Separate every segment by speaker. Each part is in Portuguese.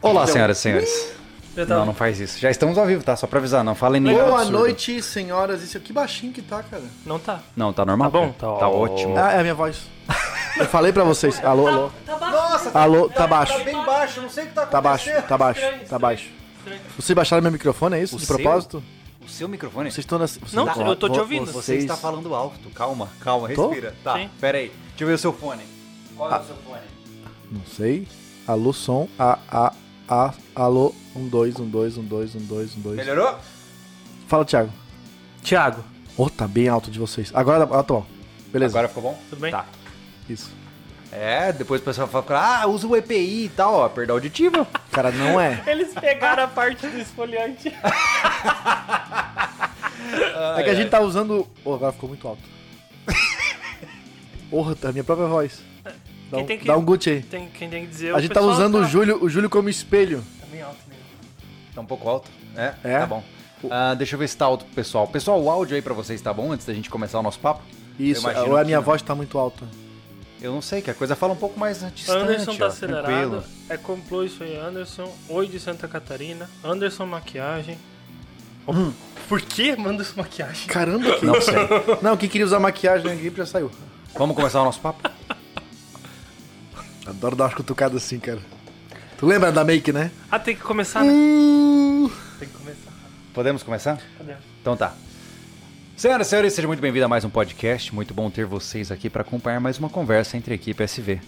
Speaker 1: Olá,
Speaker 2: Então,
Speaker 1: senhoras e senhores.
Speaker 3: Já tá.
Speaker 1: Não, não faz isso. Já estamos ao vivo, tá? Só pra avisar, não falem nenhum.
Speaker 2: hum, Boa
Speaker 1: absurdo.
Speaker 2: noite, senhoras e senhores. Que baixinho que tá, cara.
Speaker 3: Não tá.
Speaker 1: Não, tá normal.
Speaker 3: Tá bom,
Speaker 1: cara.
Speaker 3: tá
Speaker 1: Tá
Speaker 3: ó-
Speaker 1: ótimo.
Speaker 2: Ah, é a minha voz. Eu falei pra vocês. Alô, alô.
Speaker 4: Nossa,
Speaker 2: Alô, tá baixo.
Speaker 4: bem baixo, não sei o que tá
Speaker 2: Tá baixo,
Speaker 4: acontecendo.
Speaker 2: tá baixo, tá baixo. Vocês baixaram meu microfone, é isso?
Speaker 1: O
Speaker 2: De
Speaker 1: seu?
Speaker 2: propósito?
Speaker 1: O seu microfone?
Speaker 2: Vocês estão nessa. vocês-
Speaker 3: Não,
Speaker 2: Tá.
Speaker 3: eu tô te
Speaker 2: Vo-
Speaker 3: ouvindo.
Speaker 1: Você está falando alto. Calma, calma,
Speaker 2: Tô?
Speaker 1: respira. Tá,
Speaker 3: Sim.
Speaker 1: pera aí. Deixa eu ver o seu fone. Qual é o seu fone?
Speaker 2: Não sei. Alô, som. A, a, a. Alô. Um, dois, um, dois, um, dois, um, dois, um, dois.
Speaker 1: Melhorou?
Speaker 2: Fala, Thiago.
Speaker 3: Thiago,
Speaker 2: Oh, tá bem alto de vocês. Agora, ah, tá bom. Beleza.
Speaker 1: Agora ficou bom?
Speaker 3: tudo bem?
Speaker 1: Tá.
Speaker 2: Isso.
Speaker 1: É, depois o pessoal fala, ah, usa o EPI e tal, ó, perda auditiva.
Speaker 2: Cara, não é.
Speaker 3: Eles pegaram a parte do esfoliante.
Speaker 2: É que a gente tá usando. Oh, agora ficou muito alto. Porra, tá a minha própria voz.
Speaker 1: É.
Speaker 2: Dá
Speaker 3: Quem
Speaker 2: um,
Speaker 3: tem que-
Speaker 2: dá um guti aí.
Speaker 3: Tem, quem tem que dizer é
Speaker 2: A
Speaker 3: o
Speaker 2: gente tá
Speaker 3: pessoal
Speaker 2: usando o
Speaker 3: tá-
Speaker 2: Júlio, o Júlio como espelho.
Speaker 3: Tá bem alto, né?
Speaker 1: Tá um pouco alto? É,
Speaker 2: É.
Speaker 1: tá bom. Ah, deixa eu ver se tá alto pro pessoal. Pessoal, o áudio aí pra vocês tá bom antes da gente começar o nosso papo?
Speaker 2: Isso,
Speaker 1: Eu imagino
Speaker 2: ou a minha
Speaker 1: que não.
Speaker 2: voz tá muito alta.
Speaker 1: Eu não sei, que a coisa fala um pouco mais distante,
Speaker 3: Anderson tá
Speaker 1: ó,
Speaker 3: acelerado.
Speaker 1: tranquilo.
Speaker 3: É complô isso aí, Anderson. Oi de Santa Catarina. Anderson maquiagem. Por que Anderson maquiagem?
Speaker 2: Caramba, que
Speaker 1: Não sei.
Speaker 2: Não, quem queria usar maquiagem na gripe já saiu.
Speaker 1: Vamos começar o nosso papo?
Speaker 2: Adoro dar umas cutucadas assim, cara. Tu lembra da make, né?
Speaker 3: Ah, tem que começar, né? Tem que começar.
Speaker 1: Podemos começar?
Speaker 3: Cadê?
Speaker 1: Então tá. Senhoras e senhores, seja muito bem-vindo a mais um podcast. Muito bom ter vocês aqui para acompanhar mais uma conversa entre a equipe SV.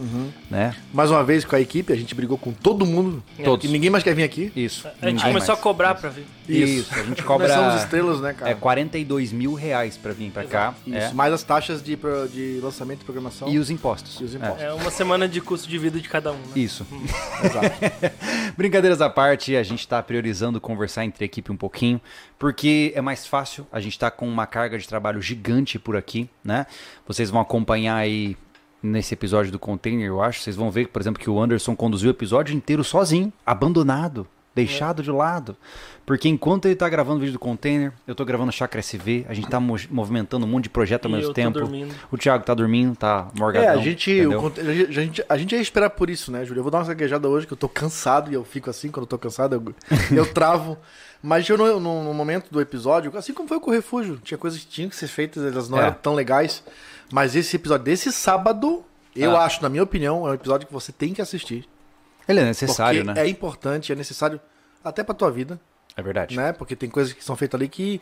Speaker 1: Né?
Speaker 2: Mais uma vez com a equipe, a gente brigou com todo mundo.
Speaker 1: É.
Speaker 2: E
Speaker 1: Todos.
Speaker 2: ninguém mais quer vir aqui.
Speaker 1: Isso.
Speaker 3: A gente
Speaker 1: ninguém mais.
Speaker 3: começou a cobrar pra ver.
Speaker 1: Isso. A gente cobra.
Speaker 2: Nós somos estrelas, né, cara?
Speaker 1: É 42 mil reais pra vir pra cá.
Speaker 2: Isso,
Speaker 1: é.
Speaker 2: mais as taxas de, pro- de lançamento e programação.
Speaker 1: E os impostos.
Speaker 2: E os impostos.
Speaker 3: É uma semana de custo de vida de cada um, né?
Speaker 1: É. Isso.
Speaker 2: Exato.
Speaker 1: Brincadeiras à parte, a gente tá priorizando conversar entre a equipe um pouquinho, porque é mais fácil, a gente tá com uma carga de trabalho gigante por aqui, né? Vocês vão acompanhar aí nesse episódio do container, eu acho. Vocês vão ver, por exemplo, que o Anderson conduziu o episódio inteiro sozinho, abandonado. Deixado de lado. Porque enquanto ele tá gravando o vídeo do container, eu tô gravando Chakra SV, a gente tá mo- movimentando um monte de projeto ao
Speaker 3: E
Speaker 1: mesmo
Speaker 3: eu tô
Speaker 1: tempo.
Speaker 3: dormindo.
Speaker 1: O Thiago tá dormindo, tá morgadão.
Speaker 2: É, a gente,
Speaker 1: entendeu?
Speaker 2: o conte- a gente- a gente. A gente ia esperar por isso, né, Júlio? Eu vou dar uma gaguejada hoje, que eu tô cansado e eu fico assim, quando eu tô cansado, eu, eu travo. Mas eu, no, no- no momento do episódio, assim como foi com o Refúgio, tinha coisas que tinham que ser feitas, elas não
Speaker 1: É.
Speaker 2: eram tão legais. Mas esse episódio desse sábado, eu
Speaker 1: Ah.
Speaker 2: acho, na minha opinião, é um episódio que você tem que assistir.
Speaker 1: Ele é
Speaker 2: Porque
Speaker 1: necessário, né?
Speaker 2: é importante, é necessário até pra tua vida,
Speaker 1: É verdade.
Speaker 2: né? Porque tem coisas que são feitas ali que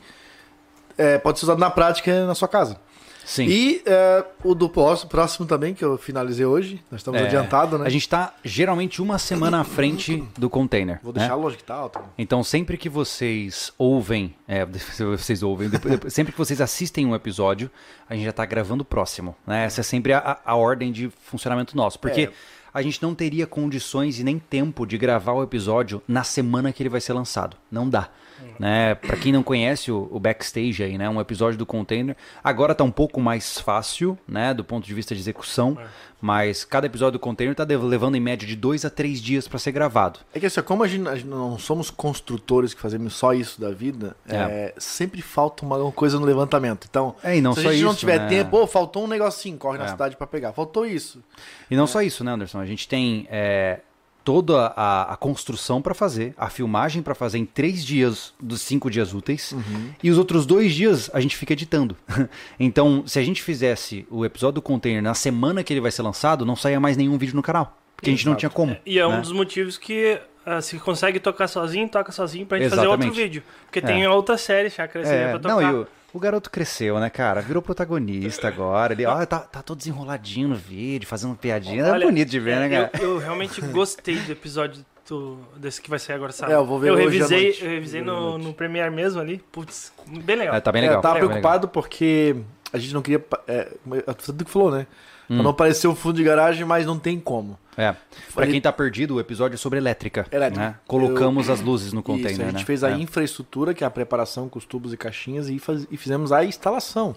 Speaker 2: é, pode ser usado na prática na sua casa.
Speaker 1: Sim.
Speaker 2: E é, o do pós- próximo também, que eu finalizei hoje. Nós estamos
Speaker 1: É,
Speaker 2: adiantados, né?
Speaker 1: A gente tá geralmente uma semana à frente do container.
Speaker 2: Vou deixar
Speaker 1: né?
Speaker 2: longe que tá alto.
Speaker 1: Então, sempre que vocês ouvem, é, vocês ouvem, depois- depois- sempre que vocês assistem um episódio, a gente já tá gravando o próximo. né? Essa é sempre a- a, a ordem de funcionamento nosso. Porque a gente não teria condições e nem tempo de gravar o episódio na semana que ele vai ser lançado. Não dá. Né? Para quem não conhece o, o backstage aí, né? Um episódio do container. Agora tá um pouco mais fácil, né? Do ponto de vista de execução. Mas cada episódio do container tá de- levando em média de dois a três dias para ser gravado.
Speaker 2: É que assim, ó, como a gente, a gente não somos construtores que fazemos só isso da vida,
Speaker 1: É.
Speaker 2: é, sempre falta uma, alguma coisa no levantamento. Então,
Speaker 1: É, e não
Speaker 2: se a
Speaker 1: só
Speaker 2: gente não
Speaker 1: isso,
Speaker 2: tiver
Speaker 1: né?
Speaker 2: tempo, pô, faltou um negocinho, corre
Speaker 1: É.
Speaker 2: na cidade pra pegar. Faltou isso.
Speaker 1: E não só isso, né, Anderson? A gente tem é, toda a, a construção pra fazer, a filmagem pra fazer em três dias dos cinco dias úteis,
Speaker 3: Uhum.
Speaker 1: e os outros dois dias a gente fica editando. então, se a gente fizesse o episódio do container na semana que ele vai ser lançado, não saia mais nenhum vídeo no canal. Porque a gente não tinha como.
Speaker 3: E é um
Speaker 1: né?
Speaker 3: dos motivos que ah, se consegue tocar sozinho, toca sozinho pra gente fazer
Speaker 1: Exatamente.
Speaker 3: outro vídeo. Porque tem outra série, Chakra crescendo
Speaker 1: É,
Speaker 3: pra
Speaker 1: não,
Speaker 3: tocar.
Speaker 1: e o, o garoto cresceu, né, cara? Virou protagonista agora. Ele, ó, tá, tá todo desenroladinho no vídeo, fazendo piadinha. é
Speaker 3: Olha,
Speaker 1: bonito de ver, né,
Speaker 3: é,
Speaker 1: cara?
Speaker 3: Eu, eu realmente gostei do episódio do- desse que vai sair agora, sabe?
Speaker 2: É, eu vou ver hoje à
Speaker 3: revisei,
Speaker 2: noite.
Speaker 3: Eu revisei
Speaker 2: Vou ver hoje à
Speaker 3: no,
Speaker 2: noite.
Speaker 3: no Premiere mesmo ali. Putz, bem legal.
Speaker 1: É, tá bem legal.
Speaker 2: eu tava
Speaker 1: Bem legal.
Speaker 2: preocupado porque a gente não queria. pa- É, tudo que falou, né?
Speaker 1: Hum.
Speaker 2: Pra não parecer um fundo de garagem, mas não tem como.
Speaker 1: É. Pra
Speaker 2: Ele-
Speaker 1: quem tá perdido, o episódio é sobre elétrica.
Speaker 2: Elétrica.
Speaker 1: né? Colocamos as luzes no container.
Speaker 2: Isso, a gente
Speaker 1: né?
Speaker 2: fez a
Speaker 1: É.
Speaker 2: infraestrutura, que é a preparação com os tubos e caixinhas, e, faz- e fizemos a instalação.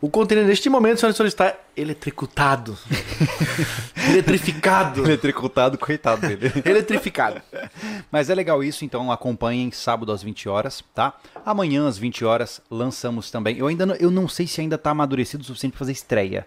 Speaker 2: O container, neste momento, senhor está eletricutado. Eletrificado.
Speaker 1: Eletricutado, coitado dele.
Speaker 2: Eletrificado.
Speaker 1: Mas é legal isso, então acompanhem sábado às 20 horas, tá? Amanhã às 20 horas lançamos também. Eu ainda não, eu não sei se ainda tá amadurecido o suficiente pra fazer estreia.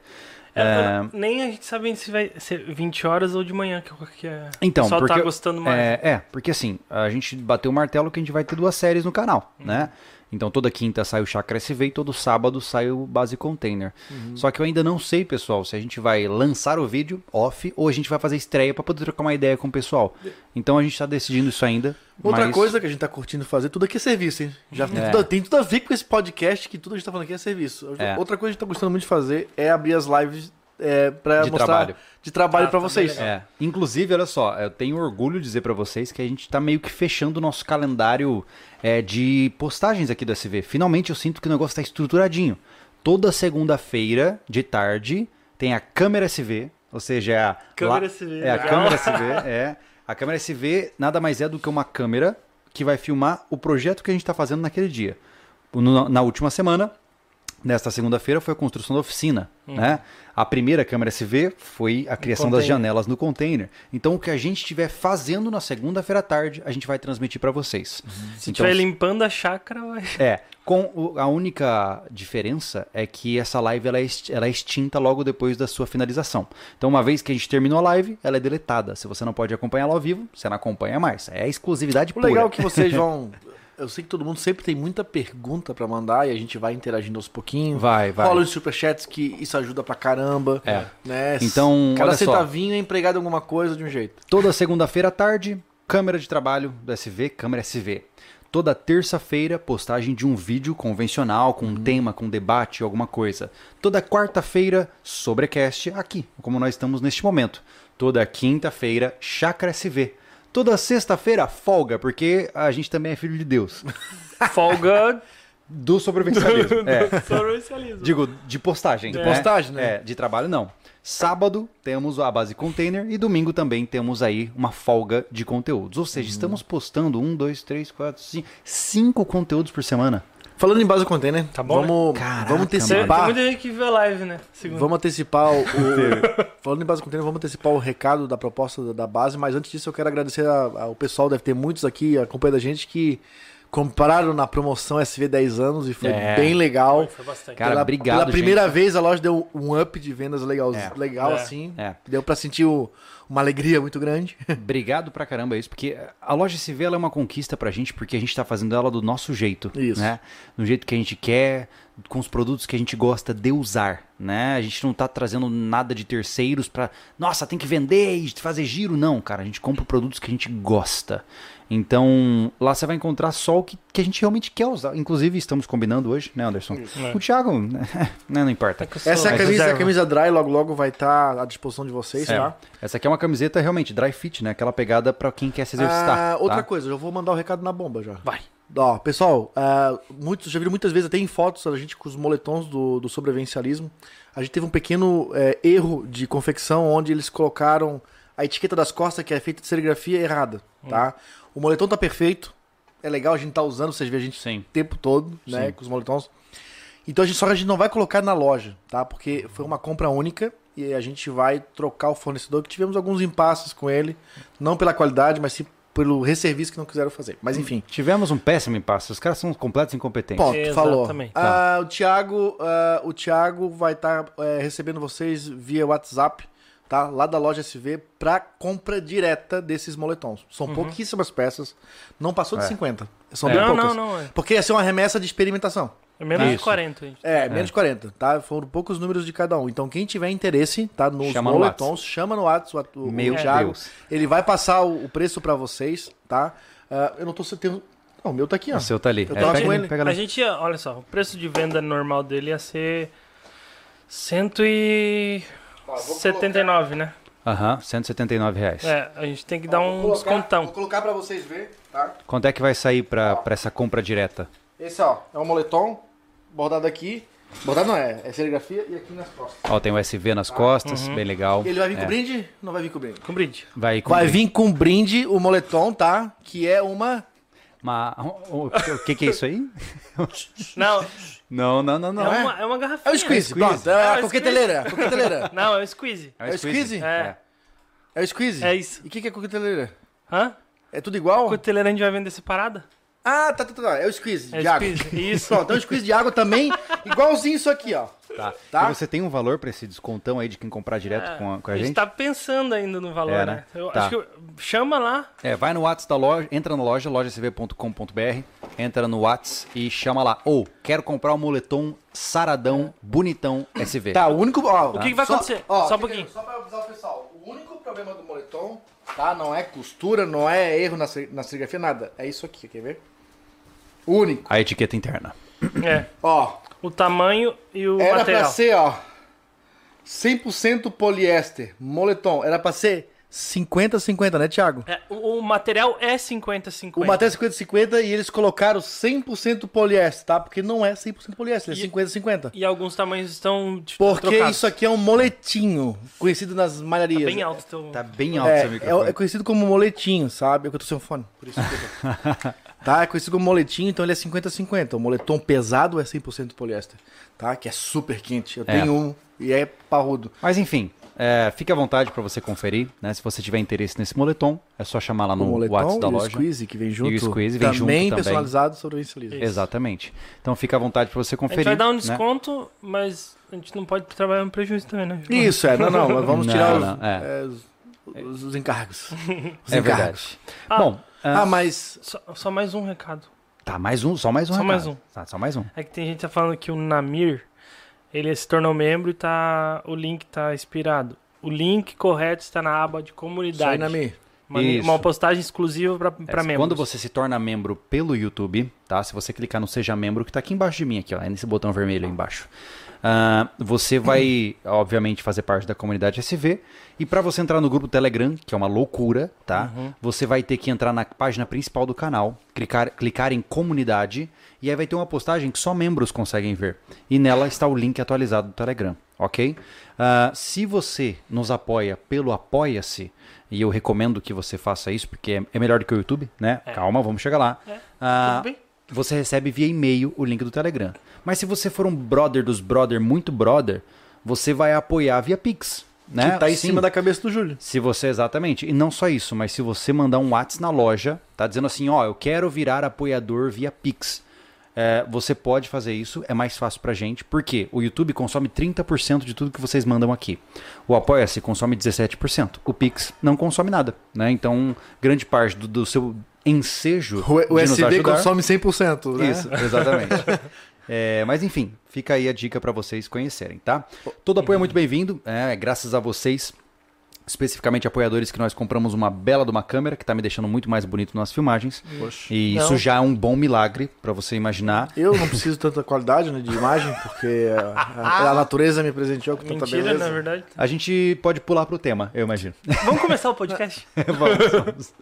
Speaker 3: É,
Speaker 2: É,
Speaker 3: Eu- eu- nem a gente sabe se vai ser 20 horas ou de manhã, que é- que é.
Speaker 1: Então,
Speaker 3: o pessoal
Speaker 1: porque-
Speaker 3: tá gostando mais.
Speaker 1: É, é, porque assim, a gente bateu o martelo que a gente vai ter duas séries no canal,
Speaker 3: Uhum.
Speaker 1: né? Então toda quinta sai o Chakra SV e todo sábado sai o Base Container.
Speaker 3: Uhum.
Speaker 1: Só que eu ainda não sei, pessoal, se a gente vai lançar o vídeo off ou a gente vai fazer estreia pra poder trocar uma ideia com o pessoal. Então a gente tá decidindo isso ainda.
Speaker 2: Outra
Speaker 1: mas-
Speaker 2: coisa que a gente tá curtindo fazer, tudo aqui é serviço, hein? Já tem,
Speaker 1: É.
Speaker 2: tudo, tem tudo a ver com esse podcast, que tudo a gente tá falando aqui é serviço.
Speaker 1: É.
Speaker 2: Outra coisa que a gente tá gostando muito de fazer é abrir as lives é, pra
Speaker 1: De
Speaker 2: mostrar
Speaker 1: trabalho.
Speaker 2: de trabalho
Speaker 3: Ah,
Speaker 2: pra
Speaker 3: também
Speaker 2: vocês.
Speaker 3: legal.
Speaker 1: É. Inclusive, olha só, eu tenho orgulho de dizer pra vocês que a gente tá meio que fechando o nosso calendário é, de postagens aqui do SV. Finalmente eu sinto que o negócio tá estruturadinho. Toda segunda-feira de tarde tem a câmera SV, ou seja, é a
Speaker 3: Câmera SV,
Speaker 1: É a
Speaker 3: legal.
Speaker 1: câmera SV, é. A câmera SV nada mais é do que uma câmera que vai filmar o projeto que a gente tá fazendo naquele dia. No- na última semana, Nesta segunda-feira foi a construção da oficina,
Speaker 2: Hum.
Speaker 1: né? A primeira câmera SV foi a criação das
Speaker 3: container.
Speaker 1: janelas no container. Então o que a gente estiver fazendo na segunda-feira à tarde, a gente vai transmitir para vocês.
Speaker 2: Uhum.
Speaker 3: se
Speaker 1: então
Speaker 3: tiver limpando a chácara, vai.
Speaker 1: É, com o- a única diferença é que essa live ela é, ex- ela é extinta logo depois da sua finalização. Então, uma vez que a gente terminou a live, ela é deletada. Se você não pode acompanhar ela ao vivo, você não acompanha mais. É exclusividade
Speaker 2: O
Speaker 1: pura.
Speaker 2: legal é que vocês vão. Eu sei que todo mundo sempre tem muita pergunta pra mandar e a gente vai interagindo aos pouquinhos.
Speaker 1: Vai, vai.
Speaker 2: Fala os superchats que isso ajuda pra caramba.
Speaker 1: É.
Speaker 2: Né?
Speaker 1: Então,
Speaker 2: Cada
Speaker 1: olha só.
Speaker 2: centavinho é empregado em alguma coisa de um jeito.
Speaker 1: Toda segunda-feira à tarde, câmera de trabalho do SV, câmera SV. Toda terça-feira, postagem de um vídeo convencional, com um tema, com um debate, alguma coisa. Toda quarta-feira, sobrecast aqui, como nós estamos neste momento. Toda quinta-feira, Chakra SV. Toda sexta-feira, folga, porque a gente também é filho de Deus.
Speaker 3: Folga
Speaker 1: Do sobrevivencialismo. é.
Speaker 3: sorvencialismo.
Speaker 1: Digo, de postagem. De
Speaker 2: postagem, né?
Speaker 1: É, de trabalho não. Sábado temos a base container e domingo também temos aí uma folga de conteúdos. Ou seja, estamos postando um, dois, três, quatro, cinco, cinco conteúdos por semana.
Speaker 2: Falando em base container,
Speaker 3: Tá bom,
Speaker 2: vamos,
Speaker 1: Caraca,
Speaker 2: vamos
Speaker 3: Tem, tem
Speaker 2: antecipar.
Speaker 3: muita gente que vê a live, né? Segunda.
Speaker 2: Vamos antecipar o. o- falando em base container, vamos antecipar o recado da proposta da, da base, mas antes disso eu quero agradecer a- ao pessoal, deve ter muitos aqui, acompanha da gente, que compraram na promoção SV 10 anos e foi
Speaker 1: É.
Speaker 2: bem legal.
Speaker 3: Foi bastante.
Speaker 1: Cara, obrigado,
Speaker 2: Pela primeira
Speaker 1: gente.
Speaker 2: vez a loja deu um up de vendas legal,
Speaker 1: É.
Speaker 2: legal
Speaker 3: É.
Speaker 2: assim.
Speaker 1: É.
Speaker 2: Deu pra sentir o- uma alegria muito grande.
Speaker 1: Obrigado pra caramba isso, porque a loja CV ela é uma conquista pra gente, porque a gente tá fazendo ela do nosso jeito.
Speaker 2: Isso.
Speaker 1: Né? Do jeito que a gente quer, com os produtos que a gente gosta de usar, né? A gente não tá trazendo nada de terceiros pra, nossa, tem que vender e fazer giro. Não, cara, a gente compra produtos que a gente gosta. Então, lá você vai encontrar só o que, que a gente realmente quer usar. Inclusive, estamos combinando hoje, né, Anderson?
Speaker 3: É.
Speaker 1: O Thiago, né, não importa.
Speaker 3: que eu sou-
Speaker 2: Essa é a
Speaker 1: Mas
Speaker 2: camisa,
Speaker 3: reserva.
Speaker 2: a camisa dry, logo logo vai estar à disposição de vocês,
Speaker 1: É.
Speaker 2: tá?
Speaker 1: Essa aqui é uma camiseta realmente dry fit, né? Aquela pegada pra quem quer se exercitar.
Speaker 2: Ah, outra
Speaker 1: tá?
Speaker 2: coisa, eu vou mandar o recado na bomba já.
Speaker 3: Vai.
Speaker 2: Ó, pessoal, ah, muitos já viram muitas vezes até em fotos a gente com os moletons do, do sobrevivencialismo. A gente teve um pequeno eh, erro de confecção onde eles colocaram a etiqueta das costas, que é feita de serigrafia, errada, tá?
Speaker 1: Hum.
Speaker 2: O moletom tá perfeito, é legal, a gente tá usando, vocês veem a gente
Speaker 1: Sim.
Speaker 2: o tempo todo, né,
Speaker 1: Sim.
Speaker 2: com os moletons. Então a gente só a gente não vai colocar na loja, tá? Porque foi uma compra única e a gente vai trocar o fornecedor que tivemos alguns impasses com ele, não pela qualidade, mas sim pelo resserviço que não quiseram fazer.
Speaker 3: Hum.
Speaker 2: Mas enfim,
Speaker 1: Tivemos um péssimo impasse. Os caras são completos incompetentes.
Speaker 2: Ponto, falou.
Speaker 3: Exatamente.
Speaker 2: Ah, o Thiago, ah, o Thiago vai estar recebendo vocês via WhatsApp, tá? Lá da loja SV para compra direta desses moletons. São pouquíssimas peças, não passou de
Speaker 1: É.
Speaker 2: 50. São
Speaker 1: É.
Speaker 2: bem
Speaker 3: Uhum. Não,
Speaker 2: poucas.
Speaker 3: não, não. É,
Speaker 2: Porque ia ser uma remessa de experimentação.
Speaker 3: é menos de
Speaker 1: Isso.
Speaker 3: 40, gente.
Speaker 2: É, menos de 40, tá? Foram poucos números de cada um. Então quem tiver interesse, tá nos
Speaker 1: Chama no
Speaker 2: moletons, chama no WhatsApp o,
Speaker 1: Meu
Speaker 2: o Thiago.
Speaker 1: Deus.
Speaker 2: Ele vai passar o, o preço para vocês, tá? Ah, eu não tô tendo... Não, o meu tá aqui, ó.
Speaker 1: O seu tá ali.
Speaker 2: Eu tava
Speaker 1: pega
Speaker 2: com
Speaker 1: ali,
Speaker 2: ele.
Speaker 1: pega ali.
Speaker 3: A gente ia, olha só, o preço de venda normal dele ia ser
Speaker 2: Ah,
Speaker 3: 179, né?
Speaker 1: Aham, 179 reais.
Speaker 3: É, a gente tem que dar um
Speaker 2: Ah, Vou colocar- Vou
Speaker 3: descontão.
Speaker 2: colocar pra vocês verem, tá?
Speaker 1: Quanto é que vai sair pra, pra essa compra direta?
Speaker 2: Esse, ó, é um moletom, bordado aqui. Bordado não é, é serigrafia e aqui nas costas.
Speaker 1: Ó, tem o SV nas costas, bem legal.
Speaker 2: Ele vai vir com
Speaker 1: É.
Speaker 2: brinde? Não vai vir com brinde.
Speaker 3: Com brinde.
Speaker 1: Vai com
Speaker 2: Vai
Speaker 1: brinde.
Speaker 2: vir com brinde o moletom, tá? Que é uma.
Speaker 1: Mas, o, o- o que que é isso aí?
Speaker 3: Não,
Speaker 1: Não, não, não, não.
Speaker 3: é, uma, é uma garrafinha.
Speaker 2: É o squeeze,
Speaker 1: squeeze.
Speaker 2: pronto. É
Speaker 3: É
Speaker 2: a
Speaker 3: o
Speaker 2: coqueteleira. a coqueteleira.
Speaker 3: Não, é o squeeze.
Speaker 1: É
Speaker 2: É o squeeze?
Speaker 1: É.
Speaker 2: É o squeeze.
Speaker 3: É isso.
Speaker 2: E o que, que é coqueteleira?
Speaker 3: Hã?
Speaker 2: É tudo igual?
Speaker 3: Coteleira a gente vai vender separada?
Speaker 2: Ah, tá, tá, tá. É o squeeze
Speaker 3: É
Speaker 2: de água.
Speaker 3: squeeze, isso.
Speaker 2: Pronto, é um squeeze de água também, igualzinho isso aqui, ó.
Speaker 1: Tá.
Speaker 2: Tá?
Speaker 1: E você tem um valor pra esse descontão aí de quem comprar direto
Speaker 3: É,
Speaker 1: com a, com a gente?
Speaker 3: gente tá pensando ainda no valor,
Speaker 1: É, né?
Speaker 3: né? Eu
Speaker 1: Tá.
Speaker 3: acho que eu- chama lá.
Speaker 1: É, vai no Whats da loja, entra na loja, lojacv.com.br, entra no Whats e chama lá. Ou, quero comprar o moletom saradão, bonitão SV.
Speaker 2: Tá, o único. Ó,
Speaker 3: O que que vai
Speaker 2: só-
Speaker 3: acontecer?
Speaker 2: ó,
Speaker 3: Só um
Speaker 2: fica-
Speaker 3: pouquinho.
Speaker 2: Só pra avisar o pessoal, o único problema do moletom, tá? Não é costura, não é erro na, ceri- na serigrafia, nada. É isso aqui, quer ver? O único.
Speaker 1: A etiqueta interna.
Speaker 3: É.
Speaker 2: Ó,
Speaker 3: O tamanho e o
Speaker 2: era pra
Speaker 3: material.
Speaker 2: ser, ó. 100% poliéster, moletom. Era pra ser 50-50, né, Thiago?
Speaker 3: É, o, o material é 50-50.
Speaker 2: O material é 50-50 e eles colocaram 100% poliéster, tá? Porque não é 100% poliéster, é
Speaker 3: E-
Speaker 2: 50-50.
Speaker 3: E alguns tamanhos estão tipo,
Speaker 2: Porque
Speaker 3: trocados.
Speaker 2: isso aqui é um moletinho, conhecido nas malharias.
Speaker 3: Bem alto. Então...
Speaker 1: Tá bem alto seu
Speaker 2: É,
Speaker 1: microfone.
Speaker 2: é, é conhecido como moletinho, sabe? É que eu tô sem fone, por isso que eu tô- Tá, é conhecido como moletinho, então ele é 50-50. O moletom pesado é 100% poliéster, tá? Que é super quente. Eu
Speaker 1: É.
Speaker 2: tenho um e é parrudo.
Speaker 1: Mas enfim, é, fique à vontade pra você conferir, né? Se você tiver interesse nesse moletom, é só chamar lá
Speaker 2: O
Speaker 1: no Whats
Speaker 2: moletom
Speaker 1: da
Speaker 2: e o
Speaker 1: loja.
Speaker 2: squeeze que vem junto.
Speaker 1: squeeze vem
Speaker 2: também
Speaker 1: junto também.
Speaker 2: personalizado sobre o
Speaker 1: É.
Speaker 2: insulismo.
Speaker 1: Exatamente. Então fica à vontade pra você
Speaker 3: A
Speaker 1: conferir.
Speaker 3: gente vai dar um
Speaker 1: né?
Speaker 3: desconto, mas a gente não pode trabalhar no prejuízo também, né? Ju?
Speaker 2: Isso, é. Não, não. Mas vamos
Speaker 1: Não,
Speaker 2: tirar os,
Speaker 1: não, é.
Speaker 2: é, os- os- os encargos. Os
Speaker 1: É
Speaker 2: encargos.
Speaker 1: verdade. Bom, ah,
Speaker 2: Ah, mas...
Speaker 3: Só, só mais um recado.
Speaker 2: Ah.
Speaker 1: tá, mais um, só mais um.
Speaker 3: Só mais
Speaker 1: recado. Tá, só mais um.
Speaker 3: É que tem gente que tá falando que o Namir, ele se tornou membro e tá, o link tá expirado. O link correto está na aba de comunidade.
Speaker 2: Sainami,
Speaker 3: Uma,
Speaker 1: Isso.
Speaker 3: uma postagem exclusiva pra, pra
Speaker 1: É,
Speaker 3: membros.
Speaker 1: Quando você se torna membro pelo YouTube, tá? Se você clicar no Seja Membro, que tá aqui embaixo de mim, aqui, ó, é nesse botão vermelho aí embaixo. Ah, você vai, obviamente, fazer parte da comunidade SV. E pra você entrar no grupo Telegram, que é uma loucura, tá? Você vai ter que entrar na página principal do canal, clicar, clicar em comunidade, e aí vai ter uma postagem que só membros conseguem ver. E nela está o link atualizado do Telegram, ok? Ah, se você nos apoia pelo Apoia-se, e eu recomendo que você faça isso, porque é- é melhor do que o YouTube, né? Calma, vamos chegar lá. Ah,
Speaker 3: tudo bem.
Speaker 1: Você recebe via e-mail o link do Telegram. Mas se você for um brother dos brother, muito brother, você vai apoiar via Pix, né?
Speaker 2: que tá em
Speaker 1: Sim.
Speaker 2: cima da cabeça do Júlio.
Speaker 1: Se você, exatamente. E não só isso, mas se você mandar um Whats na loja, tá dizendo assim, ó, eu quero virar apoiador via Pix. É, você pode fazer isso, é mais fácil pra gente, porque o YouTube consome 30% de tudo que vocês mandam aqui. O Apoia-se consome 17%. O Pix não consome nada, né? Então, grande parte do, do seu ensejo de
Speaker 2: O, o
Speaker 1: nos
Speaker 2: SB
Speaker 1: ajudar-
Speaker 2: consome 100%, né?
Speaker 1: isso, exatamente. É, mas enfim, fica aí a dica pra vocês conhecerem, tá? Todo apoio é muito bem-vindo, é, graças a vocês, especificamente apoiadores que nós compramos uma bela de uma câmera que tá me deixando muito mais bonito nas filmagens.
Speaker 2: Poxa.
Speaker 1: E isso
Speaker 3: Não.
Speaker 1: já é um bom milagre pra você imaginar.
Speaker 2: Eu não preciso tanta qualidade né, de imagem, porque a, a- a natureza me presenteou com tanta
Speaker 3: Mentira,
Speaker 2: tá beleza.
Speaker 3: na verdade.
Speaker 1: A gente pode pular pro tema, eu imagino.
Speaker 3: Vamos começar o podcast?
Speaker 1: vamos, vamos.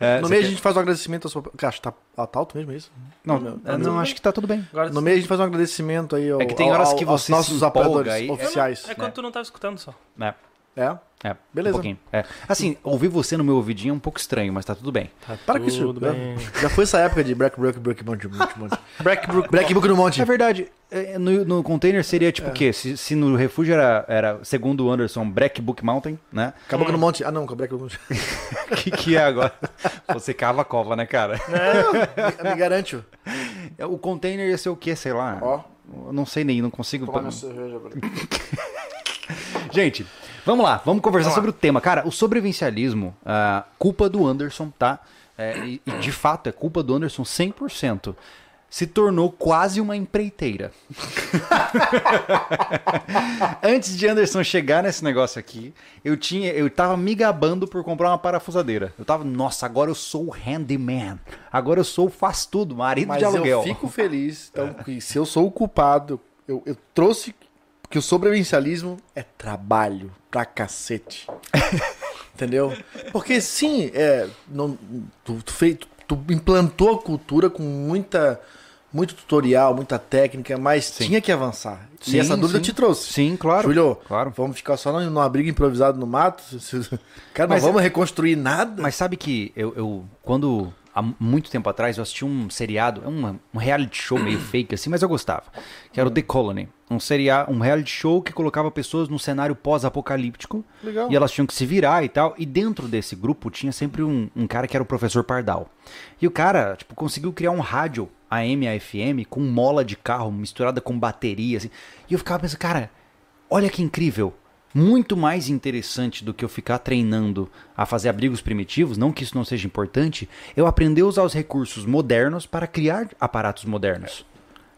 Speaker 1: É,
Speaker 2: No
Speaker 1: você
Speaker 2: meio
Speaker 1: quer-
Speaker 2: a gente faz um agradecimento ao seu. Cara, tá, ah, tá alto mesmo é isso?
Speaker 1: não,
Speaker 2: Não,
Speaker 1: é, não, acho que tá tudo bem.
Speaker 3: Agora
Speaker 2: No meio a gente faz um agradecimento aí ao,
Speaker 1: É que tem horas
Speaker 2: ao-
Speaker 1: que
Speaker 2: aos
Speaker 1: você se
Speaker 2: nossos
Speaker 1: empolga
Speaker 2: apoiadores
Speaker 1: aí.
Speaker 3: Eu não-
Speaker 2: oficiais.
Speaker 3: É quando tu não tava escutando só.
Speaker 1: É,
Speaker 2: É.
Speaker 1: é,
Speaker 2: Beleza.
Speaker 1: Um pouquinho. É. Assim, ouvir você no meu ouvidinho é um pouco estranho, mas tá tudo bem.
Speaker 2: Para com isso.
Speaker 3: Tudo
Speaker 2: né?
Speaker 3: bem.
Speaker 2: Já foi essa época de Black Brook, Brook Monte, Monte, Monte.
Speaker 3: Black Brook.
Speaker 2: Black Brook no Monte.
Speaker 1: É verdade. É, No, no container seria tipo o quê? Se, se no refúgio era, era, segundo o Anderson, Black Book Mountain, né?
Speaker 2: Acabou que no Monte. Ah, não, com Black Brook Monte.
Speaker 1: O que, que é agora? Você cava a cova, né, cara?
Speaker 2: me, me garante.
Speaker 1: O container ia ser o quê? Sei lá.
Speaker 2: Ó.
Speaker 1: Eu Não sei nem, não consigo.
Speaker 2: Tomar minha cerveja, velho.
Speaker 1: Gente, vamos lá, vamos conversar sobre o tema. Cara, o sobrevivencialismo, ah, culpa do Anderson, tá? É, e, e de fato é culpa do Anderson 100%. Se tornou quase uma empreiteira. Antes de Anderson chegar nesse negócio aqui, eu tinha, eu tava me gabando por comprar uma parafusadeira. Eu tava, nossa, agora eu sou o handyman. Agora eu sou o faz tudo, marido
Speaker 2: Mas
Speaker 1: de aluguel. É.
Speaker 2: eu fico feliz. Então, que se eu sou o culpado, eu, eu trouxe. Porque o sobrevivencialismo é trabalho pra cacete. Entendeu? Porque sim, é, não, tu, tu, fez, tu implantou a cultura com muita, muito tutorial, muita técnica, mas tinha que avançar.
Speaker 1: Sim,
Speaker 2: e essa dúvida
Speaker 1: sim.
Speaker 2: eu te trouxe.
Speaker 1: Sim, claro.
Speaker 2: Júlio,
Speaker 1: Claro.
Speaker 2: vamos ficar só num- numa briga improvisada no mato? Cara, não
Speaker 1: Mas é-
Speaker 2: vamos reconstruir nada?
Speaker 1: Mas sabe que eu, eu- quando há muito tempo atrás eu assisti um seriado, é um, um reality show meio fake assim, mas eu gostava, que era o The Colony, um seria, um reality show que colocava pessoas num cenário pós-apocalíptico
Speaker 2: Legal.
Speaker 1: e elas tinham que se virar e tal. E dentro desse grupo tinha sempre um, um cara que era o professor Pardal. E o cara, tipo, conseguiu criar um rádio AM a FM com mola de carro misturada com bateria. Assim. E eu ficava pensando, cara, olha que incrível. Muito mais interessante do que eu ficar treinando a fazer abrigos primitivos, não que isso não seja importante, eu aprender a usar os recursos modernos para criar aparatos modernos.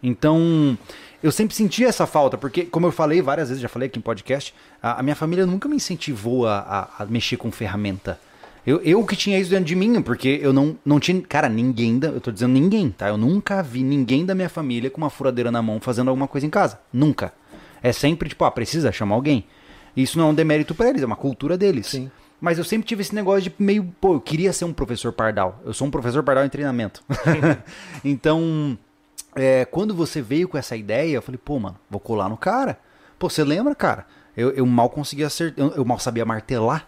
Speaker 1: Então, eu sempre senti essa falta, porque, como eu falei várias vezes, já falei aqui em podcast, a, a minha família nunca me incentivou a, a- a mexer com ferramenta. Eu, eu que tinha isso dentro de mim, porque eu não, não tinha. Cara, ninguém da. Eu tô dizendo ninguém, tá? Eu nunca vi ninguém da minha família com uma furadeira na mão fazendo alguma coisa em casa. Nunca. É sempre tipo, ah, precisa chamar alguém. Isso não é um demérito pra eles, é uma cultura deles.
Speaker 2: Sim.
Speaker 1: Mas eu sempre tive esse negócio de meio, pô, eu queria ser um professor pardal. Eu sou um professor pardal em treinamento. então, é, quando você veio com essa ideia, eu falei, pô, mano, vou colar no cara. Pô, você lembra, cara? Eu, eu mal conseguia acertar, eu, eu mal sabia martelar,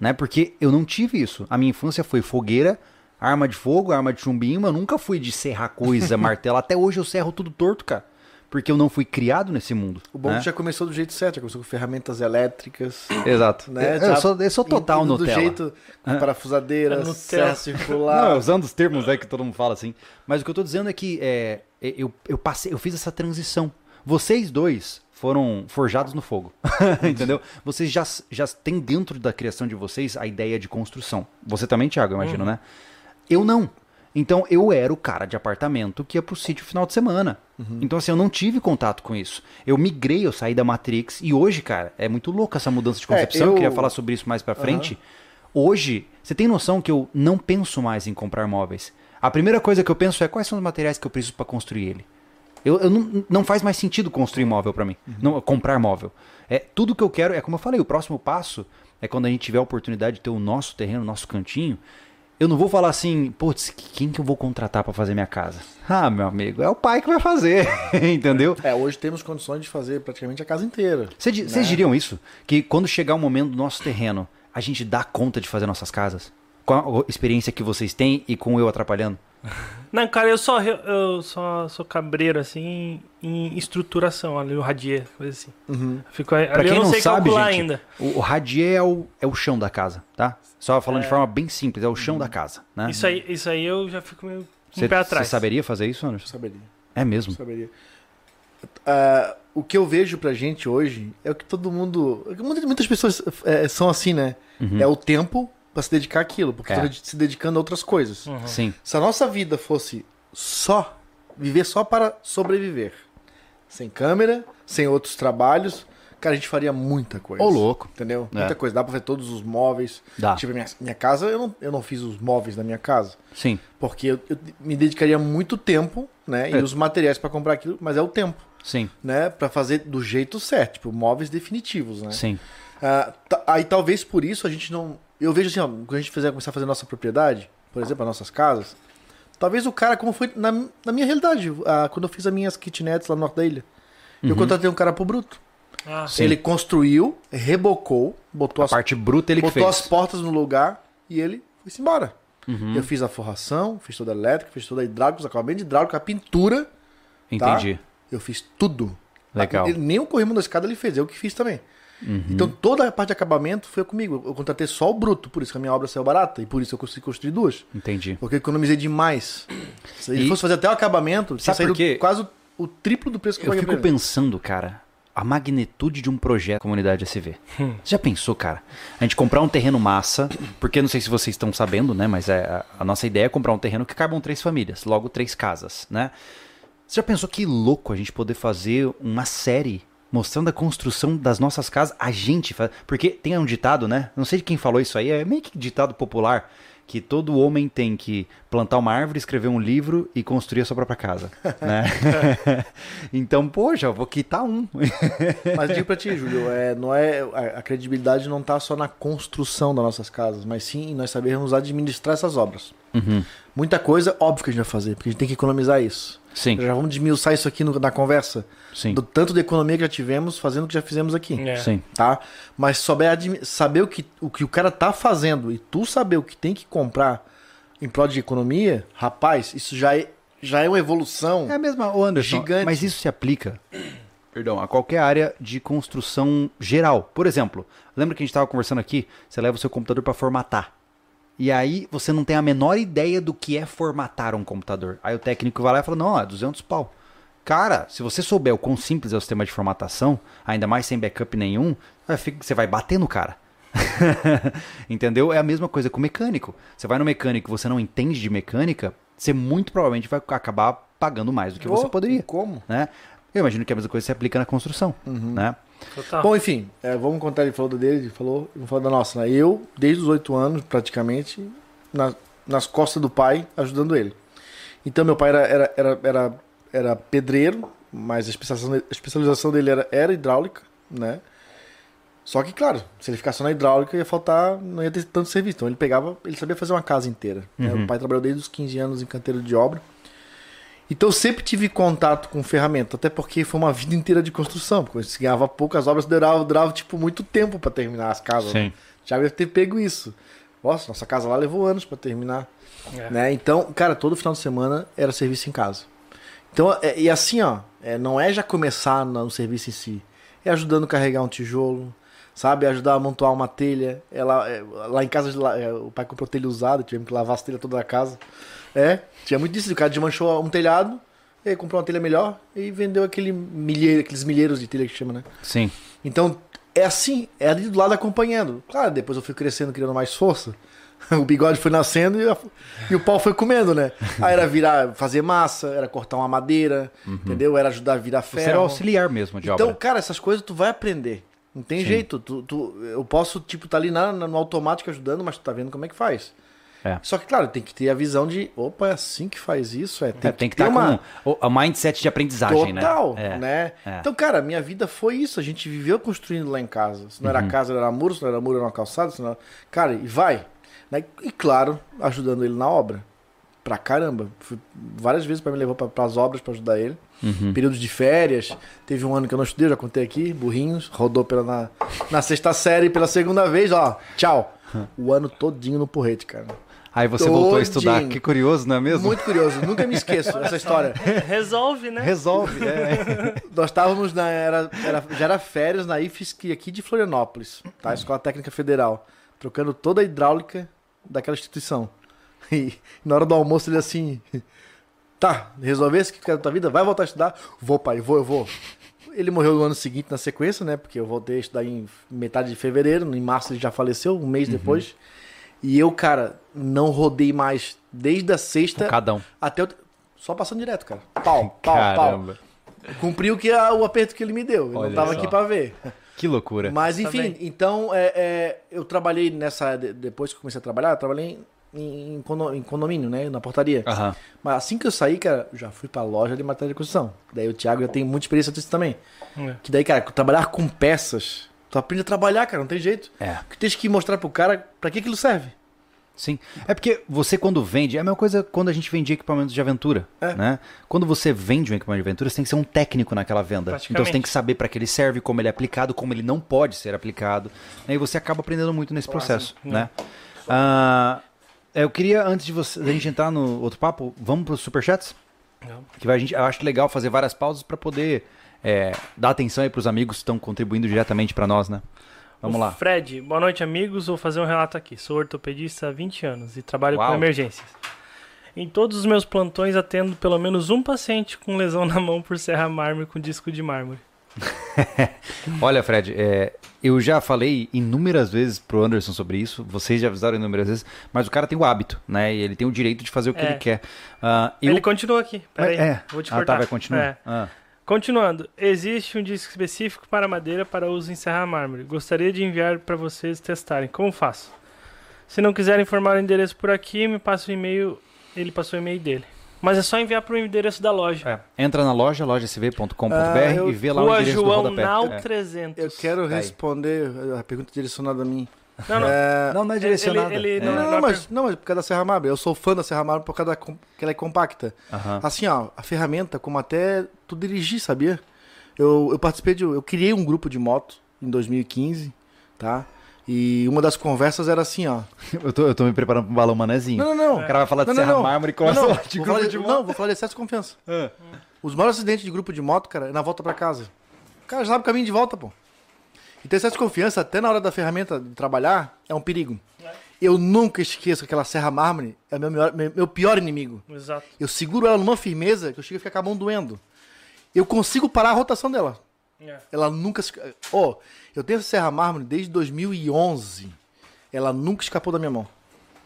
Speaker 1: né? Porque eu não tive isso. A minha infância foi fogueira, arma de fogo, arma de chumbinho, mas eu nunca fui de serrar coisa, martelar. Até hoje eu serro tudo torto, cara. Porque eu não fui criado nesse mundo.
Speaker 2: O bom é
Speaker 1: né?
Speaker 2: que já começou do jeito certo, já começou com ferramentas elétricas.
Speaker 1: Exato.
Speaker 2: Né?
Speaker 1: eu,
Speaker 2: Já
Speaker 1: sou, eu sou total
Speaker 2: indo
Speaker 1: Nutella. É.
Speaker 2: Do jeito com parafusadeira,
Speaker 3: Nutella.
Speaker 2: serra
Speaker 1: Não, é
Speaker 2: circular.
Speaker 1: usando os termos aí que todo mundo fala assim. Mas o que eu tô dizendo é que é, eu, eu passei, eu fiz essa transição. Vocês dois foram forjados no fogo. Entendeu? Vocês já, já têm dentro da criação de vocês a ideia de construção. Você também, Thiago, eu imagino, né? Eu não. Então eu era o cara de apartamento que ia pro sítio final de semana. Então, assim, eu não tive contato com isso. Eu migrei, eu saí da Matrix e hoje, cara, é muito louca essa mudança de concepção. Eu
Speaker 2: eu-
Speaker 1: queria falar sobre isso mais pra frente. Hoje, você tem noção que eu não penso mais em comprar móveis. A primeira coisa que eu penso é quais são os materiais que eu preciso pra construir ele. Eu, eu não, não faz mais sentido construir móvel pra mim, não comprar móvel. É tudo que eu quero é como eu falei. O próximo passo é quando a gente tiver a oportunidade de ter o nosso terreno, o nosso cantinho. Eu não vou falar assim, putz, quem que eu vou contratar pra fazer minha casa? Ah, meu amigo, é o pai que vai fazer, entendeu?
Speaker 2: É, hoje temos condições de fazer praticamente a casa inteira.
Speaker 1: Vocês di- vocês diriam isso? Que quando chegar o momento do nosso terreno, a gente dá conta de fazer nossas casas? Com a experiência que vocês têm e com eu atrapalhando?
Speaker 3: Não, cara, eu só, re- eu só sou cabreiro, assim, em estruturação, ali o radier, coisa assim.
Speaker 2: Uhum.
Speaker 3: Fico, ali
Speaker 1: Pra quem
Speaker 3: eu não,
Speaker 1: não
Speaker 3: sei
Speaker 1: sabe,
Speaker 3: calcular
Speaker 1: gente,
Speaker 3: ainda.
Speaker 1: O, o radier é o, é o chão da casa, tá? Só falando de forma bem simples, é o chão da casa, né?
Speaker 3: Isso, aí, isso aí eu já fico meio com
Speaker 1: Cê-
Speaker 3: o pé
Speaker 1: cê
Speaker 3: atrás.
Speaker 1: saberia fazer isso, Anderson?
Speaker 2: Saberia.
Speaker 1: É mesmo.
Speaker 2: Saberia. Ah, o que eu vejo pra gente hoje é o que todo mundo. é que muitas- Muitas pessoas é, são assim, né? É o tempo pra se dedicar àquilo, porque
Speaker 1: Uhum. É.
Speaker 2: estão se dedicando a outras coisas.
Speaker 1: Sim.
Speaker 2: Se a nossa vida fosse só viver só para sobreviver, sem câmera, sem outros trabalhos, cara, a gente faria muita coisa.
Speaker 1: Ô, louco.
Speaker 2: Entendeu?
Speaker 1: É.
Speaker 2: Muita coisa. Dá pra ver todos os móveis.
Speaker 1: Dá.
Speaker 2: Tipo, minha, minha casa, eu não, eu não fiz os móveis da minha casa.
Speaker 1: Sim.
Speaker 2: Porque eu, eu me dedicaria muito tempo, né?
Speaker 1: É.
Speaker 2: E os materiais pra comprar aquilo, mas é o tempo,
Speaker 1: Sim.
Speaker 2: né? Pra fazer do jeito certo, tipo, móveis definitivos, né?
Speaker 1: Sim.
Speaker 2: Ah, ta- aí talvez por isso a gente não. Eu vejo assim, ó, quando a gente fizer, começar a fazer nossa propriedade, por exemplo, as nossas casas, talvez o cara, como foi na, na minha realidade, ah, quando eu fiz as minhas kitnets lá no norte da ilha, eu contratei um cara pro bruto.
Speaker 3: Ah,
Speaker 1: Uhum. Sim.
Speaker 2: Ele construiu, rebocou, botou,
Speaker 1: A
Speaker 2: as,
Speaker 1: parte bruta ele que
Speaker 2: botou as
Speaker 1: fez.
Speaker 2: portas no lugar e ele foi-se embora.
Speaker 1: Uhum.
Speaker 2: Eu fiz a forração, fiz toda a elétrica, fiz toda a hidráulica, os acabamentos de hidráulica, a pintura,
Speaker 1: Entendi.
Speaker 2: Tá? eu fiz tudo.
Speaker 1: Legal. Uhum.
Speaker 2: Ele- nem o corrimão da escada ele fez, eu que fiz também. Então toda a parte de acabamento foi comigo. Eu contratei só o bruto, por isso que a minha obra saiu barata e por isso eu consegui construir duas.
Speaker 1: Entendi.
Speaker 2: Porque eu economizei demais. Se ele
Speaker 1: E-
Speaker 2: fosse fazer até o acabamento, tinha
Speaker 1: Sabe por
Speaker 2: saído
Speaker 1: quê?
Speaker 2: quase o, o triplo do preço que eu
Speaker 1: Eu
Speaker 2: paguei
Speaker 1: fico
Speaker 2: pra ele.
Speaker 1: pensando, cara, a magnitude de um projeto comunidade SV. Você já pensou, cara? A gente comprar um terreno massa, porque não sei se vocês estão sabendo, né? Mas é, a, a nossa ideia é comprar um terreno que cabam três famílias, logo três casas, né? Você já pensou que louco a gente poder fazer uma série mostrando a construção das nossas casas? A gente faz. Porque tem um ditado, né? Não sei de quem falou isso aí, é meio que ditado popular. Que todo homem tem que plantar uma árvore, escrever um livro e construir a sua própria casa. Né? então, poxa, eu vou quitar um.
Speaker 2: Mas digo pra ti, Júlio, é, não é, a, a credibilidade não tá só na construção das nossas casas, mas sim em nós sabermos administrar essas obras.
Speaker 1: Uhum.
Speaker 2: Muita coisa, óbvio que a gente vai fazer, porque a gente tem que economizar isso.
Speaker 1: Sim,
Speaker 2: Já vamos desmiuçar isso aqui no- na conversa.
Speaker 1: sim.
Speaker 2: do tanto de economia que já tivemos fazendo o que já fizemos aqui.
Speaker 3: É.
Speaker 1: Sim,
Speaker 2: Tá? Mas saber, admi- saber o, que, o que o cara tá fazendo e tu saber o que tem que comprar em prol de economia, rapaz, isso já é, já é uma evolução.
Speaker 1: É a mesma, ô Anderson,
Speaker 2: Gigante.
Speaker 1: mas isso se aplica, perdão, a qualquer área de construção geral. Por exemplo, lembra que a gente estava conversando aqui? Você leva o seu computador para formatar. E aí você não tem a menor ideia do que é formatar um computador. Aí o técnico vai lá e fala: não, é 200 pau. Cara, se você souber o quão simples é o sistema de formatação, ainda mais sem backup nenhum, aí fica- você vai bater no cara. Entendeu? É a mesma coisa com o mecânico. Você vai no mecânico e você não entende de mecânica, você muito provavelmente vai acabar pagando mais do que você
Speaker 2: Oh,
Speaker 1: poderia.
Speaker 2: Como?
Speaker 1: Né? Eu imagino que a mesma coisa se aplica na construção.
Speaker 2: Uhum.
Speaker 1: Né?
Speaker 3: Total.
Speaker 2: Bom, enfim, é, vamos contar, ele falou do dele, ele falou, vamos falar da nossa. Né? Eu, desde os oito anos, praticamente, na- nas costas do pai, ajudando ele. Então, meu pai era, era, era, era, era pedreiro, mas a especialização, de- a especialização dele era, era hidráulica, né? Só que, claro, se ele ficar só na hidráulica, ia faltar, não ia ter tanto serviço. Então, ele pegava, ele sabia fazer uma casa inteira. né? O pai trabalhou desde os 15 anos em canteiro de obra. Então eu sempre tive contato com ferramenta, até porque foi uma vida inteira de construção. Porque se ganhava poucas obras, durava, durava tipo muito tempo para terminar as casas. né? Já deve ter pego isso. Nossa, nossa casa lá levou anos para terminar.
Speaker 3: É.
Speaker 2: Né? Então, cara, todo final de semana era serviço em casa. Então, é- e assim, ó, é, não é já começar no, no serviço em si. É ajudando a carregar um tijolo, sabe? Ajudar a montar uma telha. É lá, é, lá em casa, lá, é, o pai comprou telha usada, tivemos que lavar as telhas toda a casa. É, tinha muito disso. O cara desmanchou um telhado, e aí comprou uma telha melhor e vendeu aquele milheiro, aqueles milheiros de telha que chama, né?
Speaker 1: Sim.
Speaker 2: Então, é assim, é ali do lado acompanhando. Claro, depois eu fui crescendo, criando mais força. O bigode foi nascendo e, a- e o pau foi comendo, né? Aí era virar, fazer massa, era cortar uma madeira, entendeu? Era ajudar a virar
Speaker 1: Uhum. Você era
Speaker 2: ferro.
Speaker 1: auxiliar mesmo de
Speaker 2: Então,
Speaker 1: obra.
Speaker 2: cara, essas coisas tu vai aprender. Não tem jeito. Tu, tu- eu posso, tipo, tá ali na, na- no automático ajudando, mas tu tá vendo como é que faz.
Speaker 1: É.
Speaker 2: Só que, claro, tem que ter a visão de, opa, é assim que faz isso. É, tem,
Speaker 1: É, tem que
Speaker 2: ter
Speaker 1: estar
Speaker 2: uma...
Speaker 1: com o a mindset de aprendizagem,
Speaker 2: Total,
Speaker 1: né? É.
Speaker 2: né?
Speaker 1: é.
Speaker 2: Então, cara, minha vida foi isso. A gente viveu construindo lá em casa. Se não
Speaker 1: Uhum.
Speaker 2: era casa, era muro. Se não era muro, era uma calçada. Se não... Cara, e vai. né? E claro, ajudando ele na obra. Pra caramba. Fui várias vezes para me levar para as obras para ajudar ele.
Speaker 1: Uhum.
Speaker 2: Períodos de férias. Teve um ano que eu não estudei, eu já contei aqui. Burrinhos. Rodou pela, na, na sexta série pela segunda vez. Ó, tchau.
Speaker 1: Hum.
Speaker 2: O ano todinho no porrete, cara.
Speaker 1: Aí você voltou a estudar.
Speaker 2: Todinho.
Speaker 1: Que curioso, não é mesmo?
Speaker 2: Muito curioso. Nunca me esqueço dessa história.
Speaker 3: Resolve, né?
Speaker 1: Resolve, é.
Speaker 2: Nós estávamos na. Era, era- já era férias na IFSC aqui de Florianópolis, tá? Escola Técnica Federal. Trocando toda a hidráulica daquela instituição. E na hora do almoço ele assim. Tá, resolver esse que quer da tua vida? Vai voltar a estudar? Vou, pai, vou, eu vou. Ele morreu no ano seguinte na sequência, né? Porque eu voltei a estudar em metade de fevereiro, em março ele já faleceu, um mês depois. E eu, cara, não rodei mais desde a sexta
Speaker 1: Cada um.
Speaker 2: até o. Só passando direto, cara. Pau, pau, pau.
Speaker 1: Caramba.
Speaker 2: Cumpriu que a- o aperto que ele me deu. Eu
Speaker 1: Olha
Speaker 2: não tava
Speaker 1: só.
Speaker 2: aqui pra ver.
Speaker 1: Que loucura.
Speaker 2: Mas enfim, então é, é, eu trabalhei nessa. de- Depois que eu comecei a trabalhar, eu trabalhei em, em condo- em condomínio, né? Na portaria.
Speaker 1: Aham.
Speaker 2: Mas assim que eu saí, cara, eu já fui pra loja de matéria de construção. Daí o Thiago já tem muita experiência disso também.
Speaker 3: É.
Speaker 2: Que daí, cara, trabalhar com peças, tu aprende a trabalhar, cara, não tem jeito.
Speaker 1: É.
Speaker 2: Porque tens que mostrar pro cara pra que aquilo serve.
Speaker 1: Sim. É porque você, quando vende, é a mesma coisa quando a gente vendia equipamentos de aventura.
Speaker 2: É.
Speaker 1: Né? Quando você vende um equipamento de aventura, você tem que ser um técnico naquela venda. Então você tem que saber para que ele serve, como ele é aplicado, como ele não pode ser aplicado. né? E você acaba aprendendo muito nesse processo.
Speaker 2: É.
Speaker 1: Né? Ah, eu queria, antes de você, da gente entrar no outro papo, vamos para os superchats?
Speaker 3: Vamos.
Speaker 1: Que vai- a gente, eu acho legal fazer várias pausas para poder é, dar atenção aí para os amigos que estão contribuindo diretamente para nós. né? Vamos
Speaker 3: O
Speaker 1: lá.
Speaker 3: Fred, boa noite, amigos. Vou fazer um relato aqui. Sou ortopedista há 20 anos e trabalho
Speaker 1: Uau.
Speaker 3: com emergências. Em todos os meus plantões, atendo pelo menos um paciente com lesão na mão por serra mármore com disco de mármore.
Speaker 1: Olha, Fred, é, eu já falei inúmeras vezes pro Anderson sobre isso, vocês já avisaram inúmeras vezes, mas o cara tem o hábito, né? E ele tem o direito de fazer o que
Speaker 3: É.
Speaker 1: ele quer. Ah, eu...
Speaker 3: Ele continua aqui. Peraí,
Speaker 1: É.
Speaker 3: vou te
Speaker 1: ah,
Speaker 3: cortar.
Speaker 1: tá, vai continuar.
Speaker 3: É.
Speaker 1: Ah,
Speaker 3: Continuando, existe um disco específico para madeira para uso em serra mármore. Gostaria de enviar para vocês testarem. Como faço? Se não quiserem informar o endereço por aqui, me passa o e-mail. Ele passou o e-mail dele. Mas é só enviar para o endereço da loja.
Speaker 1: Entra na loja, lojacv.com.br
Speaker 2: Ah, eu-
Speaker 1: e vê É, lá o
Speaker 3: Rua
Speaker 1: endereço do
Speaker 3: João
Speaker 1: rodapé.
Speaker 3: Nau
Speaker 1: É.
Speaker 3: 300.
Speaker 2: Eu quero
Speaker 1: Tá aí.
Speaker 2: responder a pergunta direcionada a mim.
Speaker 3: Não, não.
Speaker 2: É,
Speaker 1: Não, não é direcionado.
Speaker 3: Ele- ele
Speaker 1: é.
Speaker 2: Não, não, não,
Speaker 3: é uma
Speaker 2: mas, não, mas por causa da Serra Mármore. Eu sou fã da Serra Mármore por causa da com- que ela é compacta.
Speaker 1: Aham.
Speaker 2: Assim, ó, a ferramenta, como até tu dirigir, sabia? Eu, eu participei de. Eu criei um grupo de moto em 2015, tá? E uma das conversas era assim, ó.
Speaker 1: Eu, tô, eu tô me preparando pra um balão manezinho.
Speaker 2: Não, não, não.
Speaker 1: O cara vai falar de
Speaker 2: Não, não,
Speaker 1: Serra
Speaker 2: não.
Speaker 1: Mármore e
Speaker 2: Não,
Speaker 1: começa a
Speaker 2: não,
Speaker 1: falar de
Speaker 2: vou
Speaker 1: grupo
Speaker 2: falar de-
Speaker 1: de moto.
Speaker 2: não, vou falar de excesso de confiança.
Speaker 1: Ah.
Speaker 2: Os maiores acidentes de grupo de moto, cara, é na volta pra casa. O cara já sabe o caminho de volta, pô. E ter excesso de confiança, até na hora da ferramenta de trabalhar, é um perigo. Eu nunca esqueço que aquela serra mármore é meu, maior- meu- meu pior inimigo.
Speaker 3: Exato.
Speaker 2: Eu seguro ela numa firmeza que eu chego a ficar com a mão doendo. Eu consigo parar a rotação dela.
Speaker 3: É.
Speaker 2: Ela nunca. se- Ó, eu tenho essa serra mármore desde 2011. Ela nunca escapou da minha mão.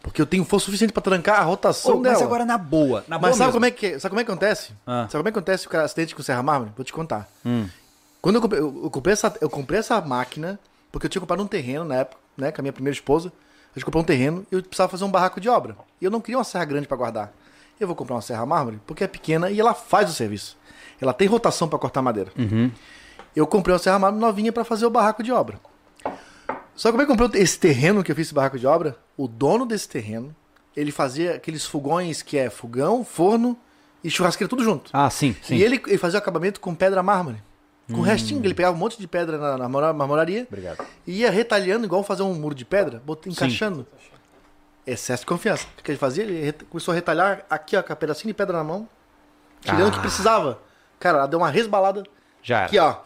Speaker 2: Porque eu tenho força suficiente pra trancar a rotação
Speaker 1: Ô,
Speaker 2: dela.
Speaker 1: mas agora na boa. Na boa
Speaker 2: Mas sabe
Speaker 1: mesmo.
Speaker 2: como, é que, sabe como é que acontece?
Speaker 1: Ah. Hum.
Speaker 2: Sabe como é que acontece o cara- acidente com serra mármore? Vou te contar. Quando eu comprei, eu, eu comprei essa, eu comprei essa máquina, porque eu tinha comprado um terreno na época, né, com a minha primeira esposa. A gente comprou um terreno e eu precisava fazer um barraco de obra. E eu não queria uma serra grande pra guardar. Eu vou comprar uma serra mármore porque é pequena e ela faz o serviço. Ela tem rotação pra cortar madeira. Eu comprei uma serra mármore novinha pra fazer o barraco de obra. Só que como é que eu comprei esse terreno que eu fiz esse barraco de obra? O dono desse terreno, ele fazia aqueles fogões que é fogão, forno e churrasqueira tudo junto.
Speaker 1: Ah, sim, sim. Hum.
Speaker 2: E ele, ele fazia o acabamento com pedra mármore. Com restinho, ele pegava um monte de pedra na, na marmora- marmoraria
Speaker 1: Obrigado.
Speaker 2: e ia retalhando, igual fazer um muro de pedra, bot- encaixando. Excesso de confiança. O que ele fazia? Ele reta- começou a retalhar aqui, ó, com a pedacinho de pedra na mão, tirando o que
Speaker 1: Ah.
Speaker 2: precisava. Cara, ela deu uma resbalada.
Speaker 1: Já era.
Speaker 2: Aqui, ó.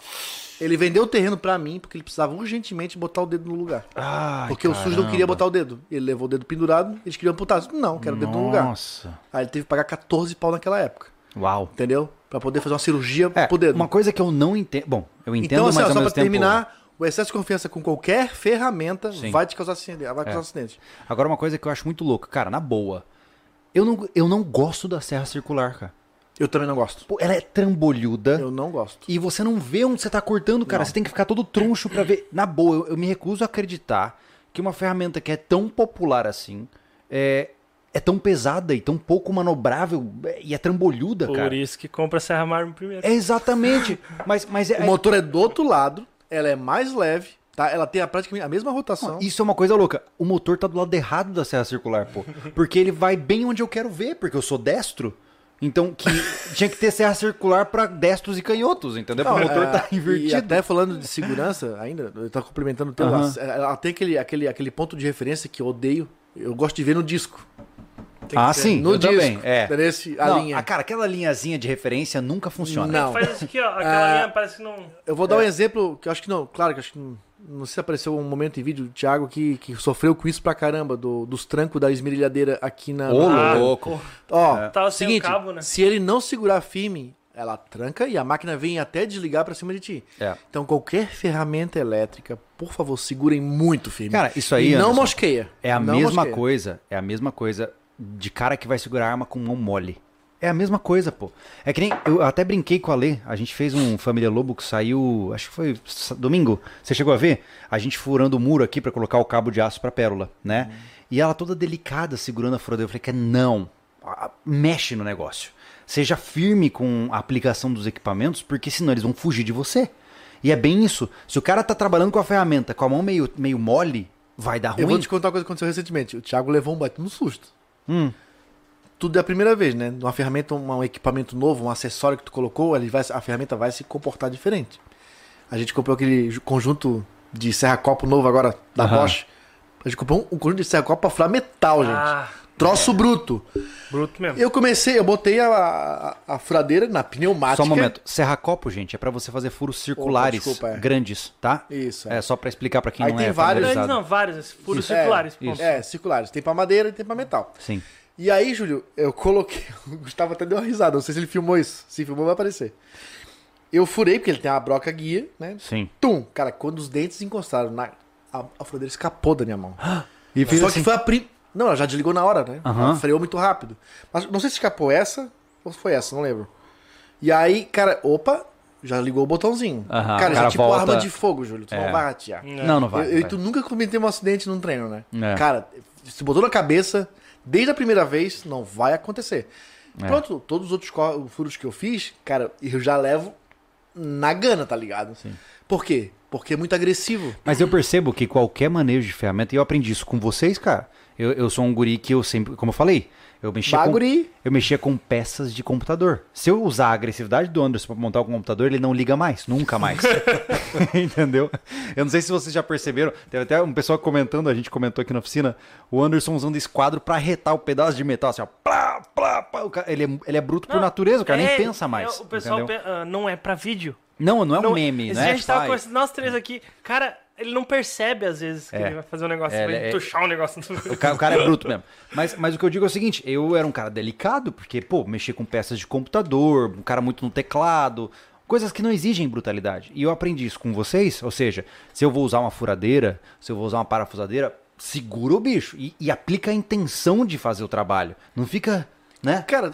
Speaker 2: Ele vendeu o terreno pra mim porque ele precisava urgentemente botar o dedo no lugar.
Speaker 1: Ai,
Speaker 2: Ah, Porque o SUS não queria botar o dedo. Ele levou o dedo pendurado, eles queriam amputar. Eu disse, Não, quero o dedo no um lugar.
Speaker 1: Nossa.
Speaker 2: Aí ele teve que pagar 14 pau naquela época,
Speaker 1: Uau.
Speaker 2: entendeu? Pra poder fazer uma cirurgia
Speaker 1: É,
Speaker 2: pro dedo.
Speaker 1: uma coisa que eu não entendo. Bom, eu entendo,
Speaker 2: então, assim,
Speaker 1: mas
Speaker 2: ó, só
Speaker 1: ao
Speaker 2: pra
Speaker 1: mesmo tempo...
Speaker 2: terminar, o excesso de confiança com qualquer ferramenta
Speaker 1: Sim. É.
Speaker 2: vai te causar acidente. Vai causar acidente.
Speaker 1: Agora, uma coisa que eu acho muito louca, cara, na boa. Eu não, eu não gosto da serra circular, cara.
Speaker 2: Eu também não gosto.
Speaker 1: Pô, ela é trambolhuda.
Speaker 2: Eu não gosto.
Speaker 1: E você não vê onde você tá cortando, cara. Você tem que ficar todo troncho pra ver. Na boa, eu, eu me recuso a acreditar que uma ferramenta que é tão popular assim é, é tão pesada e tão pouco manobrável é- e é trambolhuda,
Speaker 3: Por
Speaker 1: cara.
Speaker 3: isso que compra a serra mármore primeiro.
Speaker 1: É exatamente. Mas, mas é,
Speaker 2: O motor é do outro lado, ela é mais leve, tá? Ela tem a, praticamente a mesma rotação.
Speaker 1: Isso é uma coisa louca. O motor tá do lado errado da serra circular, pô. Porque ele vai bem onde eu quero ver, porque eu sou destro. Então, que tinha que ter serra circular pra destros e canhotos, entendeu? Porque o motor
Speaker 2: é,
Speaker 1: tá
Speaker 2: E
Speaker 1: invertido.
Speaker 2: até falando de segurança, ainda, eu tava complementando o teu.
Speaker 1: Aham.
Speaker 2: ela- Ela tem aquele, aquele, aquele ponto de referência que eu odeio. Eu gosto de ver no disco.
Speaker 1: Ah, sim,
Speaker 2: No
Speaker 1: eu
Speaker 2: disco.
Speaker 1: também. É.
Speaker 2: Parece a
Speaker 1: Não,
Speaker 2: linha.
Speaker 1: ah, cara, aquela linhazinha de referência nunca funciona.
Speaker 2: Não.
Speaker 3: Faz isso aqui, ó. Aquela
Speaker 1: É.
Speaker 2: Ah.
Speaker 3: linha parece que não.
Speaker 2: Eu vou dar um exemplo que eu acho que não. Claro que eu acho que não, não sei se apareceu um momento em vídeo do Thiago que, que sofreu com isso pra caramba, do- dos trancos da esmerilhadeira aqui na.
Speaker 1: Ô,
Speaker 2: na-
Speaker 1: louco. É.
Speaker 2: Ó,
Speaker 3: Tava sem o
Speaker 2: seguinte,
Speaker 3: cabo, né?
Speaker 2: se ele não segurar firme, ela tranca e a máquina vem até desligar pra cima de ti.
Speaker 1: É.
Speaker 2: Então qualquer ferramenta elétrica, por favor, segurem muito firme.
Speaker 1: Cara, isso aí,
Speaker 2: E não
Speaker 1: Anderson,
Speaker 2: mosqueia.
Speaker 1: É a
Speaker 2: Não
Speaker 1: mesma
Speaker 2: mosqueia.
Speaker 1: coisa, é a mesma coisa de cara que vai segurar a arma com mão mole. É a mesma coisa, pô. É que nem. Eu até brinquei com a Lê. A gente fez um Família Lobo que saiu. Acho que foi sa- domingo. Você chegou a ver? A gente furando o muro aqui pra colocar o cabo de aço pra pérola, né? E ela toda delicada segurando a furadeira. Eu falei, que não. Ah, Mexe no negócio. Seja firme com a aplicação dos equipamentos, porque senão eles vão fugir de você. E é bem isso. Se o cara tá trabalhando com a ferramenta com a mão meio, meio mole, vai dar ruim.
Speaker 2: Eu vou te contar uma coisa que aconteceu recentemente. O Thiago levou um baita no susto.
Speaker 1: Hum.
Speaker 2: Tudo é a primeira vez, né? Uma ferramenta, um um equipamento novo, um acessório que tu colocou, ele vai, a ferramenta vai se comportar diferente. A gente comprou aquele ju- conjunto de serra-copo novo agora, da
Speaker 1: Aham.
Speaker 2: Bosch. A gente comprou um, um conjunto de serra-copo pra furar metal, gente.
Speaker 3: Ah,
Speaker 2: Troço bruto.
Speaker 3: bruto mesmo.
Speaker 2: Eu comecei, eu botei a, a, a furadeira na pneumática.
Speaker 1: Só um momento. Serra-copo, gente, é pra você fazer furos circulares
Speaker 2: Opa, desculpa, é.
Speaker 1: grandes, tá?
Speaker 2: Isso.
Speaker 1: É só pra explicar pra quem
Speaker 2: Aí
Speaker 1: não
Speaker 2: tem
Speaker 1: é
Speaker 2: vários-
Speaker 3: Grandes
Speaker 1: familiarizado.
Speaker 3: não, vários, furos
Speaker 2: Isso.
Speaker 3: circulares.
Speaker 1: É, isso.
Speaker 3: ponto.
Speaker 2: É, circulares. Tem pra madeira e tem pra metal.
Speaker 1: Sim.
Speaker 2: E aí, Júlio, eu coloquei. O Gustavo até deu uma risada. Não sei se ele filmou isso. Se filmou, vai aparecer. Eu furei, porque ele tem uma broca guia, né?
Speaker 1: Sim.
Speaker 2: Tum! Cara, quando os dentes encostaram na. A, a furadeira escapou da minha mão.
Speaker 1: E assim.
Speaker 2: Só que foi a pri... Não, ela já desligou na hora, né?
Speaker 1: Aham.
Speaker 2: Ela freou muito rápido. Mas não sei se escapou essa ou se foi essa, não lembro. E aí, cara, opa, já ligou o botãozinho.
Speaker 1: Aham,
Speaker 2: cara,
Speaker 1: o
Speaker 2: isso
Speaker 1: cara
Speaker 2: é tipo
Speaker 1: volta-
Speaker 2: arma de fogo, Júlio. Tu
Speaker 1: É.
Speaker 2: não vai ratear.
Speaker 1: Não, não vai.
Speaker 2: Eu- eu-
Speaker 1: vai.
Speaker 2: tu nunca cometeu um acidente num treino, né?
Speaker 1: É.
Speaker 2: Cara, se botou na cabeça, desde a primeira vez, não vai acontecer.
Speaker 1: É.
Speaker 2: Pronto, todos os outros co- furos que eu fiz, cara, eu já levo na gana, tá ligado? Por quê? Porque é muito agressivo.
Speaker 1: Mas eu percebo que qualquer manejo de ferramenta, e eu aprendi isso com vocês, cara. Eu, eu sou um guri que eu sempre, como eu falei, eu mexia, com,
Speaker 2: Baguri.
Speaker 1: eu mexia com peças de computador. Se eu usar a agressividade do Anderson pra montar algum computador, ele não liga mais, nunca mais. Entendeu? Eu não sei se vocês já perceberam, teve até um pessoal comentando, a gente comentou aqui na oficina, o Anderson usando esquadro pra retar o pedaço de metal, assim, ó, plá, plá, plá. O cara- ele, é, ele é bruto por
Speaker 3: Não,
Speaker 1: natureza, o cara
Speaker 3: é,
Speaker 1: nem pensa mais.
Speaker 3: é, o pessoal
Speaker 1: entendeu?
Speaker 3: pe- ah, não é pra vídeo.
Speaker 1: Não, não é um
Speaker 3: Não-
Speaker 1: meme,
Speaker 3: Esse
Speaker 1: né?
Speaker 3: dia A gente tá tava
Speaker 1: Vai.
Speaker 3: conversando, nós três aqui. Cara, ele não percebe, às vezes, que
Speaker 1: É.
Speaker 3: ele vai fazer um negócio,
Speaker 1: É,
Speaker 3: vai
Speaker 1: é-
Speaker 3: entuchar um negócio.
Speaker 1: O ca- o cara, é bruto mesmo. Mas, mas o que eu digo é o seguinte: eu era um cara delicado, porque, pô, mexer com peças de computador, um cara muito no teclado, coisas que não exigem brutalidade. E eu aprendi isso com vocês, ou seja, se eu vou usar uma furadeira, se eu vou usar uma parafusadeira, segura o bicho e, e aplica a intenção de fazer o trabalho. Não fica, né?
Speaker 2: Cara,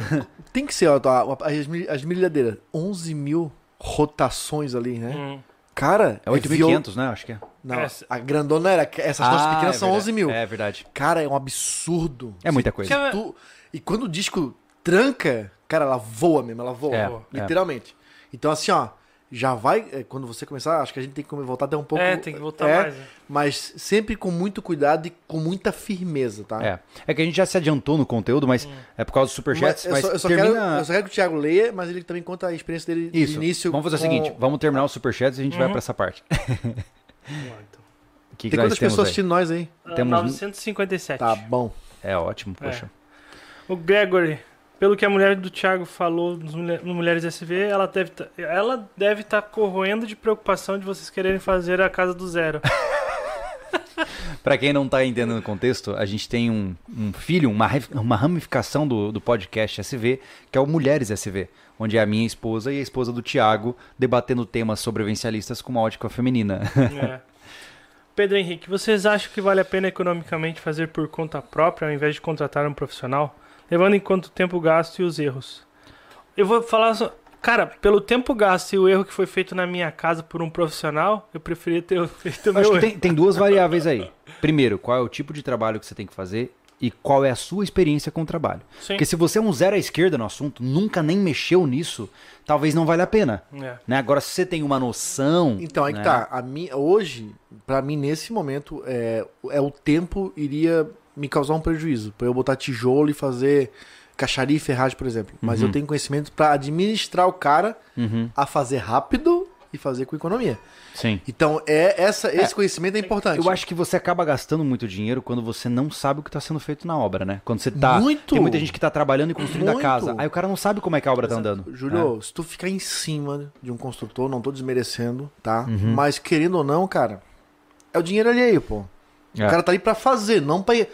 Speaker 2: tem que ser, ó, a- a- as, mil- as milhadeiras. 11 mil rotações ali, né?
Speaker 3: Hum.
Speaker 2: Cara,
Speaker 1: É
Speaker 2: viol-
Speaker 1: 8.500, né? Acho que é.
Speaker 2: Não,
Speaker 3: Essa-
Speaker 2: a grandona era. Essas coisas
Speaker 1: Ah,
Speaker 2: pequenas
Speaker 1: é
Speaker 2: são
Speaker 1: verdade.
Speaker 2: 11 mil.
Speaker 1: É verdade.
Speaker 2: Cara, é um absurdo.
Speaker 1: É muita
Speaker 2: Se-
Speaker 1: coisa.
Speaker 2: se tu- E quando o disco tranca, cara, ela voa mesmo, ela voa.
Speaker 1: É,
Speaker 2: voa,
Speaker 1: é.
Speaker 2: Literalmente. Então, assim, ó, já vai. é, Quando você começar, acho que a gente tem que voltar até um pouco.
Speaker 3: É, tem que voltar
Speaker 2: é,
Speaker 3: mais, né?
Speaker 2: Mas sempre com muito cuidado e com muita firmeza, tá?
Speaker 1: É. É que a gente já se adiantou no conteúdo, mas é por causa do
Speaker 2: Hum. Mas
Speaker 1: superchat.
Speaker 2: eu,
Speaker 1: Mas,
Speaker 2: só, eu só
Speaker 1: termina.
Speaker 2: quero, eu só quero que o Thiago leia, mas ele também conta a experiência dele
Speaker 1: Isso.
Speaker 2: de início.
Speaker 1: vamos fazer o
Speaker 2: com- Uhum.
Speaker 1: seguinte: vamos terminar os superchats e a gente vai pra essa parte.
Speaker 3: Vamos lá, então.
Speaker 1: O
Speaker 2: Tem
Speaker 1: que, que nós
Speaker 2: quantas
Speaker 1: temos
Speaker 2: pessoas
Speaker 1: aí?
Speaker 2: assistindo nós aí?
Speaker 3: Ah,
Speaker 1: Temos- um-
Speaker 3: 957.
Speaker 2: Tá bom.
Speaker 1: É ótimo, poxa.
Speaker 3: O Gregory, pelo que a mulher do Thiago falou nos Mulher- no Mulheres SV, ela deve tá, ela deve estar corroendo de preocupação de vocês quererem fazer a casa do zero.
Speaker 1: Pra quem não tá entendendo o contexto, a gente tem um, um filho, uma, ref- uma ramificação do, do podcast SV, que é o Mulheres SV, onde é a minha esposa e a esposa do Tiago debatendo temas sobrevivencialistas com uma ótica feminina.
Speaker 3: É. Pedro Henrique, vocês acham que vale a pena economicamente fazer por conta própria ao invés de contratar um profissional? Levando em conta o tempo gasto e os erros. Eu vou falar só. Cara, pelo tempo gasto e o erro que foi feito na minha casa por um profissional, eu preferia ter feito o
Speaker 1: Eu Acho
Speaker 3: meu
Speaker 1: que
Speaker 3: erro.
Speaker 1: tem, tem duas variáveis aí. Primeiro, qual é o tipo de trabalho que você tem que fazer e qual é a sua experiência com o trabalho.
Speaker 3: Sim.
Speaker 1: Porque se você é um zero à esquerda no assunto, nunca nem mexeu nisso, talvez não valha a pena.
Speaker 3: É.
Speaker 1: Né? Agora, se você tem uma noção.
Speaker 2: Então, aí que
Speaker 1: né?
Speaker 2: tá. A mi- hoje, pra mim, nesse momento, é, é o tempo iria me causar um prejuízo. Pra eu botar tijolo e fazer caixaria e ferragem, por exemplo. Mas
Speaker 1: Uhum.
Speaker 2: eu tenho conhecimento pra administrar o cara a fazer rápido e fazer com economia.
Speaker 1: Sim.
Speaker 2: Então, é essa, esse conhecimento é importante.
Speaker 1: Eu acho que você acaba gastando muito dinheiro quando você não sabe o que está sendo feito na obra, né? Quando você tá.
Speaker 2: Muito!
Speaker 1: Tem muita gente que tá trabalhando e construindo a
Speaker 2: Muito!
Speaker 1: casa. Aí o cara não sabe como é que a obra tá andando.
Speaker 2: Júlio, se tu ficar em cima de um construtor, não tô desmerecendo, tá?
Speaker 1: Uhum.
Speaker 2: Mas querendo ou não, cara, é o dinheiro alheio, pô.
Speaker 1: É.
Speaker 2: O cara tá ali pra fazer, não pra eh,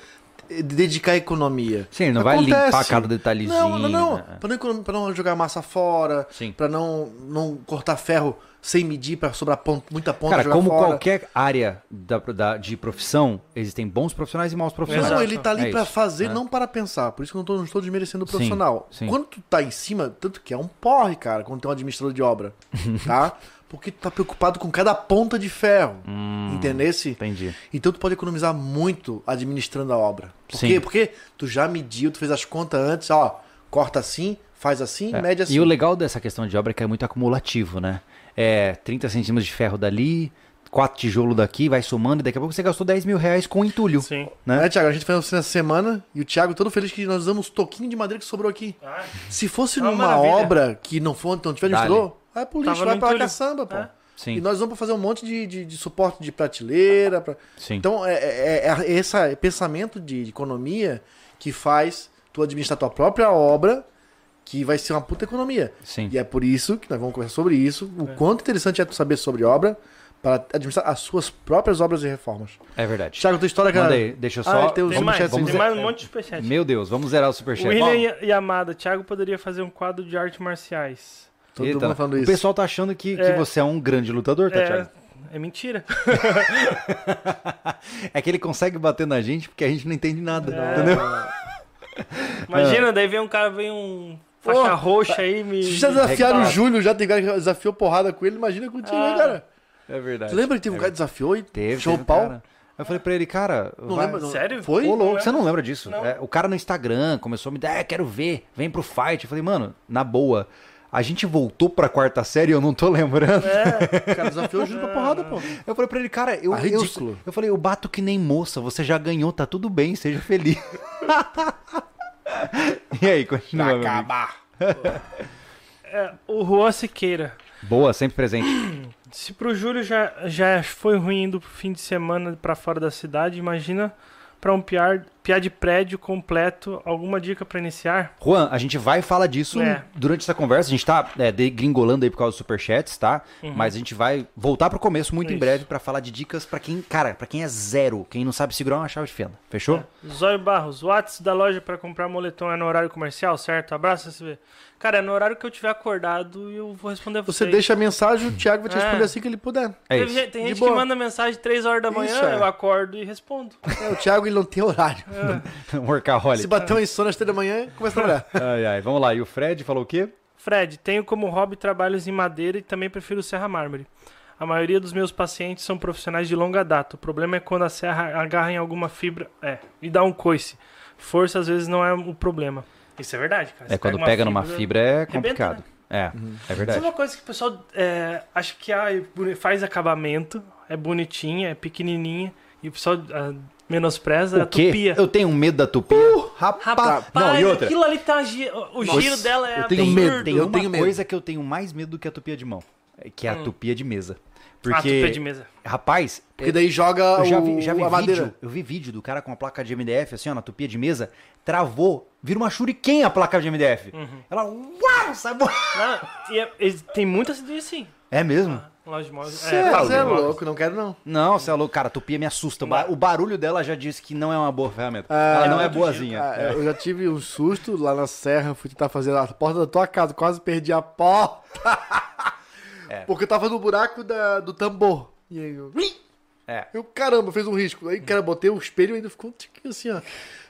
Speaker 2: dedicar a economia.
Speaker 1: É. Sim, ele não vai
Speaker 2: Acontece.
Speaker 1: limpar cada detalhezinho,
Speaker 2: Não, não, não.
Speaker 1: né?
Speaker 2: Pra, não econom- pra não jogar massa fora,
Speaker 1: Sim.
Speaker 2: pra não, não cortar ferro sem medir, pra sobrar pon- muita ponta
Speaker 1: Cara,
Speaker 2: jogar
Speaker 1: como
Speaker 2: fora.
Speaker 1: qualquer área da- da- de profissão, existem bons profissionais e maus profissionais.
Speaker 2: Não, ele tá ali
Speaker 1: É
Speaker 2: pra
Speaker 1: isso,
Speaker 2: fazer,
Speaker 1: né?
Speaker 2: não para pensar. Por isso que eu não, tô, não estou desmerecendo o
Speaker 1: Sim,
Speaker 2: profissional.
Speaker 1: sim.
Speaker 2: Quando tu tá em cima, tanto que é um porre, cara, quando tem um administrador de obra, tá? Porque tu tá preocupado com cada ponta de ferro. entendesse?
Speaker 1: Hum, Entendi.
Speaker 2: Então tu pode economizar muito administrando a obra. Por
Speaker 1: Sim.
Speaker 2: quê? Porque tu já mediu, tu fez as contas antes, ó, corta assim, faz assim,
Speaker 1: É.
Speaker 2: mede assim.
Speaker 1: E o legal dessa questão de obra é que é muito acumulativo, né? É 30 centímetros de ferro dali, 4 tijolos daqui, vai somando e daqui a pouco você gastou 10 mil reais com entulho.
Speaker 3: Sim.
Speaker 1: né?
Speaker 2: Né, Thiago? A gente fez assim na semana e o Thiago todo feliz que nós usamos toquinho de madeira que sobrou aqui.
Speaker 3: Ah,
Speaker 2: Se fosse
Speaker 3: É uma
Speaker 2: numa
Speaker 3: maravilha.
Speaker 2: obra que não for, então tiver
Speaker 1: Dale.
Speaker 2: administrador, vai pro lixo,
Speaker 3: Tava
Speaker 2: vai
Speaker 3: no
Speaker 2: pra
Speaker 3: entulho.
Speaker 2: caçamba, pô.
Speaker 3: É.
Speaker 1: Sim.
Speaker 2: E nós vamos fazer um monte de, de, de suporte de prateleira. pra-
Speaker 1: Sim.
Speaker 2: Então, é, é, é esse pensamento de economia que faz tu administrar tua própria obra, que vai ser uma puta economia.
Speaker 1: Sim.
Speaker 2: E é por isso que nós vamos conversar sobre isso, o quanto interessante é tu saber sobre obra para administrar as suas próprias obras e reformas.
Speaker 1: É verdade.
Speaker 2: Thiago, tua história, cara.
Speaker 1: Manda aí, deixa eu só.
Speaker 2: Ah, tem os
Speaker 3: Tem
Speaker 2: Vamos
Speaker 3: mais,
Speaker 2: chat,
Speaker 3: tem
Speaker 2: vamos-
Speaker 3: mais um monte de superchat.
Speaker 1: é. Meu Deus, vamos zerar o superchat.
Speaker 3: William e Yamada, Thiago poderia fazer um quadro de artes marciais.
Speaker 2: Todo
Speaker 1: Eita,
Speaker 2: mundo falando
Speaker 1: o
Speaker 2: isso.
Speaker 1: pessoal tá achando que, que
Speaker 3: É.
Speaker 1: você é um grande lutador, tá,
Speaker 3: É,
Speaker 1: Thiago?
Speaker 3: é mentira.
Speaker 1: É que ele consegue bater na gente porque a gente não entende nada,
Speaker 3: É.
Speaker 1: entendeu?
Speaker 2: Ah.
Speaker 3: Imagina, daí vem um cara, vem um faixa
Speaker 2: Pô,
Speaker 3: roxa aí me.
Speaker 2: Se já
Speaker 3: me-
Speaker 2: desafiaram o
Speaker 3: reclamar.
Speaker 2: Júlio, já tem cara que desafiou porrada com ele, imagina contigo,
Speaker 3: Ah.
Speaker 2: hein, cara.
Speaker 1: É verdade.
Speaker 2: Tu lembra que teve um cara que desafiou e
Speaker 1: Teve,
Speaker 2: show
Speaker 1: teve um
Speaker 2: pau?
Speaker 1: cara. Eu falei pra ele, cara,
Speaker 2: Não
Speaker 1: vai-
Speaker 2: lembra? Não.
Speaker 3: Sério?
Speaker 2: Foi?
Speaker 1: Ô, louco,
Speaker 3: Não
Speaker 1: você não lembra disso.
Speaker 3: Não.
Speaker 1: É, o cara no Instagram começou a me dar, é, quero ver, vem pro fight. Eu falei, mano, na boa, a gente voltou pra quarta série e eu não tô lembrando.
Speaker 2: O cara desafiou o Júlio pra porrada, pô.
Speaker 1: Eu falei pra ele, cara, eu,
Speaker 2: Ah,
Speaker 1: eu,
Speaker 2: ridículo.
Speaker 1: eu falei, eu bato que nem moça, você já ganhou, tá tudo bem, seja feliz. e aí, continua, meu amigo.
Speaker 3: É, o Juan Siqueira.
Speaker 1: Boa, sempre presente.
Speaker 3: Se pro Júlio já, já foi ruim indo pro fim de semana pra fora da cidade, imagina pra um PR piá de prédio completo, alguma dica para iniciar?
Speaker 1: Juan, a gente vai falar disso
Speaker 3: É.
Speaker 1: durante essa conversa. A gente tá é, degringolando aí por causa dos superchats, tá? Mas a gente vai voltar pro começo muito em
Speaker 3: Uhum. Isso.
Speaker 1: breve pra falar de dicas pra quem, cara, pra quem é zero, quem não sabe segurar uma chave de fenda. Fechou?
Speaker 3: Zóio Barros, Whats da loja para comprar moletom é no horário comercial, certo? Abraço, SV. Cara, é no horário que eu tiver acordado e eu vou responder
Speaker 2: Você
Speaker 3: vocês.
Speaker 2: deixa a mensagem, o Thiago vai te
Speaker 3: É.
Speaker 2: responder assim que ele puder.
Speaker 1: É
Speaker 3: Teve
Speaker 1: isso.
Speaker 3: gente- Tem
Speaker 2: De
Speaker 3: gente que
Speaker 2: boa.
Speaker 3: manda mensagem 3 horas da manhã,
Speaker 2: Isso, é.
Speaker 3: eu acordo e respondo.
Speaker 2: É, o Thiago ele não tem horário.
Speaker 1: Um workaholic.
Speaker 2: Se bateu em sono às três da manhã, começa a trabalhar.
Speaker 1: Ai, ai, vamos lá. E o Fred falou o quê?
Speaker 3: Fred, tenho como hobby trabalhos em madeira e também prefiro serra mármore. A maioria dos meus pacientes são profissionais de longa data. O problema é quando a serra agarra em alguma fibra é, e dá um coice. Força às vezes não é o problema. Isso é verdade, cara.
Speaker 1: É
Speaker 3: Você
Speaker 1: quando pega, numa fibra é
Speaker 3: arrebenta,
Speaker 1: complicado.
Speaker 3: né?
Speaker 1: É,
Speaker 2: Uhum.
Speaker 1: é
Speaker 3: Isso é
Speaker 1: verdade.
Speaker 3: uma coisa que o pessoal é, acha que ah, é boni- faz acabamento, é bonitinha, é pequenininha, e o pessoal ah, menospreza
Speaker 1: O
Speaker 3: a
Speaker 1: quê?
Speaker 3: tupia.
Speaker 1: Eu tenho medo da tupia.
Speaker 2: Uh, Rapaz,
Speaker 3: Rapaz,
Speaker 1: Não, e outra?
Speaker 3: aquilo ali tá... gi- O giro
Speaker 1: Nossa,
Speaker 3: dela é
Speaker 2: eu tenho
Speaker 3: absurdo.
Speaker 2: medo,
Speaker 1: Tem
Speaker 2: eu
Speaker 1: uma
Speaker 2: tenho medo.
Speaker 1: coisa que eu tenho mais medo do que a tupia de mão, é que é a tupia de mesa. Porque,
Speaker 3: Hum. Ah, tupia de mesa.
Speaker 1: rapaz,
Speaker 2: porque daí joga
Speaker 1: eu já
Speaker 2: o-
Speaker 1: vi, já vi
Speaker 2: a madeira.
Speaker 1: vídeo, eu vi vídeo do cara com a placa de MDF, assim, ó, na tupia de mesa, travou, vira uma shuriken a placa de MDF. Ela, uau, sai bo-
Speaker 3: Não, e é- e tem muita acidez assim.
Speaker 1: É mesmo?
Speaker 3: Loja de móveis.
Speaker 2: Você é,
Speaker 3: loja de
Speaker 2: você é
Speaker 3: móveis.
Speaker 2: louco, não quero não.
Speaker 1: Não, você é louco, cara, a tupia me assusta. O ba- O barulho dela já disse que não é uma boa ferramenta.
Speaker 2: Ah,
Speaker 1: Ela não é
Speaker 2: outro
Speaker 1: boazinha.
Speaker 2: Ah,
Speaker 1: É.
Speaker 2: Eu já tive um susto lá na serra, fui tentar fazer a porta da tua casa, quase perdi a porta. Porque eu tava no buraco da- do tambor. E aí eu,
Speaker 1: É.
Speaker 2: eu, caramba, fez um risco. Aí, cara, botei o espelho e ainda ficou um tiquinho assim, ó.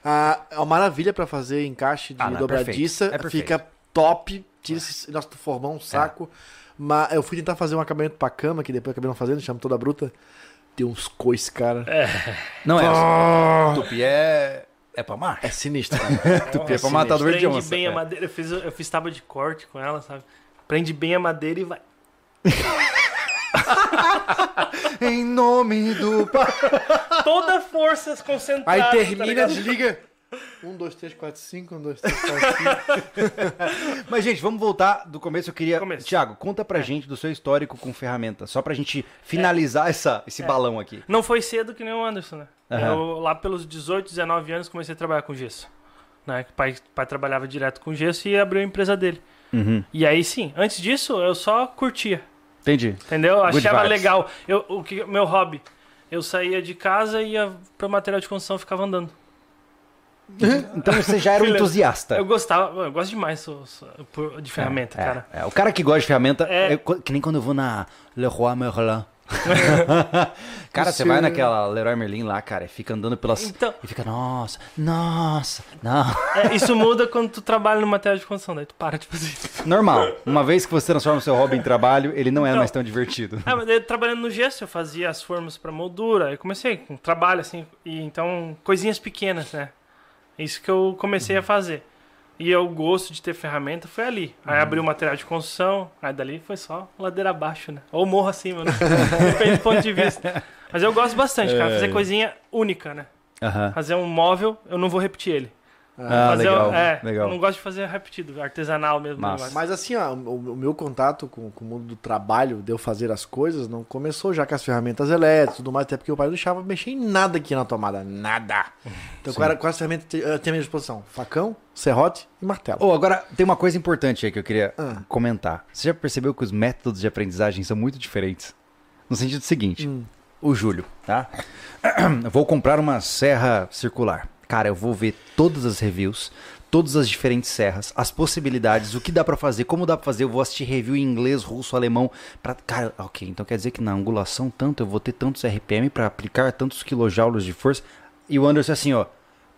Speaker 2: Ah, é uma maravilha pra fazer encaixe de
Speaker 1: Ah, não, é
Speaker 2: dobradiça.
Speaker 1: perfeito, é perfeito.
Speaker 2: Fica top. Tira esse nosso formão, um saco. Mas eu fui tentar fazer um acabamento pra cama, que depois eu acabei não fazendo, chama toda bruta. Tem uns cois, cara. É,
Speaker 1: Não é essa. Tupia é... É pra mar.
Speaker 2: sinistro, cara.
Speaker 1: Tupia é pra matar dor de
Speaker 3: Prende
Speaker 1: onça.
Speaker 3: bem
Speaker 1: É.
Speaker 3: a madeira. Eu fiz, eu fiz tábua de corte com ela, sabe? Prende bem a madeira e vai.
Speaker 1: Em nome do pai.
Speaker 3: Toda a força concentrada.
Speaker 2: Aí
Speaker 3: tá
Speaker 2: termina,
Speaker 3: ligado?
Speaker 2: desliga. 1, 2, 3, 4, 5. 1, 2, 3, 4, 5.
Speaker 1: Mas, gente, vamos voltar do começo. Eu queria.
Speaker 3: Começo.
Speaker 1: Tiago, conta pra gente do seu histórico com ferramenta. Só pra gente finalizar essa, esse balão aqui.
Speaker 3: Não foi cedo que nem o Anderson, né?
Speaker 1: Aham.
Speaker 3: Eu, lá pelos 18, 19 anos, comecei a trabalhar com gesso. Né? Que O pai, o pai trabalhava direto com gesso e abriu a empresa dele.
Speaker 1: Uhum.
Speaker 3: E aí sim, antes disso, eu só curtia.
Speaker 1: Entendi.
Speaker 3: Entendeu? Eu
Speaker 1: Good
Speaker 3: Achava
Speaker 1: vibes.
Speaker 3: legal. Eu, o que, meu hobby. Eu saía de casa e ia pro material de construção ficava andando.
Speaker 1: Então você já era um
Speaker 3: Filha,
Speaker 1: entusiasta.
Speaker 3: Eu gostava, eu gosto demais sou- sou- por- de É ferramenta,
Speaker 1: É,
Speaker 3: cara.
Speaker 1: é. O cara que gosta de ferramenta é,
Speaker 3: É.
Speaker 1: co- que nem quando eu vou na Leroy Merlin. cara, você
Speaker 2: Você-
Speaker 1: vai naquela Leroy Merlin lá, cara, e fica andando pelas.
Speaker 3: Então-
Speaker 1: E fica, nossa, nossa, nossa.
Speaker 3: É, isso muda quando tu trabalha no material de construção, daí tu para de fazer isso.
Speaker 1: Normal. Uma vez que você transforma o seu hobby em trabalho, ele não é
Speaker 3: Então-
Speaker 1: mais tão divertido.
Speaker 3: Ah, mas daí, trabalhando no gesso, eu fazia as formas pra moldura, eu comecei com trabalho, assim, e então, coisinhas pequenas, né? Isso que eu comecei
Speaker 1: Uhum.
Speaker 3: a fazer. E eu gosto de ter ferramenta, foi ali. Aí
Speaker 1: Uhum.
Speaker 3: abriu o material de construção, aí dali foi só ladeira abaixo, né? Ou morro acima, né? Depende do ponto de vista. Mas eu gosto bastante, cara,
Speaker 1: É.
Speaker 3: fazer coisinha única, né?
Speaker 1: Aham.
Speaker 3: Fazer um móvel, eu não vou repetir ele.
Speaker 1: Ah,
Speaker 3: Fazer-
Speaker 1: legal.
Speaker 3: é,
Speaker 1: legal.
Speaker 3: Eu não gosto de fazer repetido, é artesanal mesmo.
Speaker 1: Massa.
Speaker 3: eu gosto.
Speaker 2: Mas assim, ó, o, o meu contato com, com o mundo do trabalho, de eu fazer as coisas, não começou já com as ferramentas elétricas e tudo mais, até porque o pai não deixava mexer em nada aqui na tomada. Nada. Então, qual era, quais ferramentas te- eu tinha à minha disposição? Facão, serrote e martelo.
Speaker 1: Oh, agora, tem uma coisa importante aí que eu queria
Speaker 2: Ah.
Speaker 1: comentar. Você já percebeu que os métodos de aprendizagem são muito diferentes? No sentido seguinte, o Júlio, tá? Eu vou comprar uma serra circular. Cara, eu vou ver todas as reviews, todas as diferentes serras, as possibilidades, o que dá pra fazer, como dá pra fazer. Eu vou assistir review em inglês, russo, alemão. Pra... Cara, ok, então quer dizer que na angulação tanto eu vou ter tantos RPM pra aplicar tantos quilojoulos de força. E o Anderson assim, ó,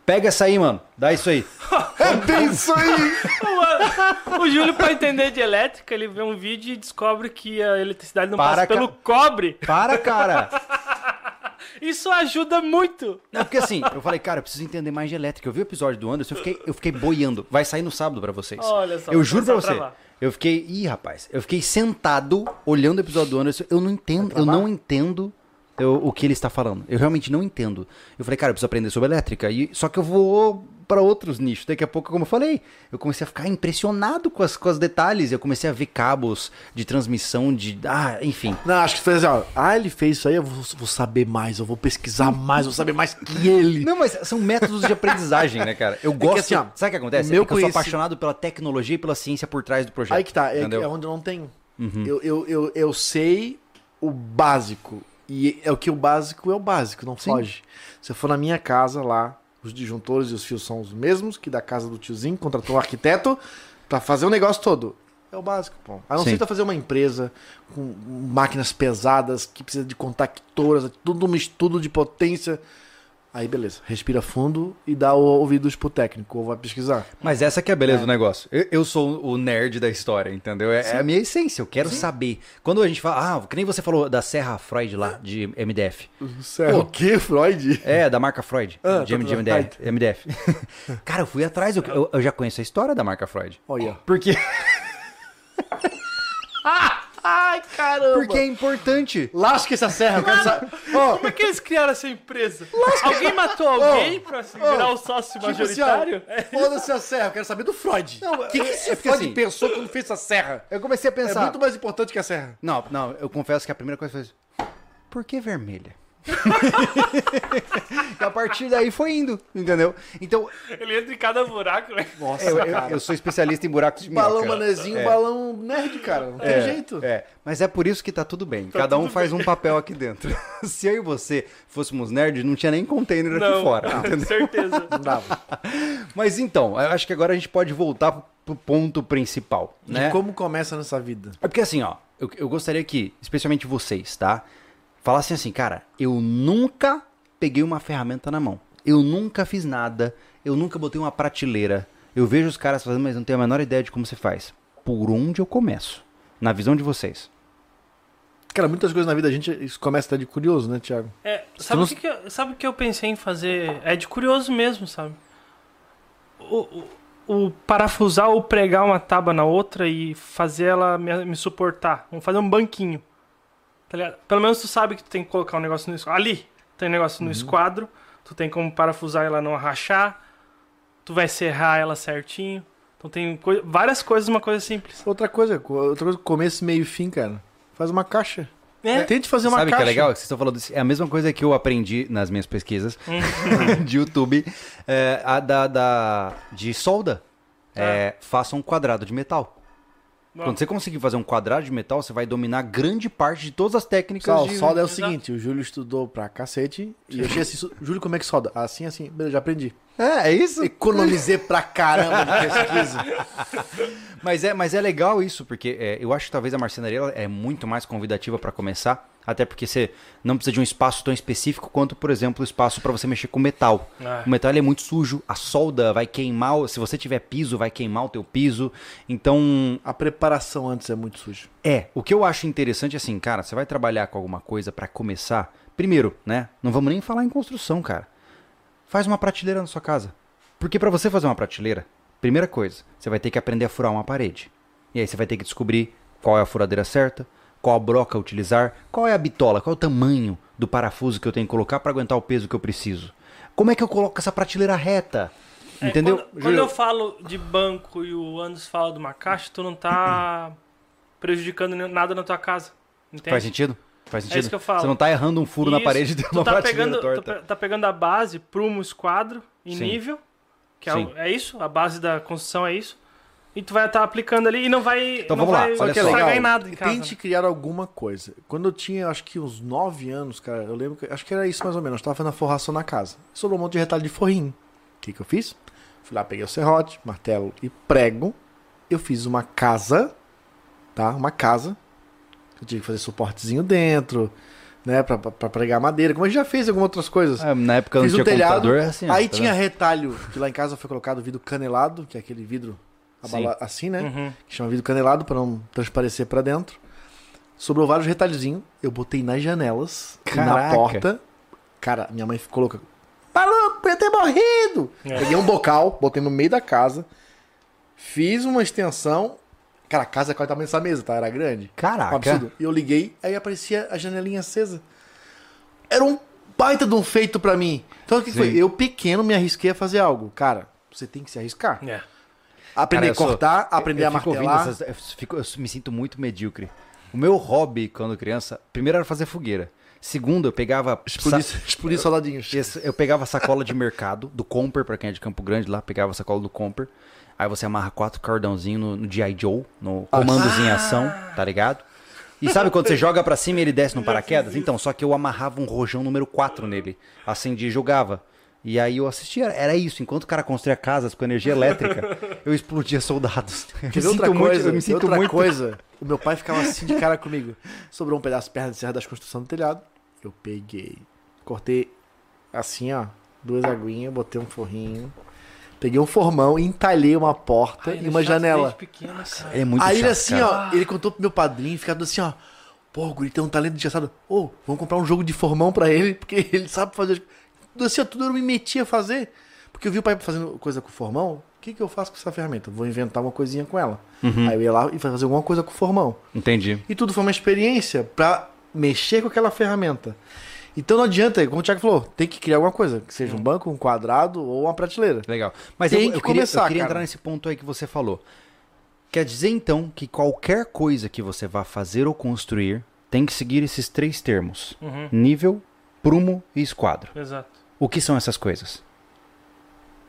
Speaker 1: pega essa aí, mano, dá isso aí.
Speaker 2: É bem isso aí!
Speaker 3: O Júlio, pra entender de elétrica, ele vê um vídeo e descobre que a eletricidade não
Speaker 1: Para
Speaker 3: passa pelo cobre.
Speaker 1: Para, cara!
Speaker 3: Isso ajuda muito.
Speaker 1: Não, porque assim, eu falei, cara, eu preciso entender mais de elétrica. Eu vi o episódio do Anderson, eu fiquei, eu fiquei boiando. Vai sair no sábado pra vocês.
Speaker 3: Olha só,
Speaker 1: Eu
Speaker 3: vai
Speaker 1: juro pra
Speaker 3: começar a
Speaker 1: você.
Speaker 3: travar.
Speaker 1: Eu fiquei, ih, rapaz, eu fiquei sentado olhando o episódio do Anderson. Eu não entendo, eu não entendo eu- o que ele está falando. Eu realmente não entendo. Eu falei, cara, eu preciso aprender sobre elétrica. E, só que eu vou para outros nichos. Daqui a pouco, como eu falei, eu comecei a ficar impressionado com as, com os detalhes. Eu comecei a ver cabos de transmissão, de. Ah, enfim.
Speaker 2: Não, acho que foi assim, ó. Ah, ele fez isso aí, eu vou, vou saber mais, eu vou pesquisar mais, eu vou saber mais que ele.
Speaker 1: Não, mas são métodos de aprendizagem, né, cara? Eu gosto.
Speaker 2: assim, ó,
Speaker 1: sabe o que acontece?
Speaker 2: meu
Speaker 1: é porque eu sou
Speaker 2: conheci-
Speaker 1: apaixonado pela tecnologia e pela ciência por trás do projeto.
Speaker 2: Aí que tá, é,
Speaker 1: entendeu? Uhum.
Speaker 2: é onde eu não tenho. Eu, eu, eu, eu sei o básico. E é o que o básico é o básico, não
Speaker 1: Sim.
Speaker 2: foge. Se eu for na minha casa lá, os disjuntores e os fios são os mesmos que da casa do tiozinho, contratou um arquiteto pra fazer o negócio todo. É o básico, pô. A não
Speaker 1: Sim.
Speaker 2: ser tu fazer uma empresa com máquinas pesadas, que precisa de contactoras, tudo um estudo de potência. Aí beleza, respira fundo e dá o ouvidos pro técnico, ou vai pesquisar.
Speaker 1: Mas essa que é a beleza do negócio. Eu, eu sou o nerd da história, entendeu? É, é a minha essência, eu quero saber. Quando a gente fala, ah, que nem você falou da Serra Freud lá, de MDF.
Speaker 2: Sério? O que, Freud?
Speaker 1: É, da marca Freud,
Speaker 2: Ah,
Speaker 1: de, M-
Speaker 2: tá,
Speaker 1: de
Speaker 2: tá,
Speaker 1: MDF. MDF. Cara, eu fui atrás, eu, eu- eu já conheço a história da marca Freud.
Speaker 2: Olha.
Speaker 1: Porque,
Speaker 3: Ah, Ai, caramba!
Speaker 1: porque é importante.
Speaker 2: Lasca essa serra, eu quero tipo saber. Ó,
Speaker 3: Como é que eles criaram essa empresa? Alguém matou alguém
Speaker 1: Oh,
Speaker 3: pra se virar o sócio
Speaker 2: tipo assim,
Speaker 3: majoritário? É,
Speaker 2: ó, foda-se a serra, eu quero saber do Freud. O que, que esse
Speaker 1: é porque
Speaker 2: Freud
Speaker 1: assim-
Speaker 2: pensou quando fez essa serra?
Speaker 1: Eu comecei a
Speaker 2: É muito mais importante que a serra.
Speaker 1: Não, não, eu confesso que a primeira coisa foi. assim, Por que vermelha? e a partir daí foi indo, entendeu? Então,
Speaker 3: Ele entra em cada buraco, né?
Speaker 2: Nossa,
Speaker 1: eu, eu- eu sou especialista em buracos de minhoca.
Speaker 2: balão manezinho,
Speaker 1: É.
Speaker 2: balão nerd, cara. Não tem
Speaker 1: É,
Speaker 2: jeito.
Speaker 1: É, mas é por isso que tá tudo bem. Cada um faz um papel aqui dentro. Se eu e você fôssemos nerds, não tinha nem container aqui
Speaker 3: Não,
Speaker 1: fora.
Speaker 3: não,
Speaker 1: entendeu?
Speaker 3: certeza.
Speaker 2: Não dava.
Speaker 1: Mas então, eu acho que agora a gente pode voltar pro ponto principal, né?
Speaker 2: E como começa nessa vida?
Speaker 1: É porque assim, ó, eu, eu gostaria que, especialmente vocês, tá? Falassem assim, cara, eu nunca peguei uma ferramenta na mão. Eu nunca fiz nada. Eu nunca botei uma prateleira. Eu vejo os caras fazendo, mas não tenho a menor ideia de como se faz. Por onde eu começo? Na visão de vocês.
Speaker 2: Cara, muitas coisas na vida a gente isso começa até de curioso, né, Thiago?
Speaker 3: É, sabe
Speaker 1: não-
Speaker 3: o que, que eu, sabe o que eu pensei em fazer? É de curioso mesmo, sabe? O, o, o parafusar ou pregar uma tábua na outra e fazer ela me, me suportar. Vamos fazer um banquinho. Tá ligado? Pelo menos tu sabe que tu tem que colocar um negócio no esquadro. Ali! Tem um negócio no esquadro. Tu tem como parafusar ela não rachar. Tu vai serrar ela certinho. Então tem coi- várias coisas, uma coisa simples.
Speaker 2: Outra coisa, co- outra coisa, começo, meio e fim, cara. Faz uma caixa.
Speaker 3: É.
Speaker 2: Tente fazer uma
Speaker 1: Sabe o que
Speaker 2: caixa.
Speaker 1: é legal? Vocês estão falando isso. É a mesma coisa que eu aprendi nas minhas pesquisas de YouTube é, a da, da- de solda. É,
Speaker 2: Ah.
Speaker 1: Faça um quadrado de metal. Quando você conseguir fazer um quadrado de metal, você vai dominar grande parte de todas as técnicas
Speaker 2: Pessoal,
Speaker 1: de...
Speaker 2: solda é o
Speaker 3: Exato.
Speaker 2: seguinte, o Júlio estudou pra cacete e eu achei assim, su- Júlio, como é que solda? Assim, assim, beleza, já aprendi.
Speaker 1: É, é isso?
Speaker 2: Economizei pra caramba de pesquisa.
Speaker 1: Mas é, mas é legal isso, porque é, eu acho que talvez a marcenaria ela é muito mais convidativa para começar, até porque você não precisa de um espaço tão específico quanto, por exemplo, o espaço para você mexer com metal.
Speaker 3: Ah.
Speaker 1: O metal ele é muito sujo, a solda vai queimar, o- se você tiver piso, vai queimar o teu piso. Então,
Speaker 2: A preparação antes é muito suja.
Speaker 1: é, o que eu acho interessante é assim, cara, você vai trabalhar com alguma coisa para começar, primeiro, né? Não vamos nem falar em construção, cara. Faz uma prateleira na sua casa. Porque para você fazer uma prateleira, primeira coisa, você vai ter que aprender a furar uma parede. E aí você vai ter que descobrir qual é a furadeira certa, qual a broca utilizar, qual é a bitola, qual é o tamanho do parafuso que eu tenho que colocar para aguentar o peso que eu preciso. Como é que eu coloco essa prateleira reta?
Speaker 3: É,
Speaker 1: Entendeu?
Speaker 3: Quando, quando eu falo de banco e o Anderson fala de uma caixa, tu não tá prejudicando nem- nada na tua casa. Entende?
Speaker 1: Faz sentido? Faz sentido?
Speaker 3: É isso que eu falo.
Speaker 1: Você não tá errando um furo na
Speaker 3: Isso,
Speaker 1: parede de
Speaker 3: tu
Speaker 1: uma
Speaker 3: tá
Speaker 1: prateleira
Speaker 3: pegando,
Speaker 1: torta.
Speaker 3: tu pe- tá pegando a base, prumo, esquadro e
Speaker 1: Sim.
Speaker 3: nível, que é,
Speaker 1: Sim.
Speaker 3: o- é isso, a base da construção é isso. E tu vai estar aplicando ali e não vai,
Speaker 1: Então
Speaker 3: não
Speaker 1: vamos lá,
Speaker 3: vai
Speaker 1: olha
Speaker 2: Só que é
Speaker 1: só.
Speaker 3: estragar
Speaker 2: legal.
Speaker 3: em nada em casa. né?
Speaker 2: Tente criar alguma coisa. Quando eu tinha, acho que uns 9 anos, cara, eu lembro que. Acho que era isso mais ou menos. Eu tava fazendo a forração na casa. Sobrou um monte de retalho de forrinho. O que, que eu fiz? Fui lá, peguei o serrote, martelo e prego. Eu fiz uma casa, tá? Uma casa. Eu tive que fazer suportezinho dentro, né? Pra, pra, pra pregar madeira. Como a gente já fez algumas outras coisas.
Speaker 1: É, na época não
Speaker 2: Fiz
Speaker 1: tinha
Speaker 2: o telhado,
Speaker 1: computador, é assim, ó,
Speaker 2: aí
Speaker 1: tá
Speaker 2: tinha
Speaker 1: vendo?
Speaker 2: retalho, que lá em casa foi colocado vidro canelado, que é aquele vidro abala- assim, né?
Speaker 3: Uhum.
Speaker 2: que chama vidro canelado para não transparecer para dentro. Sobrou vários retalhozinhos, eu botei nas janelas, e na
Speaker 1: Caraca.
Speaker 2: porta. Cara, minha mãe ficou louca. Tá Maluco, podia ter morrido!
Speaker 3: É.
Speaker 2: Peguei um bocal, botei no meio da casa, fiz uma extensão. Cara, a casa é quase o tamanho dessa mesa, tá? Era grande. Um
Speaker 1: Caraca.
Speaker 2: absurdo. E eu liguei, aí aparecia a janelinha acesa. era um baita de um feito pra mim. Então o que, que
Speaker 1: Sim.
Speaker 2: foi? Eu pequeno me arrisquei a fazer algo. Cara, você tem que se arriscar.
Speaker 3: É.
Speaker 2: Aprender
Speaker 1: Cara,
Speaker 2: a
Speaker 1: eu sou-
Speaker 2: cortar, aprender
Speaker 1: eu
Speaker 2: a
Speaker 1: fico
Speaker 2: martelar.
Speaker 1: ouvindo essas- eu, fico- eu me sinto muito medíocre. O meu hobby quando criança, primeiro era fazer fogueira. Segundo, eu pegava.
Speaker 2: Explodir,
Speaker 1: sa-
Speaker 2: explodir soldadinhos.
Speaker 1: Esse- Eu pegava sacola de mercado, do Comper, pra quem é de Campo Grande lá, pegava a sacola do Comper. Aí você amarra quatro cordãozinhos no, no G.I. Joe, no
Speaker 2: Ah.
Speaker 1: comandozinho em ação, tá ligado? E sabe quando você joga pra cima e ele desce no paraquedas? Então, só que eu amarrava um rojão número 4 nele. Acendia e jogava. E aí eu assistia, era isso. Enquanto o cara construía casas com energia elétrica, eu explodia soldados. Eu
Speaker 2: Quer ver
Speaker 1: me
Speaker 2: outra
Speaker 1: sinto muito-
Speaker 2: coisa?
Speaker 1: eu me sinto
Speaker 2: outra
Speaker 1: muito.
Speaker 2: coisa. O meu pai ficava assim de cara comigo. Sobrou um pedaço de perna de serra das construções do telhado. Eu peguei. Cortei assim, ó. Duas aguinhas, botei um forrinho. Peguei um formão, entalhei uma porta
Speaker 3: Ai,
Speaker 2: e uma
Speaker 3: deixar
Speaker 2: janela.
Speaker 3: desde pequeno, cara.
Speaker 1: Ele é muito
Speaker 2: Aí ele
Speaker 1: chato,
Speaker 2: assim,
Speaker 1: cara.
Speaker 2: ó, ele contou pro meu padrinho, ficava assim, ó. Pô, o guri tem um talento desgraçado. Ô, vamos comprar um jogo de formão pra ele, porque ele sabe fazer. as co-" Tudo Assim, ó, tudo eu me metia a fazer. Porque eu vi o pai fazendo coisa com formão. O que, que eu faço com essa ferramenta? Vou inventar uma coisinha com ela.
Speaker 1: Uhum.
Speaker 2: Aí eu ia lá e fazer alguma coisa com formão.
Speaker 1: Entendi.
Speaker 2: E tudo foi uma experiência pra mexer com aquela ferramenta. Então não adianta, como o Thiago falou, tem que criar alguma coisa, que
Speaker 1: Hum.
Speaker 2: seja um banco, um quadrado ou uma prateleira.
Speaker 1: Legal. Mas
Speaker 2: Tem
Speaker 1: eu,
Speaker 2: que
Speaker 1: eu queria, eu
Speaker 2: começar,
Speaker 1: queria
Speaker 2: cara.
Speaker 1: entrar nesse ponto aí que você falou. Quer dizer, então, que qualquer coisa que você vá fazer ou construir tem que seguir esses três termos:
Speaker 3: Uhum,
Speaker 1: nível, prumo e esquadro.
Speaker 3: exato.
Speaker 1: O que são essas coisas?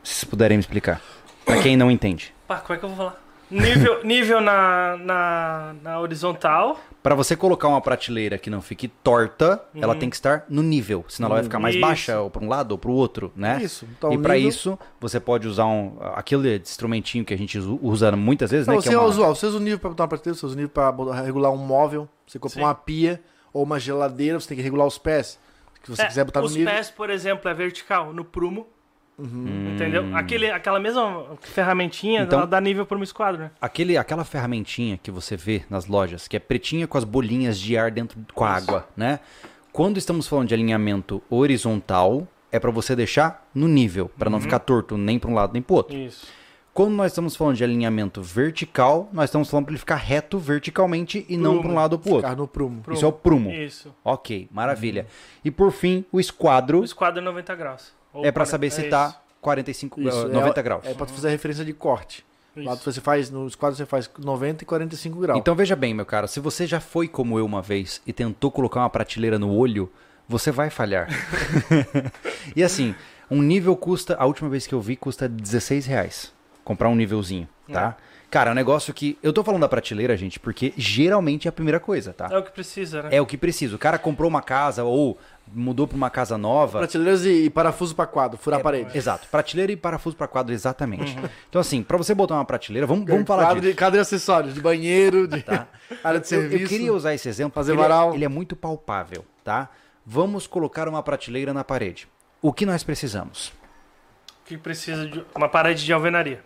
Speaker 1: Se vocês puderem me explicar. Pra quem não entende.
Speaker 3: Pá, como é que eu vou falar? Nível, nível na, na, na horizontal.
Speaker 1: Pra você colocar uma prateleira que não fique torta,
Speaker 2: Uhum.
Speaker 1: ela tem que estar no nível, senão ela vai ficar mais
Speaker 3: Isso.
Speaker 1: baixa ou pra um lado ou pro outro, né?
Speaker 2: Isso. Então,
Speaker 1: e pra
Speaker 2: nível-
Speaker 1: isso, você pode usar um, aquele instrumentinho que a gente usa- usa muitas vezes,
Speaker 2: Não,
Speaker 1: né?
Speaker 2: você
Speaker 1: que é
Speaker 2: é
Speaker 1: uma-
Speaker 2: usual. Você usa o nível pra botar uma prateleira, você usa o nível pra botar- regular um móvel, você compra
Speaker 3: Sim.
Speaker 2: uma pia ou uma geladeira, você tem que regular os pés. Se você
Speaker 3: É,
Speaker 2: quiser botar no
Speaker 3: os
Speaker 2: nível.
Speaker 3: pés, por exemplo, é vertical, no prumo. Entendeu? Aquele, aquela mesma ferramentinha
Speaker 1: Uhum. Hum. Então-
Speaker 3: ela dá nível para um esquadro, né?
Speaker 1: Aquele, aquela ferramentinha que você vê nas lojas, que é pretinha com as bolinhas de ar dentro com a água, né? Quando estamos falando de alinhamento horizontal, é pra você deixar no nível, pra não ficar torto nem pra um lado nem pro outro.
Speaker 3: Isso.
Speaker 1: Quando nós estamos falando de alinhamento vertical, nós estamos falando pra ele ficar reto verticalmente e não
Speaker 3: Prumo.
Speaker 1: pra um lado ou pro outro.
Speaker 2: Ficar no prumo.
Speaker 3: Prumo.
Speaker 1: Isso é o prumo.
Speaker 3: Isso.
Speaker 1: Ok, maravilha. E por fim, o esquadro
Speaker 3: O esquadro é 90 graus. Ou
Speaker 1: é pra
Speaker 3: quare-
Speaker 1: saber se
Speaker 3: é
Speaker 1: tá
Speaker 3: isso,
Speaker 1: 45,
Speaker 2: Isso,
Speaker 1: ah,
Speaker 2: é-
Speaker 1: 90 graus.
Speaker 2: É pra tu fazer referência de corte.
Speaker 3: É isso.
Speaker 2: Lá tu- você faz, nos quadros você faz 90 e 45 graus.
Speaker 1: Então veja bem, meu cara, se você já foi como eu uma vez e tentou colocar uma prateleira no olho, você vai falhar. e assim, um nível custa, a última vez que eu vi, custa 16 reais. Comprar um nívelzinho, tá? Cara, é um negócio que. Eu tô falando da prateleira, gente, porque geralmente é a primeira coisa, tá?
Speaker 3: É o que precisa, né?
Speaker 1: É o que precisa. O cara comprou uma casa ou mudou pra uma casa nova.
Speaker 2: Prateleiras e, e parafuso pra quadro,
Speaker 3: É
Speaker 2: furar a parede.
Speaker 1: Exato, prateleira e parafuso pra quadro, exatamente. Então, assim, pra você botar uma prateleira, vamos, vamos falar
Speaker 2: quadro,
Speaker 1: disso. Tá.
Speaker 2: de- quadro e acessórios, de banheiro, de área de
Speaker 1: Eu-
Speaker 2: serviço.
Speaker 1: Eu, queria usar esse exemplo
Speaker 2: Fazer
Speaker 1: porque ele é-
Speaker 2: varal.
Speaker 1: Ele é muito palpável, tá? Vamos colocar uma prateleira na parede. O que nós precisamos?
Speaker 3: O que precisa de uma parede de alvenaria.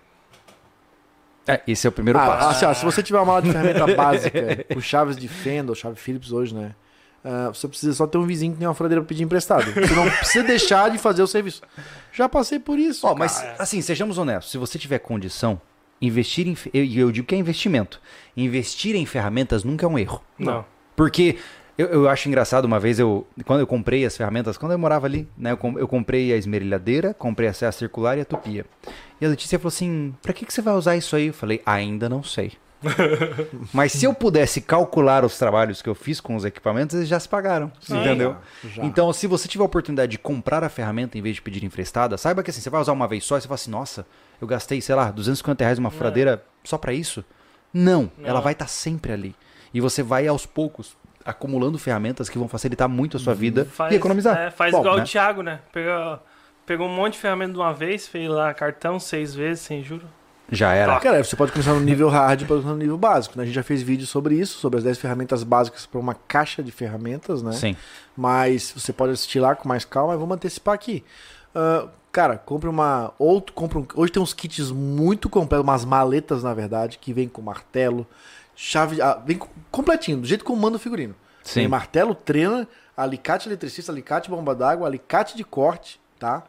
Speaker 1: É, esse é o primeiro
Speaker 2: Ah,
Speaker 1: passo.
Speaker 2: assim, ó, se você tiver uma mala de ferramenta básica, com chaves de fenda ou chave Phillips hoje, né? ah, você precisa só ter um vizinho que tem uma furadeira pra pedir emprestado. Você não precisa deixar de fazer o serviço. Já passei por isso.
Speaker 1: Ó,
Speaker 2: cara.
Speaker 1: mas assim, sejamos honestos, se você tiver condição, investir em fe- eu, eu digo que é investimento. Investir em ferramentas nunca é um erro.
Speaker 3: Não.
Speaker 1: Porque eu, eu acho engraçado, uma vez eu. Quando eu comprei as ferramentas, quando eu morava ali, né? Eu, com- eu comprei a esmerilhadeira, comprei a serra circular e a tupia. E a Letícia falou assim: pra que, que você vai usar isso aí? Eu falei, ainda não sei. Mas se eu pudesse calcular os trabalhos que eu fiz com os equipamentos, eles já se pagaram. Entendeu?
Speaker 2: Já.
Speaker 1: Então, se você tiver a oportunidade de comprar a ferramenta em vez de pedir emprestada, saiba que assim, você vai usar uma vez só e você fala assim, nossa, eu gastei, sei lá, 250 reais numa furadeira só pra isso? Não, ela vai estar sempre ali. E você vai, aos poucos, acumulando ferramentas que vão facilitar muito a sua vida
Speaker 3: Faz,
Speaker 1: e economizar.
Speaker 3: é, faz
Speaker 1: Bom,
Speaker 3: igual
Speaker 1: né?
Speaker 3: o Thiago, né? Pegou, pegou um monte de ferramenta de uma vez, fez lá cartão seis vezes, sem juro.
Speaker 1: Já era.
Speaker 2: Ah, Cara, você pode começar no nível hard e pode começar no nível básico. Né? A gente já fez vídeo sobre isso, sobre as 10 ferramentas básicas pra uma caixa de ferramentas, né?
Speaker 1: Sim.
Speaker 2: Mas você pode assistir lá com mais calma e vamos antecipar aqui. Ah, cara, compre uma. Ou tu compra um, Hoje tem uns kits muito completos, umas maletas, na verdade, que vem com martelo, chave. ah, vem com- completinho, do jeito como manda o figurino.
Speaker 1: Sim.
Speaker 2: Tem martelo, trena, alicate eletricista, alicate bomba d'água, alicate de corte, tá?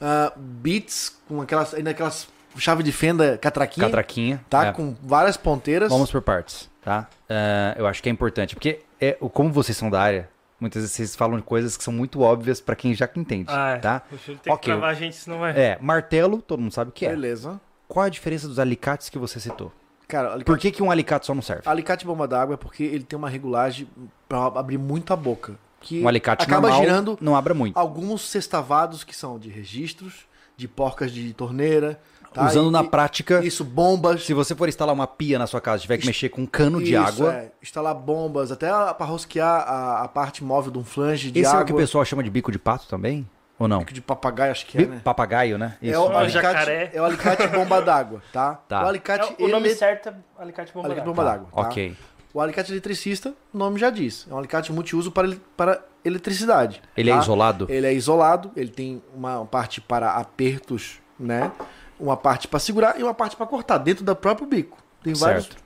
Speaker 2: Ah, bits com aquelas. Ainda aquelas chave de fenda catraquinha.
Speaker 1: Catraquinha.
Speaker 2: Tá?
Speaker 1: é.
Speaker 2: Com várias ponteiras.
Speaker 1: Vamos por partes, tá? Ah, eu acho que é importante, porque é, o- como é, vocês são da área, Muitas vezes vocês falam de coisas que são muito óbvias pra quem já que entende,
Speaker 3: Ah, é.
Speaker 1: tá?
Speaker 3: O Júlio tem
Speaker 1: Ok.
Speaker 3: que travar a gente, senão vai.
Speaker 1: É, martelo, todo mundo sabe o que é.
Speaker 2: Beleza.
Speaker 1: Qual a diferença dos alicates que você citou?
Speaker 2: Cara, alicate,
Speaker 1: Por que, que um alicate só não serve?
Speaker 2: alicate bomba d'água é porque ele tem uma regulagem pra abrir muito a boca. Que
Speaker 1: Um alicate
Speaker 2: acaba
Speaker 1: normal
Speaker 2: girando Ah,
Speaker 1: não abra muito.
Speaker 2: alguns sextavados que são de registros, de porcas de torneira. tá?
Speaker 1: Usando
Speaker 2: E-
Speaker 1: na
Speaker 2: e-
Speaker 1: prática,
Speaker 2: Isso, bombas.
Speaker 1: se você for instalar uma pia na sua casa, tiver que
Speaker 2: Isso,
Speaker 1: mexer com um cano de
Speaker 2: Isso,
Speaker 1: água,
Speaker 2: é, instalar bombas, até para rosquear a, a parte móvel de um flange de
Speaker 1: esse é o que o
Speaker 2: água.
Speaker 1: pessoal chama de bico de pato também? Ou não?
Speaker 2: bico de papagaio, acho que é,
Speaker 1: Bi-
Speaker 2: né?
Speaker 1: Papagaio, né?
Speaker 2: É o,
Speaker 3: Ah,
Speaker 2: alicate,
Speaker 3: jacaré.
Speaker 2: é o alicate bomba d'água, tá?
Speaker 1: Tá.
Speaker 2: O alicate,
Speaker 3: É, o nome
Speaker 2: ele-
Speaker 3: certo é alicate bomba.
Speaker 2: alicate
Speaker 3: d'água.
Speaker 2: bomba d'água. tá?
Speaker 1: Ok.
Speaker 2: O alicate eletricista, o nome já diz. É um alicate multiuso para, ele- para eletricidade.
Speaker 1: Ele é
Speaker 2: tá?
Speaker 1: isolado?
Speaker 2: Ele é isolado, ele tem uma parte para apertos, né? Uma parte para segurar e uma parte para cortar, dentro do próprio bico. Tem vários
Speaker 1: Certo.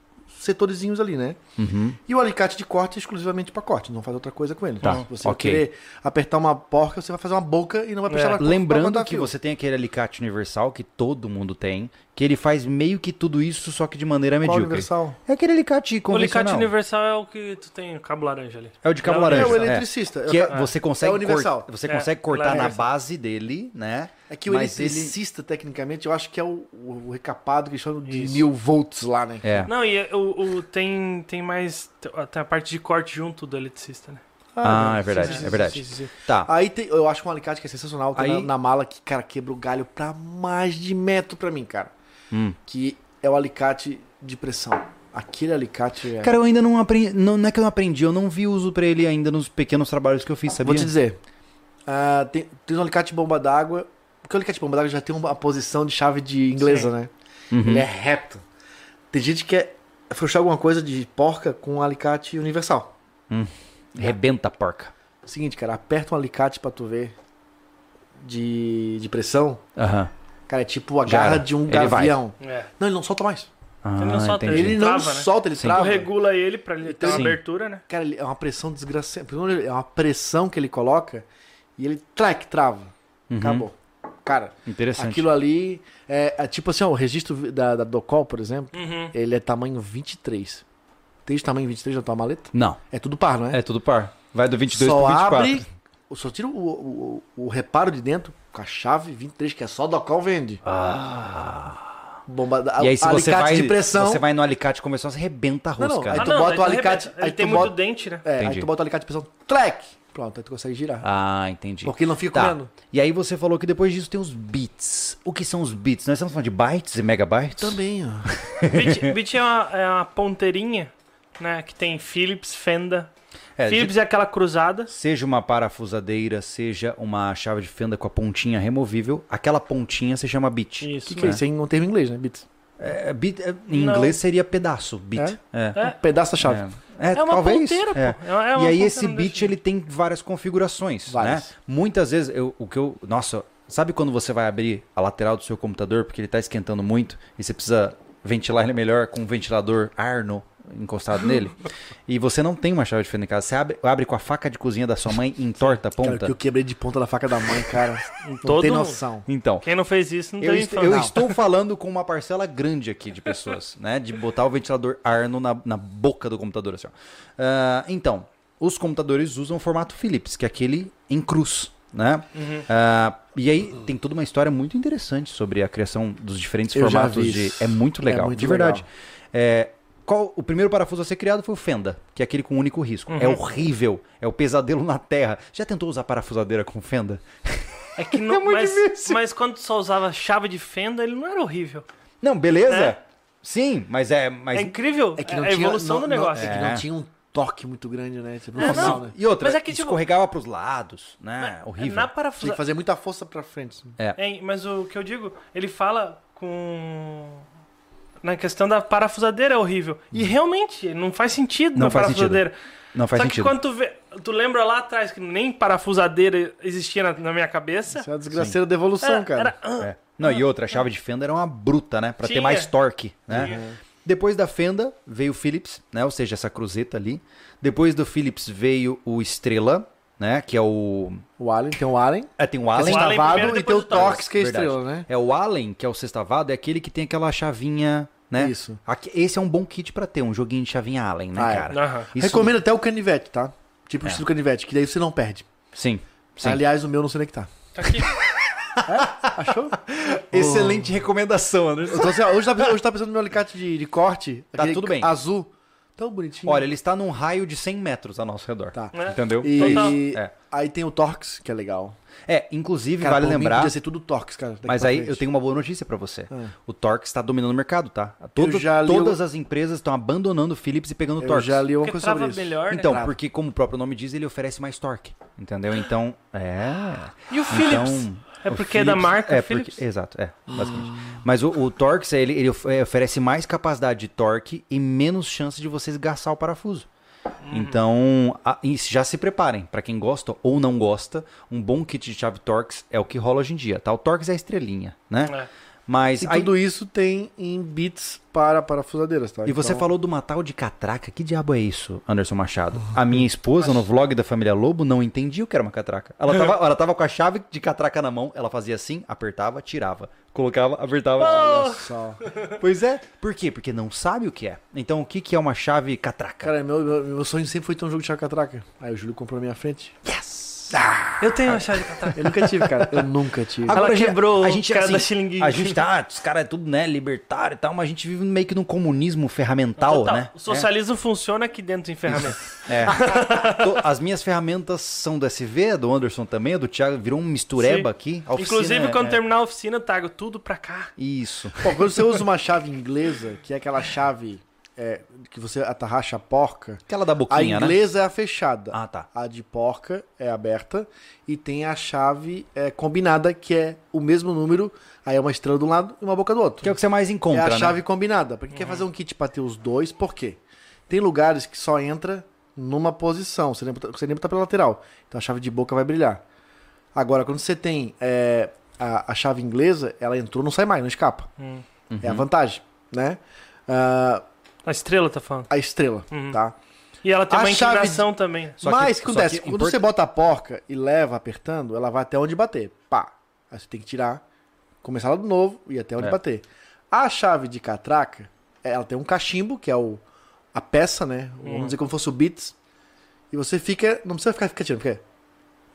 Speaker 2: setorizinhos ali, né?
Speaker 1: Uhum.
Speaker 2: E o alicate de corte é exclusivamente para corte, não faz outra coisa com ele.
Speaker 1: Tá,
Speaker 2: Então, se você
Speaker 1: ok. É,
Speaker 2: querer apertar uma porca, você vai fazer uma boca e não vai puxar ela
Speaker 1: Lembrando que você é tem aquele alicate universal que todo mundo tem, que ele faz meio que tudo isso, só que de maneira
Speaker 2: Qual
Speaker 1: medíocre.
Speaker 2: universal?
Speaker 1: É aquele alicate
Speaker 3: O
Speaker 1: convencional.
Speaker 3: alicate universal é o que tu tem, o cabo laranja ali.
Speaker 1: É o de cabo
Speaker 3: Não,
Speaker 1: laranja.
Speaker 2: É o
Speaker 1: né?
Speaker 2: eletricista.
Speaker 1: Que é-
Speaker 2: o ca-
Speaker 1: você consegue,
Speaker 2: É universal.
Speaker 1: cort- você
Speaker 3: É,
Speaker 1: consegue cortar na
Speaker 3: laranja.
Speaker 1: base dele, né?
Speaker 2: É que o
Speaker 1: Mas ele-
Speaker 2: eletricista, tecnicamente, eu acho que é o, o- o recapado que eles chamam de
Speaker 3: Isso.
Speaker 2: mil volts lá, né?
Speaker 1: É.
Speaker 3: Não, e é- o, o- tem, tem mais. Tem a parte de corte junto do eletricista, né?
Speaker 1: Ah,
Speaker 2: né?
Speaker 1: é verdade,
Speaker 2: Sim,
Speaker 1: é
Speaker 2: sim,
Speaker 1: verdade.
Speaker 2: sim, sim, sim.
Speaker 1: Tá.
Speaker 2: Aí tem- eu acho um alicate que é sensacional. Tem
Speaker 1: Aí-
Speaker 2: na, na mala que, cara, quebra o galho pra mais de metro pra mim, cara.
Speaker 1: Hum.
Speaker 2: Que é o alicate de pressão. Aquele alicate é...
Speaker 1: Cara, eu ainda não aprendi. Não, não é que eu não aprendi, eu não vi uso pra ele ainda nos pequenos trabalhos que eu fiz, sabia?
Speaker 2: Vou te dizer. ah, tem, tem um alicate de bomba d'água. Porque o alicate de bomba d'água já tem uma posição de chave de inglesa, né?
Speaker 1: Uhum.
Speaker 2: Ele é reto. Tem gente que quer frouxar alguma coisa de porca com um alicate universal.
Speaker 1: Rebenta a porca.
Speaker 2: Seguinte, cara, aperta um alicate pra tu ver de, de pressão.
Speaker 1: Aham.
Speaker 2: Cara, é tipo a
Speaker 1: Já
Speaker 2: garra
Speaker 1: era.
Speaker 2: de um
Speaker 1: Ele vai.
Speaker 2: gavião.
Speaker 3: É.
Speaker 2: Não, ele não solta mais.
Speaker 1: Ah,
Speaker 3: não solta
Speaker 1: entendi.
Speaker 3: Ele
Speaker 2: Ele, não
Speaker 3: trava, né?
Speaker 2: solta, ele
Speaker 1: Sim.
Speaker 3: Tu
Speaker 2: trava.
Speaker 3: regula ele pra ele ter uma
Speaker 1: Sim.
Speaker 3: abertura, né?
Speaker 2: Cara, ele- é uma pressão desgraçada. Primeiro, É uma pressão que ele coloca e ele track, trava. Acabou. Cara,
Speaker 1: Uhum. Interessante.
Speaker 2: Aquilo ali é, é tipo assim, ó, o registro da, da Docol, por exemplo,
Speaker 3: Uhum.
Speaker 2: ele é tamanho 23. Tem esse tamanho 23 na tua maleta?
Speaker 1: Não.
Speaker 2: É tudo par, não é?
Speaker 1: É tudo par. Vai do 22
Speaker 2: só
Speaker 1: pro 24.
Speaker 2: abre, só tira o, o, o- o reparo de dentro com a chave 23, que é só Docol vende. Bomba, da-
Speaker 1: Ah. E aí, se
Speaker 2: alicate
Speaker 1: você vai,
Speaker 2: de pressão.
Speaker 1: você vai no alicate comercial, você arrebenta a
Speaker 2: Não, é não,
Speaker 1: rosca.
Speaker 2: aí
Speaker 1: né?
Speaker 3: Ah,
Speaker 2: tu bota o
Speaker 3: ele
Speaker 2: alicate,
Speaker 3: arrebenta.
Speaker 2: aí
Speaker 3: Ele
Speaker 2: tu
Speaker 3: tem muito
Speaker 2: bota-
Speaker 3: dente, né?
Speaker 2: é, aí
Speaker 1: Entendi.
Speaker 2: tu bota o alicate de pressão, track! Pronto, aí tu consegue girar.
Speaker 1: Ah, entendi.
Speaker 2: Porque ele não fica
Speaker 1: Tá.
Speaker 2: comendo.
Speaker 1: E aí você falou que depois disso tem os bits. O que são os bits? Nós estamos falando de bytes e megabytes?
Speaker 2: Também, ó.
Speaker 3: Bit, bit é, uma, é uma ponteirinha, né? Que tem Philips, Fenda.
Speaker 1: É,
Speaker 3: Philips é aquela cruzada.
Speaker 1: Seja uma parafusadeira, seja uma chave de fenda com a pontinha removível, aquela pontinha se chama bit.
Speaker 2: O
Speaker 3: Isso.
Speaker 2: que, que é isso? É um termo em inglês, né, Bits?
Speaker 1: É, bit é, em
Speaker 3: Não.
Speaker 1: inglês seria pedaço, bit. É.
Speaker 3: É.
Speaker 2: Um pedaço da chave.
Speaker 1: É,
Speaker 3: É uma
Speaker 1: talvez,
Speaker 3: ponteira,
Speaker 1: é.
Speaker 3: pô. É uma- é
Speaker 1: e
Speaker 3: uma
Speaker 1: aí
Speaker 3: ponteira,
Speaker 1: esse
Speaker 3: não
Speaker 1: bit
Speaker 3: deixa-
Speaker 1: ele tem várias configurações,
Speaker 2: Várias.
Speaker 1: né? Muitas vezes eu- o que eu, nossa, sabe quando você vai abrir a lateral do seu computador porque ele tá esquentando muito e você precisa ventilar ele melhor com um ventilador Arno encostado nele e você não tem uma chave de fenda em casa, você abre, abre com a faca de cozinha da sua mãe e entorta a
Speaker 2: Cara, o
Speaker 1: ponta.
Speaker 2: que eu quebrei de ponta da faca da mãe, cara. não
Speaker 3: todo
Speaker 2: tem
Speaker 3: mundo.
Speaker 2: noção.
Speaker 1: Então,
Speaker 3: Quem não fez isso não
Speaker 1: eu,
Speaker 3: teve
Speaker 1: est- eu
Speaker 3: infância.
Speaker 1: estou falando com uma parcela grande aqui de pessoas, né? De botar o ventilador Arno na, na boca do computador, assim, ó. Ah, então, os computadores usam o formato Philips, que é aquele em cruz, né?
Speaker 2: Uhum.
Speaker 1: Ah, e aí tem toda uma história muito interessante sobre a criação dos diferentes
Speaker 2: Eu já
Speaker 1: formatos
Speaker 2: vi
Speaker 1: de.
Speaker 2: isso.
Speaker 1: É muito
Speaker 2: É
Speaker 1: legal,
Speaker 2: muito
Speaker 1: de verdade.
Speaker 2: legal.
Speaker 1: É, qual, o primeiro parafuso a ser criado foi o Fenda, que é aquele com único risco.
Speaker 2: Uhum.
Speaker 1: É horrível, é o pesadelo na terra. Já tentou usar parafusadeira com Fenda?
Speaker 3: É que não,
Speaker 1: muito
Speaker 3: mas,
Speaker 1: difícil.
Speaker 3: mas quando tu só usava chave de fenda, ele não era horrível.
Speaker 1: Não, beleza?
Speaker 3: É.
Speaker 1: Sim, mas é. Mas
Speaker 3: é incrível. É,
Speaker 2: É que não
Speaker 3: a
Speaker 2: tinha-
Speaker 3: evolução
Speaker 2: não-
Speaker 3: do negócio.
Speaker 2: Não, é que
Speaker 1: É.
Speaker 2: não tinha um toque muito grande, né? Tipo,
Speaker 3: É,
Speaker 2: normal,
Speaker 3: não.
Speaker 2: né?
Speaker 1: E outra,
Speaker 3: Mas é que, tipo, é
Speaker 1: escorregava pros lados, né? Horrível.
Speaker 3: Na
Speaker 2: Tinha
Speaker 3: parafusa...
Speaker 2: que fazer muita força pra frente. assim.
Speaker 3: É, mas o que eu digo, ele fala com. Na questão da parafusadeira é horrível.
Speaker 2: Uhum.
Speaker 3: E realmente, não faz sentido
Speaker 1: Não
Speaker 3: na
Speaker 1: faz
Speaker 3: parafusadeira.
Speaker 1: Não faz
Speaker 3: Só
Speaker 1: sentido.
Speaker 3: que quando tu vê. Tu lembra lá atrás que nem parafusadeira existia na, na minha cabeça?
Speaker 2: Isso é uma desgraceira da evolução,
Speaker 3: Era-
Speaker 2: cara.
Speaker 3: era-
Speaker 1: É. Não, e outra, a chave de fenda era uma bruta, né? Pra ter
Speaker 3: Tinha.
Speaker 1: mais torque, né?
Speaker 3: Tinha.
Speaker 1: Depois da fenda veio o Philips, né? Ou seja, essa cruzeta ali. Depois do Philips veio o Estrela, né? Que é o.
Speaker 2: O Allen, tem o Allen,
Speaker 1: É, tem o
Speaker 2: que é
Speaker 1: Allen.
Speaker 3: Allen
Speaker 2: sextavado,
Speaker 3: primeiro,
Speaker 2: e tem o
Speaker 3: depois o Torx.
Speaker 2: Torx, que é
Speaker 1: Verdade.
Speaker 2: estrela, né?
Speaker 1: É o Allen, que é o sextavado, é aquele que tem aquela chavinha, né?
Speaker 2: Isso.
Speaker 1: Aqui- esse é um bom kit pra ter, um joguinho de chavinha Allen, né,
Speaker 2: Ah, é.
Speaker 1: cara?
Speaker 3: Aham.
Speaker 1: Isso-
Speaker 2: Recomendo até o canivete, tá? Tipo o estilo canivete, que daí você não perde.
Speaker 1: Sim. Sim.
Speaker 2: Aliás, o meu não sei onde é que tá.
Speaker 3: Tá aqui.
Speaker 2: Achou?
Speaker 1: Excelente recomendação, Anderson.
Speaker 2: Eu tô assim, ó, hoje, tá, precisando- hoje tá precisando do meu alicate de, de corte.
Speaker 1: Tá
Speaker 2: aquele
Speaker 1: tudo bem.
Speaker 2: Azul. Tão bonitinho.
Speaker 1: Olha, ele está num raio de 100 metros ao nosso redor.
Speaker 2: Tá.
Speaker 3: É.
Speaker 1: Entendeu?
Speaker 3: Total.
Speaker 2: E
Speaker 1: É.
Speaker 2: aí tem o Torx, que é legal.
Speaker 1: É, inclusive,
Speaker 2: Cara,
Speaker 1: vale
Speaker 2: por mim
Speaker 1: lembrar.
Speaker 2: Podia ser tudo Torx, cara. daqui
Speaker 1: Mas
Speaker 2: pra
Speaker 1: aí
Speaker 2: frente.
Speaker 1: eu tenho uma boa notícia pra você.
Speaker 2: Ah.
Speaker 1: O Torx está dominando o mercado, tá? Todas-
Speaker 2: já li
Speaker 1: todas as empresas estão abandonando o Philips e pegando o
Speaker 2: Eu
Speaker 1: Torx.
Speaker 2: já li uma
Speaker 3: Porque
Speaker 2: coisa
Speaker 3: trava
Speaker 2: sobre isso.
Speaker 3: melhor, né?
Speaker 1: Então,
Speaker 2: Claro.
Speaker 1: porque como o próprio nome diz, ele oferece mais torque, entendeu? Então, é.
Speaker 3: E o Philips? é
Speaker 1: o
Speaker 3: porque é da marca
Speaker 1: é
Speaker 3: Philips?
Speaker 1: porque- exato, é, basicamente. Mas o, o Torx, ele, ele of- é, oferece mais capacidade de torque e menos chance de vocês gastar o parafuso.
Speaker 3: Uhum.
Speaker 1: Então, a- e se- já se preparem. Pra quem gosta ou não gosta, um bom kit de chave Torx é o que rola hoje em dia, tá? O Torx é a estrelinha, né?
Speaker 2: então,
Speaker 3: É.
Speaker 1: Mas
Speaker 2: E
Speaker 1: aí-
Speaker 2: tudo isso tem em bits para parafusadeiras, tá?
Speaker 1: e você
Speaker 2: Então,
Speaker 1: falou de uma tal de catraca. Que diabo é isso, Anderson Machado? A minha esposa, no vlog da família Lobo, não entendia o que era uma catraca. Ela tava, ela tava com a chave de catraca na mão, ela fazia assim, apertava, tirava. Colocava,
Speaker 3: Ah!
Speaker 1: apertava.
Speaker 2: Olha só.
Speaker 1: Pois é. Por quê? Porque não sabe o que é. Então, o que, que é uma chave catraca?
Speaker 2: Cara, meu, meu, meu sonho sempre foi ter um jogo de chacatraca. Aí o Júlio comprou a minha frente.
Speaker 1: Yes!
Speaker 3: Eu tenho uma chave de catar.
Speaker 2: Eu nunca tive, cara. Eu nunca tive.
Speaker 3: Agora-
Speaker 1: a gente-
Speaker 3: quebrou
Speaker 1: a
Speaker 3: o
Speaker 1: gente,
Speaker 3: cara
Speaker 1: assim,
Speaker 3: da xilinguinha.
Speaker 1: A gente tá, os caras é tudo, né, libertário e tal, mas a gente vive meio que num comunismo ferramental,
Speaker 3: Total.
Speaker 1: né?
Speaker 2: É.
Speaker 3: O socialismo funciona aqui dentro em ferramenta.
Speaker 1: É. Tô- As minhas ferramentas são do SV, do Anderson também, do Thiago, virou um mistureba
Speaker 3: Sim.
Speaker 1: aqui. A oficina
Speaker 3: Inclusive,
Speaker 1: é-
Speaker 3: quando
Speaker 1: é-
Speaker 3: terminar a oficina, eu trago tudo pra cá.
Speaker 1: Isso.
Speaker 2: Pô, quando você usa uma chave inglesa, que é aquela chave é, que você atarracha a porca,
Speaker 1: Aquela da
Speaker 2: a
Speaker 1: boquinha, né?
Speaker 2: inglesa é a fechada.
Speaker 1: Ah, tá.
Speaker 2: A de porca é aberta e tem a chave é, combinada, que é o mesmo número, aí é uma estrela de um lado e uma boca do outro.
Speaker 1: Que é o que você mais encontra,
Speaker 2: é a chave
Speaker 1: né?
Speaker 2: combinada. Pra quem quer fazer um kit pra ter os dois, por quê? Tem lugares que só entra numa posição. Você lembra, você lembra tá pela lateral. Então a chave de boca vai brilhar. Agora, quando você tem é, a, a chave inglesa, ela entrou, não sai mais, não escapa.
Speaker 3: Hum.
Speaker 2: É
Speaker 1: Uhum.
Speaker 2: a vantagem, né? Ah,
Speaker 3: A estrela tá falando.
Speaker 2: a estrela, tá?
Speaker 3: E ela tem
Speaker 2: A
Speaker 3: uma
Speaker 2: chave
Speaker 3: inclinação também.
Speaker 1: Só que-
Speaker 2: Mas o que
Speaker 1: só
Speaker 2: acontece?
Speaker 1: que
Speaker 2: quando
Speaker 1: import-
Speaker 2: você bota a porca e leva apertando, ela vai até onde bater. Pá. Aí você tem que tirar, começar lá de novo e até onde
Speaker 1: É.
Speaker 2: bater. A chave de catraca, ela tem um cachimbo, que é o, a peça, né?
Speaker 1: Uhum.
Speaker 2: Vamos dizer como fosse o bits. E você fica. Não precisa ficar, ficar tirando, porque.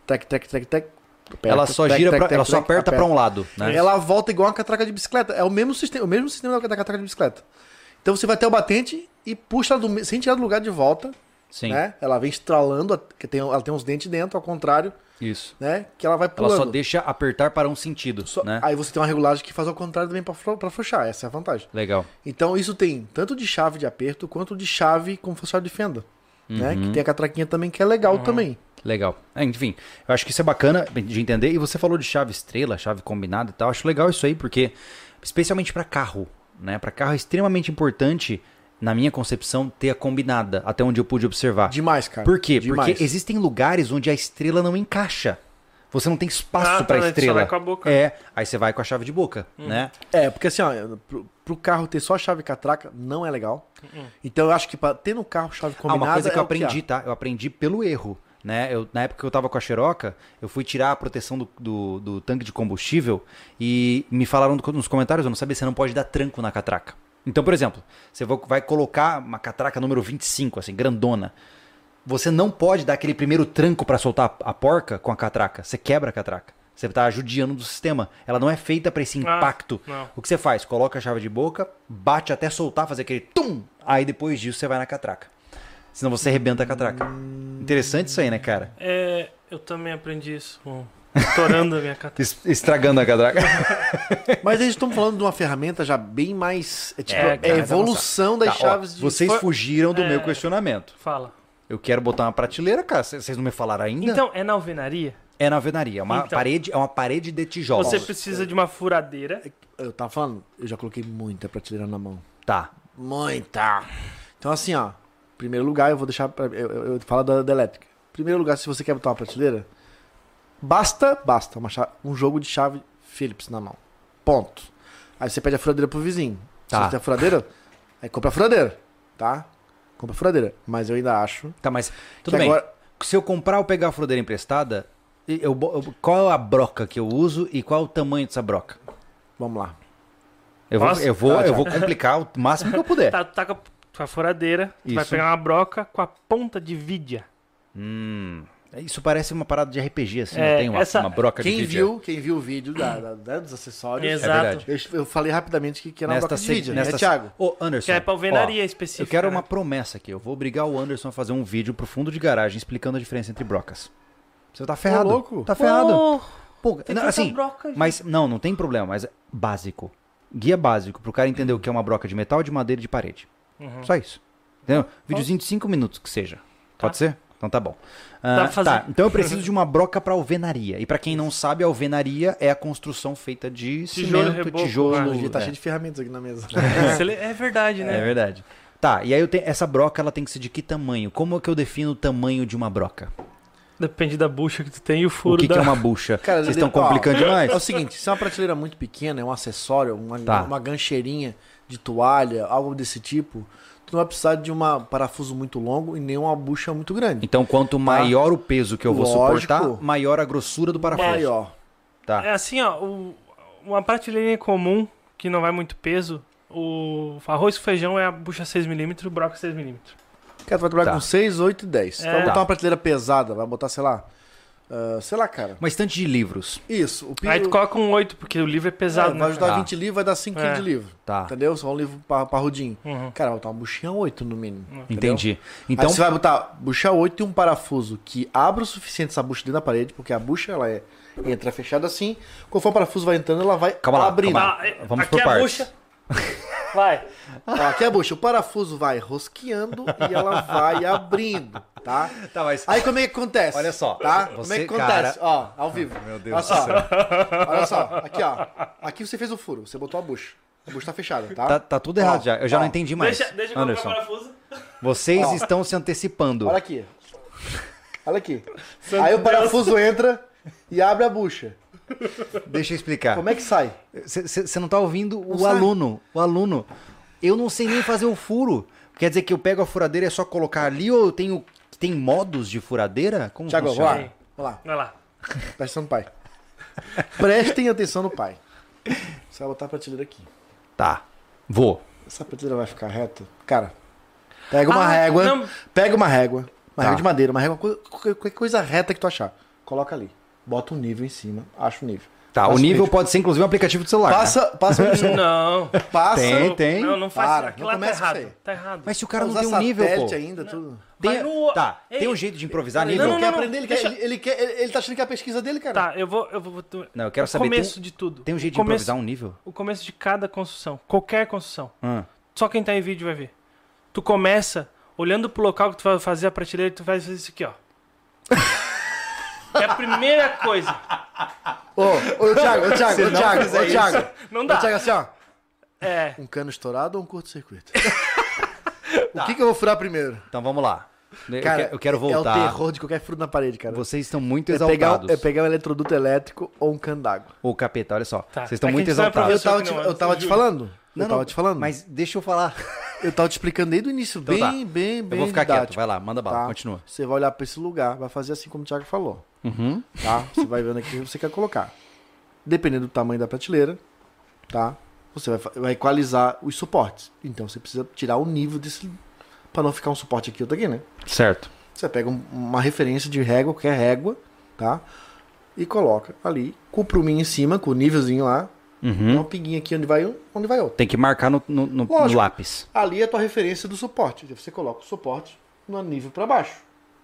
Speaker 2: Tec, tec, tec, tec. aperta,
Speaker 1: Ela só
Speaker 2: tec,
Speaker 1: gira,
Speaker 2: tec,
Speaker 1: pra-
Speaker 2: tec,
Speaker 1: ela só
Speaker 2: tec,
Speaker 1: aperta pra um lado, né?
Speaker 2: Ela volta igual uma catraca de bicicleta. É o mesmo sistema, o mesmo sistema da catraca de bicicleta. Então você vai até o batente e puxa ela do me- sem tirar do lugar de volta
Speaker 1: Sim.
Speaker 2: né? Ela vem estralando, que tem, ela tem uns dentes dentro, ao contrário,
Speaker 1: Isso.
Speaker 2: né? Que ela vai
Speaker 1: Ela
Speaker 2: pulando.
Speaker 1: só deixa apertar para um sentido,
Speaker 2: Só-
Speaker 1: né?
Speaker 2: Aí você tem uma regulagem que faz ao contrário também pra fro- pra frouxar. Essa é a vantagem.
Speaker 1: Legal.
Speaker 2: Então isso tem tanto de chave de aperto quanto de chave como fosse chave de fenda. Né?
Speaker 1: Uhum.
Speaker 2: Que tem a catraquinha também, que é legal também.
Speaker 1: Legal. É, Enfim, eu acho que isso é bacana de entender. E você falou de chave estrela, chave combinada e tal. Acho legal isso aí, porque especialmente para carro, né? Para carro é extremamente importante, na minha concepção, ter a combinada, até onde eu pude observar.
Speaker 2: Demais, cara.
Speaker 1: Por quê?
Speaker 2: Demais.
Speaker 1: Porque existem lugares onde a estrela não encaixa. Você não tem
Speaker 3: Ah,
Speaker 1: espaço
Speaker 3: tá,
Speaker 1: pra para
Speaker 3: né? Só
Speaker 1: estrela.
Speaker 3: vai com a boca. Hum.
Speaker 1: É, aí você vai com a chave de boca, né?
Speaker 2: É, porque assim, ó, pro, pro carro ter só a chave catraca não é legal. Então eu acho que pra ter no carro chave
Speaker 1: Ah,
Speaker 2: combinada.
Speaker 1: uma coisa que
Speaker 2: é
Speaker 1: eu
Speaker 2: o há.
Speaker 1: aprendi, tá? Eu aprendi pelo erro. Né? Eu, na época que eu tava com a Xeroca, eu fui tirar a proteção do, do, do tanque de combustível e me falaram do- nos comentários, eu não sabia, você não pode dar tranco na catraca. Então, por exemplo, você vo- vai colocar uma catraca número 25, assim, grandona. Você não pode dar aquele primeiro tranco pra soltar a a porca com a catraca. Você quebra a catraca. Você tá judiando do sistema. Ela não é feita pra esse
Speaker 3: Ah,
Speaker 1: impacto.
Speaker 3: não.
Speaker 1: O que você faz? Coloca a chave de boca, bate até soltar, fazer aquele tum. Aí depois disso você vai na catraca. Senão você arrebenta a catraca. Interessante isso aí, né, cara?
Speaker 3: É, eu também aprendi isso. com- Estourando a minha catar.
Speaker 1: Es- Estragando a catraca.
Speaker 2: Mas eles estão falando de uma ferramenta já bem mais. É, tipo,
Speaker 3: É,
Speaker 2: é
Speaker 3: cara,
Speaker 2: a evolução
Speaker 1: Tá,
Speaker 2: das
Speaker 1: ó,
Speaker 2: chaves de.
Speaker 1: Vocês
Speaker 2: for-
Speaker 1: fugiram do
Speaker 3: É.
Speaker 1: meu questionamento.
Speaker 3: Fala.
Speaker 1: Eu quero botar uma prateleira, cara. C- Vocês não me falaram ainda?
Speaker 3: Então, é na alvenaria?
Speaker 1: é na alvenaria. É Uma
Speaker 3: Então.
Speaker 1: parede, é uma parede de tijolos.
Speaker 3: Você precisa de uma furadeira.
Speaker 2: Eu tava falando, eu já coloquei muita prateleira na mão.
Speaker 1: Tá.
Speaker 2: Muita! Então, assim, ó. Primeiro lugar, eu vou deixar. Pra, eu, eu, eu falo da, da elétrica. Primeiro lugar, se você quer botar uma prateleira, basta, basta uma cha- um jogo de chave Philips na mão. Ponto. Aí você pede a furadeira pro vizinho.
Speaker 1: Tá.
Speaker 2: Se você tem a furadeira, aí compra a furadeira, tá? Compra a furadeira. Mas eu ainda acho.
Speaker 1: Tá, mas tudo
Speaker 2: Que
Speaker 1: bem.
Speaker 2: agora-
Speaker 1: Se eu comprar ou pegar a furadeira emprestada, e- eu, bo- eu- qual é a broca que eu uso e qual é o tamanho dessa broca?
Speaker 2: Vamos lá.
Speaker 1: Eu vou,
Speaker 3: Nossa.
Speaker 1: eu vou,
Speaker 2: Tá,
Speaker 1: eu
Speaker 2: tchau.
Speaker 1: vou complicar o máximo que eu puder.
Speaker 3: Tá, tá com a- com a furadeira. tu
Speaker 1: É.
Speaker 3: vai
Speaker 1: Isso.
Speaker 3: pegar uma broca com a ponta de vidia.
Speaker 1: Hum. Isso parece uma parada de RPG, assim,
Speaker 3: É,
Speaker 1: não tem uma,
Speaker 3: essa-
Speaker 1: uma broca de
Speaker 2: Quem
Speaker 1: vídeo.
Speaker 2: viu, quem viu o vídeo da, da- da- dos acessórios,
Speaker 1: É verdade.
Speaker 2: eu, eu falei rapidamente que, que era uma
Speaker 1: Nesta
Speaker 2: broca de
Speaker 1: se-
Speaker 2: vídeo,
Speaker 1: nesta
Speaker 2: né,
Speaker 1: se-
Speaker 2: Thiago?
Speaker 1: Ô, Anderson.
Speaker 3: Que é pra alvenaria
Speaker 1: ó,
Speaker 3: específica,
Speaker 1: Eu quero
Speaker 3: né?
Speaker 1: uma promessa aqui. Eu vou obrigar o Anderson a fazer um vídeo pro fundo de garagem explicando a diferença entre brocas. Você tá ferrado.
Speaker 2: louco.
Speaker 1: Tá ferrado.
Speaker 3: Oh,
Speaker 1: Pô,
Speaker 3: tem
Speaker 1: não,
Speaker 3: tanta
Speaker 1: assim,
Speaker 3: broca, gente.
Speaker 1: mas não, não tem problema, mas é básico. Guia básico, pro cara entender o que é uma broca de metal, de madeira e de parede.
Speaker 3: Uhum.
Speaker 1: Só isso. Entendeu? Videozinho de 5 minutos que seja. Pode ser? Então tá bom. Ah,
Speaker 3: Tá. Dá pra fazer.
Speaker 1: Tá, então eu preciso de uma broca pra alvenaria. E pra quem não sabe, a alvenaria é a construção feita de
Speaker 3: Tijolo,
Speaker 1: cimento,
Speaker 3: reboco,
Speaker 1: tijolo.
Speaker 3: né?
Speaker 2: Hoje tá
Speaker 1: é.
Speaker 2: cheio de ferramentas aqui na mesa.
Speaker 3: excelente. É verdade,
Speaker 1: É
Speaker 3: né?
Speaker 1: verdade. Tá, e aí eu tenho, essa broca ela tem que ser de que tamanho? Como é que eu defino o tamanho de uma broca?
Speaker 3: Depende da bucha que tu tem e o
Speaker 1: O
Speaker 3: furo
Speaker 1: que,
Speaker 3: da...
Speaker 1: que é uma bucha?
Speaker 2: Cara,
Speaker 1: Vocês
Speaker 2: de-
Speaker 1: estão
Speaker 2: ó,
Speaker 1: complicando demais?
Speaker 2: É o seguinte, se é uma prateleira muito pequena, é um acessório, uma,
Speaker 1: Tá.
Speaker 2: uma gancheirinha de toalha, algo desse tipo, tu não vai precisar de um parafuso muito longo e nem uma bucha muito grande.
Speaker 1: Então, quanto maior o peso que eu vou
Speaker 2: Tá? Lógico.
Speaker 1: suportar, maior a grossura do parafuso.
Speaker 2: Maior.
Speaker 1: Tá.
Speaker 3: É assim, ó, o- uma prateleira comum, que não vai muito peso, o arroz com feijão é a bucha 6mm, o brócolis 6mm.
Speaker 2: Cara, tu vai trabalhar
Speaker 1: Tá.
Speaker 2: com 6, 8 e 10. Tu
Speaker 3: É.
Speaker 2: vai botar
Speaker 1: Tá.
Speaker 2: uma prateleira pesada, vai botar, sei lá, ah, sei lá, cara.
Speaker 1: Uma estante de livros.
Speaker 2: Isso, o
Speaker 3: Aí tu
Speaker 2: pino-
Speaker 3: coloca um 8, porque o livro é pesado,
Speaker 2: É,
Speaker 3: né?
Speaker 2: vai ajudar
Speaker 1: Tá.
Speaker 2: 20 livros, vai dar 5
Speaker 3: É.
Speaker 2: quilos de livro.
Speaker 1: Tá.
Speaker 2: Entendeu? Só um livro pa- parrudinho.
Speaker 3: Uhum.
Speaker 2: Cara, vai botar uma buchinha 8 no mínimo. entendeu?
Speaker 1: Entendi.
Speaker 2: Então
Speaker 1: Então,
Speaker 2: Aí você vai botar bucha 8 e um parafuso que abra o suficiente essa bucha dentro da parede, porque a bucha ela é, entra fechada assim. Conforme o parafuso vai entrando, ela vai
Speaker 1: Calma lá,
Speaker 2: abrindo.
Speaker 1: calma lá.
Speaker 3: Ah, é-
Speaker 1: Vamos
Speaker 3: aqui
Speaker 1: por
Speaker 3: é a
Speaker 1: partes.
Speaker 3: bucha. Vai.
Speaker 2: Ó, aqui é a bucha, o parafuso vai rosqueando e ela vai abrindo, tá?
Speaker 1: Tá, mas-
Speaker 2: Aí como é que acontece?
Speaker 1: Olha só,
Speaker 2: Tá? como é
Speaker 1: você,
Speaker 2: que acontece?
Speaker 1: cara-
Speaker 2: Ó, ao vivo.
Speaker 1: Meu Deus
Speaker 2: Olha
Speaker 1: do
Speaker 2: só.
Speaker 1: céu.
Speaker 2: Olha só, aqui ó. Aqui você fez o furo, você botou a bucha. A bucha tá fechada, tá?
Speaker 1: tá, tá tudo errado
Speaker 2: Ó,
Speaker 1: já. Eu já
Speaker 2: ó,
Speaker 1: não entendi mais.
Speaker 3: Deixa, deixa eu colocar o
Speaker 1: Anderson,
Speaker 3: parafuso.
Speaker 1: vocês
Speaker 2: Ó.
Speaker 1: estão se antecipando.
Speaker 2: Olha aqui. Olha aqui. Aí o parafuso entra e abre a bucha.
Speaker 1: Deixa eu explicar.
Speaker 2: Como é que sai?
Speaker 1: Você não tá ouvindo o
Speaker 2: sai.
Speaker 1: aluno. O aluno. Eu não sei nem fazer o furo. Quer dizer que eu pego a furadeira e é só colocar ali ou eu tenho. Tem modos de furadeira? Como
Speaker 2: Tiago, vamos
Speaker 1: funciona?
Speaker 2: lá. Vamos lá.
Speaker 3: Vai lá.
Speaker 2: Presta atenção no pai. Prestem atenção no pai. Você vai botar a prateleira aqui.
Speaker 1: Tá. Vou.
Speaker 2: Essa prateleira vai ficar reta? Cara, pega uma
Speaker 3: Ah,
Speaker 2: régua.
Speaker 3: não.
Speaker 2: Pega uma régua. Uma
Speaker 1: Tá.
Speaker 2: régua de madeira, uma régua, co- co- qualquer coisa reta que tu achar. Coloca ali. Bota um nível em cima, acha o nível.
Speaker 1: Tá,
Speaker 2: Passa
Speaker 1: o nível
Speaker 2: vídeo.
Speaker 1: pode ser inclusive um aplicativo do celular. né?
Speaker 2: Passa, passa o nível.
Speaker 3: Não.
Speaker 2: Passa.
Speaker 1: Tem, tem.
Speaker 3: Não, não faz
Speaker 2: Para,
Speaker 3: isso. Aquilo
Speaker 2: não
Speaker 3: lá tá
Speaker 2: começa
Speaker 3: errado.
Speaker 2: isso aí.
Speaker 3: Tá errado.
Speaker 1: Mas se o cara não
Speaker 2: Usar
Speaker 1: tem um nível,
Speaker 2: Então satélite
Speaker 1: pô.
Speaker 2: ainda, tudo.
Speaker 1: Tem,
Speaker 3: Vai no-
Speaker 1: Tá,
Speaker 3: Ei,
Speaker 1: tem um jeito de improvisar
Speaker 2: Ele
Speaker 1: nível?
Speaker 2: não,
Speaker 3: não,
Speaker 2: quer
Speaker 3: não,
Speaker 2: aprender, ele,
Speaker 3: deixa-
Speaker 2: quer, ele, ele quer- ele- ele tá achando que é a pesquisa dele, cara.
Speaker 3: Tá, eu vou... Eu vou tu-
Speaker 1: Não, eu quero
Speaker 3: o
Speaker 1: saber, tem
Speaker 3: começo
Speaker 1: um-
Speaker 3: de tudo.
Speaker 1: Tem um jeito
Speaker 3: O
Speaker 1: de
Speaker 3: começo-
Speaker 1: improvisar um nível?
Speaker 3: O começo de cada construção. Qualquer construção.
Speaker 1: Hum.
Speaker 3: Só quem tá em vídeo vai ver. Tu começa olhando pro local que tu vai fazer a prateleira tu vai fazer isso aqui, ó. é a primeira coisa.
Speaker 2: Ô, ô, Thiago, ô, Thiago, ô, Thiago, ô, Thiago.
Speaker 3: Não dá.
Speaker 2: Ô, Thiago, assim, ó.
Speaker 3: É.
Speaker 2: Um cano estourado ou um curto-circuito? O que, que eu vou furar primeiro?
Speaker 1: Então vamos lá. Tá. Eu
Speaker 2: Cara,
Speaker 1: que- eu quero
Speaker 2: É o
Speaker 1: voltar.
Speaker 2: terror de qualquer furo na parede, cara.
Speaker 1: Vocês estão muito
Speaker 2: é pegar,
Speaker 1: exaltados.
Speaker 2: é pegar um eletroduto elétrico ou um cano d'água.
Speaker 1: Ô, capeta, olha só.
Speaker 3: Tá,
Speaker 1: Vocês estão
Speaker 3: é que
Speaker 1: muito
Speaker 3: a gente vai
Speaker 1: exaltados.
Speaker 2: Eu
Speaker 3: Eu sei
Speaker 2: tava
Speaker 3: que
Speaker 2: te,
Speaker 3: não,
Speaker 2: eu
Speaker 3: eu
Speaker 2: tava
Speaker 3: juro.
Speaker 2: te falando. eu tava te falando.
Speaker 1: Mas deixa eu falar.
Speaker 2: eu tava te explicando desde o início,
Speaker 1: Então
Speaker 2: bem,
Speaker 1: tá.
Speaker 2: bem, bem.
Speaker 1: eu vou ficar
Speaker 2: didático.
Speaker 1: quieto. Vai lá, manda bala.
Speaker 2: Tá?
Speaker 1: Continua.
Speaker 2: Você vai olhar pra esse lugar, vai fazer assim como o Thiago falou.
Speaker 1: Uhum.
Speaker 2: Tá? Você vai vendo aqui o que você quer colocar. Dependendo do tamanho da prateleira, tá? Você vai, fa- vai equalizar os suportes. Então você precisa tirar o nível desse. Pra não ficar um suporte aqui e outro aqui, né?
Speaker 1: Certo.
Speaker 2: Você pega um- uma referência de régua, qualquer régua, tá? E coloca ali, com o pruminho em cima, com o nívelzinho lá,
Speaker 1: Uhum.
Speaker 2: uma pinguinha aqui onde vai um, onde vai outro.
Speaker 1: Tem que marcar no, no- no- no
Speaker 2: Lógico.
Speaker 1: lápis.
Speaker 2: Ali é a tua referência do suporte. Então, Você coloca o suporte no nível pra baixo.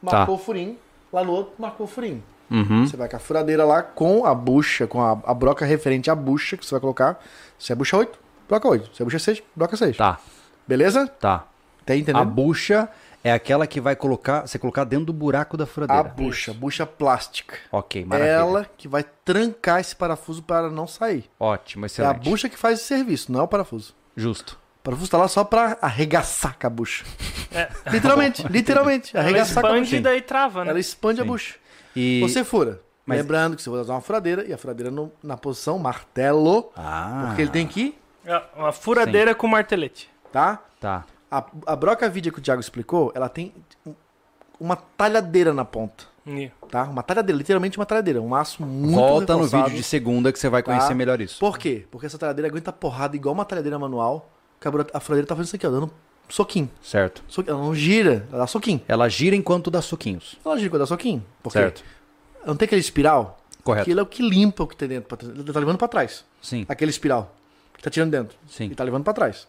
Speaker 1: Tá.
Speaker 2: Marcou o furinho, lá no outro marcou o furinho.
Speaker 1: Uhum.
Speaker 2: Você vai com a furadeira lá com a bucha, com a, a broca referente à bucha que você vai colocar. Se é bucha 8, broca 8. Se é bucha 6, broca 6.
Speaker 1: Tá,
Speaker 2: Beleza?
Speaker 1: tá.
Speaker 2: Tá
Speaker 1: A
Speaker 2: entendendo?
Speaker 1: bucha é aquela que vai colocar, você colocar dentro do buraco da
Speaker 2: A
Speaker 1: furadeira.
Speaker 2: bucha, bucha plástica.
Speaker 1: Ok,
Speaker 2: É
Speaker 1: maravilha.
Speaker 2: Ela que vai trancar esse parafuso para não sair.
Speaker 1: Ótimo,
Speaker 2: É a
Speaker 1: excelente.
Speaker 2: bucha que faz o serviço, não é o parafuso.
Speaker 1: Justo.
Speaker 2: O parafuso tá lá só pra arregaçar com a bucha.
Speaker 3: É.
Speaker 2: Literalmente, literalmente.
Speaker 3: Ela
Speaker 2: Arregaçar com a
Speaker 3: expande
Speaker 2: bucha.
Speaker 3: e daí trava, né?
Speaker 2: Ela expande a bucha.
Speaker 1: E...
Speaker 2: Você fura.
Speaker 1: Mas-
Speaker 2: Lembrando que você vai usar uma furadeira e a furadeira no- na posição martelo.
Speaker 1: Ah,
Speaker 2: Porque ele tem que ir,
Speaker 3: É Uma furadeira com martelete.
Speaker 2: tá?
Speaker 1: tá.
Speaker 2: A, a broca vídeo que o Thiago explicou, ela tem um- uma talhadeira na ponta,
Speaker 3: Ih.
Speaker 2: tá? Uma talhadeira, literalmente uma talhadeira. Um aço muito
Speaker 1: Volta no
Speaker 2: reforçado.
Speaker 1: vídeo de segunda que você vai conhecer
Speaker 2: Tá.
Speaker 1: melhor isso.
Speaker 2: Por quê? Porque essa talhadeira aguenta porrada igual uma talhadeira manual. Que a bro- a furadeira tá fazendo isso aqui, ó, dando soquinho.
Speaker 1: Certo.
Speaker 2: Soqui- Ela não gira, ela dá soquinho.
Speaker 1: Ela gira enquanto dá suquinhos.
Speaker 2: Ela gira quando dá soquinho. Porque
Speaker 1: Certo.
Speaker 2: não tem aquele espiral?
Speaker 1: Correto.
Speaker 2: Aquilo é o que limpa o que tem dentro. pra trás. Ele tá levando pra trás.
Speaker 1: Sim,
Speaker 2: Aquele espiral que tá tirando dentro.
Speaker 1: sim.
Speaker 2: E tá levando pra trás.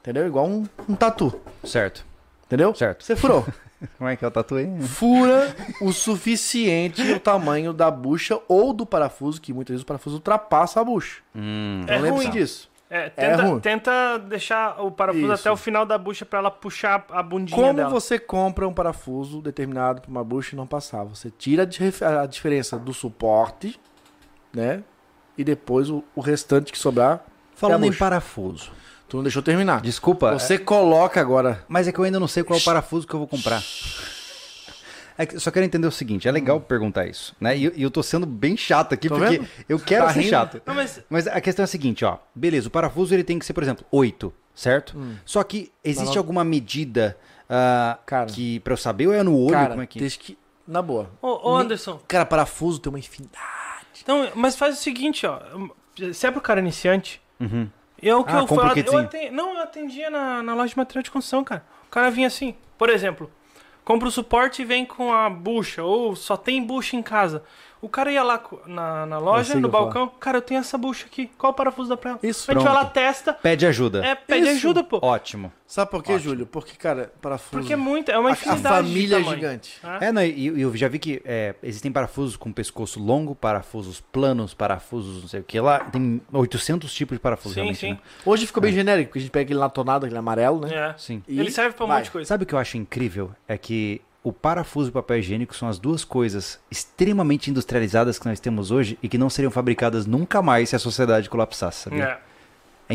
Speaker 2: Entendeu? Igual um, um tatu.
Speaker 1: Certo.
Speaker 2: Entendeu?
Speaker 1: Certo.
Speaker 2: Você furou.
Speaker 1: Como é que é o tatu aí?
Speaker 2: Fura o suficiente o tamanho da bucha ou do parafuso, que muitas vezes o parafuso ultrapassa a bucha.
Speaker 1: Hum,
Speaker 2: Então
Speaker 3: É
Speaker 2: lembre-se
Speaker 3: ruim.
Speaker 2: disso.
Speaker 3: É, tenta,
Speaker 2: ruim.
Speaker 3: tenta deixar o parafuso
Speaker 2: Isso.
Speaker 3: até o final da bucha pra ela puxar a bundinha
Speaker 2: Como
Speaker 3: dela.
Speaker 2: você compra um parafuso determinado para uma bucha e não passar? Você tira a, dif- a diferença do suporte, né? E depois o, o restante que sobrar,
Speaker 1: Falando
Speaker 2: É a
Speaker 1: em
Speaker 2: bucha.
Speaker 1: parafuso.
Speaker 2: tu não deixou terminar.
Speaker 1: Desculpa, é-
Speaker 2: Você coloca agora.
Speaker 1: mas é que eu ainda não sei qual é o parafuso que eu vou comprar. É que- só quero entender o seguinte, é legal perguntar isso, né? E eu, e eu tô sendo bem chato aqui,
Speaker 2: Tô
Speaker 1: porque
Speaker 2: vendo?
Speaker 1: eu quero
Speaker 2: Tá
Speaker 1: ser
Speaker 2: rindo?
Speaker 1: chato.
Speaker 3: Não, mas
Speaker 1: Mas a questão é a seguinte, ó. Beleza, o parafuso ele tem que ser, por exemplo, 8, certo? Só que existe
Speaker 2: Mas não-
Speaker 1: alguma medida ah,
Speaker 2: Cara.
Speaker 1: que pra eu saber ou é no olho?
Speaker 2: cara,
Speaker 1: como é que...
Speaker 2: desde que. Na boa.
Speaker 3: Ô, ô, Anderson,
Speaker 2: Cara, parafuso tem uma infinidade.
Speaker 3: então, mas faz o seguinte, ó. Se é pro cara iniciante,
Speaker 1: Uhum.
Speaker 3: eu que
Speaker 1: Ah,
Speaker 3: eu
Speaker 1: compra o
Speaker 3: fui. Eu
Speaker 1: kitzinho.
Speaker 3: aten- não, eu atendia na, na loja de material de construção, cara. O cara vinha assim, por exemplo, compra o suporte e vem com a bucha, ou só tem bucha em casa. O cara ia lá co- na, na loja,
Speaker 2: sei
Speaker 3: no
Speaker 2: o que eu vou
Speaker 3: balcão, cara, eu tenho essa bucha aqui. Qual o parafuso da pra ela?
Speaker 2: Isso,
Speaker 3: A gente vai
Speaker 1: pronto.
Speaker 3: lá, testa,
Speaker 1: Pede ajuda.
Speaker 3: é, pede
Speaker 2: Isso.
Speaker 3: ajuda, pô.
Speaker 1: Ótimo.
Speaker 2: Sabe por quê,
Speaker 1: Ótimo.
Speaker 2: Júlio? Porque, cara, parafuso.
Speaker 3: Porque é muito, é uma
Speaker 2: a, a
Speaker 3: infinidade. de
Speaker 2: família é
Speaker 3: tamanho.
Speaker 2: gigante.
Speaker 3: Ah.
Speaker 1: É, não, e e eu já vi que é, existem parafusos com pescoço longo, parafusos planos, parafusos não sei o que lá. Tem 800 tipos de parafusos,
Speaker 3: Sim,
Speaker 1: realmente,
Speaker 3: sim.
Speaker 1: né?
Speaker 2: Hoje ficou bem genérico, porque a gente pega aquele latonado, aquele amarelo, né?
Speaker 3: É.
Speaker 1: Sim.
Speaker 2: E
Speaker 3: Ele serve pra um
Speaker 2: vai.
Speaker 3: monte de coisa.
Speaker 1: Sabe o que eu acho incrível? É que o parafuso e o papel higiênico são as duas coisas extremamente industrializadas que nós temos hoje e que não seriam fabricadas nunca mais se a sociedade colapsasse, sabia?
Speaker 3: É.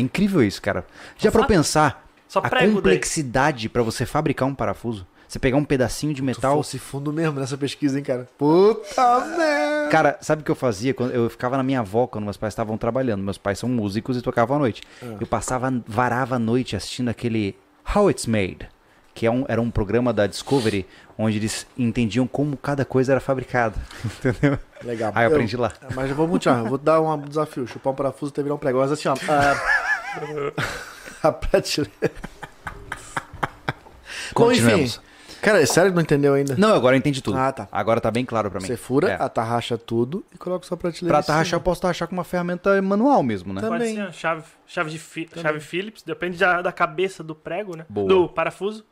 Speaker 1: É, incrível isso, cara. Já
Speaker 3: Só-
Speaker 1: pra pensar
Speaker 3: Só
Speaker 1: a
Speaker 3: prego daí.
Speaker 1: complexidade pra você fabricar um parafuso, você pegar um pedacinho de
Speaker 2: Tu
Speaker 1: metal...
Speaker 2: fosse Tá fundo mesmo nessa pesquisa, hein, cara? Puta merda!
Speaker 1: Cara, sabe o que eu fazia? Quando eu ficava na minha avó quando meus pais estavam trabalhando. Meus pais são músicos e tocavam à noite.
Speaker 2: Ah.
Speaker 1: Eu passava, varava a noite assistindo aquele How It's Made, que é um- era um programa da Discovery, onde eles entendiam como cada coisa era fabricada. Entendeu?
Speaker 2: Legal.
Speaker 1: Aí eu aprendi lá.
Speaker 2: É, Mas eu vou mudar, eu vou dar um desafio, chupar um parafuso até virar um prego. Mas assim, ó. é, A, a prateleira. Bom, enfim.
Speaker 1: Continuamos.
Speaker 2: Cara, é sério que não entendeu ainda?
Speaker 1: Não, agora eu entendi tudo.
Speaker 2: Ah, tá.
Speaker 1: Agora tá bem claro pra mim.
Speaker 2: Você fura, né?
Speaker 1: É.
Speaker 2: atarracha tudo e coloca sua prateleira.
Speaker 1: Pra
Speaker 2: em cima.
Speaker 1: tarrachar, eu posso tarrachar com uma ferramenta manual mesmo, né?
Speaker 2: Tá.
Speaker 3: Pode
Speaker 2: também.
Speaker 3: ser uma chave, chave, de fi- chave Phillips, depende da, da cabeça do prego, né?
Speaker 1: Boa.
Speaker 3: Do parafuso.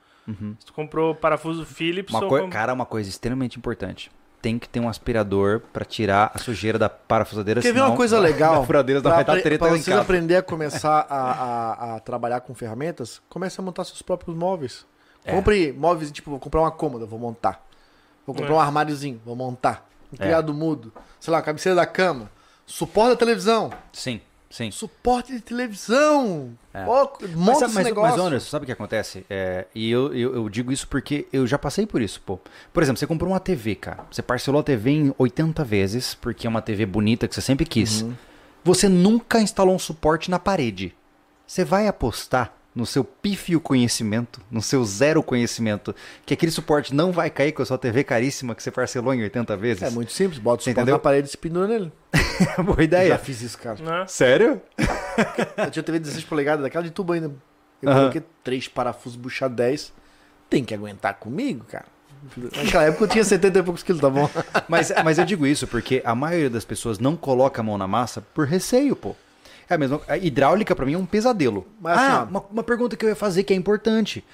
Speaker 3: Se tu comprou parafuso Phillips
Speaker 1: Uma
Speaker 3: ou
Speaker 1: coi-
Speaker 3: com-
Speaker 1: Cara, uma coisa extremamente importante. Tem que ter um aspirador pra tirar a sujeira da parafusadeira.
Speaker 2: Quer ver
Speaker 1: senão
Speaker 2: uma coisa
Speaker 1: a-
Speaker 2: legal?
Speaker 1: A furadeira não vai dar
Speaker 2: apre-
Speaker 1: treta
Speaker 2: pra
Speaker 1: lá em
Speaker 2: vocês
Speaker 1: casa.
Speaker 2: aprender a começar a, a- a trabalhar com ferramentas, comece a montar seus próprios móveis.
Speaker 1: É.
Speaker 2: Compre móveis, tipo, vou comprar uma cômoda, vou montar. Vou comprar
Speaker 3: É.
Speaker 2: um armáriozinho, vou montar. Um
Speaker 1: É.
Speaker 2: criado mudo. Sei lá, cabeceira da cama. Suporte da televisão.
Speaker 1: Sim, sim.
Speaker 2: Suporte de televisão.
Speaker 1: É.
Speaker 2: Ó,
Speaker 1: Mas,
Speaker 2: monta
Speaker 1: sabe-
Speaker 2: esse
Speaker 1: mas,
Speaker 2: negócio.
Speaker 1: mas, Anderson, sabe o que acontece? É, e eu, eu, eu digo isso porque eu já passei por isso, pô. Por exemplo, você comprou uma TV, cara. Você parcelou a TV em 80 vezes, porque é uma TV bonita que você sempre quis.
Speaker 2: Uhum.
Speaker 1: Você nunca instalou um suporte na parede. Você vai apostar no seu pífio conhecimento, no seu zero conhecimento, que aquele suporte não vai cair com a sua TV caríssima que você parcelou em 80 vezes?
Speaker 2: É muito simples, bota o suporte
Speaker 1: Entendeu?
Speaker 2: na parede e se pendura nele.
Speaker 1: boa
Speaker 2: Eu já
Speaker 1: ideia.
Speaker 2: fiz isso, cara.
Speaker 3: né?
Speaker 1: Sério?
Speaker 2: Eu tinha TV 16 polegadas, daquela de tubo ainda. Eu
Speaker 1: Aham.
Speaker 2: coloquei três parafusos, bucha 10. Tem que aguentar comigo, cara. Naquela época eu tinha 70 e poucos quilos, tá bom?
Speaker 1: Mas, mas eu digo isso porque a maioria das pessoas não coloca a mão na massa por receio, pô. É a mesma. A hidráulica pra mim é um pesadelo.
Speaker 2: Mas assim,
Speaker 1: ah,
Speaker 2: ó.
Speaker 1: uma, uma pergunta que eu ia fazer que é importante.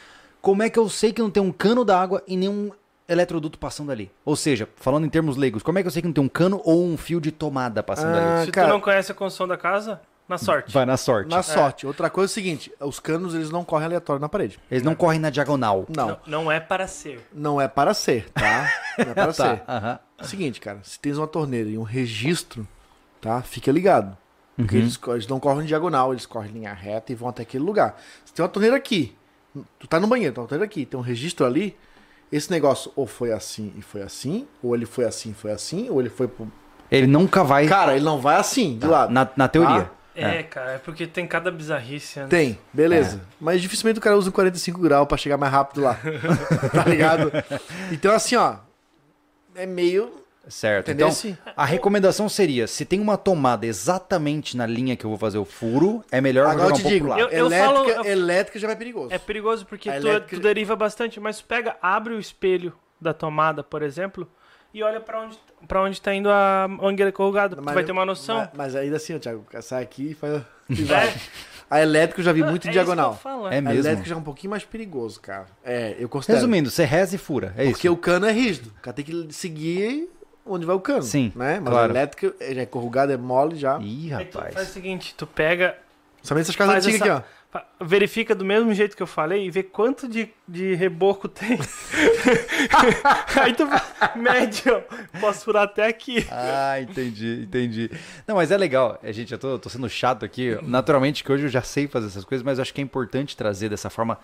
Speaker 1: Como é que eu sei que não tem um cano d'água e nenhum eletroduto passando ali? Ou seja, falando em termos leigos, como é que eu sei que não tem um cano ou um fio de tomada passando
Speaker 2: Ah,
Speaker 1: ali?
Speaker 3: Se
Speaker 2: cara.
Speaker 3: tu não conhece a construção da casa, na sorte.
Speaker 1: Vai na sorte.
Speaker 2: Na sorte. Outra coisa é o seguinte, os canos eles não correm aleatório na parede.
Speaker 1: Eles não correm na diagonal.
Speaker 2: Não,
Speaker 3: Não, não é para ser.
Speaker 2: não é para ser, tá? Não é para
Speaker 1: Tá.
Speaker 2: ser.
Speaker 1: aham.
Speaker 2: Seguinte, cara, se tens uma torneira e um registro, tá? Fica ligado.
Speaker 1: Uhum.
Speaker 2: Porque eles, co- eles não correm em diagonal, eles correm em linha reta e vão até aquele lugar. Se tem uma torneira aqui, tu tá no banheiro, tem uma torneira aqui, tem um registro ali, esse negócio ou foi assim e foi assim, ou ele foi assim e foi assim, ou ele foi pro...
Speaker 1: Ele nunca vai.
Speaker 2: Cara, ele não vai assim, de lado.
Speaker 1: Tá, na, na teoria.
Speaker 2: Tá?
Speaker 3: É, cara, é porque tem cada bizarrice. né?
Speaker 2: Tem,
Speaker 1: É.
Speaker 2: beleza. Mas dificilmente o cara usa um 45 graus pra chegar mais rápido lá. tá ligado? Então assim, ó, é meio...
Speaker 1: Certo.
Speaker 2: Entendeu?
Speaker 1: Então, a recomendação seria, se tem uma tomada exatamente na linha que eu vou fazer o furo, é melhor
Speaker 2: Agora eu
Speaker 1: jogar um
Speaker 2: te
Speaker 1: pouco
Speaker 2: digo,
Speaker 1: pro lado.
Speaker 3: Eu- eu
Speaker 2: elétrica,
Speaker 3: falo- eu-
Speaker 2: elétrica já é perigoso.
Speaker 3: É perigoso porque
Speaker 2: A
Speaker 3: tu,
Speaker 2: elétrica-
Speaker 3: tu deriva bastante, mas tu pega, abre o espelho da tomada, por exemplo, e olha pra onde, pra onde tá indo a mangueira corrugada. tu
Speaker 2: Mas-
Speaker 3: vai ter uma noção.
Speaker 2: Mas, mas ainda assim, ó, Thiago, sai aqui e faz. E vai. A elétrica eu já vi
Speaker 3: Não,
Speaker 2: muito
Speaker 3: é
Speaker 2: em
Speaker 3: isso
Speaker 2: diagonal.
Speaker 3: que eu falo,
Speaker 1: É
Speaker 3: é.
Speaker 2: A elétrica
Speaker 1: mesmo.
Speaker 2: já é um pouquinho mais perigoso, cara. É, eu considero.
Speaker 1: Resumindo, você reza e fura. É
Speaker 2: Porque
Speaker 1: isso.
Speaker 2: o cano é rígido. O cara tem que seguir onde vai o cano.
Speaker 1: Sim,
Speaker 2: Né? Mas
Speaker 1: claro.
Speaker 2: a elétrica é- já é corrugada, é mole já.
Speaker 1: Ih,
Speaker 3: Aí tu faz o
Speaker 1: rapaz.
Speaker 3: seguinte, tu pega,
Speaker 2: Somente essas casas
Speaker 3: Faz
Speaker 2: antigas
Speaker 3: essa-
Speaker 2: aqui, ó.
Speaker 3: fa- verifica do mesmo jeito que eu falei e vê quanto de, de reboco tem. Aí tu mede, ó, posso furar até aqui.
Speaker 1: Ah, entendi, entendi. Não, mas é legal. É, gente, eu tô, tô sendo chato aqui. Naturalmente que hoje eu já sei fazer essas coisas, mas eu acho que é importante trazer dessa forma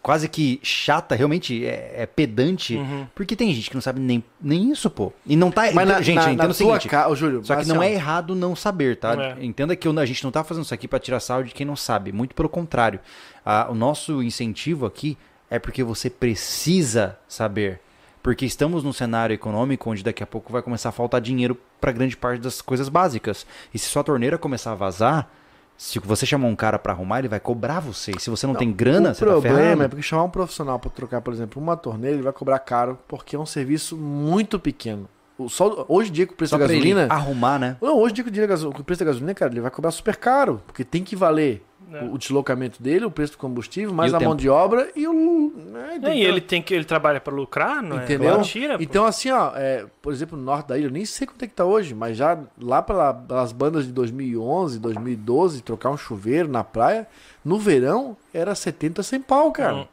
Speaker 1: quase que chata, realmente é, é pedante, porque tem gente que não sabe nem, nem isso, pô. E não tá...
Speaker 2: Uhum. Mas na,
Speaker 1: gente,
Speaker 2: na,
Speaker 1: eu entendo
Speaker 2: na
Speaker 1: o
Speaker 2: tua
Speaker 1: seguinte...
Speaker 2: ca- ô, Júlio,
Speaker 1: Só que
Speaker 2: mas
Speaker 1: não é
Speaker 2: assim, ó,
Speaker 1: errado não saber, tá?
Speaker 3: Não é.
Speaker 1: Entenda que eu- a gente não tá fazendo isso aqui pra tirar sarro de quem não sabe. Muito pelo contrário. Ah, o nosso incentivo aqui é porque você precisa saber. Porque estamos num cenário econômico onde daqui a pouco vai começar a faltar dinheiro pra grande parte das coisas básicas. E se sua torneira começar a vazar, se você chamar um cara pra arrumar, ele vai cobrar você. E se você não, tem grana,
Speaker 2: O
Speaker 1: você tá ferrado.
Speaker 2: problema é porque chamar um profissional pra trocar, por exemplo, uma torneira, ele vai cobrar caro porque é um serviço muito pequeno. O- Só, hoje em dia com o preço
Speaker 1: Só
Speaker 2: da
Speaker 1: pra ele
Speaker 2: gasolina.
Speaker 1: arrumar, né?
Speaker 2: Não, hoje em dia com o dinheiro da gaso- com o preço da gasolina, cara, ele vai cobrar super caro. Porque tem que valer
Speaker 3: É.
Speaker 2: o, o deslocamento dele, o preço do combustível, mais
Speaker 1: E o
Speaker 2: a mão
Speaker 1: tempo.
Speaker 2: de obra e o. né, tem
Speaker 3: E
Speaker 2: que-
Speaker 3: ele tem que ele trabalha pra lucrar, não
Speaker 2: Entendeu?
Speaker 3: é? Mentira, pô.
Speaker 2: Então, assim, ó, é, por exemplo, no norte da ilha, eu nem sei quanto é que tá hoje, mas já lá pela- pelas bandas de 2011, 2012, trocar um chuveiro na praia, no verão era 70, 100 pau, cara.
Speaker 3: Hum.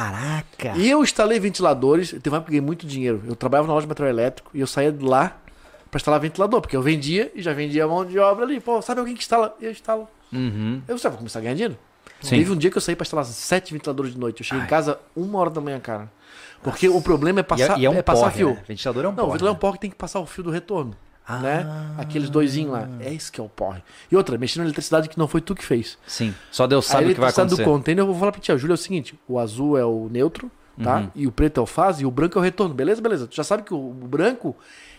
Speaker 1: Caraca!
Speaker 2: E eu instalei ventiladores, eu teve uma época que ganhei muito dinheiro. Eu trabalhava na loja de material elétrico e eu saía de lá pra instalar ventilador, porque eu vendia e já vendia a mão de obra ali. Pô, sabe alguém que instala? Eu instalo.
Speaker 1: Uhum.
Speaker 2: Eu já vou começar a ganhar dinheiro.
Speaker 1: Sim.
Speaker 2: Teve um dia que eu saí pra instalar sete ventiladores de noite. Eu cheguei em casa uma hora da manhã, cara. Porque o problema é
Speaker 1: E é-
Speaker 2: passar,
Speaker 1: e é um
Speaker 2: passar
Speaker 1: porre,
Speaker 2: fio.
Speaker 1: né? Ventilador é um
Speaker 2: Não, o
Speaker 1: porre,
Speaker 2: ventilador é
Speaker 1: né?
Speaker 2: um porre que tem que passar o fio do retorno.
Speaker 1: Ah.
Speaker 2: Né? Aqueles doisinhos lá. É isso que é o porre. E outra, mexendo na eletricidade que não foi tu que fez.
Speaker 1: Sim. Só Deus
Speaker 2: a
Speaker 1: sabe o que vai
Speaker 2: eletricidade
Speaker 1: acontecer.
Speaker 2: tá do container, eu vou falar pra ti, ó, Júlio, é o seguinte: o azul é o neutro, tá?
Speaker 1: Uhum.
Speaker 2: E o preto é o fase e o branco é o retorno. Beleza, beleza. Tu já sabe que o o branco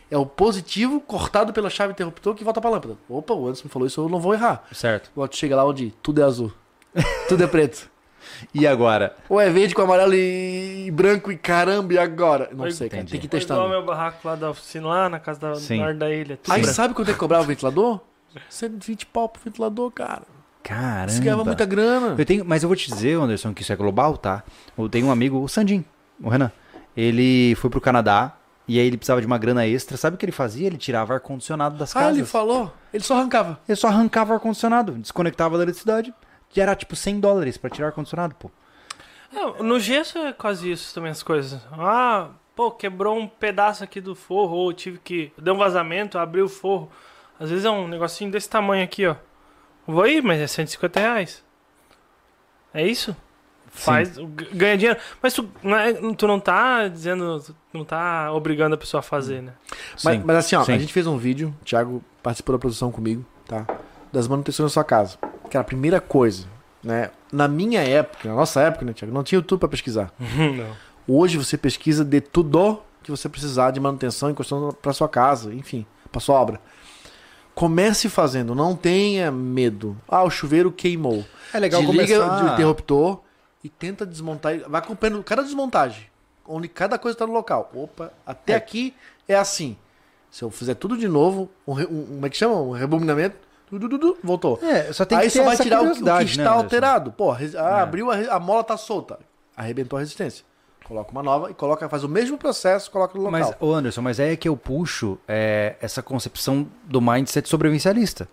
Speaker 2: é o positivo cortado pela chave interruptor que volta pra lâmpada. Opa, o Anderson me falou isso, eu não vou errar.
Speaker 1: Certo.
Speaker 2: Agora tu chega lá onde tudo é azul. tudo é preto.
Speaker 1: E agora?
Speaker 2: Ou é verde com amarelo e, e branco e caramba, e agora? Não
Speaker 3: Foi-
Speaker 2: sei, cara.
Speaker 1: Entendi.
Speaker 2: Tem que
Speaker 3: Foi
Speaker 2: testar.
Speaker 3: Igual
Speaker 2: né?
Speaker 3: é, meu barraco lá da oficina, lá na casa da
Speaker 1: Sim.
Speaker 3: norte da ilha. tudo
Speaker 2: Aí
Speaker 3: branco.
Speaker 2: sabe quanto é que cobrava o ventilador? 120 pau pro ventilador, cara.
Speaker 1: Caramba.
Speaker 2: Isso ganhava muita grana.
Speaker 1: Eu tenho, mas eu vou te dizer, Anderson, que isso é global, tá? Eu tenho um amigo, o Sandin, o Renan. Ele foi pro Canadá e aí ele precisava de uma grana extra. Sabe o que ele fazia? Ele tirava ar-condicionado das
Speaker 2: Ah,
Speaker 1: casas.
Speaker 2: ele falou. Ele só arrancava.
Speaker 1: Ele só arrancava o ar-condicionado, desconectava da eletricidade. E era tipo 100 dólares pra tirar ar-condicionado, pô.
Speaker 3: É, no gesso é quase isso também as coisas. Ah, pô, quebrou um pedaço aqui do forro, ou tive que. Deu um vazamento, abriu o forro. Às vezes é um negocinho desse tamanho aqui, ó. Vou ir, mas é 150 reais. É isso? Faz, g- ganha dinheiro. Mas tu não, é- tu não tá dizendo, tu não tá obrigando a pessoa a fazer, né?
Speaker 2: Mas, mas assim, ó,
Speaker 1: Sim.
Speaker 2: a gente fez um vídeo, o Thiago participou da produção comigo, tá? Das manutenções da sua casa. Cara, a primeira coisa, né? Na minha época, na nossa época, né, Thiago? Não tinha YouTube pra pesquisar.
Speaker 4: Uhum.
Speaker 3: não.
Speaker 2: Hoje você pesquisa de tudo que você precisar de manutenção e construção pra sua casa, enfim, pra sua obra. Comece fazendo, não tenha medo. Ah, o chuveiro queimou.
Speaker 1: É legal
Speaker 2: Desliga
Speaker 1: começar...
Speaker 2: o interruptor e tenta desmontar. Vai acompanhando cada desmontagem, onde cada coisa está no local. Opa, até
Speaker 1: É.
Speaker 2: aqui é assim. Se eu fizer tudo de novo, um, re- um- como é que chama? Um rebobinamento, du- du- du- du, voltou.
Speaker 1: É, só tem
Speaker 2: Aí
Speaker 1: que ter
Speaker 2: só vai
Speaker 1: essa
Speaker 2: tirar o, que- o que
Speaker 1: curiosidade,
Speaker 2: está
Speaker 1: né, Anderson?
Speaker 2: alterado. Pô, res- ah,
Speaker 1: É.
Speaker 2: abriu, a, re- a mola tá solta. Arrebentou a resistência. Coloca uma nova e coloca, faz o mesmo processo, coloca no local.
Speaker 1: Mas, ô Anderson, mas aí é que eu puxo é, essa concepção do mindset sobrevivencialista.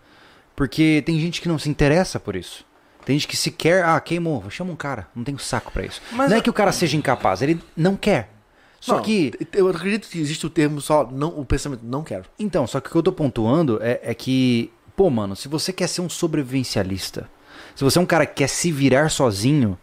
Speaker 1: Porque tem gente que não se interessa por isso. Tem gente que sequer. Ah, queimou, chama um cara. Não tenho saco pra isso.
Speaker 3: Mas
Speaker 1: não é
Speaker 3: eu-
Speaker 1: que o cara seja incapaz, ele não quer. Só
Speaker 2: Não,
Speaker 1: que.
Speaker 2: Eu acredito que existe o termo só, não, o pensamento, não quero.
Speaker 1: Então, só que o que eu tô pontuando é, é que, pô, mano, se você quer ser um sobrevivencialista, se você é um cara que quer se virar sozinho,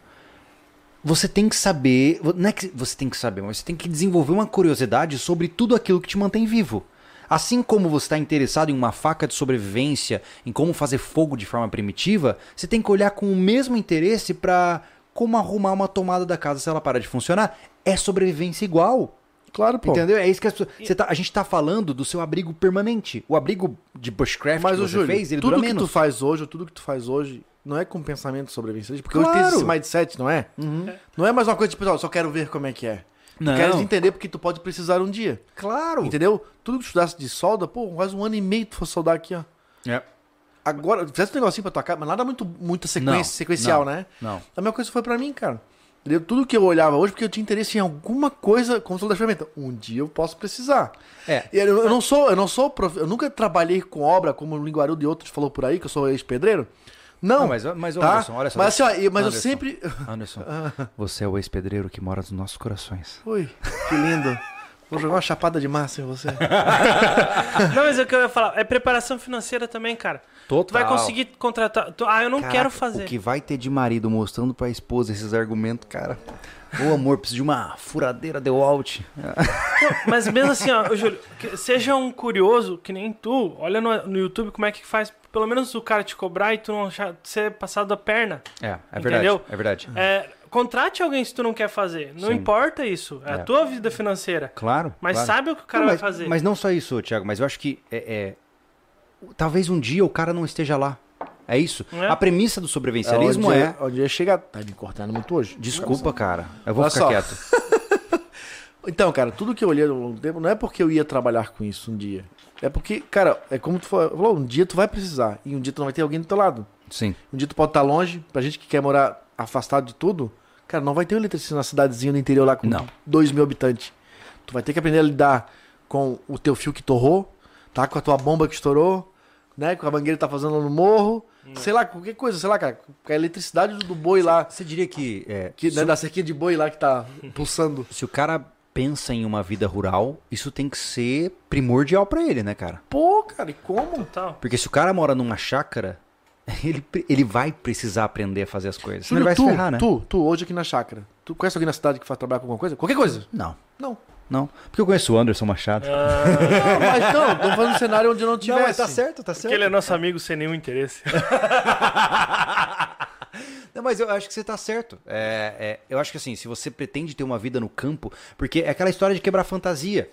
Speaker 1: você tem que saber. Não é que você tem que saber, mas você tem que desenvolver uma curiosidade sobre tudo aquilo que te mantém vivo. Assim como você está interessado em uma faca de sobrevivência, em como fazer fogo de forma primitiva, você tem que olhar com o mesmo interesse pra como arrumar uma tomada da casa se ela parar de funcionar. É sobrevivência igual.
Speaker 2: Claro, pô.
Speaker 1: Entendeu? É isso que as pessoas. você tá- a gente tá falando do seu abrigo permanente. O abrigo de bushcraft
Speaker 2: Mas
Speaker 1: que
Speaker 2: o
Speaker 1: É você
Speaker 2: Júlio,
Speaker 1: fez, ele
Speaker 2: tudo
Speaker 1: dura
Speaker 2: que
Speaker 1: menos.
Speaker 2: tu faz hoje, tudo que tu faz hoje, não é com pensamento sobre sobrevivência. Porque hoje
Speaker 1: Claro. Uhum.
Speaker 2: tem esse mindset, não é? Não é mais uma coisa de pessoal, só quero ver como é que é.
Speaker 1: Não.
Speaker 2: Tu queres entender porque tu pode precisar um dia.
Speaker 1: Claro.
Speaker 2: Entendeu? Tudo que tu estudasse de solda, pô, quase um ano e meio tu for soldar aqui, ó.
Speaker 1: É.
Speaker 2: Agora, fizesse um negocinho pra tua casa, mas nada muito muita sequência,
Speaker 1: Não,
Speaker 2: sequencial,
Speaker 1: não,
Speaker 2: né?
Speaker 1: não.
Speaker 2: A mesma coisa foi pra mim, cara. Entendeu? Tudo que eu olhava hoje, porque eu tinha interesse em alguma coisa como solda de ferramenta. Um dia eu posso precisar.
Speaker 1: É.
Speaker 2: E Eu, eu não sou, eu não sou, prof- eu nunca trabalhei com obra como o linguarudo de outros falou por aí que eu sou ex-pedreiro. Não,
Speaker 1: Não, mas- mas, ô,
Speaker 2: tá?
Speaker 1: Anderson, olha só,
Speaker 2: Mas assim, ó, e- mas eu
Speaker 1: Anderson.
Speaker 2: sempre,
Speaker 1: Anderson,
Speaker 2: Ah.
Speaker 1: você é o ex-pedreiro que mora nos nossos corações.
Speaker 2: ui, que lindo. Vou jogar uma chapada de massa em você.
Speaker 3: Não, mas é o que eu ia falar. É preparação financeira também, cara. Tu vai conseguir contratar. tu- ah, eu não
Speaker 4: Caraca,
Speaker 3: quero fazer.
Speaker 4: O que vai ter de marido mostrando pra esposa esses argumentos, cara. Ô amor, preciso de uma furadeira de out.
Speaker 3: Mas mesmo assim, ó, ô, Júlio, que- seja um curioso que nem tu, olha no, no YouTube como é que faz. Pelo menos o cara te cobrar e tu não achar, ser passado a perna.
Speaker 1: É, é verdade.
Speaker 3: Entendeu?
Speaker 1: É verdade.
Speaker 3: É, contrate alguém se tu não quer fazer. Não
Speaker 1: Sim.
Speaker 3: importa isso. É,
Speaker 1: É.
Speaker 3: a tua vida financeira.
Speaker 1: Claro.
Speaker 3: Mas
Speaker 1: claro.
Speaker 3: sabe o que o cara
Speaker 1: Não,
Speaker 3: vai
Speaker 1: mas,
Speaker 3: fazer.
Speaker 1: Mas não só isso, Thiago, mas eu acho que é, é, talvez um dia o cara não esteja lá. É isso.
Speaker 3: Não é?
Speaker 1: A premissa do sobrevivencialismo
Speaker 2: onde,
Speaker 1: é.
Speaker 2: Onde ia chegar. Tá me cortando muito hoje.
Speaker 1: Desculpa, cara. Eu vou
Speaker 2: Olha
Speaker 1: ficar
Speaker 2: só.
Speaker 1: quieto.
Speaker 2: Então, cara, tudo que eu olhei ao longo do tempo não é porque eu ia trabalhar com isso um dia. É porque, cara, é como tu fa- falou, um dia tu vai precisar e um dia tu não vai ter alguém do teu lado.
Speaker 1: Sim.
Speaker 2: Um dia tu pode estar longe, pra gente que quer morar afastado de tudo, cara, não vai ter um eletricista na cidadezinha do interior lá com
Speaker 1: Não.
Speaker 2: 2 mil habitantes. Tu vai ter que aprender a lidar com o teu fio que torrou, tá? Com a tua bomba que estourou, né? Com a mangueira que tá fazendo lá no morro. Sei lá, qualquer coisa, sei lá, cara. Com a eletricidade do boi lá,
Speaker 1: Você diria que, é,
Speaker 2: que,
Speaker 1: se,
Speaker 2: né, da cerquinha de boi lá que tá pulsando.
Speaker 1: se o cara pensa em uma vida rural, isso tem que ser primordial pra ele, né, cara?
Speaker 2: Pô, cara, e como?
Speaker 3: Tal.
Speaker 1: Porque se o cara mora numa chácara, ele, pre- ele vai precisar aprender a fazer as coisas. Senão
Speaker 2: Júlio,
Speaker 1: ele vai
Speaker 2: tu,
Speaker 1: se ferrar, né?
Speaker 2: tu, tu, hoje aqui na chácara. Tu conhece alguém na cidade que faz trabalhar com alguma coisa? Qualquer coisa?
Speaker 1: Não,
Speaker 2: Não.
Speaker 1: não. Porque eu conheço o Anderson Machado.
Speaker 3: É.
Speaker 2: Não, mas não, tô falando um cenário onde eu não tivesse.
Speaker 1: certo, tá certo.
Speaker 3: Porque ele é nosso amigo sem nenhum interesse.
Speaker 1: É Não, mas eu acho que você tá certo. É, é, eu acho que assim, se você pretende ter uma vida no campo, porque é aquela história de quebrar fantasia.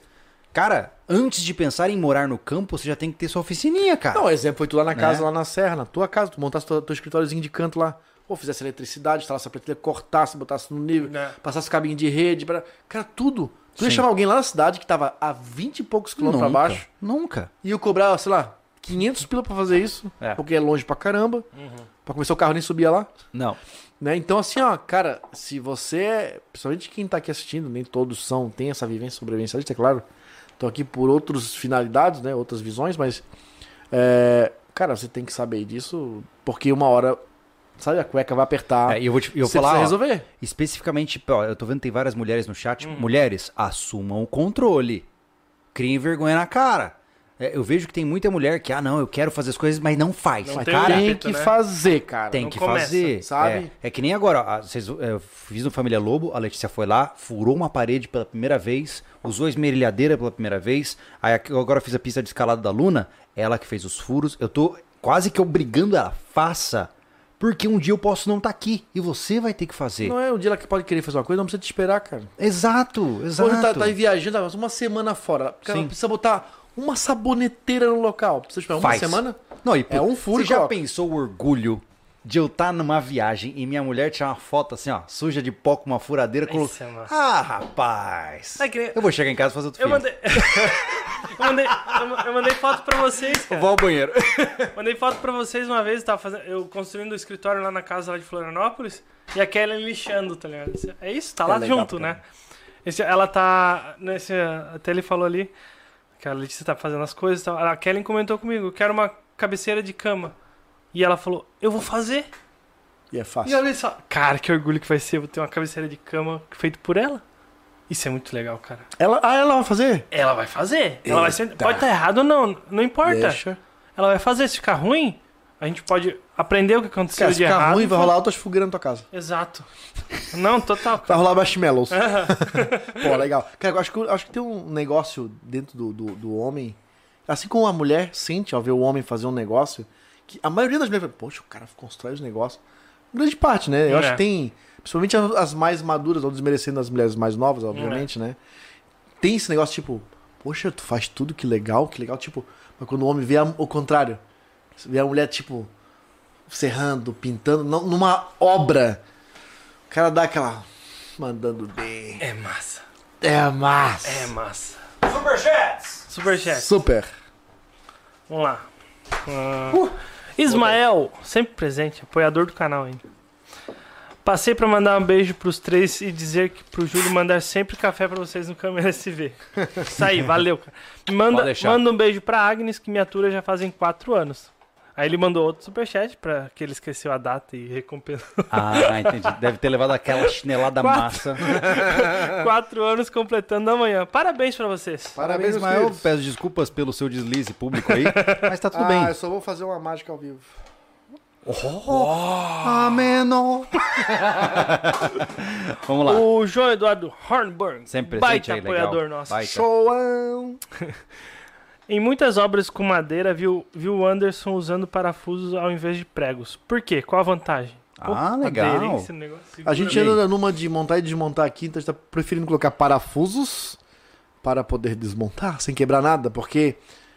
Speaker 1: Cara, antes de pensar em morar no campo, você já tem que ter sua oficininha, cara.
Speaker 2: Não, o exemplo foi tu lá na casa,
Speaker 1: Né?
Speaker 2: lá na serra, na tua casa, tu montasse teu, teu escritóriozinho de canto lá. Ou fizesse eletricidade, instalasse a prateleira, cortasse, botasse no nível,
Speaker 3: Né.
Speaker 2: passasse cabinho de rede, pra... cara, tudo. Tu ia
Speaker 1: Sim.
Speaker 2: chamar alguém lá na cidade que tava a 20 e poucos quilômetros
Speaker 1: nunca,
Speaker 2: pra baixo
Speaker 1: Nunca.
Speaker 2: e eu cobrar, sei lá, 500 pila pra fazer isso,
Speaker 1: É.
Speaker 2: porque é longe pra caramba. Pra começar o carro nem subia lá.
Speaker 1: Não.
Speaker 2: Né? Então, assim, ó, cara, se você, principalmente quem tá aqui assistindo, nem todos são, tem essa vivência sobrevivencialista, é claro. Tô aqui por outras finalidades, né? Outras visões, mas. é, cara, você tem que saber disso, porque uma hora, sabe, a cueca vai apertar.
Speaker 1: É, e eu vou te, eu vou
Speaker 2: você
Speaker 1: falar. ó,
Speaker 2: precisa resolver.
Speaker 1: Especificamente, ó, eu tô vendo que tem várias mulheres no chat. Mulheres, assumam o controle. Criem vergonha na cara. É, eu vejo que tem muita mulher que, ah, não, eu quero fazer as coisas, mas não faz.
Speaker 3: Não
Speaker 1: Mas,
Speaker 3: tem
Speaker 1: cara,
Speaker 3: jeito.
Speaker 2: tem
Speaker 3: capeta,
Speaker 2: que
Speaker 3: né?
Speaker 2: fazer, cara.
Speaker 1: um Tem
Speaker 3: Não
Speaker 1: que
Speaker 3: começa,
Speaker 1: fazer.
Speaker 2: sabe?
Speaker 1: É, É que nem agora. ó, Vocês, eu fiz no Família Lobo, a Letícia foi lá, furou uma parede pela primeira vez, usou esmerilhadeira pela primeira vez. Aí aqui- eu agora fiz a pista de escalada da Luna, ela que fez os furos. Eu tô quase que obrigando ela, faça. Porque um dia eu posso não estar aqui e você vai ter que fazer.
Speaker 2: Não é o dia lá que pode querer fazer uma coisa, não precisa te esperar, cara.
Speaker 1: Exato, exato.
Speaker 2: Hoje tá, tá aí viajando, tá uma semana fora. Cara,
Speaker 1: Sim.
Speaker 2: precisa botar uma saboneteira no local. Precisa esperar uma
Speaker 1: Faz.
Speaker 2: semana?
Speaker 1: Não, e
Speaker 2: É um furo
Speaker 1: Você já
Speaker 2: coloca.
Speaker 1: pensou o orgulho de eu estar numa viagem e minha mulher tirar uma foto assim, ó, suja de pó com uma furadeira? colo-
Speaker 3: Isso é massa.
Speaker 1: Ah, rapaz.
Speaker 3: É que nem-
Speaker 1: Eu vou chegar em casa e fazer outro
Speaker 3: Eu
Speaker 1: filme.
Speaker 3: mandei. eu, mandei eu ma- eu mandei foto pra vocês, cara.
Speaker 1: Vou ao banheiro.
Speaker 3: Mandei foto pra vocês uma vez, eu tava fazendo, eu construindo o escritório lá na casa lá de Florianópolis e a Kelly lixando, tá ligado? Isso- É isso, tá lá
Speaker 2: legal
Speaker 3: junto,
Speaker 2: pra
Speaker 3: né? Esse- ela tá. Nesse, até ele falou ali que a Letícia tá fazendo as coisas e tal. A Kelly comentou comigo, eu quero uma cabeceira de cama. E ela falou, eu vou fazer.
Speaker 2: E é fácil.
Speaker 3: E olha só, cara, que orgulho que vai ser, eu vou ter uma cabeceira de cama feita por ela. Isso é muito legal, cara.
Speaker 2: Ela, ah, ela vai fazer?
Speaker 3: Ela vai fazer. Ela vai ser,
Speaker 2: Eita.
Speaker 3: pode estar errado ou não, não importa.
Speaker 2: Deixa.
Speaker 3: Ela vai fazer. Se ficar ruim, a gente pode aprender o que aconteceu
Speaker 2: Cara,
Speaker 3: de
Speaker 2: se ficar
Speaker 3: errado.
Speaker 2: ruim,
Speaker 3: e
Speaker 2: vai
Speaker 3: falar-
Speaker 2: rolar outras fogueiras na tua casa.
Speaker 3: Exato. Não, total.
Speaker 2: Vai
Speaker 3: cara.
Speaker 2: rolar marshmallows. Pô, legal. Cara, eu acho que, eu acho que tem um negócio dentro do, do, do homem. Assim como a mulher sente ao ver o homem fazer um negócio, que a maioria das mulheres fala, poxa, o cara constrói os negócios. Grande parte, né? Eu
Speaker 3: É.
Speaker 2: acho
Speaker 3: É.
Speaker 2: que tem. Principalmente as as mais maduras, ou desmerecendo as mulheres mais novas, obviamente, né? tem esse negócio tipo, poxa, tu faz tudo, que legal, que legal. Tipo, mas quando o homem vê a- o contrário, vê a mulher, tipo, serrando, pintando, não- numa obra, o cara dá aquela. Mandando bem.
Speaker 3: É massa.
Speaker 2: É massa.
Speaker 3: É massa.
Speaker 1: Superchats!
Speaker 3: Superchat.
Speaker 2: Super.
Speaker 3: Vamos lá. Ah,
Speaker 1: Uh,
Speaker 3: Ismael, sempre presente, apoiador do canal ainda. Passei pra mandar um beijo pros três e dizer que pro Júlio mandar sempre café pra vocês no Câmera SV. Isso aí, valeu, cara. Manda,
Speaker 1: Pode deixar.
Speaker 3: manda um beijo pra Agnes, que me atura já fazem quatro anos. Aí ele mandou outro superchat pra que ele esqueceu a data e recompensou.
Speaker 1: Ah, entendi. Deve ter levado aquela chinelada
Speaker 3: Quatro.
Speaker 1: massa.
Speaker 3: quatro anos completando amanhã. Parabéns pra vocês.
Speaker 2: Parabéns,
Speaker 1: Mas eu
Speaker 2: Mael.
Speaker 1: peço desculpas pelo seu deslize público aí, mas tá tudo
Speaker 2: Ah, eu
Speaker 1: bem.
Speaker 2: só vou fazer uma mágica ao vivo.
Speaker 4: Ameno.
Speaker 1: Vamos lá.
Speaker 3: O João Eduardo Hornburg,
Speaker 1: Sempre presente
Speaker 3: baita
Speaker 1: aí, legal.
Speaker 3: apoiador nosso.
Speaker 1: Baita.
Speaker 2: Showão!
Speaker 3: Em muitas obras com madeira, viu, viu o Anderson usando parafusos ao invés de pregos. Por quê? Qual a vantagem?
Speaker 1: Ah, legal.
Speaker 3: aderência no negócio. Segura
Speaker 2: A gente
Speaker 3: bem.
Speaker 2: anda numa de montar e desmontar aqui, então a gente tá preferindo colocar parafusos para poder desmontar sem quebrar nada, porque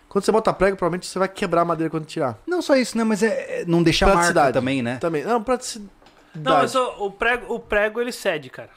Speaker 2: quando você bota prego, provavelmente você vai quebrar a madeira quando tirar.
Speaker 4: Não só isso, né? Mas é, é não deixar marca
Speaker 2: Praticidade.
Speaker 4: também, né?
Speaker 2: Também. Não, praticidade.
Speaker 3: Não, eu sou, o, prego, o prego ele cede, cara.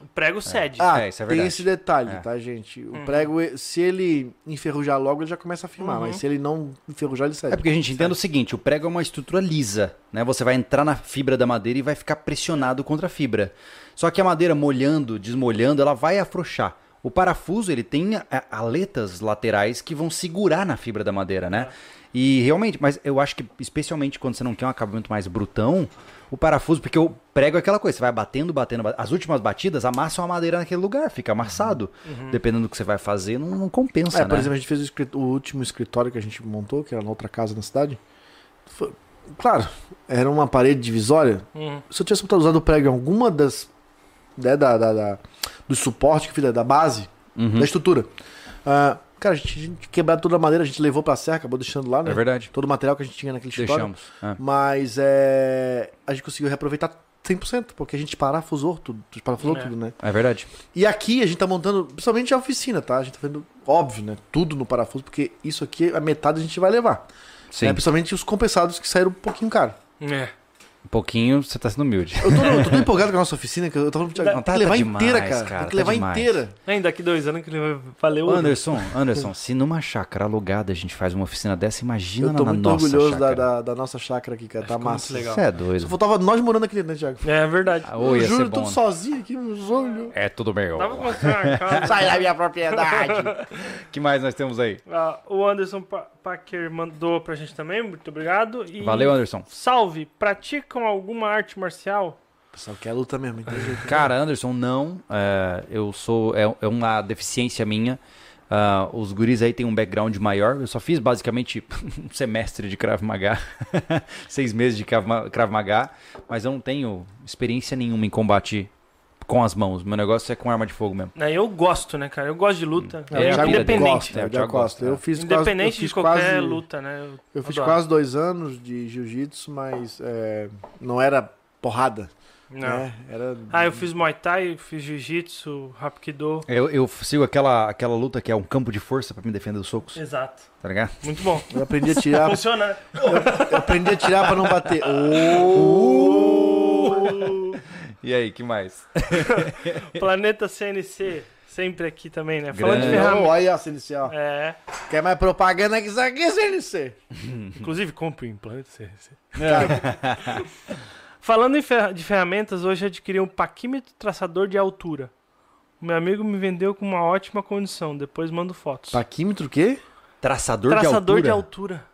Speaker 3: O prego cede.
Speaker 2: Ah,
Speaker 1: É, isso é
Speaker 2: tem
Speaker 1: verdade.
Speaker 2: esse detalhe,
Speaker 1: É.
Speaker 2: tá, gente? O prego, eh, se ele enferrujar logo, ele já começa a firmar,
Speaker 3: Uhum.
Speaker 2: mas se ele não enferrujar, ele
Speaker 1: É
Speaker 2: serve.
Speaker 1: porque a gente entende o seguinte, o prego é uma estrutura lisa, né? Você vai entrar na fibra da madeira e vai ficar pressionado contra a fibra. Só que a madeira molhando, desmolhando, ela vai afrouxar. O parafuso, ele tem a- aletas laterais que vão segurar na fibra da madeira, né? E realmente, mas eu acho que especialmente quando você não quer um acabamento mais brutão, o parafuso, porque o prego é aquela coisa, você vai batendo, batendo, batendo. as últimas batidas amassam a madeira naquele lugar, fica amassado. Dependendo do que você vai fazer, não, não compensa,
Speaker 2: Uhum. É,
Speaker 1: né?
Speaker 2: por exemplo, a gente fez o, escrit- o último escritório que a gente montou, que era na outra casa na cidade. Foi- Claro, era uma parede divisória.
Speaker 3: Uhum.
Speaker 2: Se eu tivesse botado- usado o prego em alguma das. Né, da, da, da- do suporte que fica da base,
Speaker 1: Uhum.
Speaker 2: da estrutura. ah, cara, a gente, a gente quebrado toda a madeira, a gente levou pra serra, acabou deixando lá, né?
Speaker 1: É verdade.
Speaker 2: Todo o material que a gente tinha naquele escritório.
Speaker 1: Deixamos. É.
Speaker 2: Mas é, a gente conseguiu reaproveitar 100%, porque a gente parafusou tudo, parafusou
Speaker 3: É.
Speaker 2: tudo, né?
Speaker 1: É verdade.
Speaker 2: E aqui a gente tá montando, principalmente a oficina, tá? A gente tá vendo, óbvio, né? Tudo no parafuso, porque isso aqui, a metade a gente vai levar.
Speaker 1: Sim.
Speaker 2: Né? Principalmente os compensados que saíram um pouquinho caro.
Speaker 3: É.
Speaker 1: Um pouquinho, você tá sendo humilde.
Speaker 2: Eu tô, eu tô tão empolgado com a nossa oficina que eu tô falando, Thiago,
Speaker 1: Não,
Speaker 2: tem
Speaker 1: tá-
Speaker 2: que levar
Speaker 1: tá
Speaker 2: inteira,
Speaker 1: demais,
Speaker 2: cara.
Speaker 1: cara,
Speaker 2: Tem que
Speaker 1: tá
Speaker 2: levar
Speaker 1: demais.
Speaker 2: inteira.
Speaker 3: Ainda daqui dois anos que ele vai valer o
Speaker 1: Anderson, Anderson, se numa chácara alugada a gente faz uma oficina dessa, imagina
Speaker 2: Eu tô
Speaker 1: na
Speaker 2: muito
Speaker 1: nossa
Speaker 2: orgulhoso da,
Speaker 1: chácara.
Speaker 2: da, da nossa chácara aqui, cara. Tá
Speaker 3: Ficou muito
Speaker 2: massa.
Speaker 3: legal.
Speaker 1: Você é
Speaker 2: Só
Speaker 1: doido.
Speaker 2: faltava nós morando aqui dentro, né, Thiago?
Speaker 3: É verdade.
Speaker 1: Ah, ô, ia
Speaker 2: Júlio,
Speaker 1: ser bom.
Speaker 2: tudo sozinho aqui, uns olhos.
Speaker 1: É tudo meu.
Speaker 3: Tava ah, construindo uma casa.
Speaker 4: Sai da minha propriedade.
Speaker 1: que mais nós temos aí?
Speaker 3: Ah, o Anderson Pa- Packer mandou pra gente também, muito obrigado. E
Speaker 1: Valeu, Anderson.
Speaker 3: Salve, praticam alguma arte marcial?
Speaker 2: Pessoal, que é luta mesmo, entendeu?
Speaker 1: Cara, Anderson, não. é, eu sou. É, é uma deficiência minha. Ah, os guris aí têm um background maior. Eu só fiz basicamente um semestre de Krav Maga, seis meses de Krav Ma- Krav Maga, mas eu não tenho experiência nenhuma em combate com as mãos. Meu negócio é com arma de fogo mesmo.
Speaker 3: Né, Eu gosto, né, cara? Eu gosto de luta.
Speaker 1: É,
Speaker 3: Eu-
Speaker 1: a vida dele.
Speaker 3: independente.
Speaker 2: Gosta,
Speaker 1: É,
Speaker 2: é,
Speaker 1: o
Speaker 2: o
Speaker 1: Thiago
Speaker 2: Thiago gosta.
Speaker 1: gosta,
Speaker 2: Eu fiz quase-
Speaker 3: Independente
Speaker 2: eu fiz
Speaker 3: de qualquer
Speaker 2: quase-
Speaker 3: luta, né? Eu,
Speaker 2: Eu fiz
Speaker 3: adoro.
Speaker 2: quase dois anos de jiu-jitsu, mas é, não era porrada.
Speaker 3: Não.
Speaker 2: Né? Era
Speaker 3: Ah, eu fiz Muay Thai, eu fiz Jiu-Jitsu, Rapkido.
Speaker 1: Eu, eu sigo aquela, aquela luta que é um campo de força pra me defender dos socos,
Speaker 3: Exato.
Speaker 1: tá ligado?
Speaker 3: Muito bom.
Speaker 2: Eu aprendi a tirar,
Speaker 3: Funciona, né?
Speaker 2: eu aprendi a tirar para não bater. Oh!
Speaker 1: E aí, que mais?
Speaker 3: Planeta CNC, sempre aqui também, né? Falando de
Speaker 1: Grande.
Speaker 2: Oh,
Speaker 3: ferramenta.
Speaker 2: olha a CNC, ó.
Speaker 3: É.
Speaker 2: Quer mais propaganda que isso aqui, CNC?
Speaker 3: Inclusive, compre em Planeta CNC.
Speaker 1: É.
Speaker 3: Falando em fer- de ferramentas, hoje adquiri um paquímetro traçador de altura. O meu amigo me vendeu com uma ótima condição, depois mando fotos.
Speaker 2: Paquímetro o quê?
Speaker 1: Traçador,
Speaker 3: traçador
Speaker 1: de
Speaker 3: de
Speaker 1: altura.
Speaker 3: altura.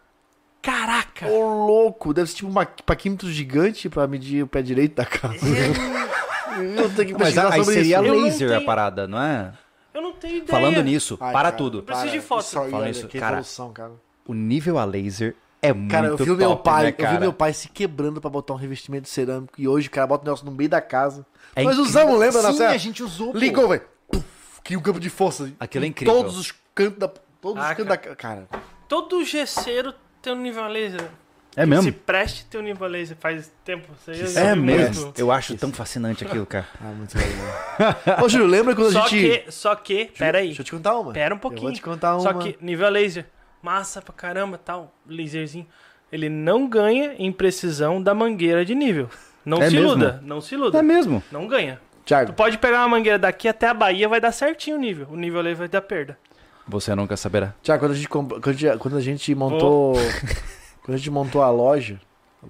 Speaker 3: Caraca!
Speaker 2: Ô, louco, deve ser tipo um ma- paquímetro gigante pra medir o pé direito da casa. eu tenho que
Speaker 1: Mas
Speaker 2: pesquisar
Speaker 1: aí
Speaker 2: sobre
Speaker 1: seria
Speaker 2: isso.
Speaker 3: Eu não
Speaker 1: laser
Speaker 3: tenho-
Speaker 1: a parada, não é?
Speaker 3: Eu não tenho ideia.
Speaker 1: Falando nisso,
Speaker 2: Ai,
Speaker 1: para
Speaker 2: cara,
Speaker 1: tudo.
Speaker 3: Preciso de foto.
Speaker 2: Isso aí,
Speaker 1: Fala
Speaker 2: olha,
Speaker 1: isso,
Speaker 2: que
Speaker 1: cara.
Speaker 2: evolução, cara.
Speaker 1: O nível a laser é muito
Speaker 2: Cara, eu vi o meu
Speaker 1: top,
Speaker 2: pai,
Speaker 1: né,
Speaker 2: eu vi
Speaker 1: cara?
Speaker 2: meu pai se quebrando pra botar um revestimento cerâmico e hoje o cara bota o negócio no meio da casa.
Speaker 1: É
Speaker 2: Nós
Speaker 1: incrível.
Speaker 2: usamos, lembra da
Speaker 4: Sim,
Speaker 2: serra?
Speaker 4: a gente usou. pô.
Speaker 2: Ligou, velho. Puf, Cria um campo de força.
Speaker 1: Aquilo é
Speaker 2: Em
Speaker 1: incrível.
Speaker 2: Todos os cantos da todos
Speaker 3: Ah,
Speaker 2: os cantos da ca- cara.
Speaker 3: Todo gesseiro tem um nível laser.
Speaker 1: É
Speaker 3: Que Se
Speaker 1: mesmo?
Speaker 3: preste um teu Nivalês faz tempo. Você já
Speaker 1: É
Speaker 3: ouviu
Speaker 1: mesmo.
Speaker 3: muito.
Speaker 1: Eu acho tão fascinante aquilo, cara.
Speaker 2: Ah, muito legal. Ô, Júlio, lembra quando
Speaker 3: Só
Speaker 2: a gente.
Speaker 3: que, só que, pera aí.
Speaker 2: Deixa eu te contar uma.
Speaker 3: Pera um
Speaker 2: Eu vou
Speaker 3: pouquinho.
Speaker 2: te contar uma.
Speaker 3: Só que nível laser, massa pra caramba, tal, laserzinho. Ele não ganha em precisão da mangueira de nível. Não
Speaker 1: É
Speaker 3: se
Speaker 1: mesmo?
Speaker 3: iluda, não se iluda.
Speaker 1: É mesmo?
Speaker 3: Não ganha. Tu
Speaker 2: Thiago,
Speaker 3: pode pegar uma mangueira daqui até a Bahia, vai dar certinho o nível. O nível laser vai dar perda.
Speaker 1: Você nunca saberá.
Speaker 2: Tiago, quando a gente, comp- quando a gente- quando a gente montou. quando a gente montou a loja,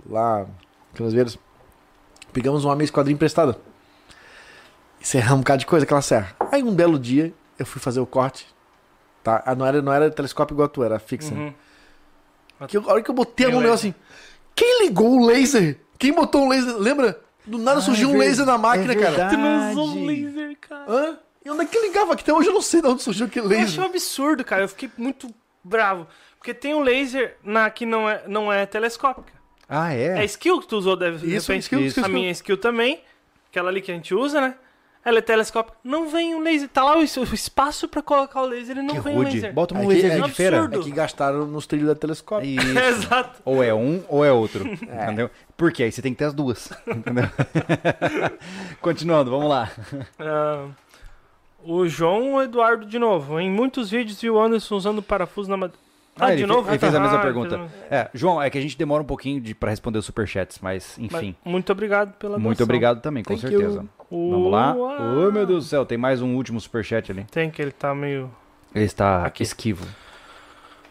Speaker 2: lá em Canas Vieiras, pegamos uma meia esquadrinha emprestada. Serramos um bocado de coisa, aquela serra. Aí um belo dia eu fui fazer o corte. Tá? Ah, Não, era, não era telescópio igual a tua, era fixa.
Speaker 3: Uhum.
Speaker 2: Que eu- a hora que eu botei a
Speaker 3: Tem
Speaker 2: mão eu
Speaker 3: laser.
Speaker 2: assim. Quem ligou o laser? Quem botou um laser? Lembra? Do
Speaker 3: Ah,
Speaker 2: nada
Speaker 3: é
Speaker 1: Ah,
Speaker 2: surgiu
Speaker 1: é
Speaker 2: um laser na máquina, cara.
Speaker 3: Tu não usou um laser, cara.
Speaker 2: Hã? E onde é que ligava? Que até hoje eu não sei de onde surgiu aquele
Speaker 3: Eu achei um
Speaker 2: laser.
Speaker 3: absurdo, cara. Eu fiquei muito bravo. Porque tem um laser na, que não é, não é telescópica.
Speaker 1: Ah,
Speaker 3: É a
Speaker 1: é?
Speaker 3: skill que tu usou, deve de
Speaker 2: Isso,
Speaker 3: repente.
Speaker 2: skill, skill,
Speaker 3: A
Speaker 2: skill.
Speaker 3: minha skill também, aquela ali que a gente usa, né? Ela é telescópio. Não vem um laser. Tá lá o es- o espaço pra colocar o laser e não
Speaker 1: que
Speaker 3: vem um
Speaker 1: rude.
Speaker 3: laser.
Speaker 1: Bota um
Speaker 2: É que-
Speaker 1: laser
Speaker 2: é
Speaker 1: de feira.
Speaker 3: absurdo.
Speaker 2: É que gastaram nos trilhos da telescópio.
Speaker 1: E-
Speaker 3: Exato.
Speaker 1: Ou é um ou é outro. Entendeu? Porque aí você tem que ter as duas. Entendeu? Continuando, vamos lá.
Speaker 3: Ah, o João Eduardo de novo. Em muitos vídeos viu o Anderson usando parafuso na madeira.
Speaker 1: Ah,
Speaker 3: Ah, de
Speaker 1: ele fe-
Speaker 3: novo?
Speaker 1: ele
Speaker 3: Ah, tá.
Speaker 1: fez a mesma
Speaker 3: Ah,
Speaker 1: pergunta.
Speaker 3: fez a mesma-
Speaker 1: É, João, é que a gente demora um pouquinho de, pra responder os superchats, mas
Speaker 3: Mas
Speaker 1: enfim.
Speaker 3: muito obrigado pela
Speaker 1: Muito
Speaker 3: doação.
Speaker 1: obrigado também, com
Speaker 2: Thank you.
Speaker 1: certeza.
Speaker 3: O-
Speaker 1: Vamos lá.
Speaker 3: Ah,
Speaker 1: Ô, meu Deus do céu, tem mais um último superchat ali.
Speaker 3: Tem que ele tá meio.
Speaker 1: Ele está
Speaker 3: Aqui.
Speaker 1: esquivo.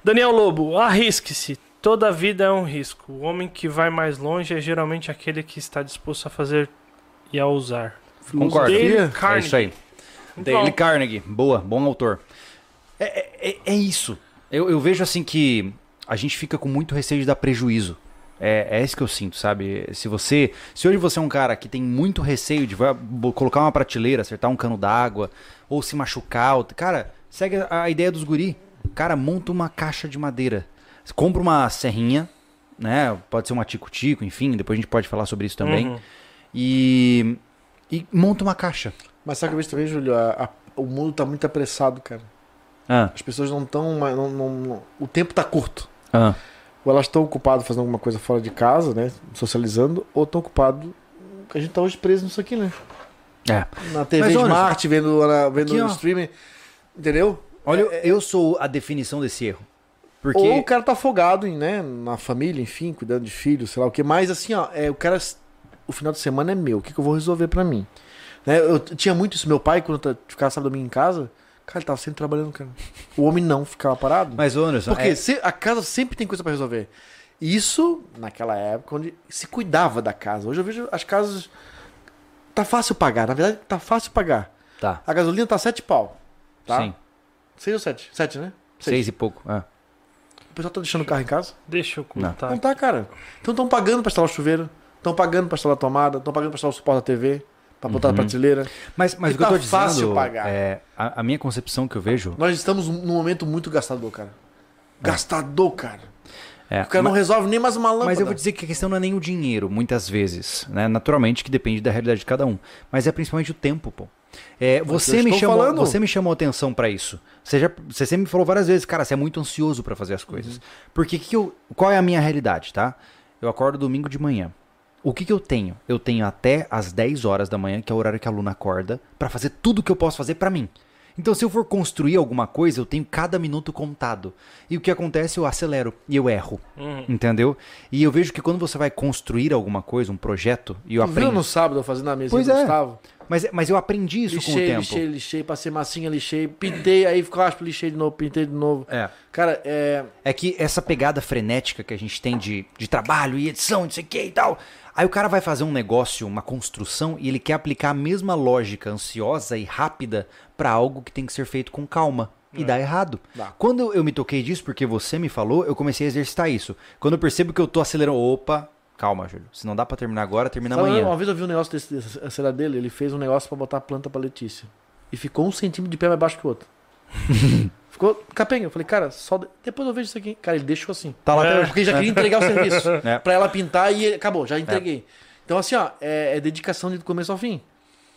Speaker 3: Daniel Lobo, arrisque-se. Toda vida é um risco. O homem que vai mais longe é geralmente aquele que está disposto a fazer e a usar. Então,
Speaker 1: Concordo.
Speaker 3: Dale
Speaker 1: É
Speaker 3: Carnegie.
Speaker 1: isso aí.
Speaker 3: Muito
Speaker 1: Dale
Speaker 3: bom.
Speaker 1: Carnegie, boa, bom autor. É, é- é- é isso. Eu, eu vejo assim que a gente fica com muito receio de dar prejuízo. É, é isso que eu sinto, sabe? Se você. Se hoje você é um cara que tem muito receio de vai bo- colocar uma prateleira, acertar um cano d'água, ou se machucar, ou- cara, segue a, a ideia dos guri. Cara, monta uma caixa de madeira. Compra uma serrinha, né? Pode ser uma tico-tico, enfim, depois a gente pode falar sobre isso também.
Speaker 3: Uhum.
Speaker 1: E. E monta uma caixa.
Speaker 2: Mas sabe que eu vejo também, Júlio? A- a- o mundo tá muito apressado, cara.
Speaker 1: Ah,
Speaker 2: As pessoas não estão. Não, não- o tempo tá curto.
Speaker 1: ah.
Speaker 2: Ou elas estão ocupadas fazendo alguma coisa fora de casa, né? Socializando, ou estão ocupado. A gente tá hoje preso nisso aqui, né?
Speaker 1: É.
Speaker 2: Na TV
Speaker 1: Mas, olha,
Speaker 2: Smart, vendo, na- vendo
Speaker 1: aqui,
Speaker 2: no
Speaker 1: ó.
Speaker 2: streaming. Entendeu?
Speaker 1: Olha, eu- É, eu sou a definição desse erro. Porque.
Speaker 2: Ou o cara tá afogado, em, né? Na família, enfim, cuidando de filhos, sei lá o quê. Mas assim, ó, é, o cara. O final de semana é meu. O que, que eu vou resolver pra mim? Né? Eu t- tinha muito isso. Meu pai, quando tá- ficava sábado e domingo em casa, cara, ele tava sempre trabalhando, cara. O homem não ficava parado.
Speaker 1: Mas, ô, Anderson.
Speaker 2: Porque
Speaker 1: é-
Speaker 2: se- a casa sempre tem coisa pra resolver. E Isso, naquela época, onde se cuidava da casa. Hoje eu vejo as casas. Tá fácil pagar. Na verdade, tá fácil pagar.
Speaker 1: Tá.
Speaker 2: A gasolina tá sete pau. Tá?
Speaker 1: Sim.
Speaker 2: Seis ou sete? Sete, né?
Speaker 1: Seis e pouco. Ah.
Speaker 2: O pessoal tá deixando o carro em casa?
Speaker 3: Deixa eu contar.
Speaker 2: Não tá, cara. Então estão pagando pra instalar o chuveiro, estão pagando pra instalar a tomada, estão pagando pra instalar o suporte da TV, pra
Speaker 1: Uhum.
Speaker 2: botar na prateleira.
Speaker 1: Mas, mas
Speaker 2: E
Speaker 1: o que eu
Speaker 2: tá
Speaker 1: tô dizendo.
Speaker 2: fácil pagar.
Speaker 1: É, a, a minha concepção que eu vejo.
Speaker 2: Nós estamos num momento muito gastador, cara. Gastador, cara.
Speaker 1: É,
Speaker 2: O cara não
Speaker 1: ma-
Speaker 2: resolve nem mais uma lâmpada.
Speaker 1: mas eu vou dizer que a questão não é nem o dinheiro, muitas vezes. Né? Naturalmente que depende da realidade de cada um. Mas é principalmente o tempo, pô. É, você,
Speaker 2: eu
Speaker 1: me
Speaker 2: estou
Speaker 1: chamou,
Speaker 2: falando.
Speaker 1: você me chamou atenção pra isso. Você, já, você sempre me falou várias vezes, cara, você é muito ansioso pra fazer as coisas. Porque que que eu, qual é a minha realidade, tá? Eu acordo domingo de manhã. O que, que eu tenho? Eu tenho até as 10 horas da manhã, que é o horário que a aluna acorda, pra fazer tudo que eu posso fazer pra mim. Então, se eu for construir alguma coisa, eu tenho cada minuto contado. E o que acontece? Eu acelero e eu erro. Entendeu? E eu vejo que quando você vai construir alguma coisa, um projeto, e eu
Speaker 2: Tu viu
Speaker 1: aprendo.
Speaker 2: no sábado eu fazendo a mesa
Speaker 1: Pois
Speaker 2: do
Speaker 1: é.
Speaker 2: Gustavo?
Speaker 1: Mas, mas eu aprendi isso com o
Speaker 2: Lixei,
Speaker 1: tempo.
Speaker 2: lixei, lixei, passei massinha, lixei, pintei, aí ficou aspo, lixei de novo, pintei de novo.
Speaker 1: É.
Speaker 2: Cara, é.
Speaker 1: É que essa pegada frenética que a gente tem de, de trabalho e edição, não sei o que e tal. Aí o cara vai fazer um negócio, uma construção, e ele quer aplicar a mesma lógica ansiosa e rápida pra algo que tem que ser feito com calma. E dá errado.
Speaker 2: Dá.
Speaker 1: Quando eu- eu me toquei disso, porque você me falou, eu comecei a exercitar isso. Quando eu percebo que eu tô acelerando. Opa, calma, Júlio. Se não dá pra terminar agora, termina
Speaker 2: Sabe,
Speaker 1: amanhã.
Speaker 2: Uma vez eu vi um negócio desse, dessa cena dele, ele fez um negócio pra botar a planta pra Letícia. E ficou um centímetro de pé mais baixo que o outro. ficou capenga. Eu falei, cara, só. de- Depois eu vejo isso aqui. Cara, ele deixou assim.
Speaker 1: Tá lá até hoje.
Speaker 2: Porque já queria entregar o serviço.
Speaker 1: É.
Speaker 2: Pra ela pintar e acabou, já entreguei. Então, assim, ó, é, é dedicação de- do é começo ao fim.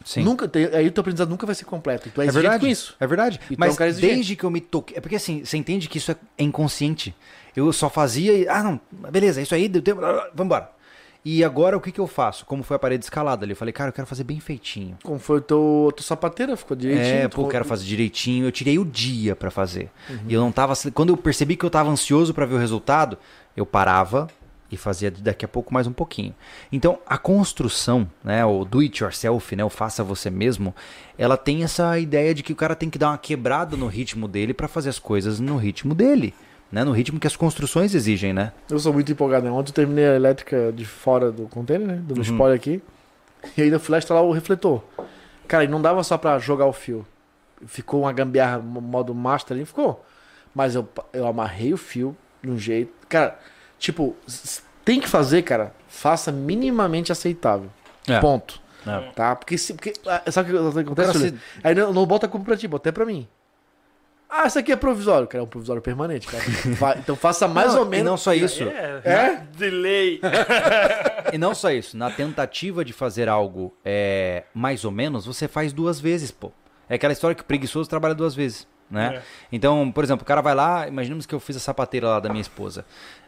Speaker 1: Sim.
Speaker 2: Nunca, tem- aí o teu aprendizado nunca vai ser completo. E tu é,
Speaker 1: É
Speaker 2: exigente
Speaker 1: verdade.
Speaker 2: com isso.
Speaker 1: É verdade.
Speaker 2: E tu é
Speaker 1: Mas
Speaker 2: um cara exigente.
Speaker 1: desde que eu me toquei. É porque assim, você entende que isso é é inconsciente. Eu só fazia e. Ah, não, beleza, isso aí deu tempo. ah, ah, Vambora. E agora o que, que eu faço? Como foi a parede escalada ali? Eu falei, cara, eu quero fazer bem feitinho.
Speaker 2: Como foi o teu, a tua sapateira, ficou direitinho.
Speaker 1: É,
Speaker 2: tu
Speaker 1: pô, eu
Speaker 2: co-
Speaker 1: quero fazer direitinho. Eu tirei o dia pra fazer. E eu não tava. Quando eu percebi que eu tava ansioso pra ver o resultado, eu parava e fazia daqui a pouco mais um pouquinho. Então, a construção, né, o do it yourself, né, o faça você mesmo, ela tem essa ideia de que o cara tem que dar uma quebrada no ritmo dele pra fazer as coisas no ritmo dele, né, no ritmo que as construções exigem, né?
Speaker 2: Eu sou muito empolgado, né? Ontem eu terminei a elétrica de fora do container, né?
Speaker 1: Uhum.
Speaker 2: Dando spoiler aqui. E ainda fui tá lá instalar o refletor. Cara, e não dava só pra jogar o fio. Ficou uma gambiarra mo- modo master ali, ficou. Mas eu, eu amarrei o fio de um jeito. Cara, tipo, s- tem que fazer, cara. Faça minimamente aceitável.
Speaker 1: É.
Speaker 2: Ponto.
Speaker 1: É.
Speaker 2: Tá? Porque, se, porque ah, sabe o que
Speaker 1: Cara,
Speaker 2: acontece? Júlio? Aí não, não bota a culpa pra ti, bota até pra mim. Ah, isso aqui é provisório, cara. É um provisório permanente, cara. Vai, então faça mais
Speaker 1: Não,
Speaker 2: ou menos.
Speaker 1: E não só isso.
Speaker 2: É?
Speaker 3: Delay.
Speaker 1: E não só isso, na tentativa de fazer algo é, mais ou menos, você faz duas vezes, pô. É aquela história que o preguiçoso trabalha duas vezes, né?
Speaker 3: É.
Speaker 1: Então, por exemplo, o cara vai lá, imaginamos que eu fiz a sapateira lá da minha esposa.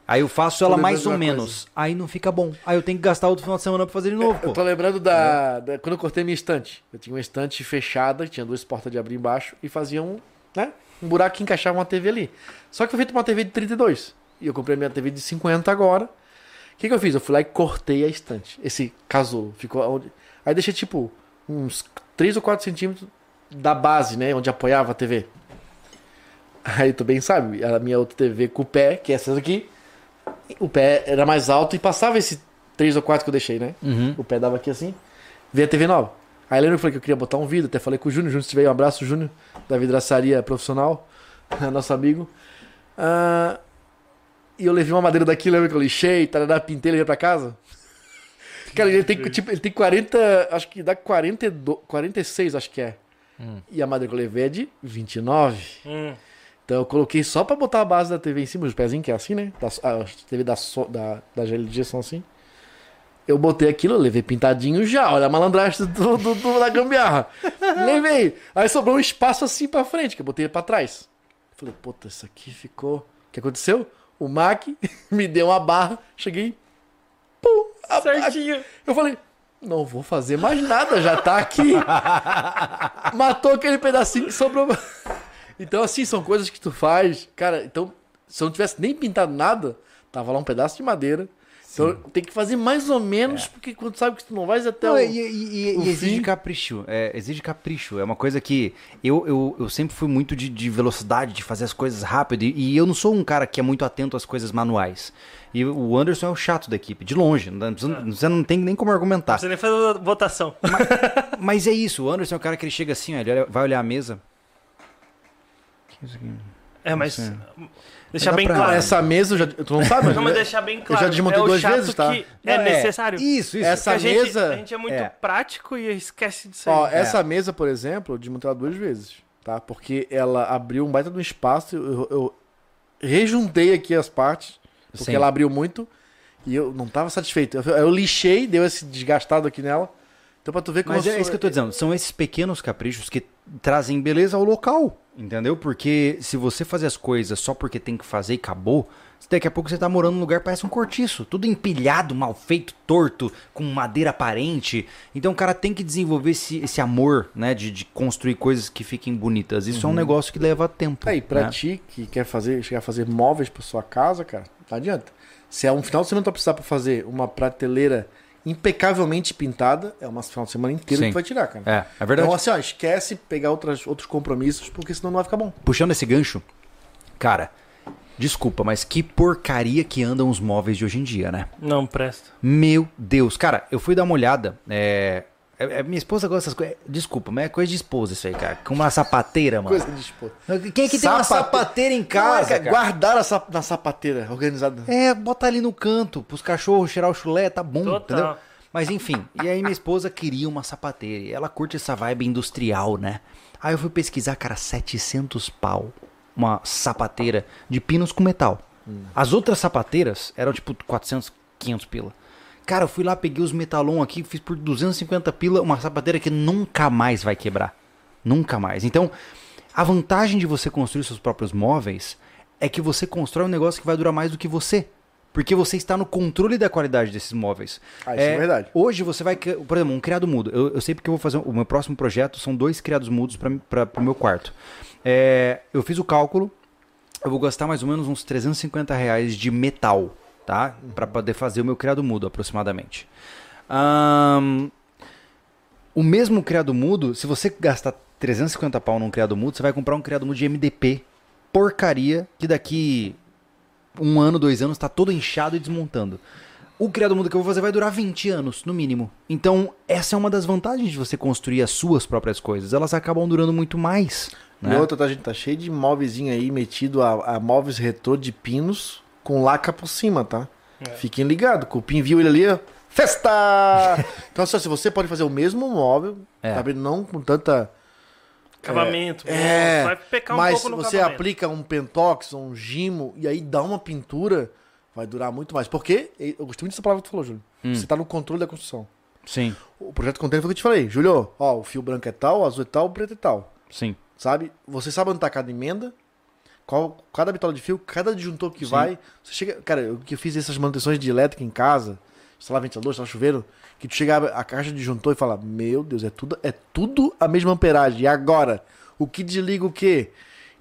Speaker 1: Aí eu faço ela
Speaker 2: Tô
Speaker 1: mais ou
Speaker 2: lembrando de uma
Speaker 1: menos. Aí não fica bom. Aí eu tenho que gastar outro final de semana pra fazer de novo,
Speaker 2: É, Eu
Speaker 1: pô.
Speaker 2: tô lembrando da, da- Quando eu cortei minha estante. Eu tinha uma estante fechada, tinha duas portas de abrir embaixo e fazia um. Né, um buraco que encaixava uma TV ali. Só que foi feito uma TV de 32. E eu comprei minha TV de 50 agora. O que, que eu fiz? Eu fui lá e cortei a estante. Esse casulo. Ficou onde. Aí deixei tipo uns 3 ou 4 centímetros da base, né? Onde apoiava a TV. Aí tu bem sabe, a minha outra TV com o pé, que é essa daqui. O pé era mais alto e passava esse 3 ou 4 que eu deixei, né?
Speaker 1: Uhum.
Speaker 2: O pé dava aqui assim. Veio a TV nova. Aí lembra que eu falei que eu queria botar um vidro, até falei com o Júnior. Júnior, se tiver aí, um abraço, Júnior, da vidraçaria profissional, nosso amigo. Ah, e eu levei uma madeira daqui, lembra que eu lixei, tarará, pintei, levei pra casa? Cara, ele tem, tipo, ele tem 40, acho que dá 42, 46, acho que é. E a madeira que eu levei é de 29.
Speaker 3: Hum.
Speaker 2: Então eu coloquei só pra botar a base da TV em cima, os pezinhos que é assim, né? Da, a TV da, So- da, da GLG são assim. Eu botei aquilo, eu levei pintadinho já. Olha a malandragem do, do- do- da gambiarra. levei. Aí sobrou um espaço assim pra frente, que eu botei ele pra trás. Falei, puta, isso aqui ficou. O que aconteceu? O Mac me deu uma barra, cheguei. Pum, a- a-
Speaker 3: Certinho.
Speaker 2: eu falei, não vou fazer mais nada, já tá aqui. Matou aquele pedacinho que sobrou. Então, assim, são coisas que tu faz. Cara, então, se eu não tivesse nem pintado nada, tava lá um pedaço de madeira. Então, tem que fazer mais ou menos, porque quando tu sabe que tu não vais até
Speaker 1: Não,
Speaker 2: o...
Speaker 1: e, e- e-
Speaker 2: Então, o
Speaker 1: e exige
Speaker 2: fim.
Speaker 1: capricho. É, exige capricho. É uma coisa que eu, eu, eu sempre fui muito de, de velocidade, de fazer as coisas rápido. E, e eu não sou um cara que é muito atento às coisas manuais. E o Anderson é o chato da equipe, de longe. Não, dá- não- Você não tem nem como argumentar.
Speaker 3: É. Você nem fez a votação.
Speaker 1: Mas é isso, o Anderson é o cara que ele chega assim, ó, ele olha- vai olhar a mesa.
Speaker 3: É, mas.
Speaker 1: Isso
Speaker 3: Deixar
Speaker 1: Dá
Speaker 3: bem
Speaker 1: pra-
Speaker 3: claro.
Speaker 2: Essa mesa, eu já... tu não
Speaker 1: é
Speaker 2: sabe? né?
Speaker 3: Não, mas deixar bem claro.
Speaker 2: já desmontei
Speaker 3: é o
Speaker 2: duas
Speaker 3: chato
Speaker 2: vezes, tá?
Speaker 3: que É
Speaker 1: Não,
Speaker 3: necessário.
Speaker 1: Isso, isso.
Speaker 2: Essa
Speaker 3: a gente,
Speaker 2: mesa-
Speaker 3: A gente é muito
Speaker 1: É.
Speaker 3: prático e esquece disso aí.
Speaker 2: Ó, essa mesa, por exemplo, eu desmontei ela duas vezes, tá? Porque ela abriu um baita de um espaço, eu, eu rejuntei aqui as partes, porque
Speaker 1: Sim.
Speaker 2: ela abriu muito, e eu não tava satisfeito. Eu, eu lixei, deu esse desgastado aqui nela. Então pra tu ver como
Speaker 1: Mas é isso que eu tô dizendo, são esses pequenos caprichos que trazem beleza ao local, entendeu? Porque se você fazer as coisas só porque tem que fazer e acabou, daqui a pouco você tá morando num lugar que parece um cortiço, tudo empilhado, mal feito, torto, com madeira aparente. Então o cara tem que desenvolver esse, esse amor, né, de, de construir coisas que fiquem bonitas. Isso é um negócio que leva tempo.
Speaker 2: Tá Aí, Uhum. É, pra
Speaker 1: né?
Speaker 2: ti que quer fazer, chegar a fazer móveis pra sua casa, cara, não adianta. Se é um final de semana que tu vai precisar pra fazer uma prateleira impecavelmente pintada, é uma final de semana inteira
Speaker 1: Sim.
Speaker 2: que tu vai tirar, cara.
Speaker 1: É, é verdade.
Speaker 2: Então, assim, ó, esquece pegar outras, outros compromissos, porque senão não vai ficar bom.
Speaker 1: puxando esse gancho, cara, desculpa, mas que porcaria que andam os móveis de hoje em dia, né?
Speaker 3: Não presta.
Speaker 1: Meu Deus, cara, eu fui dar uma olhada. É, é- é- minha esposa gosta dessas coisas. Desculpa, mas é coisa de esposa isso aí, cara. Com uma sapateira, mano.
Speaker 2: Coisa de esposa. é,
Speaker 1: Quem é que tem uma
Speaker 2: Sapate-
Speaker 1: sapateira em casa? cara?
Speaker 2: Guardar a sap- na sapateira organizada.
Speaker 3: Né?
Speaker 1: É, bota ali no canto, pros cachorros cheirar o chulé, tá bom,
Speaker 3: Total.
Speaker 1: entendeu? Mas enfim, e aí minha esposa queria uma sapateira. E ela curte essa vibe industrial, né? Aí eu fui pesquisar, cara, 700 pau. Uma sapateira de pinos com metal. As outras sapateiras eram tipo 400, 500 pila. Cara, eu fui lá, peguei os metalon aqui, fiz por 250 pila uma sapateira que nunca mais vai quebrar. Nunca mais. Então, a vantagem de você construir seus próprios móveis é que você constrói um negócio que vai durar mais do que você. Porque você está no controle da qualidade desses móveis.
Speaker 2: Ah, isso é verdade.
Speaker 1: Hoje você vai. cri- Por exemplo, um criado mudo. Eu, eu sei porque eu vou fazer. O meu próximo projeto são dois criados mudos para o meu quarto. É, eu fiz o cálculo. Eu vou gastar mais ou menos uns 350 reais de metal, tá? Para poder fazer o meu criado mudo, aproximadamente. Ahn, o mesmo criado mudo, se você gastar 350 pau num criado mudo, você vai comprar um criado mudo de MDP. Porcaria, que daqui um ano, dois anos, tá todo inchado e desmontando. O criado mudo que eu vou fazer vai durar 20 anos, no mínimo. Então, essa é uma das vantagens de você construir as suas próprias coisas. Elas acabam durando muito mais.
Speaker 2: E
Speaker 1: Né?
Speaker 2: outra, tá, gente? Tá cheio de móveiszinho aí metido a, a móveis retrô de pinos com laca por cima, tá?
Speaker 3: É.
Speaker 2: Fiquem ligados. Cupim viu ele ali, ó. Festa! então, assim, ó, se você pode fazer o mesmo móvel,
Speaker 1: É.
Speaker 2: tá vendo? Não com tanta.
Speaker 3: Acabamento.
Speaker 2: É,
Speaker 3: vai pecar um
Speaker 2: mas
Speaker 3: pouco no
Speaker 2: você
Speaker 3: acabamento.
Speaker 2: aplica um pentox, um gimo, e aí dá uma pintura, vai durar muito mais. Porque, eu gostei muito dessa palavra que tu falou, Júlio.
Speaker 3: Hum.
Speaker 2: Você tá no controle da construção.
Speaker 1: Sim,
Speaker 2: O projeto contêiner foi o que eu te falei. Júlio, ó, o fio branco é tal, o azul é tal, o preto é tal.
Speaker 1: sim.
Speaker 2: Sabe? Você sabe onde tá cada emenda, qual, cada bitola de fio, cada disjuntor que vai. Você chega, cara, eu que fiz essas manutenções de elétrica em casa, sei lá, ventilador, sei lá, chuveiro, que tu chega a caixa de disjuntor e fala: "Meu Deus, é tudo, é tudo a mesma amperagem. E agora, o que desliga o quê?"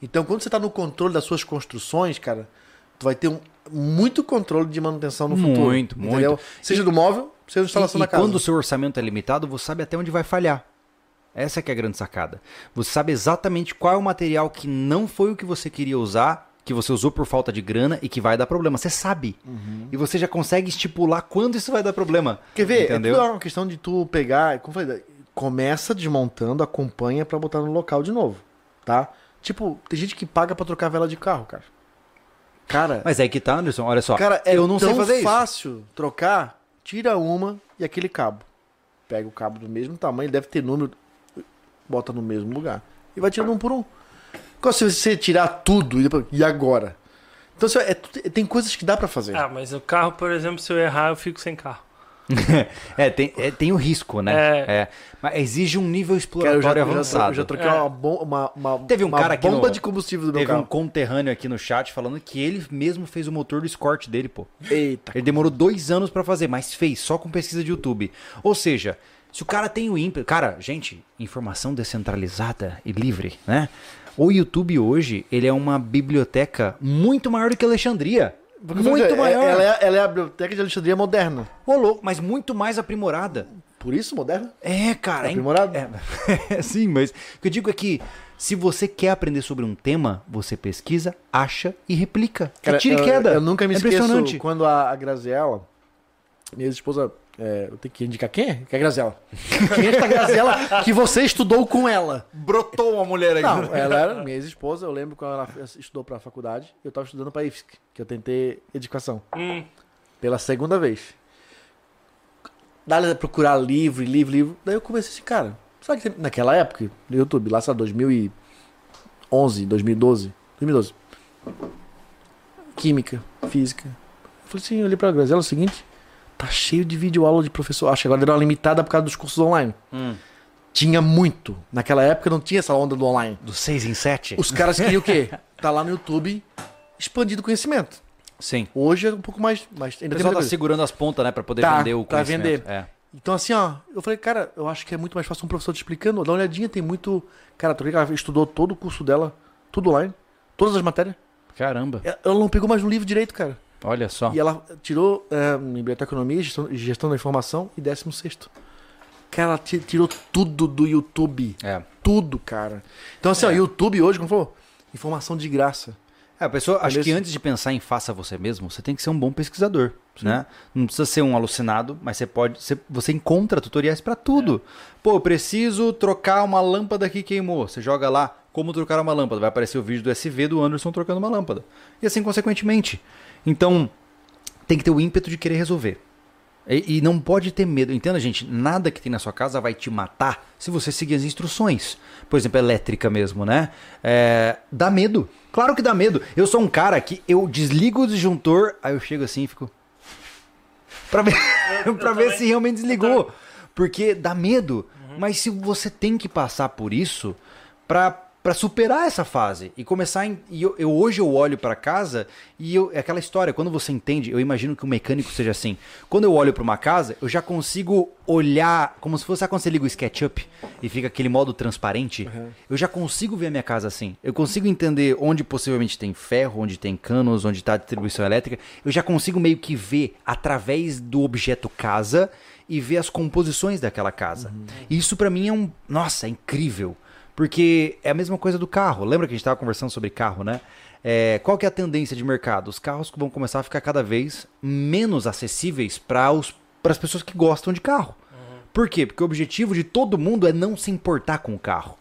Speaker 2: Então, quando você tá no controle das suas construções, cara, tu vai ter um muito controle de manutenção no futuro.
Speaker 1: Muito, muito.
Speaker 2: entendeu? Seja do móvel, seja da instalação
Speaker 1: e,
Speaker 2: da
Speaker 1: e
Speaker 2: casa.
Speaker 1: quando o seu orçamento é limitado, você sabe até onde vai falhar. Essa que é a grande sacada. Você sabe exatamente qual é o material que não foi o que você queria usar, que você usou por falta de grana e que vai dar problema. Você sabe. E você já consegue estipular quando isso vai dar problema.
Speaker 2: Uhum. Quer ver?
Speaker 1: Entendeu?
Speaker 2: É tudo uma questão de tu pegar, como eu falei, começa desmontando, acompanha pra botar no local de novo, tá? Tipo, tem gente que paga pra trocar vela de carro, cara. Cara,
Speaker 1: Mas aí que tá, Anderson. Olha só.
Speaker 2: cara é
Speaker 1: eu não
Speaker 2: tão
Speaker 1: sei fazer isso.
Speaker 2: fácil trocar, tira uma e aquele cabo. Pega o cabo do mesmo tamanho, deve ter número, bota no mesmo lugar. E vai tirando um por um. Como se você tirar tudo e, depois, e agora? Então, assim, é tu- tem coisas que dá pra fazer.
Speaker 3: Ah, mas o carro, por exemplo, se eu errar, eu fico sem carro.
Speaker 1: é, tem, é, tem o risco, né?
Speaker 3: É.
Speaker 1: Mas exige um nível
Speaker 2: Cara, eu
Speaker 1: exploratório
Speaker 2: já, eu já-
Speaker 1: avançado.
Speaker 2: eu já troquei
Speaker 3: É.
Speaker 2: uma, bom- uma, uma,
Speaker 1: Teve um
Speaker 2: uma
Speaker 1: cara aqui
Speaker 2: bomba
Speaker 1: no-
Speaker 2: de combustível do meu
Speaker 1: Teve
Speaker 2: carro.
Speaker 1: um conterrâneo aqui no chat falando que ele mesmo fez o motor do escort dele, pô.
Speaker 2: Eita.
Speaker 1: Ele demorou dois anos pra fazer, mas fez só com pesquisa de YouTube. Ou seja, se o cara tem o ímpeto. Cara, gente, informação descentralizada e livre, né? O YouTube hoje, ele é uma biblioteca muito maior do que Alexandria. muito
Speaker 2: É-
Speaker 1: maior.
Speaker 2: Ela é, ela é a biblioteca de Alexandria moderna.
Speaker 1: Ô, louco, mas muito mais aprimorada.
Speaker 2: Por isso, moderna?
Speaker 1: É, cara. é-
Speaker 2: Aprimorado?
Speaker 1: É, sim, mas o que eu digo é que se você quer aprender sobre um tema, você pesquisa, acha e replica. É tira e
Speaker 2: eu-
Speaker 1: queda.
Speaker 2: Eu, nunca me
Speaker 1: é
Speaker 2: esqueço
Speaker 1: impressionante.
Speaker 2: quando a, a Graziella, minha esposa. É, eu tenho que indicar quem é? Que é a Graziella. Quem é esta Graziella que você estudou com ela?
Speaker 4: Brotou uma mulher aí.
Speaker 2: Não, ela era minha ex-esposa. Eu lembro quando ela estudou pra faculdade. Eu tava estudando pra IFSC, que eu tentei educação.
Speaker 3: Hum,
Speaker 2: Pela segunda vez. Dá-lhe a procurar livro, livro, livro. Daí eu comecei assim, cara, será que tem... naquela época, no YouTube, lá sabe, 2011, 2012, 2012. Química, física. Eu falei assim, eu olhei pra Graziela, é o seguinte, tá cheio de vídeo aula de professor. Acho que agora deu uma limitada por causa dos cursos online. Tinha muito. Naquela época não tinha essa onda do online.
Speaker 1: Do 6 em 7?
Speaker 2: Os caras queriam o quê? Tá lá no YouTube, expandido conhecimento.
Speaker 1: Sim.
Speaker 2: Hoje é um pouco mais... mais
Speaker 1: O
Speaker 2: ainda muita
Speaker 1: pessoal tá
Speaker 2: coisa.
Speaker 1: segurando as pontas, né? Pra poder
Speaker 2: Tá,
Speaker 1: vender o
Speaker 2: pra
Speaker 1: conhecimento.
Speaker 2: vender.
Speaker 1: É.
Speaker 2: Então, assim, ó, eu falei, cara, eu acho que é muito mais fácil um professor te explicando. Dá uma olhadinha, tem muito. Cara, tu vê que ela estudou todo o curso dela, tudo online, todas as matérias. É,
Speaker 1: Caramba,
Speaker 2: Ela ela não pegou mais no livro direito, cara.
Speaker 1: olha só.
Speaker 2: E ela tirou é, em biblioteconomia, gestão, gestão da informação e 16. Cara, ela ti- tirou tudo do YouTube.
Speaker 1: É.
Speaker 2: Tudo, cara. Então, assim, ó, YouTube hoje, como falou, informação de graça.
Speaker 1: É, a pessoa, acho
Speaker 2: Beleza?
Speaker 1: que antes de pensar em faça você mesmo, você tem que ser um bom pesquisador, né? Não precisa ser um alucinado, mas você pode, você, você encontra tutoriais pra tudo. Pô, eu preciso trocar uma lâmpada que queimou. Você joga lá como trocar uma lâmpada, vai aparecer o vídeo do SV do Anderson trocando uma lâmpada. E assim consequentemente. Então, tem que ter o ímpeto de querer resolver. E, e não pode ter medo. Entenda, gente, nada que tem na sua casa vai te matar se você seguir as instruções. Por exemplo, elétrica mesmo, né? É, dá medo. Claro que dá medo. Eu sou um cara que eu desligo o disjuntor, aí eu chego assim e fico. Pra ver, pra ver se realmente desligou. Porque dá medo. Mas se você tem que passar por isso pra, pra superar essa fase e começar. em- e eu, eu- hoje eu olho pra casa e eu, é aquela história. Quando você entende, eu imagino que o mecânico seja assim. Quando eu olho pra uma casa, eu já consigo olhar como se fosse sabe quando você liga o SketchUp e fica aquele modo transparente. Eu já consigo ver a minha casa assim. Eu consigo entender onde possivelmente tem ferro, onde tem canos, onde está a distribuição elétrica. Eu já consigo meio que ver através do objeto casa e ver as composições daquela casa. E Isso pra mim é um, nossa, é incrível, porque é a mesma coisa do carro. Lembra que a gente tava conversando sobre carro, né? É, qual que é a tendência de mercado? Os carros que vão começar a ficar cada vez menos acessíveis para as pessoas que gostam de carro. Por quê? Porque o objetivo de todo mundo é não se importar com o carro.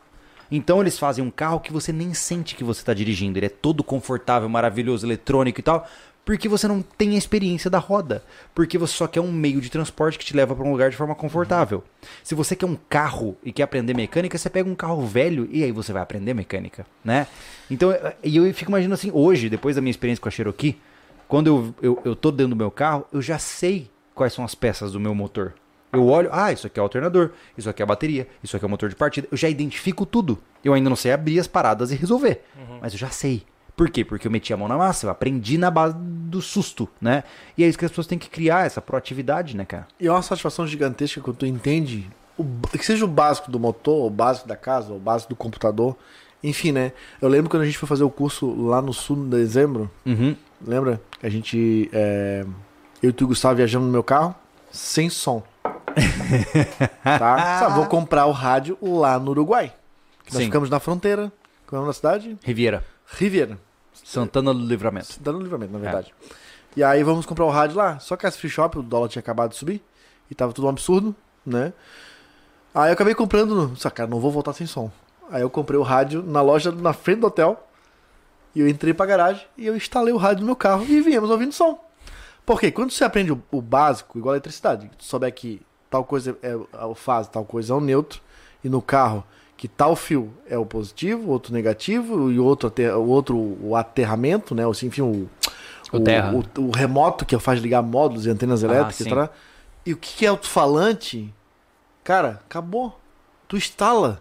Speaker 1: Então eles fazem um carro que você nem sente que você está dirigindo. Ele é todo confortável, maravilhoso, eletrônico e tal. Porque você não tem a experiência da roda. Porque você só quer um meio de transporte que te leva para um lugar de forma confortável. Se você quer um carro e quer aprender mecânica, você pega um carro velho e aí você vai aprender mecânica, né? Então, eh, e eu fico imaginando assim, hoje, depois da minha experiência com a Cherokee, quando eu, eu, eu tô dentro do meu carro, eu já sei quais são as peças do meu motor. Eu olho, ah, isso aqui é o alternador, isso aqui é a bateria, isso aqui é o motor de partida. Eu já identifico tudo. Eu ainda não sei abrir as paradas e resolver, mas eu já sei. Por quê? Porque eu meti a mão na massa, eu aprendi na base do susto, né? E é isso que as pessoas têm que criar, essa proatividade, né, cara?
Speaker 2: E é uma satisfação gigantesca quando tu entende, o b- que seja o básico do motor, o básico da casa, o básico do computador. Enfim, né? Eu lembro quando a gente foi fazer o curso lá no sul, em dezembro.
Speaker 1: Uhum.
Speaker 2: Lembra? A gente. é, eu e tu e o Gustavo viajamos no meu carro, sem som. tá? Só vou comprar o rádio lá no Uruguai. Que nós
Speaker 1: Sim.
Speaker 2: ficamos na fronteira. Como é o nome da cidade?
Speaker 1: Riviera,
Speaker 2: Riviera.
Speaker 1: Santana do Livramento.
Speaker 2: Cidade do Livramento, na verdade. E aí vamos comprar o rádio lá. Só que as free shop, o dólar tinha acabado de subir. E tava tudo um absurdo, né? Aí eu acabei comprando. Só, cara, não vou voltar sem som. Aí eu comprei o rádio na loja na frente do hotel. E eu entrei pra garagem e eu instalei o rádio no meu carro e viemos ouvindo som. Porque quando você aprende o, o básico, igual a eletricidade, que tu souber que tal coisa é a fase, tal coisa é o neutro, e no carro que tal fio é o positivo, outro negativo, e outro, ater- o outro o aterramento, né? Ou, assim, enfim, o,
Speaker 1: O terra. Ah,
Speaker 2: o- o remoto que faz ligar módulos e antenas elétricas,
Speaker 1: sim.
Speaker 2: e, tal. e o que que é alto-falante, cara, acabou. Tu instala.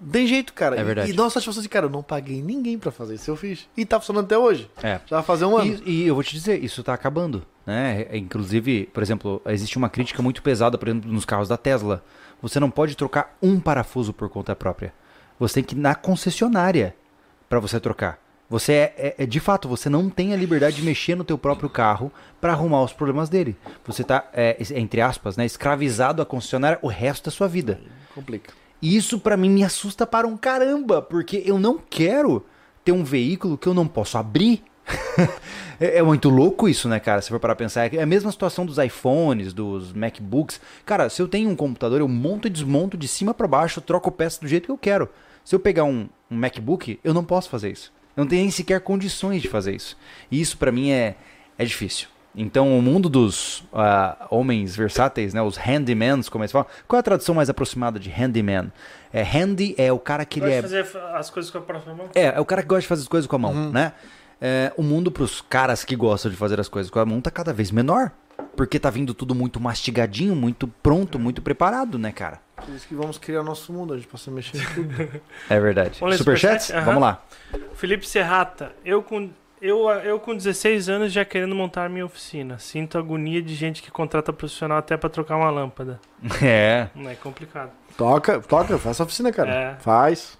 Speaker 2: Não Tem jeito, cara.
Speaker 1: É
Speaker 2: E-
Speaker 1: verdade.
Speaker 2: E, dá uma satisfação assim, cara, eu não paguei ninguém pra fazer isso, eu fiz. E tá funcionando até hoje.
Speaker 1: É.
Speaker 2: Já vai fazer um ano.
Speaker 1: E, e eu vou te dizer, isso tá acabando, né? É, Inclusive, por exemplo, existe uma crítica muito pesada, por exemplo, nos carros da Tesla. Você não pode trocar um parafuso por conta própria. Você tem que ir na concessionária para você trocar. Você é, é- é- de fato, você não tem a liberdade de mexer no teu próprio carro para arrumar os problemas dele. Você tá, é, es- entre aspas, né, escravizado à concessionária o resto da sua vida.
Speaker 2: Complica.
Speaker 1: E isso pra mim me assusta para um caramba, porque eu não quero ter um veículo que eu não posso abrir. é é muito louco isso, né, cara? Se for parar pra pensar, é a mesma situação dos iPhones, dos MacBooks. Cara, se eu tenho um computador, eu monto e desmonto de cima pra baixo, troco peça do jeito que eu quero. Se eu pegar um, um MacBook, eu não posso fazer isso. Eu não tenho nem sequer condições de fazer isso. E isso pra mim é, é difícil. Então, o mundo dos ah, homens versáteis, né? Os handymans, como eles falam. Qual é a tradução mais aproximada de handyman? É, handy é o cara que ele
Speaker 3: Pode
Speaker 1: é...
Speaker 3: fazer as Uhum. coisas com a própria mão?
Speaker 1: É, é o cara que gosta de fazer as coisas com a mão, né? É, o mundo pros caras que gostam de fazer as coisas com a mão tá cada vez menor. Porque tá vindo tudo muito mastigadinho, muito pronto, muito preparado, né, cara?
Speaker 2: Por isso que vamos criar nosso mundo, a gente possa mexer em tudo.
Speaker 1: É verdade.
Speaker 3: Vamos ler
Speaker 1: Superchats?
Speaker 3: superchat? Aham.
Speaker 1: Vamos lá.
Speaker 3: Felipe Serrata, eu com, eu, eu com 16 anos já querendo montar minha oficina. Sinto agonia de gente que contrata profissional até pra trocar uma lâmpada.
Speaker 1: É.
Speaker 3: Não é complicado.
Speaker 2: toca, toca, faz a oficina, cara.
Speaker 3: É.
Speaker 2: Faz.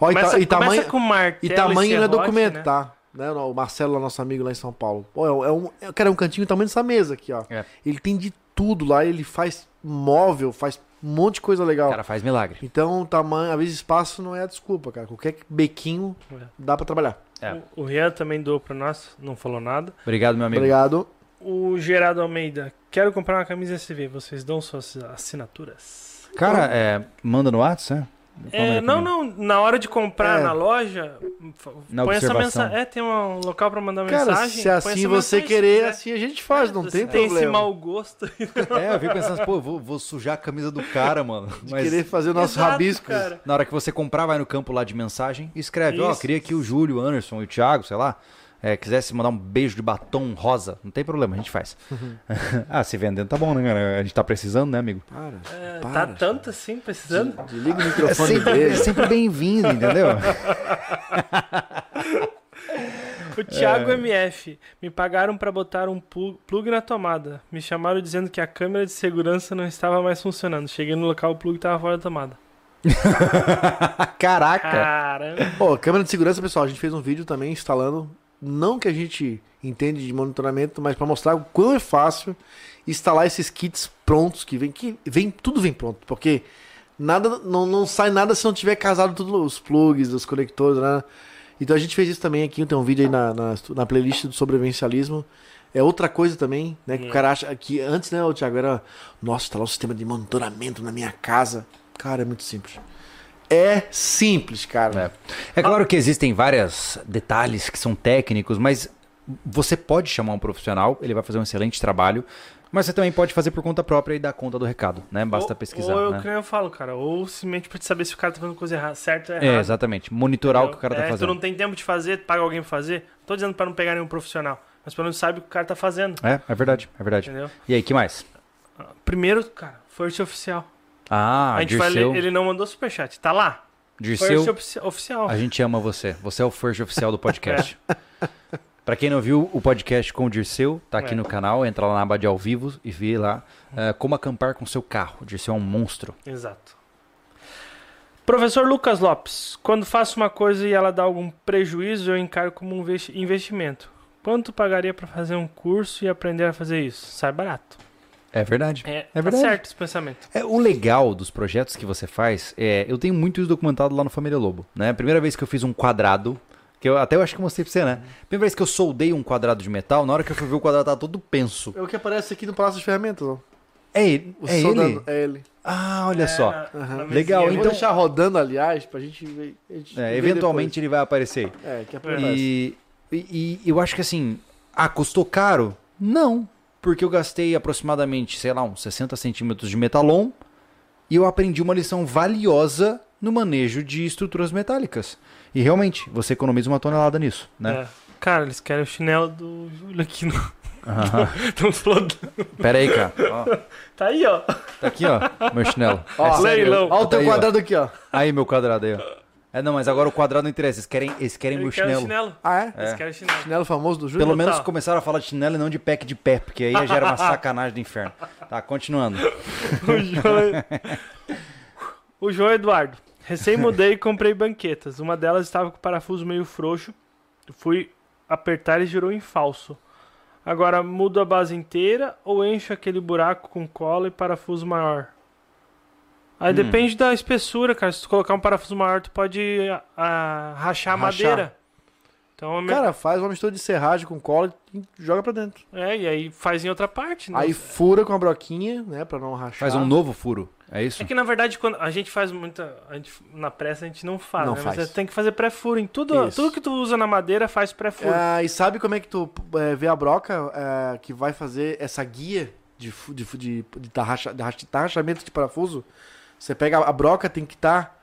Speaker 2: Ó, e, ta-
Speaker 3: Começa,
Speaker 2: e tamanho,
Speaker 3: começa com martelo
Speaker 2: e tamanho não é
Speaker 3: serrote,
Speaker 2: documento,
Speaker 3: né?
Speaker 2: tá? Né? O Marcelo, lá, nosso amigo lá em São Paulo. Pô, é um- é um, é, cara, é um cantinho do tamanho dessa mesa aqui, ó.
Speaker 1: É.
Speaker 2: Ele tem de tudo lá, ele faz móvel, faz um monte de coisa legal.
Speaker 1: O cara faz milagre.
Speaker 2: Então, tamanho, às vezes espaço não é a desculpa, cara. Qualquer bequinho
Speaker 3: É.
Speaker 2: dá pra trabalhar.
Speaker 1: É.
Speaker 3: O, o Rian também doou pra nós, não falou nada.
Speaker 1: Obrigado, meu amigo.
Speaker 2: Obrigado.
Speaker 3: O Gerardo Almeida, quero comprar uma camisa SV, vocês dão suas assinaturas?
Speaker 1: Cara, é, manda no WhatsApp, né? Qual
Speaker 3: É,
Speaker 1: maneira
Speaker 3: não,
Speaker 1: também?
Speaker 3: não, na hora de comprar
Speaker 2: É.
Speaker 3: na loja, fa-
Speaker 1: Na
Speaker 3: põe essa
Speaker 1: observação.
Speaker 3: mensagem. É, tem um local pra mandar
Speaker 2: Cara,
Speaker 3: mensagem.
Speaker 2: se
Speaker 3: põe
Speaker 2: assim
Speaker 3: essa
Speaker 2: você
Speaker 3: mensagem,
Speaker 2: querer,
Speaker 3: né?
Speaker 2: assim a gente faz, não tem,
Speaker 3: tem esse
Speaker 2: problema.
Speaker 3: mau gosto.
Speaker 1: É, eu fico pensando, pô, eu vou, vou sujar a camisa do cara, mano.
Speaker 2: De
Speaker 1: Mas
Speaker 2: querer fazer o nosso
Speaker 3: Exato,
Speaker 2: rabisco.
Speaker 3: cara.
Speaker 1: na hora que você comprar, vai no campo lá de mensagem e escreve, ó,
Speaker 3: Isso.
Speaker 1: queria que o Júlio, o Anderson e o Thiago, sei lá, é, quisesse mandar um beijo de batom rosa, não tem problema, a gente faz. ah, se vendendo tá bom, né, cara? A gente tá precisando, né, amigo?
Speaker 4: Para,
Speaker 3: É,
Speaker 4: para.
Speaker 3: Tá tanto assim, precisando?
Speaker 2: Desliga o
Speaker 1: É
Speaker 2: microfone
Speaker 1: sempre, é
Speaker 2: dele.
Speaker 1: sempre bem-vindo, entendeu?
Speaker 3: O
Speaker 2: É.
Speaker 3: Thiago MF. Me pagaram pra botar um plu- plug na tomada. Me chamaram dizendo que a câmera de segurança não estava mais funcionando. Cheguei no local, o plug tava fora da tomada.
Speaker 2: É.
Speaker 1: Caraca!
Speaker 3: Caramba.
Speaker 2: Pô, câmera de segurança, pessoal, a gente fez um vídeo também instalando, não que a gente entende de monitoramento, mas para mostrar o quão é fácil instalar esses kits prontos que vem, que vem tudo vem pronto, porque nada não, não sai nada se não tiver casado tudo os plugs, os conectores, né? Então a gente fez isso também aqui, tem um vídeo aí na, na, na playlist do sobrevivencialismo. É outra coisa também, né? Que o cara acha que antes, né, o Thiago, era, nossa, instalar um sistema de monitoramento na minha casa. Cara, é muito simples. É simples, cara.
Speaker 1: É. É claro que existem vários detalhes que são técnicos, mas você pode chamar um profissional, ele vai fazer um excelente trabalho, mas você também pode fazer por conta própria e dar conta do recado, né? Basta
Speaker 3: Ou-
Speaker 1: pesquisar.
Speaker 3: Ou eu,
Speaker 1: né?
Speaker 3: que nem eu falo, cara. Ou simplesmente pra te saber se o cara tá fazendo coisa errada, certo ou errado.
Speaker 1: É, exatamente. Monitorar o que o cara tá
Speaker 3: É, Tu
Speaker 1: fazendo.
Speaker 3: não tem tempo de fazer, tu paga alguém pra fazer. Tô dizendo pra não pegar nenhum profissional. Mas pelo menos sabe o que o cara tá fazendo,
Speaker 1: É, é verdade, é verdade.
Speaker 3: entendeu?
Speaker 1: E aí, que mais?
Speaker 3: Primeiro, cara, Force Oficial.
Speaker 1: Ah,
Speaker 3: a gente vai
Speaker 1: Dirceu.
Speaker 3: ler, ele não mandou superchat, tá lá.
Speaker 1: Dirceu,
Speaker 3: Force Ofici- Oficial.
Speaker 1: a gente ama você. Você é o first oficial do podcast. Pra quem não viu o podcast com o Dirceu, tá aqui
Speaker 3: É.
Speaker 1: no canal, entra lá na aba de ao vivo e vê lá eh, como acampar com seu carro. O Dirceu é um monstro.
Speaker 3: Exato. Professor Lucas Lopes, quando faço uma coisa e ela dá algum prejuízo, eu encaro como um investi- investimento. Quanto pagaria pra fazer um curso e aprender a fazer isso? Sai barato.
Speaker 1: É verdade.
Speaker 3: É,
Speaker 1: É
Speaker 3: tá
Speaker 1: verdade.
Speaker 3: certo esse pensamento.
Speaker 1: É, o legal dos projetos que você faz é. Eu tenho muito isso documentado lá no Família Lobo. Né? A primeira vez que eu fiz um quadrado, que eu até eu acho que eu mostrei pra você, né? Primeira vez que eu soldei um quadrado de metal, na hora que eu fui ver o quadrado tava todo penso.
Speaker 2: É o que aparece aqui no Palácio de Ferramentas, ó.
Speaker 1: É ele.
Speaker 2: O
Speaker 1: é
Speaker 2: soldado-
Speaker 1: ele?
Speaker 2: É ele.
Speaker 1: Ah, olha só.
Speaker 3: na mesinha
Speaker 1: Legal,
Speaker 2: Eu
Speaker 3: ali.
Speaker 2: vou
Speaker 1: então-
Speaker 2: deixar rodando, aliás, pra gente ver. a gente
Speaker 1: É,
Speaker 2: vê
Speaker 1: eventualmente ele vai aparecer
Speaker 2: depois. É, que
Speaker 1: aí.
Speaker 2: aparece.
Speaker 1: E, e, e eu acho que assim. Ah, custou caro? Não. Porque eu gastei aproximadamente, sei lá, uns 60 centímetros de metalon e eu aprendi uma lição valiosa no manejo de estruturas metálicas. E realmente, você economiza uma tonelada nisso, né?
Speaker 3: É. Cara, eles querem o chinelo do Júlio aqui. Não
Speaker 1: Aham.
Speaker 3: estão falando.
Speaker 1: Pera aí, cara. Ó,
Speaker 3: Tá aí, ó.
Speaker 1: tá aqui, ó, meu chinelo.
Speaker 2: Ó,
Speaker 1: É sério.
Speaker 3: leilão.
Speaker 2: Olha o teu
Speaker 1: Aí, ó.
Speaker 2: quadrado aqui, ó.
Speaker 1: Aí, meu quadrado aí, ó. É, não, mas agora o quadrado não interessa. Eles querem, eles querem meu
Speaker 3: Eles querem o
Speaker 1: chinelo.
Speaker 3: chinelo.
Speaker 2: Ah, é?
Speaker 3: Eles querem o chinelo.
Speaker 2: Chinelo famoso do Júlio.
Speaker 1: Pelo menos
Speaker 3: Total.
Speaker 1: começaram a falar de chinelo e não de pack de pé, porque aí já era uma sacanagem do inferno. Tá, continuando.
Speaker 3: O João, o João Eduardo. Recém mudei e comprei banquetas. Uma delas estava com o parafuso meio frouxo. Fui apertar e girou em falso. Agora mudo a base inteira ou encho aquele buraco com cola e parafuso maior? Aí
Speaker 2: Hum.
Speaker 3: depende da espessura, cara. Se tu colocar um parafuso maior, tu pode ah, rachar a
Speaker 2: Rachar.
Speaker 3: madeira. Então, é me-
Speaker 2: Cara, faz uma mistura de serragem com cola e joga pra dentro.
Speaker 3: é, e aí faz em outra parte. né?
Speaker 2: Aí fura com a broquinha, né, pra não rachar.
Speaker 1: Faz um novo furo, é isso?
Speaker 3: É que na verdade, quando a gente faz muita. a gente- na pressa a gente não faz,
Speaker 2: Não
Speaker 3: né? Mas
Speaker 2: faz.
Speaker 3: você tem que fazer pré-furo. Em tudo,
Speaker 2: Isso.
Speaker 3: tudo que tu usa na madeira faz pré-furo.
Speaker 2: Ah, e sabe como é que tu é, vê a broca é, que vai fazer essa guia de, fu- de, fu- de, de, tarraxa- de racha- tarrachamento de parafuso? Você pega a, a broca, tem que estar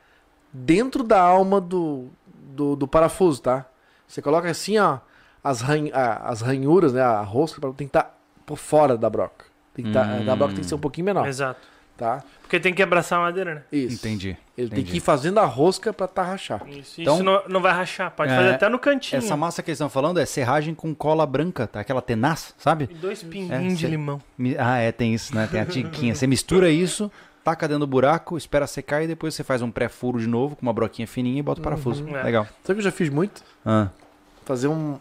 Speaker 2: dentro da alma do, do, do parafuso, tá? Você coloca assim, ó, as, ran, a- as ranhuras, né, a rosca, tem que estar por fora da broca. Tem que tá,
Speaker 1: Hum.
Speaker 2: Da broca tem que ser um pouquinho menor,
Speaker 3: Exato.
Speaker 2: tá?
Speaker 3: Porque tem que abraçar a madeira, né?
Speaker 2: Isso.
Speaker 1: Entendi.
Speaker 2: Ele tem
Speaker 1: entendi.
Speaker 2: que ir fazendo a rosca pra tarrachar.
Speaker 3: Isso,
Speaker 1: Então-
Speaker 3: isso não, não vai rachar. Pode
Speaker 1: É,
Speaker 3: fazer até no cantinho.
Speaker 1: Essa massa que eles estão falando é serragem com cola branca, tá? Aquela tenaz, sabe?
Speaker 3: E dois
Speaker 1: É,
Speaker 3: pinguinhos de
Speaker 1: sei.
Speaker 3: limão.
Speaker 1: Mi- Ah, é, tem isso, né? Tem a tiquinha. Você mistura isso, taca dentro do buraco, espera secar e depois você faz um pré-furo de novo com uma broquinha fininha e bota o parafuso.
Speaker 3: É.
Speaker 1: Legal.
Speaker 2: Sabe o que eu já fiz muito?
Speaker 1: Ah,
Speaker 2: fazer um,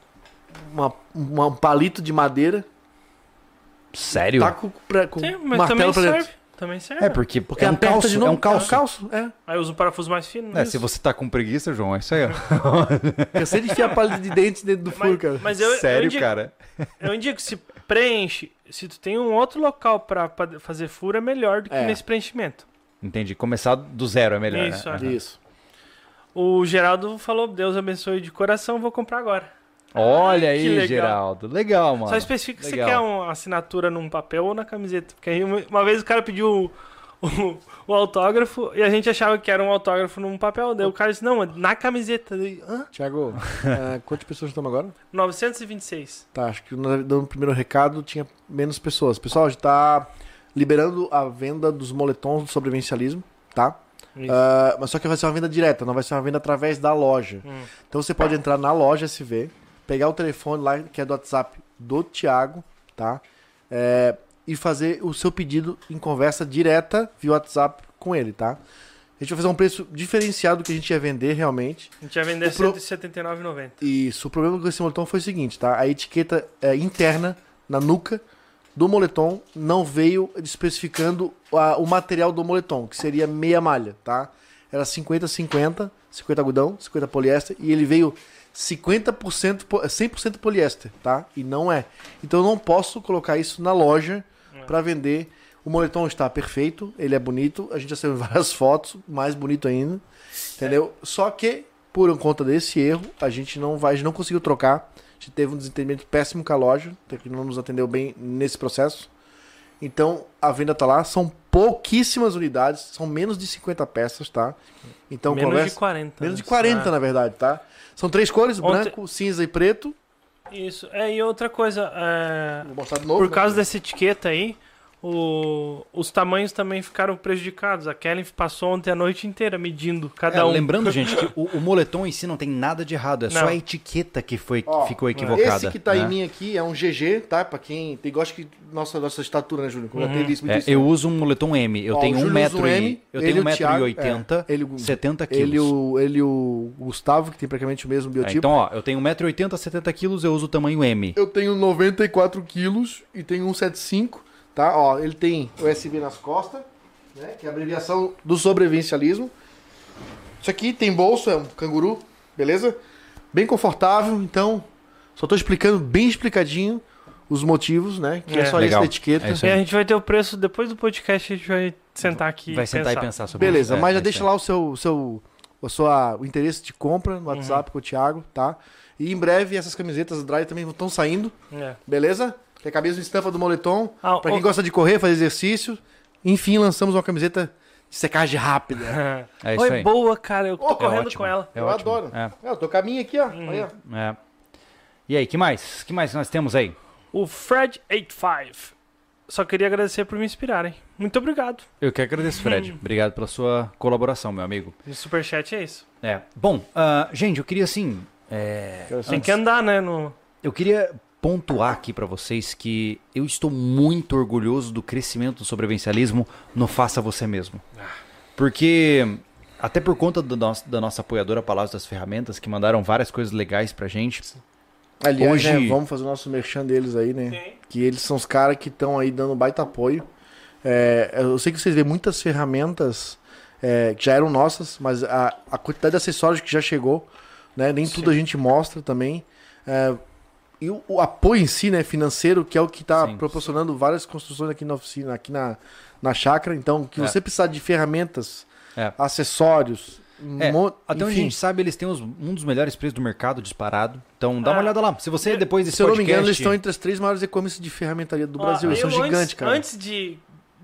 Speaker 2: uma- uma- um palito de madeira,
Speaker 1: sério?
Speaker 2: taco pra, com
Speaker 3: Sim, mas
Speaker 2: martelo
Speaker 3: também
Speaker 2: pra dentro.
Speaker 3: serve. Também serve.
Speaker 1: É, porque,
Speaker 2: Porque
Speaker 1: é um
Speaker 2: aperta
Speaker 1: calço,
Speaker 2: de novo,
Speaker 1: é
Speaker 3: tá
Speaker 1: um calço.
Speaker 2: É um calço, é.
Speaker 3: Aí usa um parafuso mais fino.
Speaker 1: É,
Speaker 3: isso.
Speaker 1: se você tá com preguiça, João, é isso aí, ó.
Speaker 2: Cansei de enfiar palito de dente dentro do furo, cara.
Speaker 3: Mas, mas eu, eu
Speaker 1: Sério,
Speaker 3: indico,
Speaker 1: cara.
Speaker 3: eu indico, se preenche, se tu tem um outro local pra, pra fazer furo, é melhor do que
Speaker 2: É.
Speaker 3: nesse preenchimento.
Speaker 1: Entendi. Começar do zero é melhor,
Speaker 3: Isso,
Speaker 1: né?
Speaker 3: é.
Speaker 2: Isso.
Speaker 3: O Geraldo falou, Deus abençoe de coração, vou comprar agora.
Speaker 1: Olha
Speaker 3: Ai, que
Speaker 1: aí,
Speaker 3: legal.
Speaker 1: Geraldo. Legal, mano.
Speaker 3: Só especifica se você
Speaker 1: Legal.
Speaker 3: quer uma assinatura num papel ou na camiseta. Porque aí uma, uma vez o cara pediu o, o autógrafo e a gente achava que era um autógrafo num papel. Daí o cara disse, não, é na camiseta. Daí, Hã?
Speaker 2: Tiago, ah, quantas pessoas estamos agora?
Speaker 3: 926.
Speaker 2: Tá, acho que na- no primeiro recado tinha menos pessoas. Pessoal, a gente tá liberando a venda dos moletons do sobrevivencialismo, tá?
Speaker 3: Isso.
Speaker 2: Ah, mas só que vai ser uma venda direta, não vai ser uma venda através da loja.
Speaker 3: Hum.
Speaker 2: Então você pode entrar na loja SV, pegar o telefone lá, que é do WhatsApp do Thiago, tá? É, e fazer o seu pedido em conversa direta via WhatsApp com ele, tá? A gente vai fazer um preço diferenciado do que a gente ia vender realmente.
Speaker 3: A gente ia vender
Speaker 2: O pro-
Speaker 3: 179,90.
Speaker 2: Isso, o problema com esse moletom foi o seguinte, tá? A etiqueta é, interna, na nuca do moletom, não veio especificando a- o material do moletom, que seria meia malha, tá? Era 50-50, 50 algodão, 50 poliéster, e ele veio 50%, po- 100% poliéster, tá? E não é. Então eu não posso colocar isso na loja pra vender. O moletom está perfeito, ele é bonito, a gente já saiu várias fotos, mais bonito ainda, entendeu? Só que por conta desse erro, a gente não vai, a gente não conseguiu trocar. A gente teve um desentendimento péssimo com a loja, até que não nos atendeu bem nesse processo. Então, a venda tá lá, são pouquíssimas unidades, são menos de 50 peças, tá? Então,
Speaker 3: menos
Speaker 2: conversa
Speaker 3: de 40.
Speaker 2: menos de
Speaker 3: né?
Speaker 2: 40, na verdade, tá? São três cores,
Speaker 3: Ontem-
Speaker 2: branco, cinza e preto.
Speaker 3: Ah, Isso. É, e outra coisa, é,
Speaker 2: Vou mostrar de novo.
Speaker 3: por
Speaker 2: né?
Speaker 3: causa dessa etiqueta aí, o- os tamanhos também ficaram prejudicados. A Kelly passou ontem a noite inteira medindo cada
Speaker 1: É,
Speaker 3: um.
Speaker 1: Lembrando, gente, que o, o moletom em si não tem nada de errado, é só
Speaker 3: Não.
Speaker 1: a etiqueta que foi,
Speaker 2: Ó,
Speaker 1: ficou equivocada.
Speaker 2: Esse que tá
Speaker 1: né?
Speaker 2: em mim aqui é um GG, tá? Pra quem tem, gosta que nossa, nossa estatura, né, Júlio? Como
Speaker 3: Uhum.
Speaker 2: eu tenho isso, me
Speaker 1: É,
Speaker 2: disse,
Speaker 1: eu uso um moletom M, eu
Speaker 2: Ó,
Speaker 1: tenho
Speaker 2: o
Speaker 1: 1
Speaker 2: Júlio usa
Speaker 1: metro
Speaker 2: o
Speaker 1: e,
Speaker 2: M,
Speaker 1: eu
Speaker 2: ele e
Speaker 1: tenho
Speaker 2: o Thiago,
Speaker 1: 1,80m,
Speaker 2: é, ele-
Speaker 1: 70 quilos.
Speaker 2: Ele e o, ele e o Gustavo, que tem praticamente o mesmo
Speaker 1: É,
Speaker 2: biotipo.
Speaker 1: então, ó, eu tenho 1,80m, 70 quilos, eu uso o tamanho M.
Speaker 2: Eu tenho 94 quilos e tenho 175, tá? Ó, ele tem USB nas costas, né? Que é a abreviação do sobrevivencialismo. Isso aqui tem bolso, é um canguru, beleza? Bem confortável, então só tô explicando bem explicadinho os motivos, né? Que é,
Speaker 3: É.
Speaker 2: só isso
Speaker 1: Legal.
Speaker 2: da etiqueta.
Speaker 1: É isso
Speaker 3: E
Speaker 1: aí.
Speaker 3: a gente vai ter o preço, depois do podcast a gente vai sentar aqui
Speaker 1: Vai
Speaker 3: e
Speaker 1: sentar
Speaker 3: pensar.
Speaker 1: e pensar sobre isso.
Speaker 2: Beleza,
Speaker 1: É,
Speaker 2: mas já
Speaker 1: é isso
Speaker 2: deixa
Speaker 1: aí.
Speaker 2: lá o seu, o seu o, sua, o interesse de compra no WhatsApp
Speaker 1: Uhum.
Speaker 2: com o Thiago, tá? E em breve essas camisetas dry também estão saindo,
Speaker 3: É.
Speaker 2: beleza? Que é a camisa estampa do moletom.
Speaker 3: Ah,
Speaker 2: Pra quem
Speaker 3: o-
Speaker 2: gosta de correr, fazer exercício. Enfim, lançamos uma camiseta de secagem rápida.
Speaker 1: É isso
Speaker 3: Oi,
Speaker 1: aí.
Speaker 3: boa, cara. Eu tô
Speaker 2: Ô, é
Speaker 3: correndo
Speaker 1: ótimo.
Speaker 3: com ela.
Speaker 1: É
Speaker 2: Eu
Speaker 1: ótimo.
Speaker 2: adoro.
Speaker 1: É,
Speaker 2: É, eu tô com a minha aqui, ó. Olha.
Speaker 1: é. E aí, que mais? que mais nós temos aí?
Speaker 3: O Fred85. Só queria agradecer por me inspirarem. Muito obrigado.
Speaker 1: Eu que agradeço, Fred.
Speaker 3: Hum.
Speaker 1: Obrigado pela sua colaboração, meu amigo.
Speaker 3: O superchat é isso.
Speaker 1: É. Bom, ah, gente, eu queria assim. é,
Speaker 3: Tem que andar, né? No...
Speaker 1: Eu queria pontuar aqui pra vocês que eu estou muito orgulhoso do crescimento do sobrevivencialismo no Faça Você Mesmo.
Speaker 2: Ah.
Speaker 1: Porque, até por conta do nosso- da nossa apoiadora Palácio das Ferramentas, que mandaram várias coisas legais pra gente.
Speaker 2: Aliás,
Speaker 1: Hoje-
Speaker 2: né, vamos fazer o nosso merchan deles aí, né?
Speaker 3: Sim.
Speaker 2: Que eles são os caras que estão aí dando baita apoio. É, eu sei que vocês vêem muitas ferramentas é, que já eram nossas, mas a, a quantidade de acessórios que já chegou, né? Nem tudo a gente mostra também. É, e o, o apoio em si, né, financeiro, que é o que está
Speaker 1: Sim.
Speaker 2: proporcionando várias construções aqui na oficina, aqui na, na chácara. Então, que
Speaker 1: É.
Speaker 2: você precisar de ferramentas,
Speaker 1: É.
Speaker 2: acessórios,
Speaker 1: É,
Speaker 2: mo-
Speaker 1: Até onde a
Speaker 2: enfim,
Speaker 1: gente sabe, eles têm os- um dos melhores preços do mercado disparado. Então dá uma
Speaker 3: Ah,
Speaker 1: olhada lá. Se você depois desse
Speaker 2: Se eu não me
Speaker 1: podcast...
Speaker 2: engano, eles estão entre as três maiores e-commerce de ferramentaria do
Speaker 3: Ó,
Speaker 2: Brasil. Eles são
Speaker 3: Ah, eu
Speaker 2: gigantes,
Speaker 3: antes,
Speaker 2: cara.
Speaker 3: Antes de.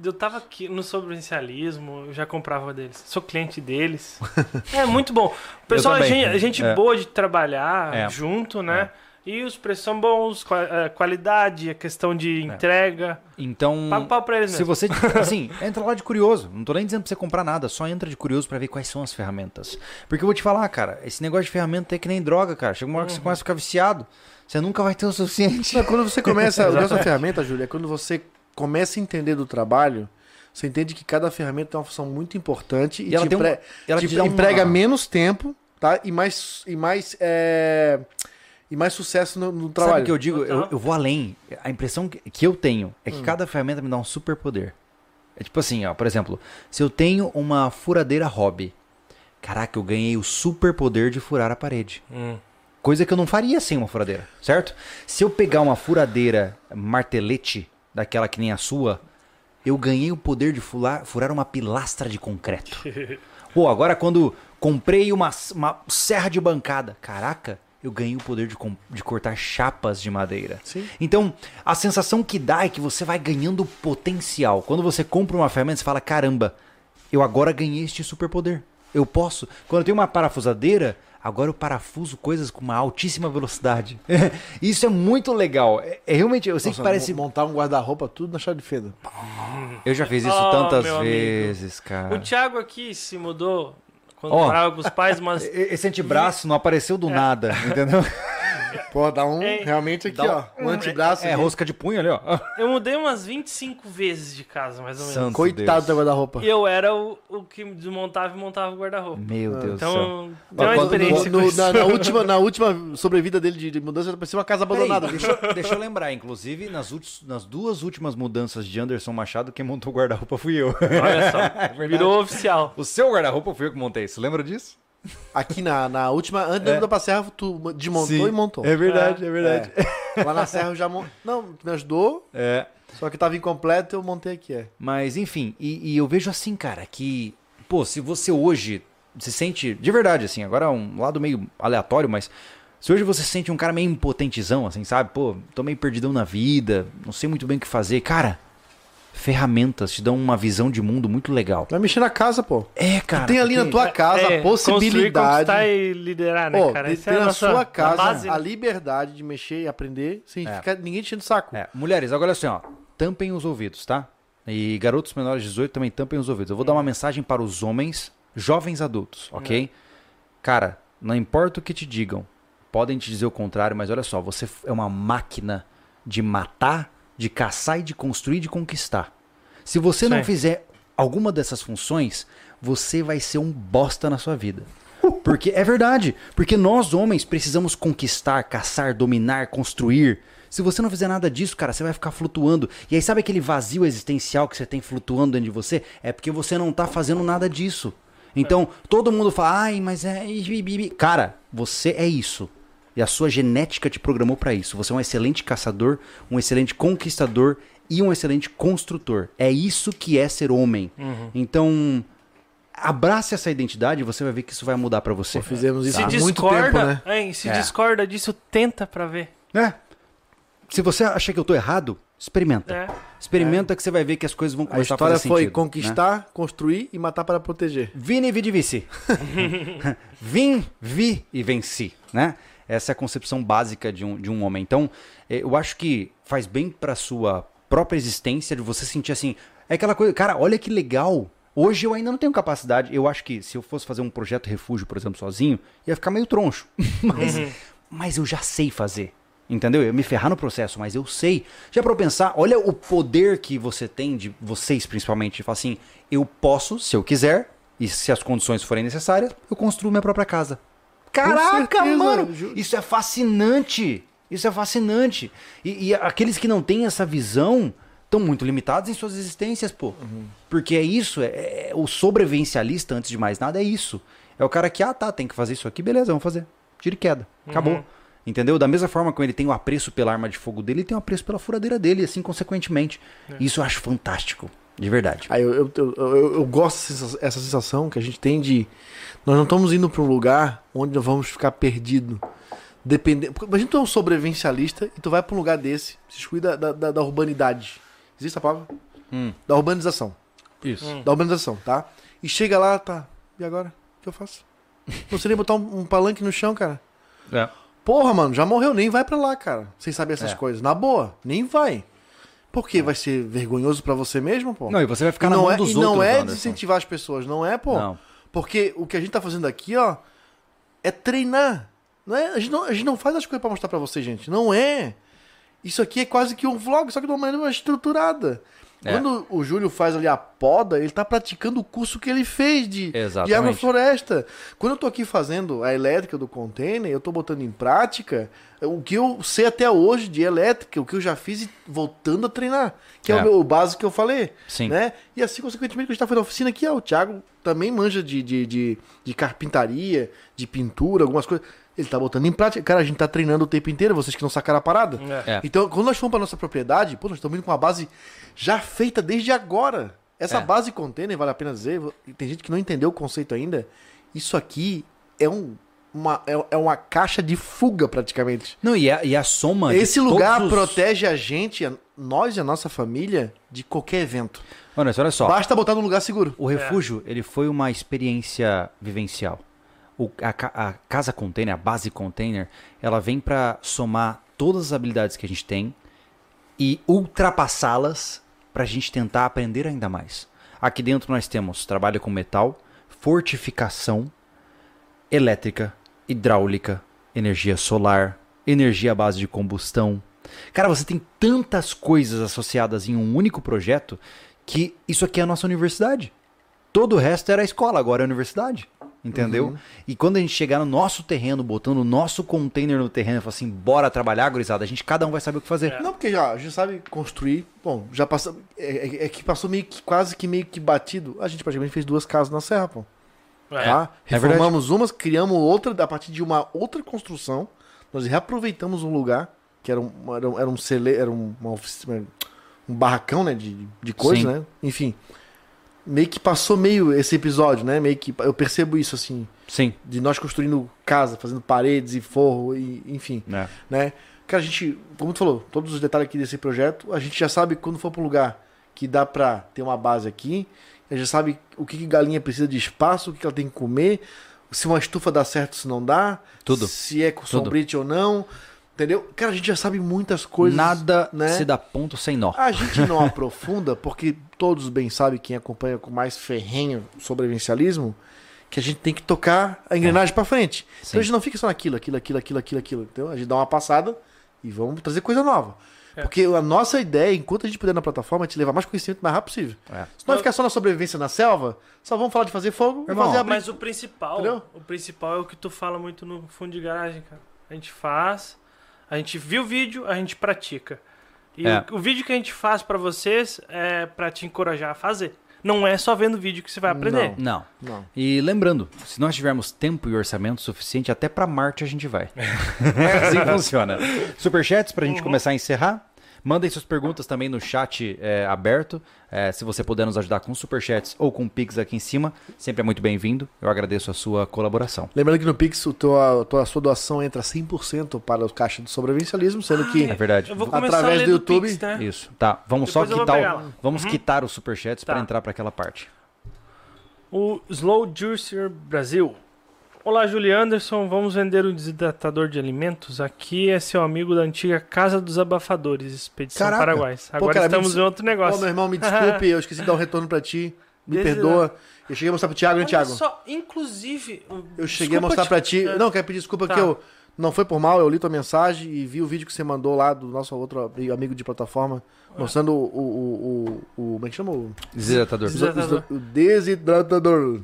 Speaker 3: Eu tava aqui no sobrencialismo, eu já comprava deles. Sou cliente deles. é muito bom. Pessoal,
Speaker 1: também.
Speaker 3: gente, gente
Speaker 1: É.
Speaker 3: boa de trabalhar
Speaker 1: É.
Speaker 3: junto, né? E os preços são bons, qua- a qualidade, a questão de entrega.
Speaker 1: Então...
Speaker 3: Paga o pau pra eles
Speaker 1: É. Se
Speaker 3: mesmo.
Speaker 1: você, assim, entra lá de curioso. Não tô nem dizendo pra você comprar nada, só entra de curioso pra ver quais são as ferramentas. Porque eu vou te falar, cara, esse negócio de ferramenta é que nem droga, cara. Chega uma hora que você começa a ficar viciado, você nunca vai ter o suficiente.
Speaker 2: Não, quando você começa. o negócio da ferramenta, Júlio, é quando você começa a entender do trabalho, você entende que cada ferramenta tem uma função muito importante e,
Speaker 1: E ela
Speaker 2: te,
Speaker 1: tem um-
Speaker 2: empre-
Speaker 1: ela
Speaker 2: te Ah.
Speaker 1: te dá uma-
Speaker 2: emprega menos tempo, tá? E mais. E mais, é, e mais sucesso no, no
Speaker 1: Sabe o
Speaker 2: trabalho.
Speaker 1: que eu digo? Eu, eu vou além. A impressão que que eu tenho é que cada ferramenta me dá um superpoder. É tipo assim, ó, por exemplo, se eu tenho uma furadeira hobby, caraca, eu ganhei o superpoder de furar a parede.
Speaker 3: Hum.
Speaker 1: Coisa que eu não faria sem uma furadeira, certo? Se eu pegar uma furadeira martelete, daquela que nem a sua, eu ganhei o poder de fular- furar uma pilastra de concreto. Pô, agora quando comprei uma, uma serra de bancada, caraca, eu ganhei o poder de, com- de cortar chapas de madeira.
Speaker 2: Sim.
Speaker 1: Então, a sensação que dá é que você vai ganhando potencial. Quando você compra uma ferramenta, você fala: caramba, eu agora ganhei este superpoder. Eu posso. Quando eu tenho uma parafusadeira, agora eu parafuso coisas com uma altíssima velocidade. Isso é muito legal. É, é realmente, eu sei
Speaker 2: Nossa,
Speaker 1: que parece.
Speaker 2: mo- montar um guarda-roupa tudo na chave de fenda.
Speaker 1: Eu já fiz isso
Speaker 3: Oh,
Speaker 1: tantas
Speaker 3: meu amigo.
Speaker 1: vezes, cara.
Speaker 3: O Thiago aqui se mudou quando
Speaker 1: Ó.
Speaker 3: morava com os pais, mas
Speaker 1: E- Esse antebraço não apareceu do nada, entendeu?
Speaker 2: Pô, dá um
Speaker 3: É,
Speaker 2: realmente aqui,
Speaker 1: dá
Speaker 2: ó. Um antebraço.
Speaker 1: É,
Speaker 2: aqui.
Speaker 1: rosca de punho ali, ó.
Speaker 3: eu mudei umas 25 vezes de casa, mais ou menos.
Speaker 1: Santo
Speaker 2: Coitado
Speaker 1: Deus.
Speaker 2: da guarda-roupa.
Speaker 3: E eu era o, o que desmontava e montava o guarda-roupa.
Speaker 1: Meu Deus do céu.
Speaker 3: Então,
Speaker 1: Ó,
Speaker 3: tem uma
Speaker 1: quando-
Speaker 3: experiência
Speaker 2: No-
Speaker 3: com
Speaker 2: no-
Speaker 3: isso.
Speaker 2: na, na última, na última sobrevida dele de, de mudança, parecia uma casa
Speaker 1: Peraí,
Speaker 2: abandonada.
Speaker 1: deixa, eu- deixa eu lembrar, inclusive, nas, ulti- nas duas últimas mudanças de Anderson Machado, quem montou o guarda-roupa fui eu.
Speaker 3: Olha
Speaker 2: É
Speaker 3: só,
Speaker 1: verdade.
Speaker 3: virou oficial.
Speaker 1: O seu guarda-roupa fui eu que montei, você lembra disso?
Speaker 2: Aqui na, na última, antes
Speaker 1: É.
Speaker 2: da da Serra, tu desmontou e montou.
Speaker 1: É verdade, é, verdade.
Speaker 2: É. Lá na Serra eu já montei. Não, tu me ajudou,
Speaker 1: É.
Speaker 2: só que tava incompleto eu montei aqui, é.
Speaker 1: Mas, enfim, e, e eu vejo assim, cara, que, pô, se você hoje se sente, de verdade, assim, agora é um lado meio aleatório, mas se hoje você se sente um cara meio impotentezão, assim, sabe? Pô, tô meio perdidão na vida, não sei muito bem o que fazer. Cara, ferramentas te dão uma visão de mundo muito legal.
Speaker 2: Vai mexer na casa, pô.
Speaker 1: É, cara.
Speaker 2: tem ali na
Speaker 1: porque-
Speaker 2: tua casa
Speaker 3: É,
Speaker 2: a
Speaker 3: Construir,
Speaker 2: possibilidade.
Speaker 3: conquistar e liderar, né,
Speaker 2: Pô,
Speaker 3: cara?
Speaker 2: de
Speaker 3: Essa
Speaker 2: ter
Speaker 3: é a
Speaker 2: na
Speaker 3: nossa
Speaker 2: sua casa
Speaker 3: base, né?
Speaker 2: a liberdade de mexer e aprender sem
Speaker 1: É.
Speaker 2: ficar ninguém te enchendo o saco.
Speaker 1: É, mulheres, agora assim, ó, tampem os ouvidos, tá? E garotos menores de 18 também tampem os ouvidos. Eu vou dar uma mensagem para os homens, jovens adultos, ok? Cara, não importa o que te digam, podem te dizer o contrário, mas olha só, você f- é uma máquina de matar, de caçar e de construir e de conquistar. Se você não
Speaker 3: Sim.
Speaker 1: fizer alguma dessas funções, você vai ser um bosta na sua vida. Porque é verdade, porque nós homens precisamos conquistar, caçar, dominar, construir. Se você não fizer nada disso, cara, você vai ficar flutuando. E aí sabe aquele vazio existencial que você tem flutuando dentro de você? É porque você não tá fazendo nada disso. Então, todo mundo fala: "Ai, mas é bi, bi, bi." Cara, você é isso. E a sua genética te programou para isso. Você é um excelente caçador, um excelente conquistador e um excelente construtor. É isso que é ser homem.
Speaker 2: Uhum.
Speaker 1: Então, abrace essa identidade e você vai ver que isso vai mudar para você.
Speaker 2: Pô, fizemos isso
Speaker 3: Se
Speaker 2: há muito
Speaker 3: discorda,
Speaker 2: tempo, né?
Speaker 3: hein, se
Speaker 1: É.
Speaker 3: discorda disso, tenta pra ver.
Speaker 1: É. Se você acha que eu tô errado, experimenta.
Speaker 3: É.
Speaker 1: Experimenta que você vai ver que as coisas vão
Speaker 2: A
Speaker 1: começar a,
Speaker 2: história
Speaker 1: fazer
Speaker 2: foi
Speaker 1: sentido, né?
Speaker 2: conquistar, construir e matar para proteger.
Speaker 1: Vini vidi vici. Vim, vi e venci, né? Essa é a concepção básica de um, de um homem. Então, eh, eu acho que faz bem pra sua própria existência de você sentir assim. É aquela coisa, cara, olha que legal. Hoje eu ainda não tenho capacidade. Eu acho que se eu fosse fazer um projeto refúgio, por exemplo, sozinho, ia ficar meio troncho. Mas, mas eu já sei fazer. Entendeu? Eu ia me ferrar no processo, mas eu sei. Já para pensar, olha o poder que você tem, de vocês principalmente, de falar assim: eu posso, se eu quiser, e se as condições forem necessárias, eu construo minha própria casa. Caraca,
Speaker 2: certeza,
Speaker 1: mano!
Speaker 2: ju-
Speaker 1: Isso é fascinante! Isso é fascinante! E, e aqueles que não têm essa visão estão muito limitados em suas existências, pô.
Speaker 2: Uhum.
Speaker 1: Porque é isso, é, é- o sobrevivencialista, antes de mais nada, é isso. É o cara que, ah, tá, tem que fazer isso aqui, beleza, vamos fazer. Tira e queda.
Speaker 2: Uhum.
Speaker 1: Acabou. Entendeu? Da mesma forma como ele tem o apreço pela arma de fogo dele, ele tem o apreço pela furadeira dele, assim, consequentemente.
Speaker 2: É.
Speaker 1: Isso eu acho fantástico. De verdade.
Speaker 2: Aí eu, eu, eu, eu- eu gosto dessa sensa- essa sensação que a gente tem de. Nós não estamos indo para um lugar onde nós vamos ficar perdido. Dependendo. Porque imagina tu é um sobrevivencialista e tu vai para um lugar desse, se exclui da, da, da- da urbanidade. Existe a palavra?
Speaker 1: Hum.
Speaker 2: Da urbanização.
Speaker 1: Isso.
Speaker 2: Da urbanização, tá? E chega lá, tá. E agora? O que eu faço? Não sei nem botar um, um palanque no chão, cara.
Speaker 1: É.
Speaker 2: Porra, mano, já morreu, nem vai pra lá, cara. Sem saber essas
Speaker 1: É.
Speaker 2: coisas. Na boa, nem vai. Por quê? Vai ser vergonhoso pra você mesmo, pô?
Speaker 1: Não, e você vai ficar
Speaker 2: E
Speaker 1: na
Speaker 2: não
Speaker 1: mão
Speaker 2: é,
Speaker 1: dos
Speaker 2: e
Speaker 1: outros,
Speaker 2: não é
Speaker 1: Anderson.
Speaker 2: desincentivar as pessoas, não é, pô?
Speaker 1: Não.
Speaker 2: Porque o que a gente tá fazendo aqui, ó, é treinar. Não é, a, gente não, a gente não faz as coisas pra mostrar pra vocês, gente. Não é. Isso aqui é quase que um vlog, só que de uma maneira mais estruturada.
Speaker 1: É.
Speaker 2: Quando o Júlio faz ali a poda, ele tá praticando o curso que ele fez de, de
Speaker 1: Exatamente.
Speaker 2: agrofloresta. Quando eu tô aqui fazendo a elétrica do container, eu tô botando em prática o que eu sei até hoje de elétrica, o que eu já fiz e voltando a treinar. Que é,
Speaker 1: É.
Speaker 2: o, meu, o básico que eu falei
Speaker 1: Sim.
Speaker 2: né? E assim, consequentemente, que a gente tá fazendo a oficina aqui, ó, o Thiago também manja de, de, de, de carpintaria, de pintura, algumas coisas. Ele tá botando em prática. Cara, a gente tá treinando o tempo inteiro, vocês que não sacaram a parada.
Speaker 3: É.
Speaker 1: É.
Speaker 2: Então, quando nós fomos pra nossa propriedade, pô, nós estamos indo com uma base já feita desde agora. Essa
Speaker 1: É.
Speaker 2: base container, vale a pena dizer, tem gente que não entendeu o conceito ainda. Isso aqui é um, um uma, é, é uma caixa de fuga praticamente.
Speaker 1: Não, e a, e a soma. de
Speaker 2: Esse lugar
Speaker 1: todos os-
Speaker 2: protege a gente, a- nós e a nossa família, de qualquer evento.
Speaker 1: Mano, olha só.
Speaker 2: Basta botar num lugar seguro.
Speaker 1: O refúgio, ele foi uma experiência vivencial. O- a, ca- a casa container, a base container, ela vem pra somar todas as habilidades que a gente tem e ultrapassá-las pra gente tentar aprender ainda mais. Aqui dentro nós temos trabalho com metal, fortificação, elétrica, hidráulica, energia solar, energia à base de combustão. Cara, você tem tantas coisas associadas em um único projeto que isso aqui é a nossa universidade. Todo o resto era a escola, agora é a universidade. Entendeu?
Speaker 2: Uhum.
Speaker 1: E quando a gente chegar no nosso terreno, botando o nosso container no terreno e falar assim, bora trabalhar, gurizada, a gente cada um vai saber o que fazer.
Speaker 2: Não, porque já, a gente sabe construir. Bom, já passou. É, é- é que passou meio que, quase que meio que batido. A gente praticamente fez duas casas na serra, pô.
Speaker 3: É.
Speaker 2: Tá?
Speaker 1: É verdade.
Speaker 2: Reformamos umas, criamos outra a partir de uma outra construção. Nós reaproveitamos um lugar que era um, era um, era um cele, era um- uma oficina, um barracão, né, de, de coisa,
Speaker 1: Sim.
Speaker 2: né? Enfim, meio que passou meio esse episódio, né? Meio que eu percebo isso assim,
Speaker 1: Sim.
Speaker 2: de nós construindo casa, fazendo paredes e forro e enfim
Speaker 1: né?
Speaker 2: né? Cara, a gente, como tu falou, todos os detalhes aqui desse projeto, a gente já sabe quando for para um lugar que dá pra ter uma base aqui, a gente já sabe o que, que galinha precisa de espaço, o que, que ela tem que comer, se uma estufa dá certo, se não dá,
Speaker 1: Tudo.
Speaker 2: se é com
Speaker 1: Tudo.
Speaker 2: sombrite ou não, entendeu? Cara, a gente já sabe muitas coisas.
Speaker 1: Nada
Speaker 2: né? Ah.
Speaker 1: se dá ponto sem nó.
Speaker 2: A gente não aprofunda, porque todos bem sabem, quem acompanha com mais ferrenho sobrevivencialismo, que a gente tem que tocar a engrenagem pra frente.
Speaker 1: É. Sim.
Speaker 2: Então a gente não fica só naquilo, aquilo, aquilo, aquilo, aquilo, aquilo. Então a gente dá uma passada e vamos trazer coisa nova.
Speaker 3: É.
Speaker 2: Porque a nossa ideia, enquanto a gente puder na plataforma, é te levar mais conhecimento o mais rápido possível.
Speaker 1: É.
Speaker 2: Se não ficar só na sobrevivência na selva, só vamos falar de fazer fogo e
Speaker 1: Irmão,
Speaker 2: fazer abrir.
Speaker 3: Mas o principal,
Speaker 2: Entendeu?
Speaker 3: o principal é o que tu fala muito no fundo de garagem, cara. A gente faz, a gente viu o vídeo, a gente pratica. E
Speaker 1: É.
Speaker 3: o, o vídeo que a gente faz pra vocês é pra te encorajar a fazer. Não é só vendo vídeo que você vai aprender.
Speaker 1: Não.
Speaker 2: Não.
Speaker 1: E lembrando, se nós tivermos tempo e orçamento suficiente, até pra Marte a gente vai. É assim que funciona. Superchats pra gente
Speaker 3: Uhum.
Speaker 1: começar a encerrar. Mandem suas perguntas também no chat é, aberto. É, se você puder nos ajudar com superchats ou com Pix aqui em cima, sempre é muito bem-vindo. Eu agradeço a sua colaboração.
Speaker 2: Lembrando que no Pix, o teu- a tua, sua doação entra 100% para o caixa do sobrevivencialismo, sendo que
Speaker 1: É verdade.
Speaker 3: Eu vou começar
Speaker 2: Através
Speaker 3: a ler
Speaker 2: do
Speaker 3: do Pix,
Speaker 2: YouTube,
Speaker 3: né?
Speaker 1: Isso. Tá, vamos
Speaker 3: Depois eu
Speaker 1: só
Speaker 3: vou
Speaker 1: quitar,
Speaker 3: pegar
Speaker 1: o-
Speaker 3: lá.
Speaker 1: vamos quitar os superchats pra
Speaker 3: Tá.
Speaker 1: entrar pra aquela parte.
Speaker 3: O Slow Juicer Brasil. Olá, Julie Anderson. Vamos vender um desidratador de alimentos? Aqui é seu amigo da antiga Casa dos Abafadores, Expedição
Speaker 2: Caraca.
Speaker 3: Paraguais.
Speaker 2: Pô,
Speaker 3: Agora
Speaker 2: cara, me
Speaker 3: estamos
Speaker 2: des-
Speaker 3: em outro
Speaker 2: Ô,
Speaker 3: negócio.
Speaker 2: meu irmão, me desculpe, eu esqueci de dar um retorno pra ti. Me
Speaker 3: Desde
Speaker 2: perdoa. Eu cheguei a mostrar pro Thiago, né,
Speaker 3: Olha
Speaker 2: Thiago?
Speaker 3: só, inclusive. o-
Speaker 2: Eu cheguei
Speaker 3: desculpa
Speaker 2: a mostrar
Speaker 3: te-
Speaker 2: pra ti.
Speaker 3: é,
Speaker 2: Não, quero pedir desculpa
Speaker 3: Tá.
Speaker 2: que eu. Não foi por mal, eu li tua mensagem e vi o vídeo que você mandou lá do nosso outro ab- amigo de plataforma, mostrando o. o, o, o- como é que chama? O,
Speaker 1: Desidratador.
Speaker 3: Desidratador.
Speaker 2: o desidratador.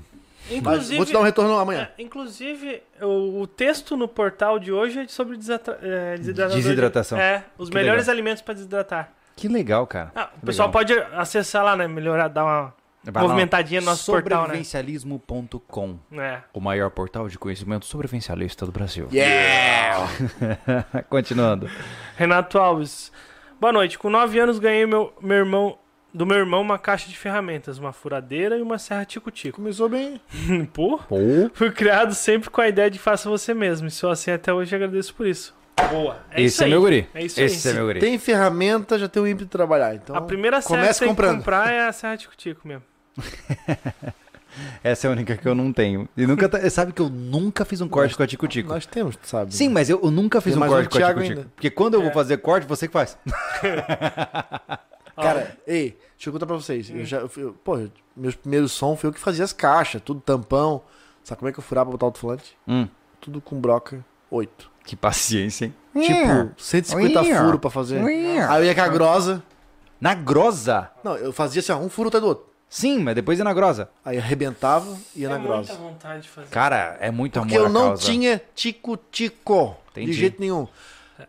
Speaker 2: Mas
Speaker 3: Inclusive,
Speaker 2: vou te dar um retorno amanhã.
Speaker 3: é, inclusive o, o texto no portal de hoje é sobre desatra- é, desidratador.
Speaker 1: Desidratação.
Speaker 3: É, os
Speaker 1: Que
Speaker 3: melhores
Speaker 1: legal.
Speaker 3: alimentos pra desidratar.
Speaker 1: Que legal, cara.
Speaker 3: Ah, o pessoal
Speaker 1: Legal. É
Speaker 3: pode acessar lá, né? Melhorar, dar uma
Speaker 1: Vai lá.
Speaker 3: movimentadinha no nosso portal, né?
Speaker 1: Sobrevivencialismo.com
Speaker 3: É.
Speaker 1: o maior portal de conhecimento sobrevivencialista do Brasil.
Speaker 2: Yeah!
Speaker 1: Continuando.
Speaker 3: Renato Alves. Boa noite. Com 9 anos ganhei meu, meu irmão, do meu irmão uma caixa de ferramentas, uma furadeira e uma serra tico-tico.
Speaker 2: Começou bem.
Speaker 3: Pô, fui criado sempre com a ideia de faça você mesmo. E sou assim até hoje e agradeço por isso. Boa. É
Speaker 1: Esse
Speaker 3: isso
Speaker 1: é
Speaker 3: aí.
Speaker 1: meu guri.
Speaker 3: É isso
Speaker 1: Esse
Speaker 3: aí.
Speaker 1: é meu guri.
Speaker 2: Tem ferramenta, já tem o ímpeto de trabalhar. Então,
Speaker 3: A primeira serra que
Speaker 2: comece
Speaker 3: tem que
Speaker 2: comprando.
Speaker 3: comprar é a serra tico-tico mesmo.
Speaker 1: Essa é a única que eu não tenho. E nunca tá- sabe que eu nunca fiz um corte com a Tico Tico.
Speaker 2: Nós temos, tu sabe.
Speaker 1: Sim, mas eu, eu nunca fiz
Speaker 2: Tem
Speaker 1: um
Speaker 2: mais um
Speaker 1: corte com a
Speaker 2: Thiago
Speaker 1: Tico Tico.
Speaker 2: ainda.
Speaker 1: Porque quando eu
Speaker 3: É.
Speaker 1: vou fazer corte, você que faz.
Speaker 3: Ah.
Speaker 2: Cara, ei, deixa eu contar pra vocês. Eu já, eu, fui- eu- pô, eu- meus primeiros sons foi eu que fazia as caixas, tudo tampão. Sabe como é que eu furava pra botar alto-falante?
Speaker 1: Hum,
Speaker 2: Tudo com broca 8.
Speaker 1: que paciência, hein?
Speaker 3: É.
Speaker 2: Tipo, 150
Speaker 1: Uia.
Speaker 2: furos pra fazer. Aí eu ia com a grosa.
Speaker 1: Na grosa.
Speaker 2: Não, eu fazia assim, ó, um furo até do outro.
Speaker 1: Sim, mas depois é na grosa.
Speaker 2: Aí arrebentava e
Speaker 3: é
Speaker 2: ia na grosa.
Speaker 3: vontade de fazer.
Speaker 1: Cara, é muito
Speaker 2: Porque
Speaker 1: amor
Speaker 2: eu
Speaker 1: à
Speaker 2: não
Speaker 1: causa.
Speaker 2: tinha tico-tico. De
Speaker 1: Entendi.
Speaker 2: jeito nenhum.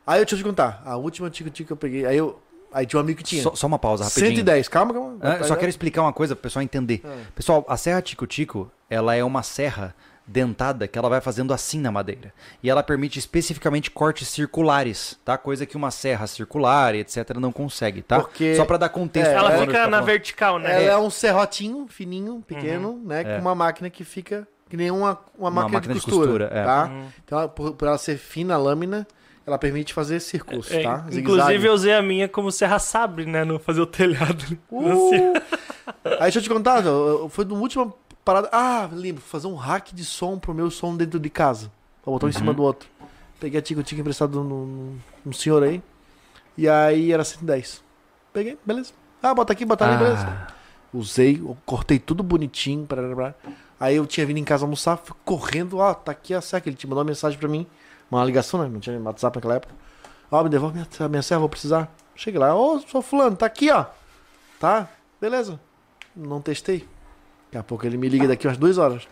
Speaker 2: Aí eu deixa eu te contar. A última tico-tico que eu peguei. Aí eu. Aí tinha um amigo que tinha.
Speaker 1: Só, só uma pausa rapidinho.
Speaker 2: 110, calma, calma.
Speaker 1: Ah, só quero explicar uma coisa pro pessoal entender.
Speaker 2: É.
Speaker 1: Pessoal, a serra tico-tico, ela é uma serra dentada que ela vai fazendo assim na madeira. E ela permite especificamente cortes circulares, tá? Coisa que uma serra circular, e etc, não consegue, tá?
Speaker 2: Porque-
Speaker 1: Só pra dar contexto.
Speaker 2: É,
Speaker 1: pra
Speaker 3: Ela
Speaker 1: quando a gente
Speaker 3: fica
Speaker 1: tá
Speaker 3: na
Speaker 1: falando.
Speaker 3: vertical, né?
Speaker 2: Ela é um serrotinho fininho, pequeno, né? Com uma máquina que fica. Que que nem uma, uma, máquina, de costura.
Speaker 1: costura, é.
Speaker 2: tá? Então, ela- por, por ela ser fina a lâmina, ela permite fazer círculos,
Speaker 3: É,
Speaker 2: tá? Zigue-zague.
Speaker 3: inclusive eu usei a minha como serra sabre, né? No fazer o telhado. Assim.
Speaker 2: Uh! Aí deixa eu te contar, eu- eu- foi do última parada. Ah, lembro, fazer um hack de som pro meu som dentro de casa. Pra botar um em cima do outro. Peguei a tico-tico emprestado num, num- num senhor aí. E aí era 110. Peguei, beleza. Ah, bota aqui, bota ali, beleza.
Speaker 1: Ah,
Speaker 2: Usei, eu cortei tudo bonitinho. Pra, Aí eu tinha vindo em casa almoçar, fui correndo. Ah, tá aqui a serra. Ele te mandou uma mensagem pra mim. Uma ligação, né? Não tinha WhatsApp naquela época. Ó, me devolve minha, minha serra, vou precisar. Cheguei lá, ô, sou fulano, tá aqui, ó. Tá? Beleza. Não testei. Daqui a pouco ele me liga daqui umas duas horas.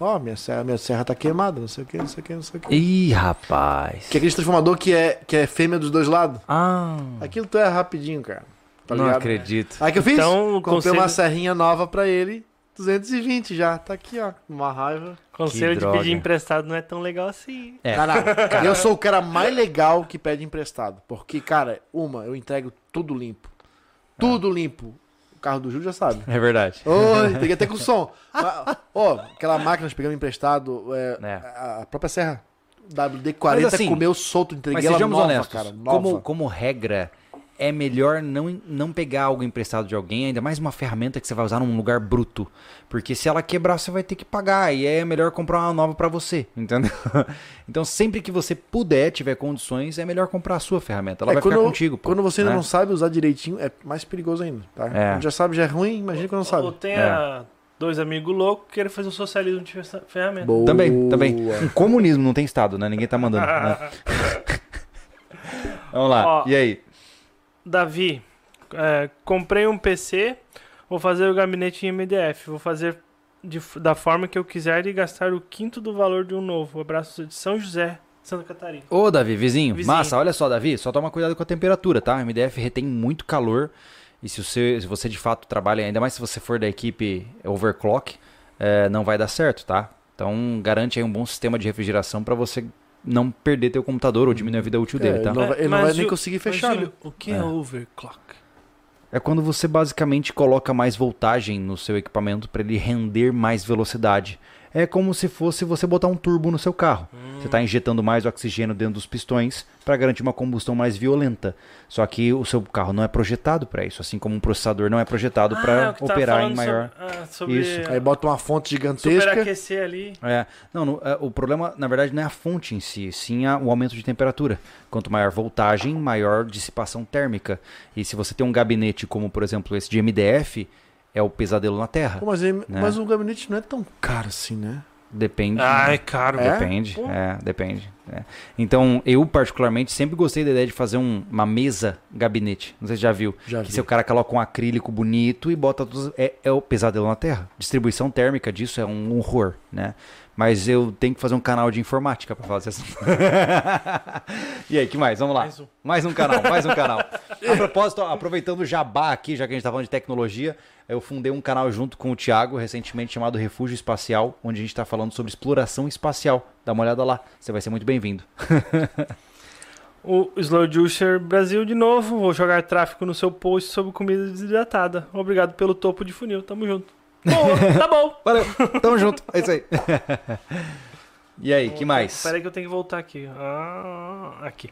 Speaker 2: Ó, minha, serra, minha serra tá queimada, não sei o que, não sei o que, não sei o que.
Speaker 1: Ah. Ih, rapaz.
Speaker 2: Que é aquele transformador que é, que é fêmea dos dois lados.
Speaker 1: Ah,
Speaker 2: Aquilo tu é rapidinho, cara. Tá
Speaker 1: não
Speaker 2: ligado?
Speaker 1: acredito.
Speaker 2: Aí que eu fiz?
Speaker 3: Então, o
Speaker 2: Comprei
Speaker 3: conselho,
Speaker 2: uma serrinha nova pra ele, 220 já. Tá aqui, ó. Uma raiva.
Speaker 3: conselho
Speaker 1: Que
Speaker 3: de
Speaker 1: droga.
Speaker 3: pedir emprestado não é tão legal assim.
Speaker 1: É.
Speaker 2: Cara, eu sou o cara mais legal que pede emprestado. Porque, cara, uma, eu entrego tudo limpo. Tudo limpo. O carro do Júlio já sabe.
Speaker 1: É verdade.
Speaker 2: Oi, peguei até com som. Mas, Ó, aquela máquina que nós pegamos emprestado, é,
Speaker 1: É.
Speaker 2: a- a própria serra. WD-40
Speaker 1: Mas assim,
Speaker 2: comeu solto,
Speaker 1: Mas
Speaker 2: entreguei ela
Speaker 1: sejamos
Speaker 2: nova,
Speaker 1: honestos.
Speaker 2: cara. Nova.
Speaker 1: Como, como regra, é melhor não, não pegar algo emprestado de alguém, ainda mais uma ferramenta que você vai usar num lugar bruto. Porque se ela quebrar, você vai ter que pagar. E é melhor comprar uma nova pra você, entendeu? Então, sempre que você puder, tiver condições, é melhor comprar a sua ferramenta. Ela
Speaker 2: É,
Speaker 1: vai ficar
Speaker 2: quando-
Speaker 1: contigo. pô,
Speaker 2: Quando você ainda
Speaker 1: né?
Speaker 2: não sabe usar direitinho, é mais perigoso ainda, tá?
Speaker 1: É.
Speaker 2: Quando já sabe, já é ruim, imagina quando não
Speaker 3: Ou
Speaker 2: sabe.
Speaker 3: tem
Speaker 1: É.
Speaker 3: a- dois amigos loucos que querem fazer um socialismo de fer- ferramenta.
Speaker 2: Boa.
Speaker 1: Também, também. Um comunismo não tem Estado, né? Ninguém tá mandando. né? Vamos lá.
Speaker 3: Ó.
Speaker 1: E aí?
Speaker 3: Davi, é, comprei um PC, vou fazer o gabinete em MDF. Vou fazer de f- da forma que eu quiser e gastar o quinto do valor de um novo. Abraço de São José, Santa Catarina.
Speaker 1: Ô, Davi, vizinho,
Speaker 3: Vizinho.
Speaker 1: massa, olha só, Davi, só toma cuidado com a temperatura, tá? O MDF retém muito calor. E se você, se você de fato trabalha, ainda mais se você for da equipe overclock, é, não vai dar certo, tá? Então garante aí um bom sistema de refrigeração pra você não perder teu computador ou diminuir a vida útil
Speaker 2: É,
Speaker 1: dele, tá?
Speaker 2: Não vai- ele não
Speaker 3: Mas,
Speaker 2: vai nem
Speaker 3: Ju-
Speaker 2: conseguir
Speaker 3: Mas,
Speaker 2: fechar,
Speaker 3: Júlio,
Speaker 2: né?
Speaker 3: o que é,
Speaker 1: É.
Speaker 3: overclock?
Speaker 1: É quando você basicamente coloca mais voltagem no seu equipamento para ele render mais velocidade. É como se fosse você botar um turbo no seu carro. Você está injetando mais oxigênio dentro dos pistões para garantir uma combustão mais violenta. Só que o seu carro não é projetado para isso, assim como um processador não é projetado
Speaker 3: Ah, é
Speaker 1: para
Speaker 3: o que tava
Speaker 1: operar em
Speaker 3: falando
Speaker 1: maior.
Speaker 3: Sobre, ah, sobre
Speaker 1: Isso.
Speaker 2: né? Aí bota uma fonte gigantesca.
Speaker 3: superaquecer ali.
Speaker 1: É, não, no- é, o problema, na verdade, não é a fonte em si, sim a- o aumento de temperatura. Quanto maior voltagem, maior dissipação térmica. E se você tem um gabinete como, por exemplo, esse de MDF, é o pesadelo na Terra.
Speaker 2: Pô, mas, ele-
Speaker 1: Né?
Speaker 2: mas o gabinete não é tão caro assim, né?
Speaker 1: Depende.
Speaker 3: Ah, é caro.
Speaker 2: É?
Speaker 1: Depende,
Speaker 3: Pô.
Speaker 1: é, depende. é. Então, eu particularmente sempre gostei da ideia de fazer um- uma mesa gabinete. Não sei se já viu.
Speaker 2: Já
Speaker 1: que
Speaker 2: vi.
Speaker 1: seu cara coloca um acrílico bonito e bota todos. É, é o pesadelo na Terra. Distribuição térmica disso é um horror, né? Mas eu tenho que fazer um canal de informática pra fazer essa. e aí, que mais? Vamos lá.
Speaker 3: Mais um.
Speaker 1: Mais um canal, mais um canal. A propósito, ó, aproveitando o jabá aqui, já que a gente tá falando de tecnologia, eu fundei um canal junto com o Thiago recentemente chamado Refúgio Espacial, onde a gente tá falando sobre exploração espacial. Dá uma olhada lá, você vai ser muito bem-vindo.
Speaker 3: O Slow Juicer Brasil de novo. Vou jogar tráfico no seu post sobre comida desidratada. Obrigado pelo topo de funil. Tamo junto. Boa, tá bom.
Speaker 1: Valeu, tamo junto, é isso aí. E aí, que mais?
Speaker 3: Peraí que eu tenho que voltar aqui. Ah, aqui.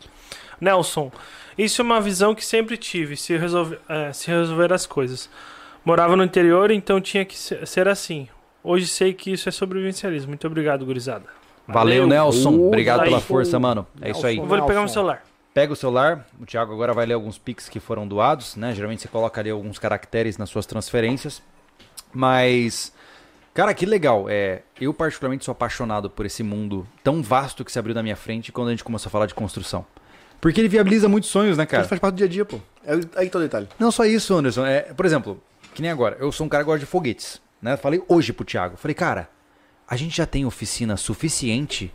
Speaker 3: Nelson, isso é uma visão que sempre tive, se, resolve, eh, se resolver as coisas. Morava no interior, então tinha que se- ser assim. Hoje sei que isso é sobrevivencialismo. Muito obrigado, gurizada.
Speaker 1: Valeu, Nelson.
Speaker 2: Usa
Speaker 1: Obrigado pela
Speaker 3: aí.
Speaker 1: força, mano. É isso aí.
Speaker 3: Eu vou lhe pegar meu
Speaker 2: Nelson.
Speaker 3: celular.
Speaker 1: Pega o celular, o Thiago agora vai ler alguns pics que foram doados, né? Geralmente você coloca ali alguns caracteres nas suas transferências. Mas, cara, que legal. É, eu particularmente sou apaixonado por esse mundo tão vasto que se abriu na minha frente quando a gente começou a falar de construção. Porque ele viabiliza muitos sonhos, né,
Speaker 2: Isso
Speaker 1: cara?
Speaker 2: faz parte do dia a dia, pô. É aí que tá o detalhe.
Speaker 1: Não só isso, Anderson. É, por exemplo, que nem agora, eu sou um cara que gosta de foguetes. Né? Falei hoje pro Thiago. Falei, cara, a gente já tem oficina suficiente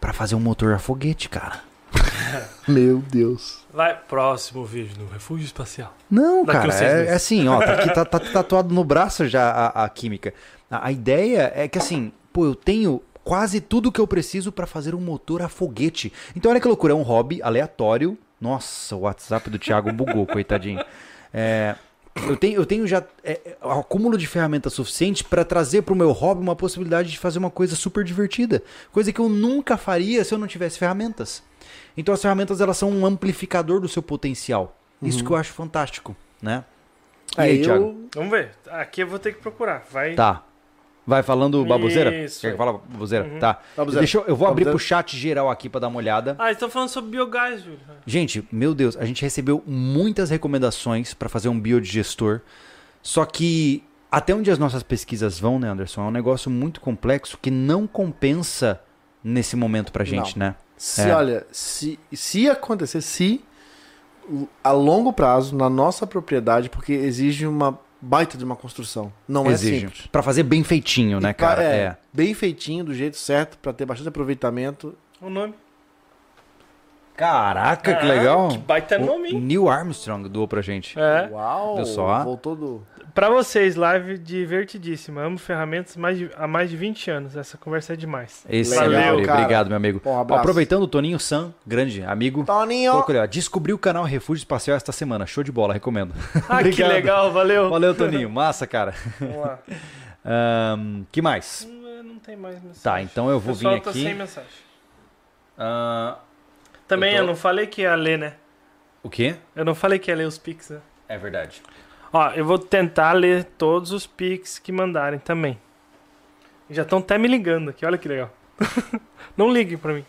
Speaker 1: pra fazer um motor a foguete, cara.
Speaker 2: Meu Deus.
Speaker 3: Vai, próximo vídeo no Refúgio Espacial.
Speaker 1: Não,
Speaker 3: Daqui
Speaker 1: cara,
Speaker 3: uns seis
Speaker 1: é,
Speaker 3: meses.
Speaker 1: é assim, ó, tá, aqui, tá, tá tatuado no braço já a, a química. A, a ideia é que assim, pô, eu tenho quase tudo que eu preciso pra fazer um motor a foguete. Então olha que loucura, é um hobby aleatório. Nossa, o WhatsApp do Thiago bugou, coitadinho. É,
Speaker 4: Eu tenho, eu tenho já é, é, acúmulo de ferramentas suficiente para trazer para o meu hobby uma possibilidade de fazer uma coisa super divertida. Coisa que eu nunca faria se eu não tivesse ferramentas. Então as ferramentas elas são um amplificador do seu potencial. Isso
Speaker 2: Uhum.
Speaker 4: que eu acho fantástico, né? E aí, Thiago?
Speaker 2: eu...
Speaker 3: Vamos ver. Aqui eu vou ter que procurar. Vai.
Speaker 4: Tá.
Speaker 1: Vai falando baboseira?
Speaker 3: Isso. Uhum.
Speaker 1: Quer que fala baboseira? Tá.
Speaker 2: Baboseira.
Speaker 1: Deixa eu, eu vou abrir
Speaker 2: Baboseira.
Speaker 1: pro chat geral aqui para dar uma olhada.
Speaker 3: Ah, estão falando sobre biogás, Júlio.
Speaker 1: Gente, meu Deus, a gente recebeu muitas recomendações para fazer um biodigestor. Só que até onde as nossas pesquisas vão, né, Anderson? É um negócio muito complexo que não compensa nesse momento pra gente, né?
Speaker 2: Se,
Speaker 1: É.
Speaker 2: Olha, se, se acontecer, se a longo prazo, na nossa propriedade, porque exige uma baita de uma construção. Não é
Speaker 1: Exige.
Speaker 2: simples.
Speaker 1: pra fazer bem feitinho, né,
Speaker 2: E pa-
Speaker 1: cara?
Speaker 2: é,
Speaker 1: É.
Speaker 2: Bem feitinho, do jeito certo, pra ter bastante aproveitamento.
Speaker 3: O nome.
Speaker 1: Caraca, que
Speaker 3: Ah,
Speaker 1: legal.
Speaker 3: que baita
Speaker 1: O
Speaker 3: nome, hein?
Speaker 1: Neil Armstrong doou pra gente.
Speaker 3: É.
Speaker 2: Uau!
Speaker 1: Viu só?
Speaker 2: Voltou do.
Speaker 3: Pra vocês, live divertidíssima. Amo ferramentas mais de- há mais de 20 anos. Essa conversa é demais.
Speaker 1: Excelente.
Speaker 2: Valeu, cara.
Speaker 1: Obrigado, meu amigo.
Speaker 2: Pô, um
Speaker 1: Ó,
Speaker 2: abraço.
Speaker 1: aproveitando o Toninho San, grande amigo.
Speaker 2: Toninho!
Speaker 1: Colocou ali, ó, descobri o canal Refúgio Espacial esta semana. Show de bola, recomendo.
Speaker 3: Ah, que
Speaker 1: Obrigado.
Speaker 3: legal, valeu.
Speaker 1: Valeu, Toninho. Massa, cara.
Speaker 3: Vamos lá.
Speaker 1: Ahn, que mais?
Speaker 3: Não, não tem mais mensagem.
Speaker 1: Tá, então eu vou vir
Speaker 3: Pessoal, tá
Speaker 1: aqui.
Speaker 3: sem mensagem.
Speaker 1: Ahn,
Speaker 3: Também
Speaker 1: Eu
Speaker 3: eu,
Speaker 1: tô-
Speaker 3: não falei que ia ler, né?
Speaker 1: o quê?
Speaker 3: Eu não falei que ia ler os pics, né?
Speaker 1: É verdade.
Speaker 3: Ó, eu vou tentar ler todos os pics que mandarem também. Já estão até me ligando aqui, olha que legal. não liguem pra mim.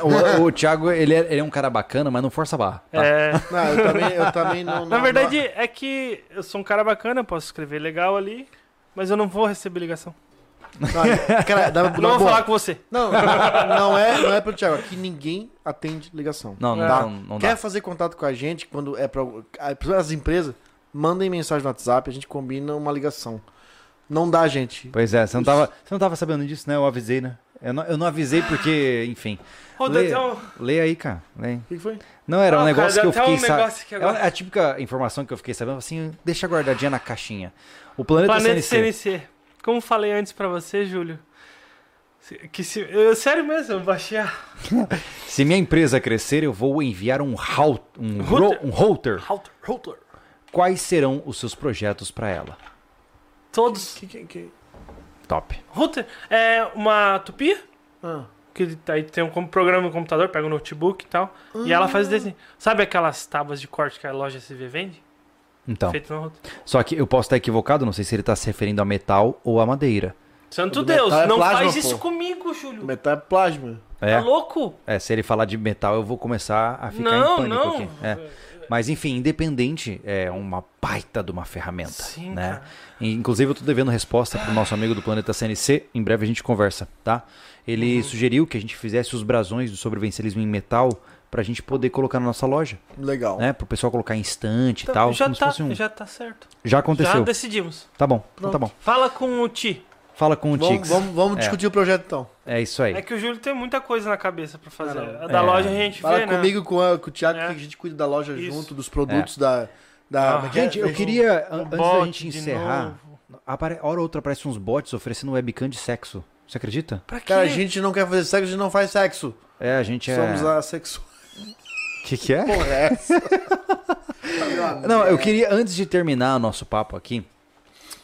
Speaker 1: o, o Thiago, ele é, ele é um cara bacana, mas não força a barra. tá?
Speaker 3: É,
Speaker 2: Não, eu também, eu também não.
Speaker 3: na
Speaker 2: não-
Speaker 3: verdade, é que eu sou um cara bacana, eu posso escrever legal ali, mas eu não vou receber ligação.
Speaker 2: não- não, cara, dá-
Speaker 3: Eu não vou
Speaker 2: boa.
Speaker 3: falar com você.
Speaker 2: Não, não é, não é pro Thiago. Aqui ninguém atende ligação.
Speaker 1: Não, não,
Speaker 2: Tá?
Speaker 1: não, não
Speaker 2: Quer
Speaker 1: dá.
Speaker 2: fazer contato com a gente quando é para as empresas? Mandem mensagem no WhatsApp, a gente combina uma ligação. Não dá, gente.
Speaker 1: Pois é, você não, tava, você não tava sabendo disso, né? Eu avisei, né? Eu não, eu não avisei porque, enfim.
Speaker 3: Ô,
Speaker 1: Lê.
Speaker 3: Dantão,
Speaker 1: Lê aí, cara. Lê aí.
Speaker 2: O que que foi?
Speaker 1: Não, era
Speaker 3: Ah,
Speaker 1: um
Speaker 3: cara,
Speaker 1: negócio
Speaker 3: deu
Speaker 1: que eu
Speaker 3: até um
Speaker 1: fiquei sabendo.
Speaker 3: negócio aqui agora.
Speaker 1: É a típica informação que eu fiquei sabendo, assim, deixa guardadinha na caixinha. O planeta,
Speaker 3: Planeta
Speaker 1: CNC.
Speaker 3: CNC. Como falei antes pra você, Júlio, se- que se, eu- sério mesmo, eu baixei a
Speaker 1: Se minha empresa crescer, eu vou enviar um rout, um router.
Speaker 3: Router.
Speaker 1: um router.
Speaker 3: Halter, Halter.
Speaker 1: Quais serão os seus projetos para ela?
Speaker 3: Todos.
Speaker 2: Que, que, que...
Speaker 1: Top.
Speaker 3: Router é uma tupia
Speaker 2: Ah,
Speaker 3: que aí tem um com- programa no computador, pega um notebook e tal, e ela faz o desenho. Sabe aquelas tábuas de corte que a loja CV vende?
Speaker 1: Então,
Speaker 3: Feito no router.
Speaker 1: só que eu posso estar equivocado, não sei se ele está se referindo a metal ou a madeira.
Speaker 3: Santo
Speaker 2: do
Speaker 3: Deus,
Speaker 1: Então
Speaker 2: metal é
Speaker 3: não
Speaker 2: plasma,
Speaker 3: faz
Speaker 2: pô.
Speaker 3: isso comigo, Júlio.
Speaker 2: metal é plasma.
Speaker 3: Tá
Speaker 1: É,
Speaker 3: louco?
Speaker 1: é, se ele falar de metal, eu vou começar a ficar em
Speaker 3: Não,
Speaker 1: pânico
Speaker 3: não.
Speaker 1: aqui. É. Mas enfim, independente, é uma baita de uma ferramenta,
Speaker 3: Sim,
Speaker 1: né?
Speaker 3: cara.
Speaker 1: E, Inclusive, eu tô devendo resposta pro nosso amigo do Planeta CNC. Em breve a gente conversa, tá? Ele sugeriu que a gente fizesse os brasões do sobrevencelismo em metal pra gente poder colocar na nossa loja,
Speaker 2: Legal.
Speaker 1: né? Pro pessoal colocar em estante e
Speaker 3: Então,
Speaker 1: tal.
Speaker 3: já,
Speaker 1: como se
Speaker 3: tá,
Speaker 1: fosse um- já...
Speaker 3: já tá certo. Já
Speaker 1: aconteceu.
Speaker 3: decidimos.
Speaker 1: Tá bom, então tá bom.
Speaker 3: Fala com o Ti.
Speaker 1: Fala com o
Speaker 2: Vamos,
Speaker 1: Tix.
Speaker 2: vamos, vamos
Speaker 1: É.
Speaker 2: discutir o projeto então.
Speaker 1: É isso aí.
Speaker 3: É que o Júlio tem muita coisa na cabeça pra fazer.
Speaker 2: Caramba.
Speaker 3: A da
Speaker 1: É.
Speaker 3: loja a gente
Speaker 2: Fala
Speaker 3: vê, né?
Speaker 2: comigo, com, a- com o Thiago,
Speaker 3: É.
Speaker 2: que a gente cuida da loja
Speaker 3: Isso.
Speaker 2: junto, dos produtos
Speaker 1: É.
Speaker 2: da.
Speaker 3: Ah.
Speaker 2: da é
Speaker 1: Gente, eu queria,
Speaker 3: O
Speaker 1: an- antes da
Speaker 3: bote
Speaker 1: gente
Speaker 3: Um de
Speaker 1: encerrar,
Speaker 3: novo.
Speaker 1: apare... hora ou outra aparece uns bots oferecendo webcam de sexo. Você acredita?
Speaker 3: Pra quê?
Speaker 2: Cara, a gente não quer fazer sexo, a gente não faz sexo.
Speaker 1: É, a gente é.
Speaker 2: Somos assexuais.
Speaker 1: O que, que é?
Speaker 2: Porra, é essa?
Speaker 1: Não, eu queria, antes de terminar o nosso papo aqui,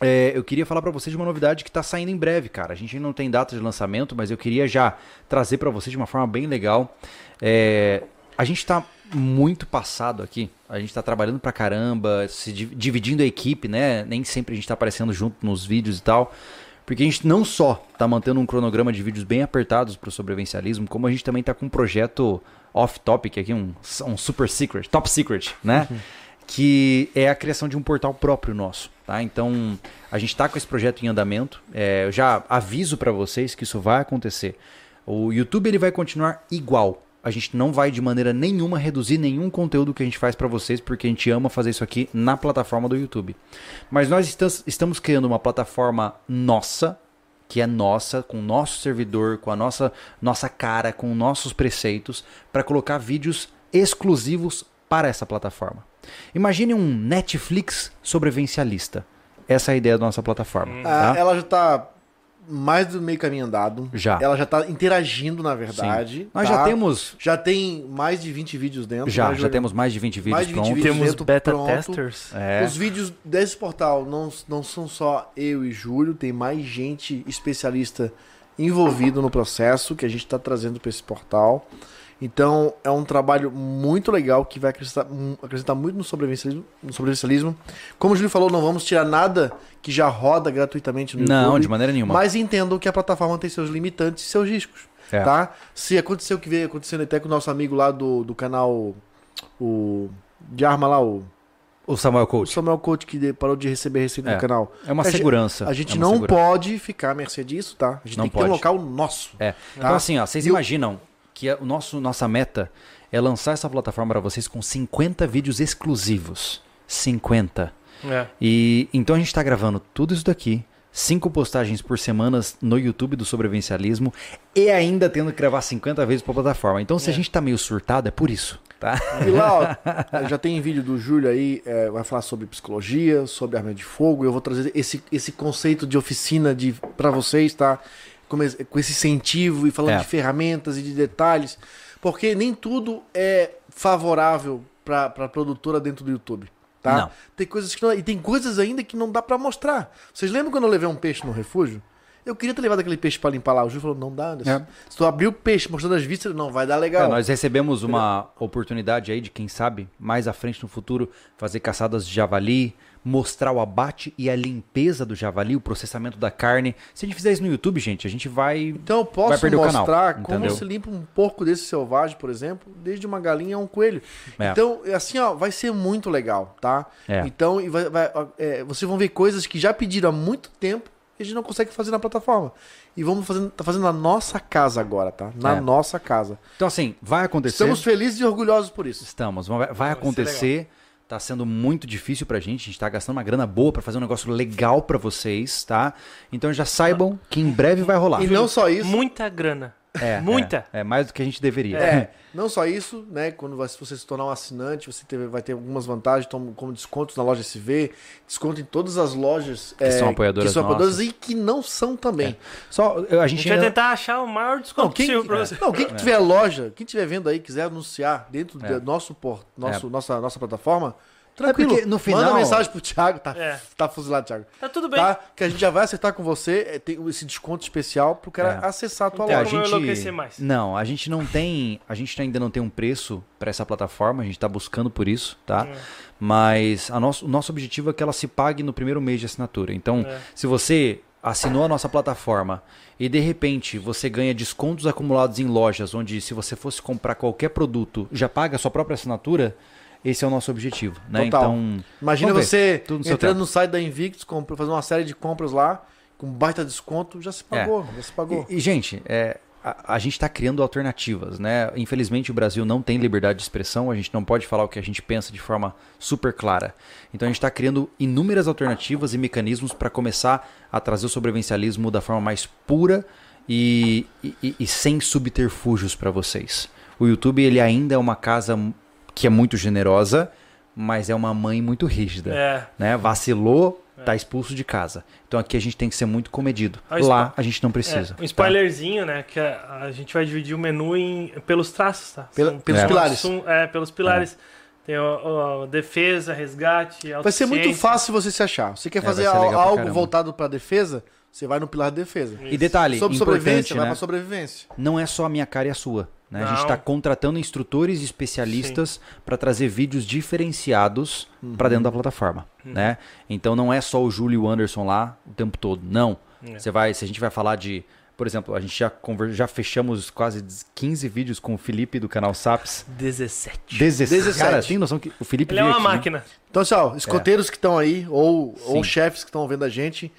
Speaker 1: é, eu queria falar pra vocês de uma novidade que tá saindo em breve, cara. A gente ainda não tem data de lançamento, mas eu queria já trazer pra vocês de uma forma bem legal. É, a gente tá muito passado aqui. A gente tá trabalhando pra caramba, se di- dividindo a equipe, né? Nem sempre a gente tá aparecendo junto nos vídeos e tal. Porque a gente não só tá mantendo um cronograma de vídeos bem apertados pro sobrevivencialismo, como a gente também tá com um projeto off-topic aqui, um, um super secret, top secret, né? que é a criação de um portal próprio nosso, tá? Então, a gente tá com esse projeto em andamento. É, eu já aviso para vocês que isso vai acontecer. O YouTube ele vai continuar igual. A gente não vai de maneira nenhuma reduzir nenhum conteúdo que a gente faz para vocês, porque a gente ama fazer isso aqui na plataforma do YouTube. Mas nós estas- estamos criando uma plataforma nossa, que é nossa, com o nosso servidor, com a nossa, nossa cara, com nossos preceitos, para colocar vídeos exclusivos para essa plataforma. Imagine um Netflix sobrevivencialista. Essa é a ideia da nossa plataforma.
Speaker 2: Ah,
Speaker 1: tá?
Speaker 2: Ela já tá mais do meio caminho andado.
Speaker 1: Já.
Speaker 2: Ela já tá interagindo, na verdade.
Speaker 1: Nós
Speaker 2: tá?
Speaker 1: já temos.
Speaker 2: Já tem mais de 20 vídeos dentro.
Speaker 1: Já,
Speaker 2: né,
Speaker 1: já
Speaker 2: Júlio?
Speaker 1: temos mais de 20 vídeos
Speaker 2: Mais de 20
Speaker 1: prontos.
Speaker 2: vídeos.
Speaker 3: Temos
Speaker 2: Projeto
Speaker 3: beta
Speaker 2: pronto.
Speaker 3: testers.
Speaker 1: É.
Speaker 2: Os vídeos desse portal não, não são só eu e Júlio, tem mais gente especialista envolvido no processo que a gente está trazendo para esse portal. Então é um trabalho muito legal que vai acrescentar, mu- acrescentar muito no sobrevivencialismo, no sobrevivencialismo. Como o Júlio falou, não vamos tirar nada que já roda gratuitamente no
Speaker 1: Não,
Speaker 2: YouTube.
Speaker 1: de maneira nenhuma.
Speaker 2: Mas entendam que a plataforma tem seus limitantes e seus riscos.
Speaker 1: É.
Speaker 2: Tá? Se acontecer o que veio acontecendo até com o nosso amigo lá do, do canal o, de arma lá, o
Speaker 1: O Samuel
Speaker 2: o
Speaker 1: Coach.
Speaker 2: Samuel Coach que de- parou de receber receita
Speaker 1: É.
Speaker 2: do canal.
Speaker 1: É uma
Speaker 2: A gente-
Speaker 1: segurança.
Speaker 2: A gente
Speaker 1: é uma
Speaker 2: não
Speaker 1: segurança.
Speaker 2: pode ficar à mercê disso, tá? A gente
Speaker 1: Não
Speaker 2: tem que ter um
Speaker 1: pode.
Speaker 2: local nosso.
Speaker 1: É. Então, assim, ó, vocês
Speaker 2: Ah. E o-
Speaker 1: imaginam que a- o nosso, nossa meta é lançar essa plataforma para vocês com 50 vídeos exclusivos. 50.
Speaker 3: É.
Speaker 1: E então a gente está gravando tudo isso daqui, cinco postagens por semana no YouTube do sobrevivencialismo e ainda tendo que gravar 50 vezes para a plataforma. Então, se a gente tá meio surtado, é por isso, tá?
Speaker 2: E lá, ó, já tem vídeo do Júlio aí, é, vai falar sobre psicologia, sobre arma de fogo. Eu vou trazer esse, esse conceito de oficina de para vocês, tá? Com, es- com esse incentivo e falando
Speaker 1: É.
Speaker 2: de ferramentas e de detalhes. Porque nem tudo é favorável pra, pra produtora dentro do YouTube. Tá?
Speaker 1: Não.
Speaker 2: Tem coisas que não, e tem coisas ainda que não dá pra mostrar. Vocês lembram quando eu levei um peixe no refúgio? Eu queria ter levado aquele peixe pra limpar lá. O Júlio falou: não dá, Anderson.
Speaker 1: É.
Speaker 2: Se tu abrir o peixe mostrando as vísceras, não vai dar legal.
Speaker 1: É, nós recebemos uma oportunidade aí de, quem sabe, mais à frente no futuro, fazer caçadas de javali, mostrar o abate e a limpeza do javali, o processamento da carne. Se a gente fizer isso no YouTube, gente, a gente vai.
Speaker 2: Então eu
Speaker 1: Vai
Speaker 2: posso
Speaker 1: perder o canal,
Speaker 2: mostrar como
Speaker 1: entendeu?
Speaker 2: se limpa um porco desse selvagem, por exemplo, desde uma galinha a um coelho.
Speaker 1: É.
Speaker 2: Então, assim, ó, vai ser muito legal, tá?
Speaker 1: É.
Speaker 2: Então, e vai- vai- ó, é, vocês vão ver coisas que já pediram há muito tempo e a gente não consegue fazer na plataforma. E vamos fazendo, tá fazendo na nossa casa agora, tá? Na
Speaker 1: É.
Speaker 2: nossa casa.
Speaker 1: Então, assim, vai acontecer.
Speaker 2: Estamos felizes e orgulhosos por isso.
Speaker 1: Estamos. Vai, vai acontecer. Tá sendo muito difícil pra gente. A gente tá gastando uma grana boa pra fazer um negócio legal pra vocês, tá? Então já saibam que em breve vai rolar.
Speaker 2: E não só isso.
Speaker 3: Muita grana.
Speaker 1: É,
Speaker 3: Muita.
Speaker 1: É, é mais do que a gente deveria.
Speaker 2: É, não só isso, né? Quando vai- se você se tornar um assinante, você teve- vai ter algumas vantagens, tom- como descontos na loja SV, desconto em todas as lojas que
Speaker 1: são apoiadoras
Speaker 2: que são apoiadoras
Speaker 1: nossas. É.
Speaker 2: e que não são também.
Speaker 1: Só eu- a
Speaker 3: A
Speaker 1: gente
Speaker 3: gente vai
Speaker 1: ainda-
Speaker 3: tentar achar o maior desconto
Speaker 2: Não, quem,
Speaker 3: possível
Speaker 1: é?
Speaker 3: pra você.
Speaker 2: não, quem que tiver loja, quem tiver vendo aí, quiser anunciar dentro
Speaker 1: É.
Speaker 2: do nosso, por- nosso- nossa, nossa plataforma, tranquilo.
Speaker 1: porque no final-
Speaker 2: Manda mensagem pro Thiago, tá,
Speaker 3: É.
Speaker 2: tá fuzilado, Thiago.
Speaker 3: Tá tudo bem.
Speaker 2: Tá? Que a gente já vai acertar com você, é, tem esse desconto especial pro cara
Speaker 1: É.
Speaker 2: acessar a tua
Speaker 1: É,
Speaker 3: Então,
Speaker 1: a
Speaker 2: loja.
Speaker 3: como eu
Speaker 1: gente
Speaker 3: enlouquecer mais.
Speaker 1: não, a gente não tem, a gente ainda não tem um preço pra essa plataforma. A gente tá buscando por isso, tá?
Speaker 3: É.
Speaker 1: Mas a nosso, o nosso objetivo é que ela se pague no primeiro mês de assinatura. Então,
Speaker 3: É.
Speaker 1: se você assinou a nossa plataforma e de repente você ganha descontos acumulados em lojas, onde se você fosse comprar qualquer produto já paga a sua própria assinatura. Esse é o nosso objetivo, né?
Speaker 2: Total.
Speaker 1: Então,
Speaker 2: Imagina
Speaker 1: vamos ver,
Speaker 2: você
Speaker 1: tudo no seu
Speaker 2: entrando
Speaker 1: tempo.
Speaker 2: no site da Invictus, compra- fazer uma série de compras lá, com baita desconto, já se pagou, já se pagou.
Speaker 1: É. E, e, gente, é, a, a gente está criando alternativas, né? Infelizmente o Brasil não tem liberdade de expressão, a gente não pode falar o que a gente pensa de forma super clara. Então a gente está criando inúmeras alternativas e mecanismos para começar a trazer o sobrevivencialismo da forma mais pura e, e- e- e sem subterfúgios para vocês. O YouTube ele ainda é uma casa que é muito generosa, mas é uma mãe muito rígida
Speaker 3: É.
Speaker 1: né? Vacilou, tá expulso de casa. Então aqui a gente tem que ser muito comedido.
Speaker 3: Ah, spo-
Speaker 1: Lá a gente não
Speaker 3: É,
Speaker 1: precisa. tá?
Speaker 3: um spoilerzinho, né? Que a, a gente vai dividir o menu em, pelos traços, tá?
Speaker 2: Pela-
Speaker 3: São-
Speaker 2: pelos
Speaker 3: são-
Speaker 2: pilares.
Speaker 3: são- é, pelos pilares. Tem o, o- defesa, resgate,
Speaker 2: Vai ser muito
Speaker 3: autossuficiência.
Speaker 2: fácil você se achar. Você quer
Speaker 1: É, vai
Speaker 2: fazer
Speaker 1: ser
Speaker 2: al-
Speaker 1: legal pra
Speaker 2: algo
Speaker 1: caramba.
Speaker 2: voltado pra defesa? Você vai no pilar de defesa.
Speaker 1: E detalhe,
Speaker 2: Sobre sobrevivência,
Speaker 1: importante,
Speaker 2: vai
Speaker 1: né?
Speaker 2: pra sobrevivência.
Speaker 1: Não é só a minha cara e a sua. Né? A gente
Speaker 3: Não.
Speaker 1: está contratando instrutores e especialistas para trazer vídeos diferenciados
Speaker 2: Uhum.
Speaker 1: para dentro da plataforma.
Speaker 3: Uhum.
Speaker 1: Né? Então não é só o Júlio e o Anderson lá o tempo todo. Não.
Speaker 3: É.
Speaker 1: Você vai, se a gente vai falar de. Por exemplo, a gente já, conver- já fechamos quase 15 vídeos com o Felipe do canal
Speaker 3: é
Speaker 1: Saps.
Speaker 3: 17.
Speaker 1: 17.
Speaker 2: 17.
Speaker 1: Cara, tem noção que o Felipe
Speaker 3: Ele é
Speaker 1: veio
Speaker 3: uma
Speaker 1: aqui, né?
Speaker 3: máquina.
Speaker 2: Então, assim, ó, escoteiros que estão aí, ou, ou
Speaker 1: É. Sim.
Speaker 2: chefes que estão vendo a gente,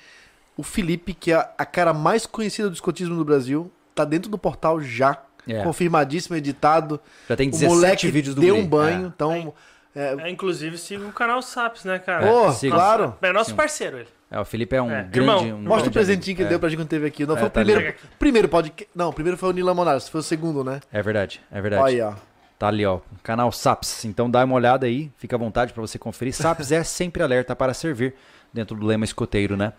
Speaker 2: o Felipe, que é a cara mais conhecida do escotismo no Brasil, tá dentro do portal já.
Speaker 1: É.
Speaker 2: Confirmadíssimo, editado.
Speaker 1: Já tem
Speaker 2: o
Speaker 1: 17
Speaker 2: moleque
Speaker 1: vídeos do
Speaker 2: deu
Speaker 1: guri.
Speaker 2: um banho,
Speaker 1: É.
Speaker 2: então... é,
Speaker 3: É, inclusive, siga o canal Saps, né, cara?
Speaker 2: Pô,
Speaker 1: siga.
Speaker 2: claro.
Speaker 3: É nosso parceiro ele.
Speaker 1: É, o Felipe é um
Speaker 3: É.
Speaker 1: grande.
Speaker 3: Irmão,
Speaker 1: um
Speaker 2: Mostra o
Speaker 1: grande
Speaker 2: presentinho que
Speaker 1: amigo.
Speaker 2: ele deu pra gente quando teve aqui. Não
Speaker 1: É,
Speaker 2: foi o
Speaker 1: tá
Speaker 2: primeiro,
Speaker 3: ligado.
Speaker 2: primeiro podcast. Não, o primeiro foi o Nila Monares, foi o segundo, né?
Speaker 1: É verdade, é verdade.
Speaker 2: Olha aí, ó.
Speaker 1: Tá ali, ó. Canal Saps. Então dá uma olhada aí, fica à vontade pra você conferir. Saps é sempre alerta para servir. dentro do lema escoteiro, né?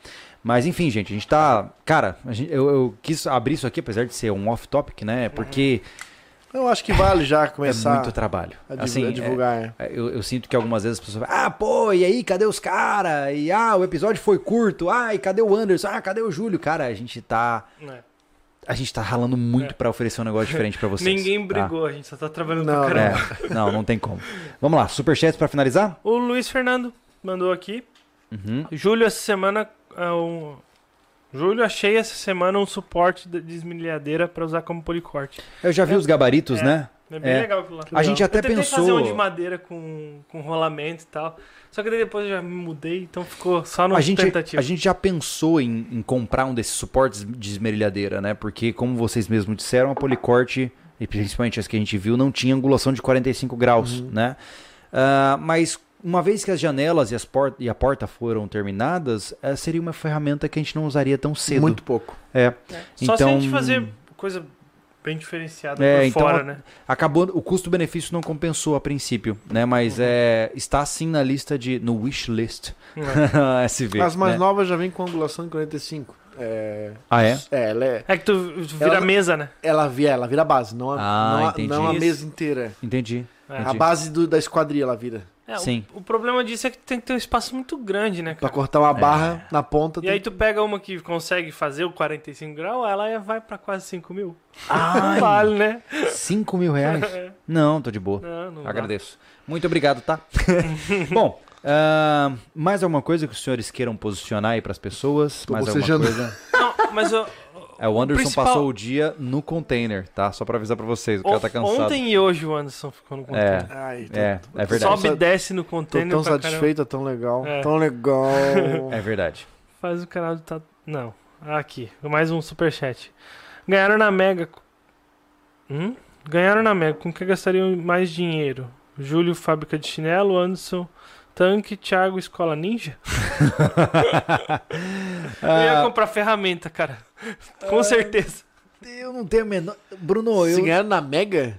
Speaker 1: Mas enfim, gente, a gente tá. Cara, a gente- eu, eu quis abrir isso aqui, apesar de ser um off-topic, né? Porque
Speaker 2: Eu acho que vale já
Speaker 1: é
Speaker 2: Uhum. começar
Speaker 1: muito trabalho.
Speaker 2: a, div-
Speaker 1: assim,
Speaker 2: a
Speaker 1: é-
Speaker 2: divulgar. é.
Speaker 1: é, Eu, eu sinto que algumas vezes as pessoas falam, ah, pô, e aí, cadê os caras? E ah, o episódio foi curto, ah, e cadê o Anderson? Ah, cadê o Júlio? Cara, a gente tá.
Speaker 3: É.
Speaker 1: A gente tá ralando muito pra oferecer um negócio diferente pra vocês.
Speaker 3: Ninguém
Speaker 1: tá?
Speaker 3: brigou, a gente só tá trabalhando
Speaker 2: Ah. Não, né?
Speaker 3: pra caramba.
Speaker 1: É, não, não tem como. Vamos lá, superchats pra finalizar?
Speaker 3: O Luiz Fernando mandou aqui.
Speaker 1: Uhum.
Speaker 3: Júlio, essa semana. ah, um- Júlio, achei essa semana um suporte de esmilhadeira pra usar como policorte.
Speaker 1: Eu já vi os gabaritos,
Speaker 3: É.
Speaker 1: né?
Speaker 3: É bem
Speaker 1: É.
Speaker 3: legal aquilo lá.
Speaker 1: A gente até
Speaker 3: eu tentei
Speaker 1: pensou.
Speaker 3: fazer um de madeira com, com rolamento e tal. Só que daí depois eu já me mudei, então ficou só no
Speaker 1: A gente,
Speaker 3: tentativo.
Speaker 1: a gente já pensou em, em comprar um desses suportes de esmerilhadeira, né? Porque, como vocês mesmos disseram, a policorte, e principalmente as que a gente viu, não tinha angulação de 45 graus,
Speaker 3: Uhum.
Speaker 1: né? Ah, mas uma vez que as janelas e, as por e a porta foram terminadas, eh, seria uma ferramenta que a gente não usaria tão cedo.
Speaker 2: Muito pouco.
Speaker 1: É.
Speaker 3: Só se a gente
Speaker 1: então-
Speaker 3: fazer coisa bem diferenciada
Speaker 1: É,
Speaker 3: por
Speaker 1: então
Speaker 3: fora,
Speaker 1: a-
Speaker 3: né?
Speaker 1: Acabou, o custo-benefício não compensou a princípio, né? Mas é, está sim na lista de. no wish list
Speaker 3: é.
Speaker 1: SV.
Speaker 2: As mais
Speaker 1: né?
Speaker 2: novas já vêm com angulação de 45. É,
Speaker 1: Ah, é?
Speaker 2: é, ela, é
Speaker 3: É que tu vira
Speaker 2: Ela-
Speaker 3: mesa, né?
Speaker 2: ela, vira, ela vira a base, não a,
Speaker 1: Ah,
Speaker 2: não a-
Speaker 1: entendi.
Speaker 2: não a
Speaker 3: Isso.
Speaker 2: mesa inteira.
Speaker 1: Entendi.
Speaker 3: É.
Speaker 2: A
Speaker 1: entendi.
Speaker 2: base do- da esquadria ela vira.
Speaker 3: É, o-
Speaker 1: Sim.
Speaker 3: O, problema disso é que tem que ter um espaço muito grande, né,
Speaker 2: Pra
Speaker 3: cara?
Speaker 2: cortar
Speaker 1: É.
Speaker 2: uma barra na ponta.
Speaker 3: E aí tu pega uma que consegue fazer o 45 graus, ela é- vai pra quase 5 mil.
Speaker 1: Ai,
Speaker 3: Vale, né?
Speaker 1: 5 mil reais? Não, tô de boa.
Speaker 3: Não, não dá.
Speaker 1: Agradeço. Muito obrigado, tá? Bom, ah, mais alguma coisa que os senhores queiram posicionar aí pras pessoas?
Speaker 2: Tô
Speaker 1: mais
Speaker 2: bocejando.
Speaker 1: alguma coisa?
Speaker 3: Não, mas eu,
Speaker 1: É, o Anderson
Speaker 3: principal-
Speaker 1: passou o dia no container, tá? Só pra avisar pra vocês, o cara tá cansado.
Speaker 3: ontem e hoje o Anderson ficou no
Speaker 1: É,
Speaker 3: container.
Speaker 2: Ai, tô,
Speaker 1: é, é verdade.
Speaker 3: Sobe e desce no
Speaker 2: tô
Speaker 3: container
Speaker 2: tão
Speaker 3: pra caramba.
Speaker 2: satisfeito, é tão legal.
Speaker 3: É.
Speaker 2: Tão legal.
Speaker 1: É verdade.
Speaker 3: Faz o canal do Tatu. Não. Aqui. Mais um superchat. Ganharam na Mega. Hum? Ganharam na Mega. Com que gastariam mais dinheiro? Júlio, fábrica de chinelo. Anderson, tanque. Thiago, escola ninja. Eu
Speaker 2: Ah.
Speaker 3: ia comprar ferramenta, cara. Com certeza.
Speaker 4: Eu não tenho a menor. Bruno,
Speaker 2: Se
Speaker 4: eu.
Speaker 2: ganhar é na Mega,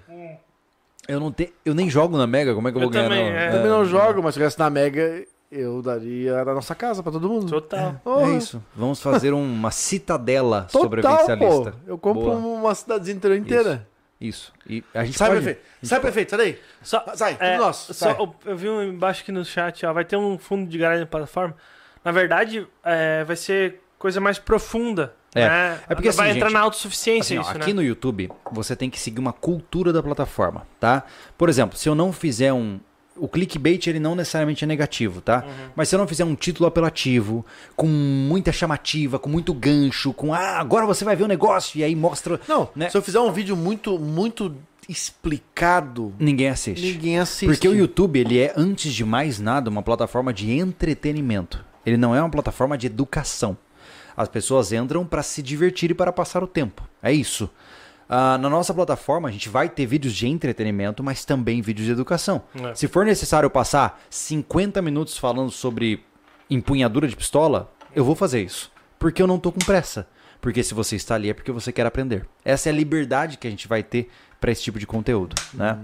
Speaker 1: Eu, não te... eu nem jogo na Mega, como é que eu
Speaker 3: Eu
Speaker 1: vou ganhar?
Speaker 3: também,
Speaker 1: não?
Speaker 3: é.
Speaker 2: eu também não jogo, mas se eu ganhasse na Mega, eu daria na nossa casa pra todo mundo.
Speaker 3: Total.
Speaker 2: Oh,
Speaker 1: É isso. Vamos fazer um, uma citadela
Speaker 2: Total, pô.
Speaker 1: sobrevivencialista.
Speaker 2: Eu compro
Speaker 1: Boa.
Speaker 2: uma cidade inteira inteira.
Speaker 1: Isso. E a gente
Speaker 2: Sai,
Speaker 1: pode...
Speaker 2: prefeito. Sai, prefeito. Sai daí.
Speaker 3: Só,
Speaker 2: Sai.
Speaker 3: É,
Speaker 2: tudo nosso.
Speaker 3: só-
Speaker 2: Sai.
Speaker 3: eu- eu vi um embaixo aqui no chat, ó, vai ter um fundo de garagem na plataforma. Na verdade, é, vai ser coisa mais profunda.
Speaker 1: É.
Speaker 3: né?
Speaker 1: É porque, assim,
Speaker 3: vai entrar
Speaker 1: gente,
Speaker 3: na
Speaker 1: Assim,
Speaker 3: autossuficiência
Speaker 1: ó,
Speaker 3: isso,
Speaker 1: aqui
Speaker 3: né?
Speaker 1: no YouTube, você tem que seguir uma cultura da plataforma, tá? Por exemplo, se eu não fizer um. O clickbait, ele não necessariamente é negativo, tá?
Speaker 3: Uhum.
Speaker 1: Mas se eu não fizer um título apelativo, com muita chamativa, com muito gancho, com. Ah, agora você vai ver o negócio, e aí mostra.
Speaker 2: Não,
Speaker 1: né?
Speaker 2: se eu fizer um vídeo muito, muito explicado,
Speaker 1: Ninguém assiste.
Speaker 2: ninguém assiste.
Speaker 1: Porque o YouTube, ele é, antes de mais nada, uma plataforma de entretenimento. Ele não é uma plataforma de educação. As pessoas entram para se divertir e para passar o tempo. É isso. Ah, na nossa plataforma, a gente vai ter vídeos de entretenimento, mas também vídeos de educação.
Speaker 3: É.
Speaker 1: Se for necessário passar 50 minutos falando sobre empunhadura de pistola, eu vou fazer isso. Porque eu não tô com pressa. Porque se você está ali é porque você quer aprender. Essa é a liberdade que a gente vai ter para esse tipo de conteúdo, né?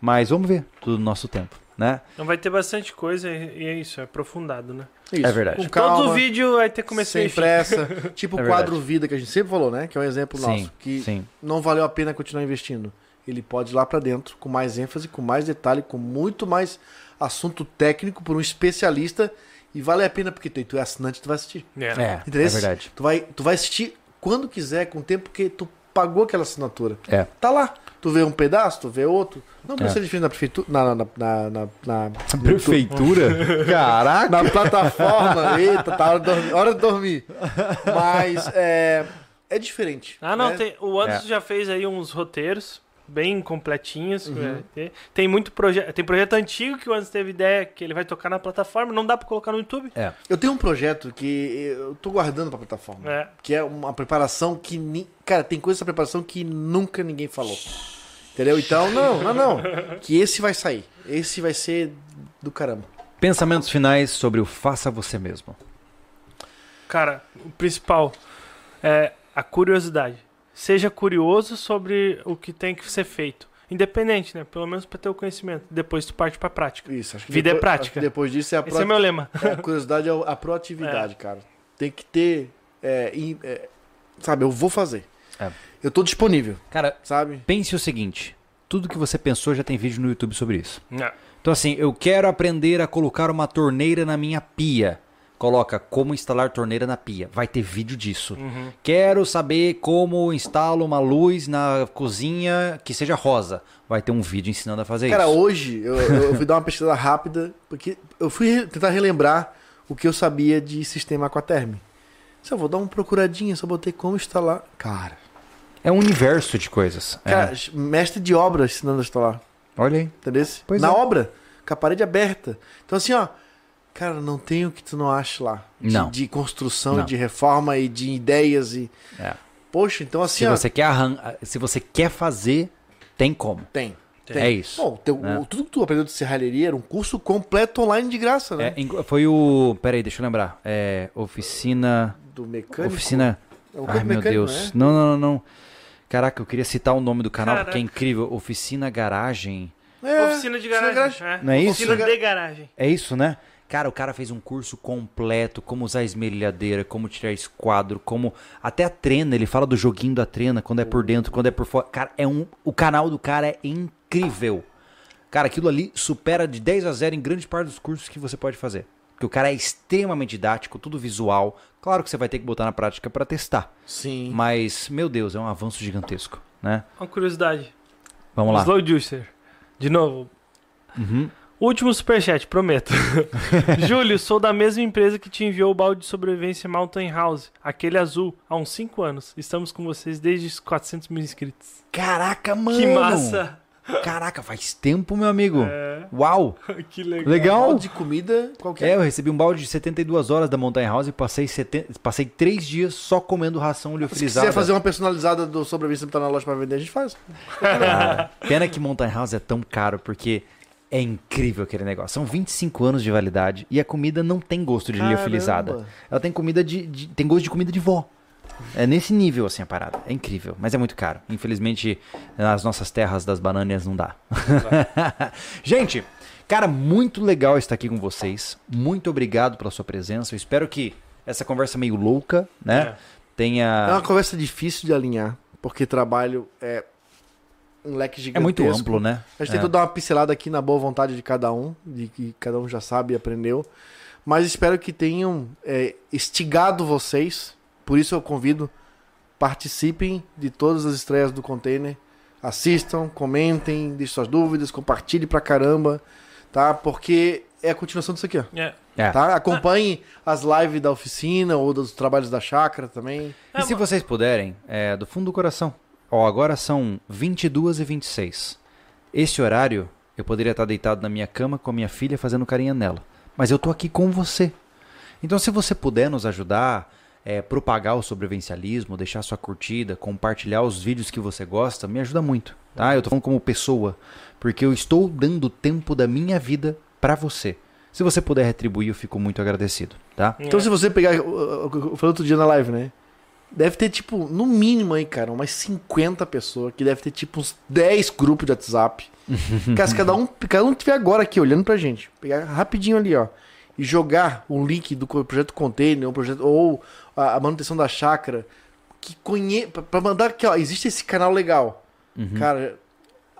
Speaker 1: Mas vamos ver tudo no nosso tempo, né?
Speaker 3: Então vai ter bastante coisa e e é isso, é aprofundado, né?
Speaker 2: Isso.
Speaker 1: É verdade.
Speaker 2: Com
Speaker 3: Com todo
Speaker 2: calma,
Speaker 3: o vídeo vai ter começo
Speaker 2: sem
Speaker 3: e fim.
Speaker 2: pressa. Tipo o
Speaker 1: É
Speaker 2: quadro Vida que a gente sempre falou, né? Que é um exemplo
Speaker 1: sim,
Speaker 2: nosso. Que
Speaker 1: sim.
Speaker 2: não valeu a pena continuar investindo. Ele pode ir lá pra dentro, com mais ênfase, com mais detalhe, com muito mais assunto técnico por um especialista. E vale a pena porque tu tu é assinante, tu vai assistir.
Speaker 1: É, é
Speaker 2: Interesse?
Speaker 1: verdade.
Speaker 2: Tu vai, tu vai assistir quando quiser, com o tempo que tu pagou aquela assinatura.
Speaker 1: É.
Speaker 2: Tá lá. Tu vê um pedaço, tu vê outro. Não precisa ser diferente na prefeitura. Na, na, na, na, na,
Speaker 1: Prefeitura? Caraca!
Speaker 2: na plataforma. Eita, tá hora de dormir. Hora de dormir. Mas é, é diferente.
Speaker 3: Ah, não,
Speaker 2: né?
Speaker 3: tem, o Anderson
Speaker 1: É.
Speaker 3: já fez aí uns roteiros bem completinhos. que
Speaker 1: Uhum.
Speaker 3: vai ter. Tem muito projeto, tem projeto antigo que o Anderson teve ideia que ele vai tocar na plataforma, não dá pra colocar no YouTube.
Speaker 1: É.
Speaker 2: Eu tenho um projeto que eu tô guardando pra plataforma.
Speaker 3: É.
Speaker 2: Que é uma preparação que. Ni... Cara, tem coisa da preparação que nunca ninguém falou. Entendeu? Então, não, não, não. Que esse vai sair. Esse vai ser do caramba.
Speaker 1: Pensamentos finais sobre o faça você mesmo.
Speaker 3: Cara, o principal é a curiosidade. Seja curioso sobre o que tem que ser feito. Independente, né? Pelo menos pra ter o conhecimento. Depois tu parte pra prática.
Speaker 2: Isso, acho que
Speaker 3: Vida é
Speaker 2: depois-
Speaker 3: prática.
Speaker 2: acho que depois disso é a,
Speaker 3: Esse
Speaker 2: pro-
Speaker 3: é meu lema.
Speaker 2: é, a curiosidade é a proatividade, cara. Tem que ter. é, in- é, sabe, eu vou fazer.
Speaker 1: É.
Speaker 2: Eu tô disponível,
Speaker 1: Cara,
Speaker 2: sabe?
Speaker 1: pense o seguinte: tudo que você pensou já tem vídeo no YouTube sobre isso.
Speaker 3: Não.
Speaker 1: Então, assim, eu quero aprender a colocar uma torneira na minha pia. Coloca como instalar torneira na pia. Vai ter vídeo disso.
Speaker 2: Uhum.
Speaker 1: Quero saber como instalo uma luz na cozinha que seja rosa. Vai ter um vídeo ensinando a fazer
Speaker 2: Cara,
Speaker 1: isso.
Speaker 2: hoje eu, eu- eu fui dar uma pesquisa rápida, porque eu fui re- tentar relembrar o que eu sabia de sistema aquaterm. Se eu vou dar uma procuradinha, só botei como instalar. Cara,
Speaker 1: É um universo de coisas. É.
Speaker 2: cara mestre de obras ensinando a instalar.
Speaker 1: Olha aí.
Speaker 2: Entendeu?
Speaker 1: Pois
Speaker 2: Na
Speaker 1: é.
Speaker 2: obra, com a parede aberta. Então, assim, ó. Cara, não tem o que tu não ache lá. De,
Speaker 1: Não.
Speaker 2: de construção,
Speaker 1: Não.
Speaker 2: de reforma e de ideias e.
Speaker 1: É.
Speaker 2: Poxa, então assim,
Speaker 1: Se
Speaker 2: ó.
Speaker 1: você quer arran... se você quer fazer, tem como.
Speaker 2: Tem.
Speaker 1: É isso.
Speaker 2: Bom, teu-
Speaker 1: É.
Speaker 2: o- tudo que tu aprendeu de serralheria era um curso completo online de graça, né?
Speaker 1: É, em- foi o. Peraí, deixa eu lembrar. É, oficina.
Speaker 2: Do mecânico.
Speaker 1: Oficina.
Speaker 2: É o
Speaker 1: Ai,
Speaker 2: campo
Speaker 1: meu
Speaker 2: mecânico,
Speaker 1: Deus.
Speaker 2: né?
Speaker 1: Não, não, não, não. Caraca, eu queria citar o nome do canal porque é
Speaker 3: Caraca.
Speaker 1: incrível. Oficina Garagem.
Speaker 2: É,
Speaker 3: Oficina de garagem. né?
Speaker 1: Não é isso?
Speaker 3: Oficina de garagem.
Speaker 1: É isso, né? Cara, o cara fez um curso completo, como usar esmerilhadeira, como tirar esquadro, como. Até a trena, ele fala do joguinho da trena, quando é por dentro, quando é por fora. Cara, é um. O canal do cara é incrível. Cara, aquilo ali supera de 10 a 0 em grande parte dos cursos que você pode fazer. Porque o cara é extremamente didático, tudo visual. Claro que você vai ter que botar na prática pra testar.
Speaker 2: Sim.
Speaker 1: Mas, meu Deus, é um avanço gigantesco, né?
Speaker 3: Uma curiosidade.
Speaker 1: Vamos lá. Uhum.
Speaker 3: Slow Juicer. De novo. Último superchat, prometo. Júlio, sou da mesma empresa que te enviou o balde de sobrevivência Mountain House, aquele azul, há uns 5 anos. Estamos com vocês desde os 400 mil inscritos.
Speaker 1: Caraca, mano!
Speaker 3: Que massa!
Speaker 1: Caraca, faz tempo, meu amigo.
Speaker 3: É,
Speaker 1: Uau!
Speaker 3: que legal.
Speaker 1: Legal!
Speaker 2: de comida
Speaker 1: É,
Speaker 2: qualquer.
Speaker 1: eu recebi um balde de 72 horas da Mountain House e passei, 70, passei 3 dias só comendo ração
Speaker 2: Ah, Se
Speaker 1: liofilizada.
Speaker 2: quiser fazer uma personalizada do sobrevivência que tá na loja pra vender, a gente faz.
Speaker 1: Cara, pena que Mountain House é tão caro, porque é incrível aquele negócio. São 25 anos de validade e a comida não tem gosto de
Speaker 2: Caramba.
Speaker 1: liofilizada. Ela tem comida de, de- tem gosto de comida de vó. É nesse nível, assim, a parada. É incrível, mas é muito caro. Infelizmente, nas nossas terras das banâneas não dá. Gente, cara, muito legal estar aqui com vocês. Muito obrigado pela sua presença. Eu espero que essa conversa meio louca, né?
Speaker 3: É.
Speaker 1: Tenha.
Speaker 2: É uma conversa difícil de alinhar, porque trabalho é um leque
Speaker 1: É
Speaker 2: gigantesco.
Speaker 1: muito amplo, né?
Speaker 2: A gente
Speaker 1: É.
Speaker 2: tentou dar uma pincelada aqui na boa vontade de cada um, de que cada um já sabe e aprendeu. Mas espero que tenham é, instigado vocês. Por isso eu convido, participem de todas as estreias do container. Assistam, comentem, deixem suas dúvidas, compartilhem pra caramba, tá? Porque é a continuação disso aqui, ó.
Speaker 3: É.
Speaker 1: É.
Speaker 2: Tá? Acompanhem as lives da oficina ou dos trabalhos da chácara também.
Speaker 1: E se vocês puderem, é, do fundo do coração. Ó, agora são 22 e 26. Esse horário, eu poderia estar deitado na minha cama com a minha filha fazendo carinha nela. Mas eu tô aqui com você. Então, se você puder nos ajudar, é, propagar o sobrevivencialismo, deixar sua curtida, compartilhar os vídeos que você gosta, me ajuda muito, tá? Eu tô falando como pessoa, porque eu estou dando tempo da minha vida pra você. Se você puder retribuir, eu fico muito agradecido, tá?
Speaker 2: Então, se você pegar. Eu, eu, eu falei outro dia na live, né? Deve ter, tipo, no mínimo aí, cara, umas 50 pessoas, que deve ter, tipo, uns 10 grupos de WhatsApp. cara, se cada um, cada um tiver agora aqui olhando pra gente, pegar rapidinho ali, ó, e jogar o link do co- projeto container, ou, projeto, ou a, a manutenção da chácara, que conhe... pra- pra mandar aqui, ó, existe esse canal legal. Cara,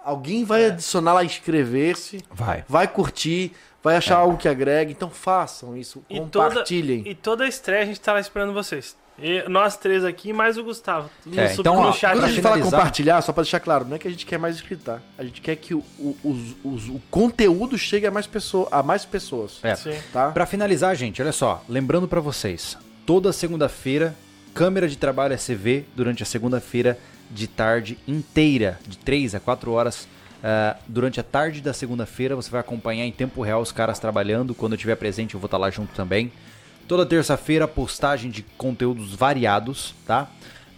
Speaker 2: alguém
Speaker 3: É.
Speaker 2: vai adicionar lá, inscrever-se,
Speaker 1: Vai.
Speaker 2: vai curtir, vai achar algo que agrega, então façam isso,
Speaker 3: E toda-
Speaker 2: compartilhem.
Speaker 3: E toda a estreia a gente tá lá esperando vocês. E nós três aqui, mais o Gustavo. Tudo
Speaker 1: É,
Speaker 3: sub-
Speaker 1: então,
Speaker 3: no
Speaker 1: ó,
Speaker 3: chat.
Speaker 2: Quando a
Speaker 1: pra
Speaker 2: gente fala
Speaker 1: finalizar-
Speaker 2: compartilhar, só pra deixar claro, não é que a gente quer mais escritar. A gente quer que o, o- os- os- o conteúdo chegue a mais, pessoa, a mais pessoas.
Speaker 1: É.
Speaker 3: Sim.
Speaker 2: Tá?
Speaker 1: Pra finalizar, gente, olha só, lembrando pra vocês, toda segunda-feira, câmera de trabalho é CV durante a segunda-feira de tarde inteira, de 3 a 4 horas. ah, durante a tarde da segunda-feira, você vai acompanhar em tempo real os caras trabalhando. Quando eu estiver presente, eu vou estar lá junto também. Toda terça-feira, postagem de conteúdos variados, tá?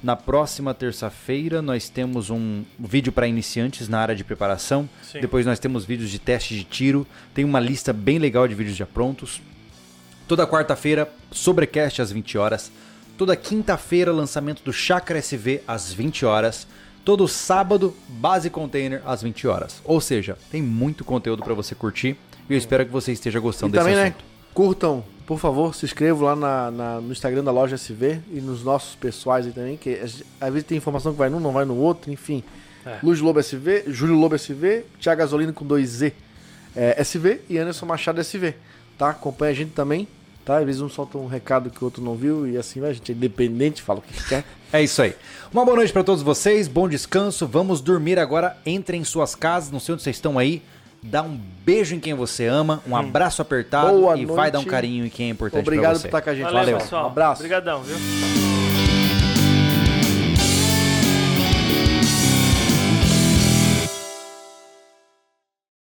Speaker 1: Na próxima terça-feira, nós temos um vídeo para iniciantes na área de preparação.
Speaker 3: Sim.
Speaker 1: Depois nós temos vídeos de teste de tiro. Tem uma lista bem legal de vídeos já prontos. Toda quarta-feira, sobrecast às 20 horas. Toda quinta-feira, lançamento do Chakra SV às 20 horas. Todo sábado, base container às 20 horas. Ou seja, tem muito conteúdo para você curtir e eu espero que você esteja
Speaker 2: E
Speaker 1: gostando desse
Speaker 2: também, né?
Speaker 1: assunto.
Speaker 2: Curtam, por favor, se inscrevam lá na, na- no Instagram da loja SV e nos nossos pessoais aí também, que às às vezes tem informação que vai num, não vai no outro, enfim.
Speaker 3: É.
Speaker 2: Luz Lobo SV, Júlio Lobo SV, Thiago Gasolino com 2Z é, SV e Anderson Machado SV, tá? Acompanha a gente também, tá? Às vezes um solta um recado que o outro não viu e assim vai, a gente é independente, fala o que quer.
Speaker 1: É isso aí. Uma boa noite para todos vocês, bom descanso. Vamos dormir agora. Entrem em suas casas, não sei onde vocês estão aí. Dá um beijo em quem você ama, um abraço apertado
Speaker 2: Hum. Boa
Speaker 1: e vai
Speaker 2: noite.
Speaker 1: dar um carinho em quem é importante para
Speaker 2: Obrigado
Speaker 1: você.
Speaker 2: por tá estar com a gente.
Speaker 3: Valeu,
Speaker 1: Valeu.
Speaker 3: pessoal.
Speaker 2: Um abraço.
Speaker 3: Obrigadão, viu?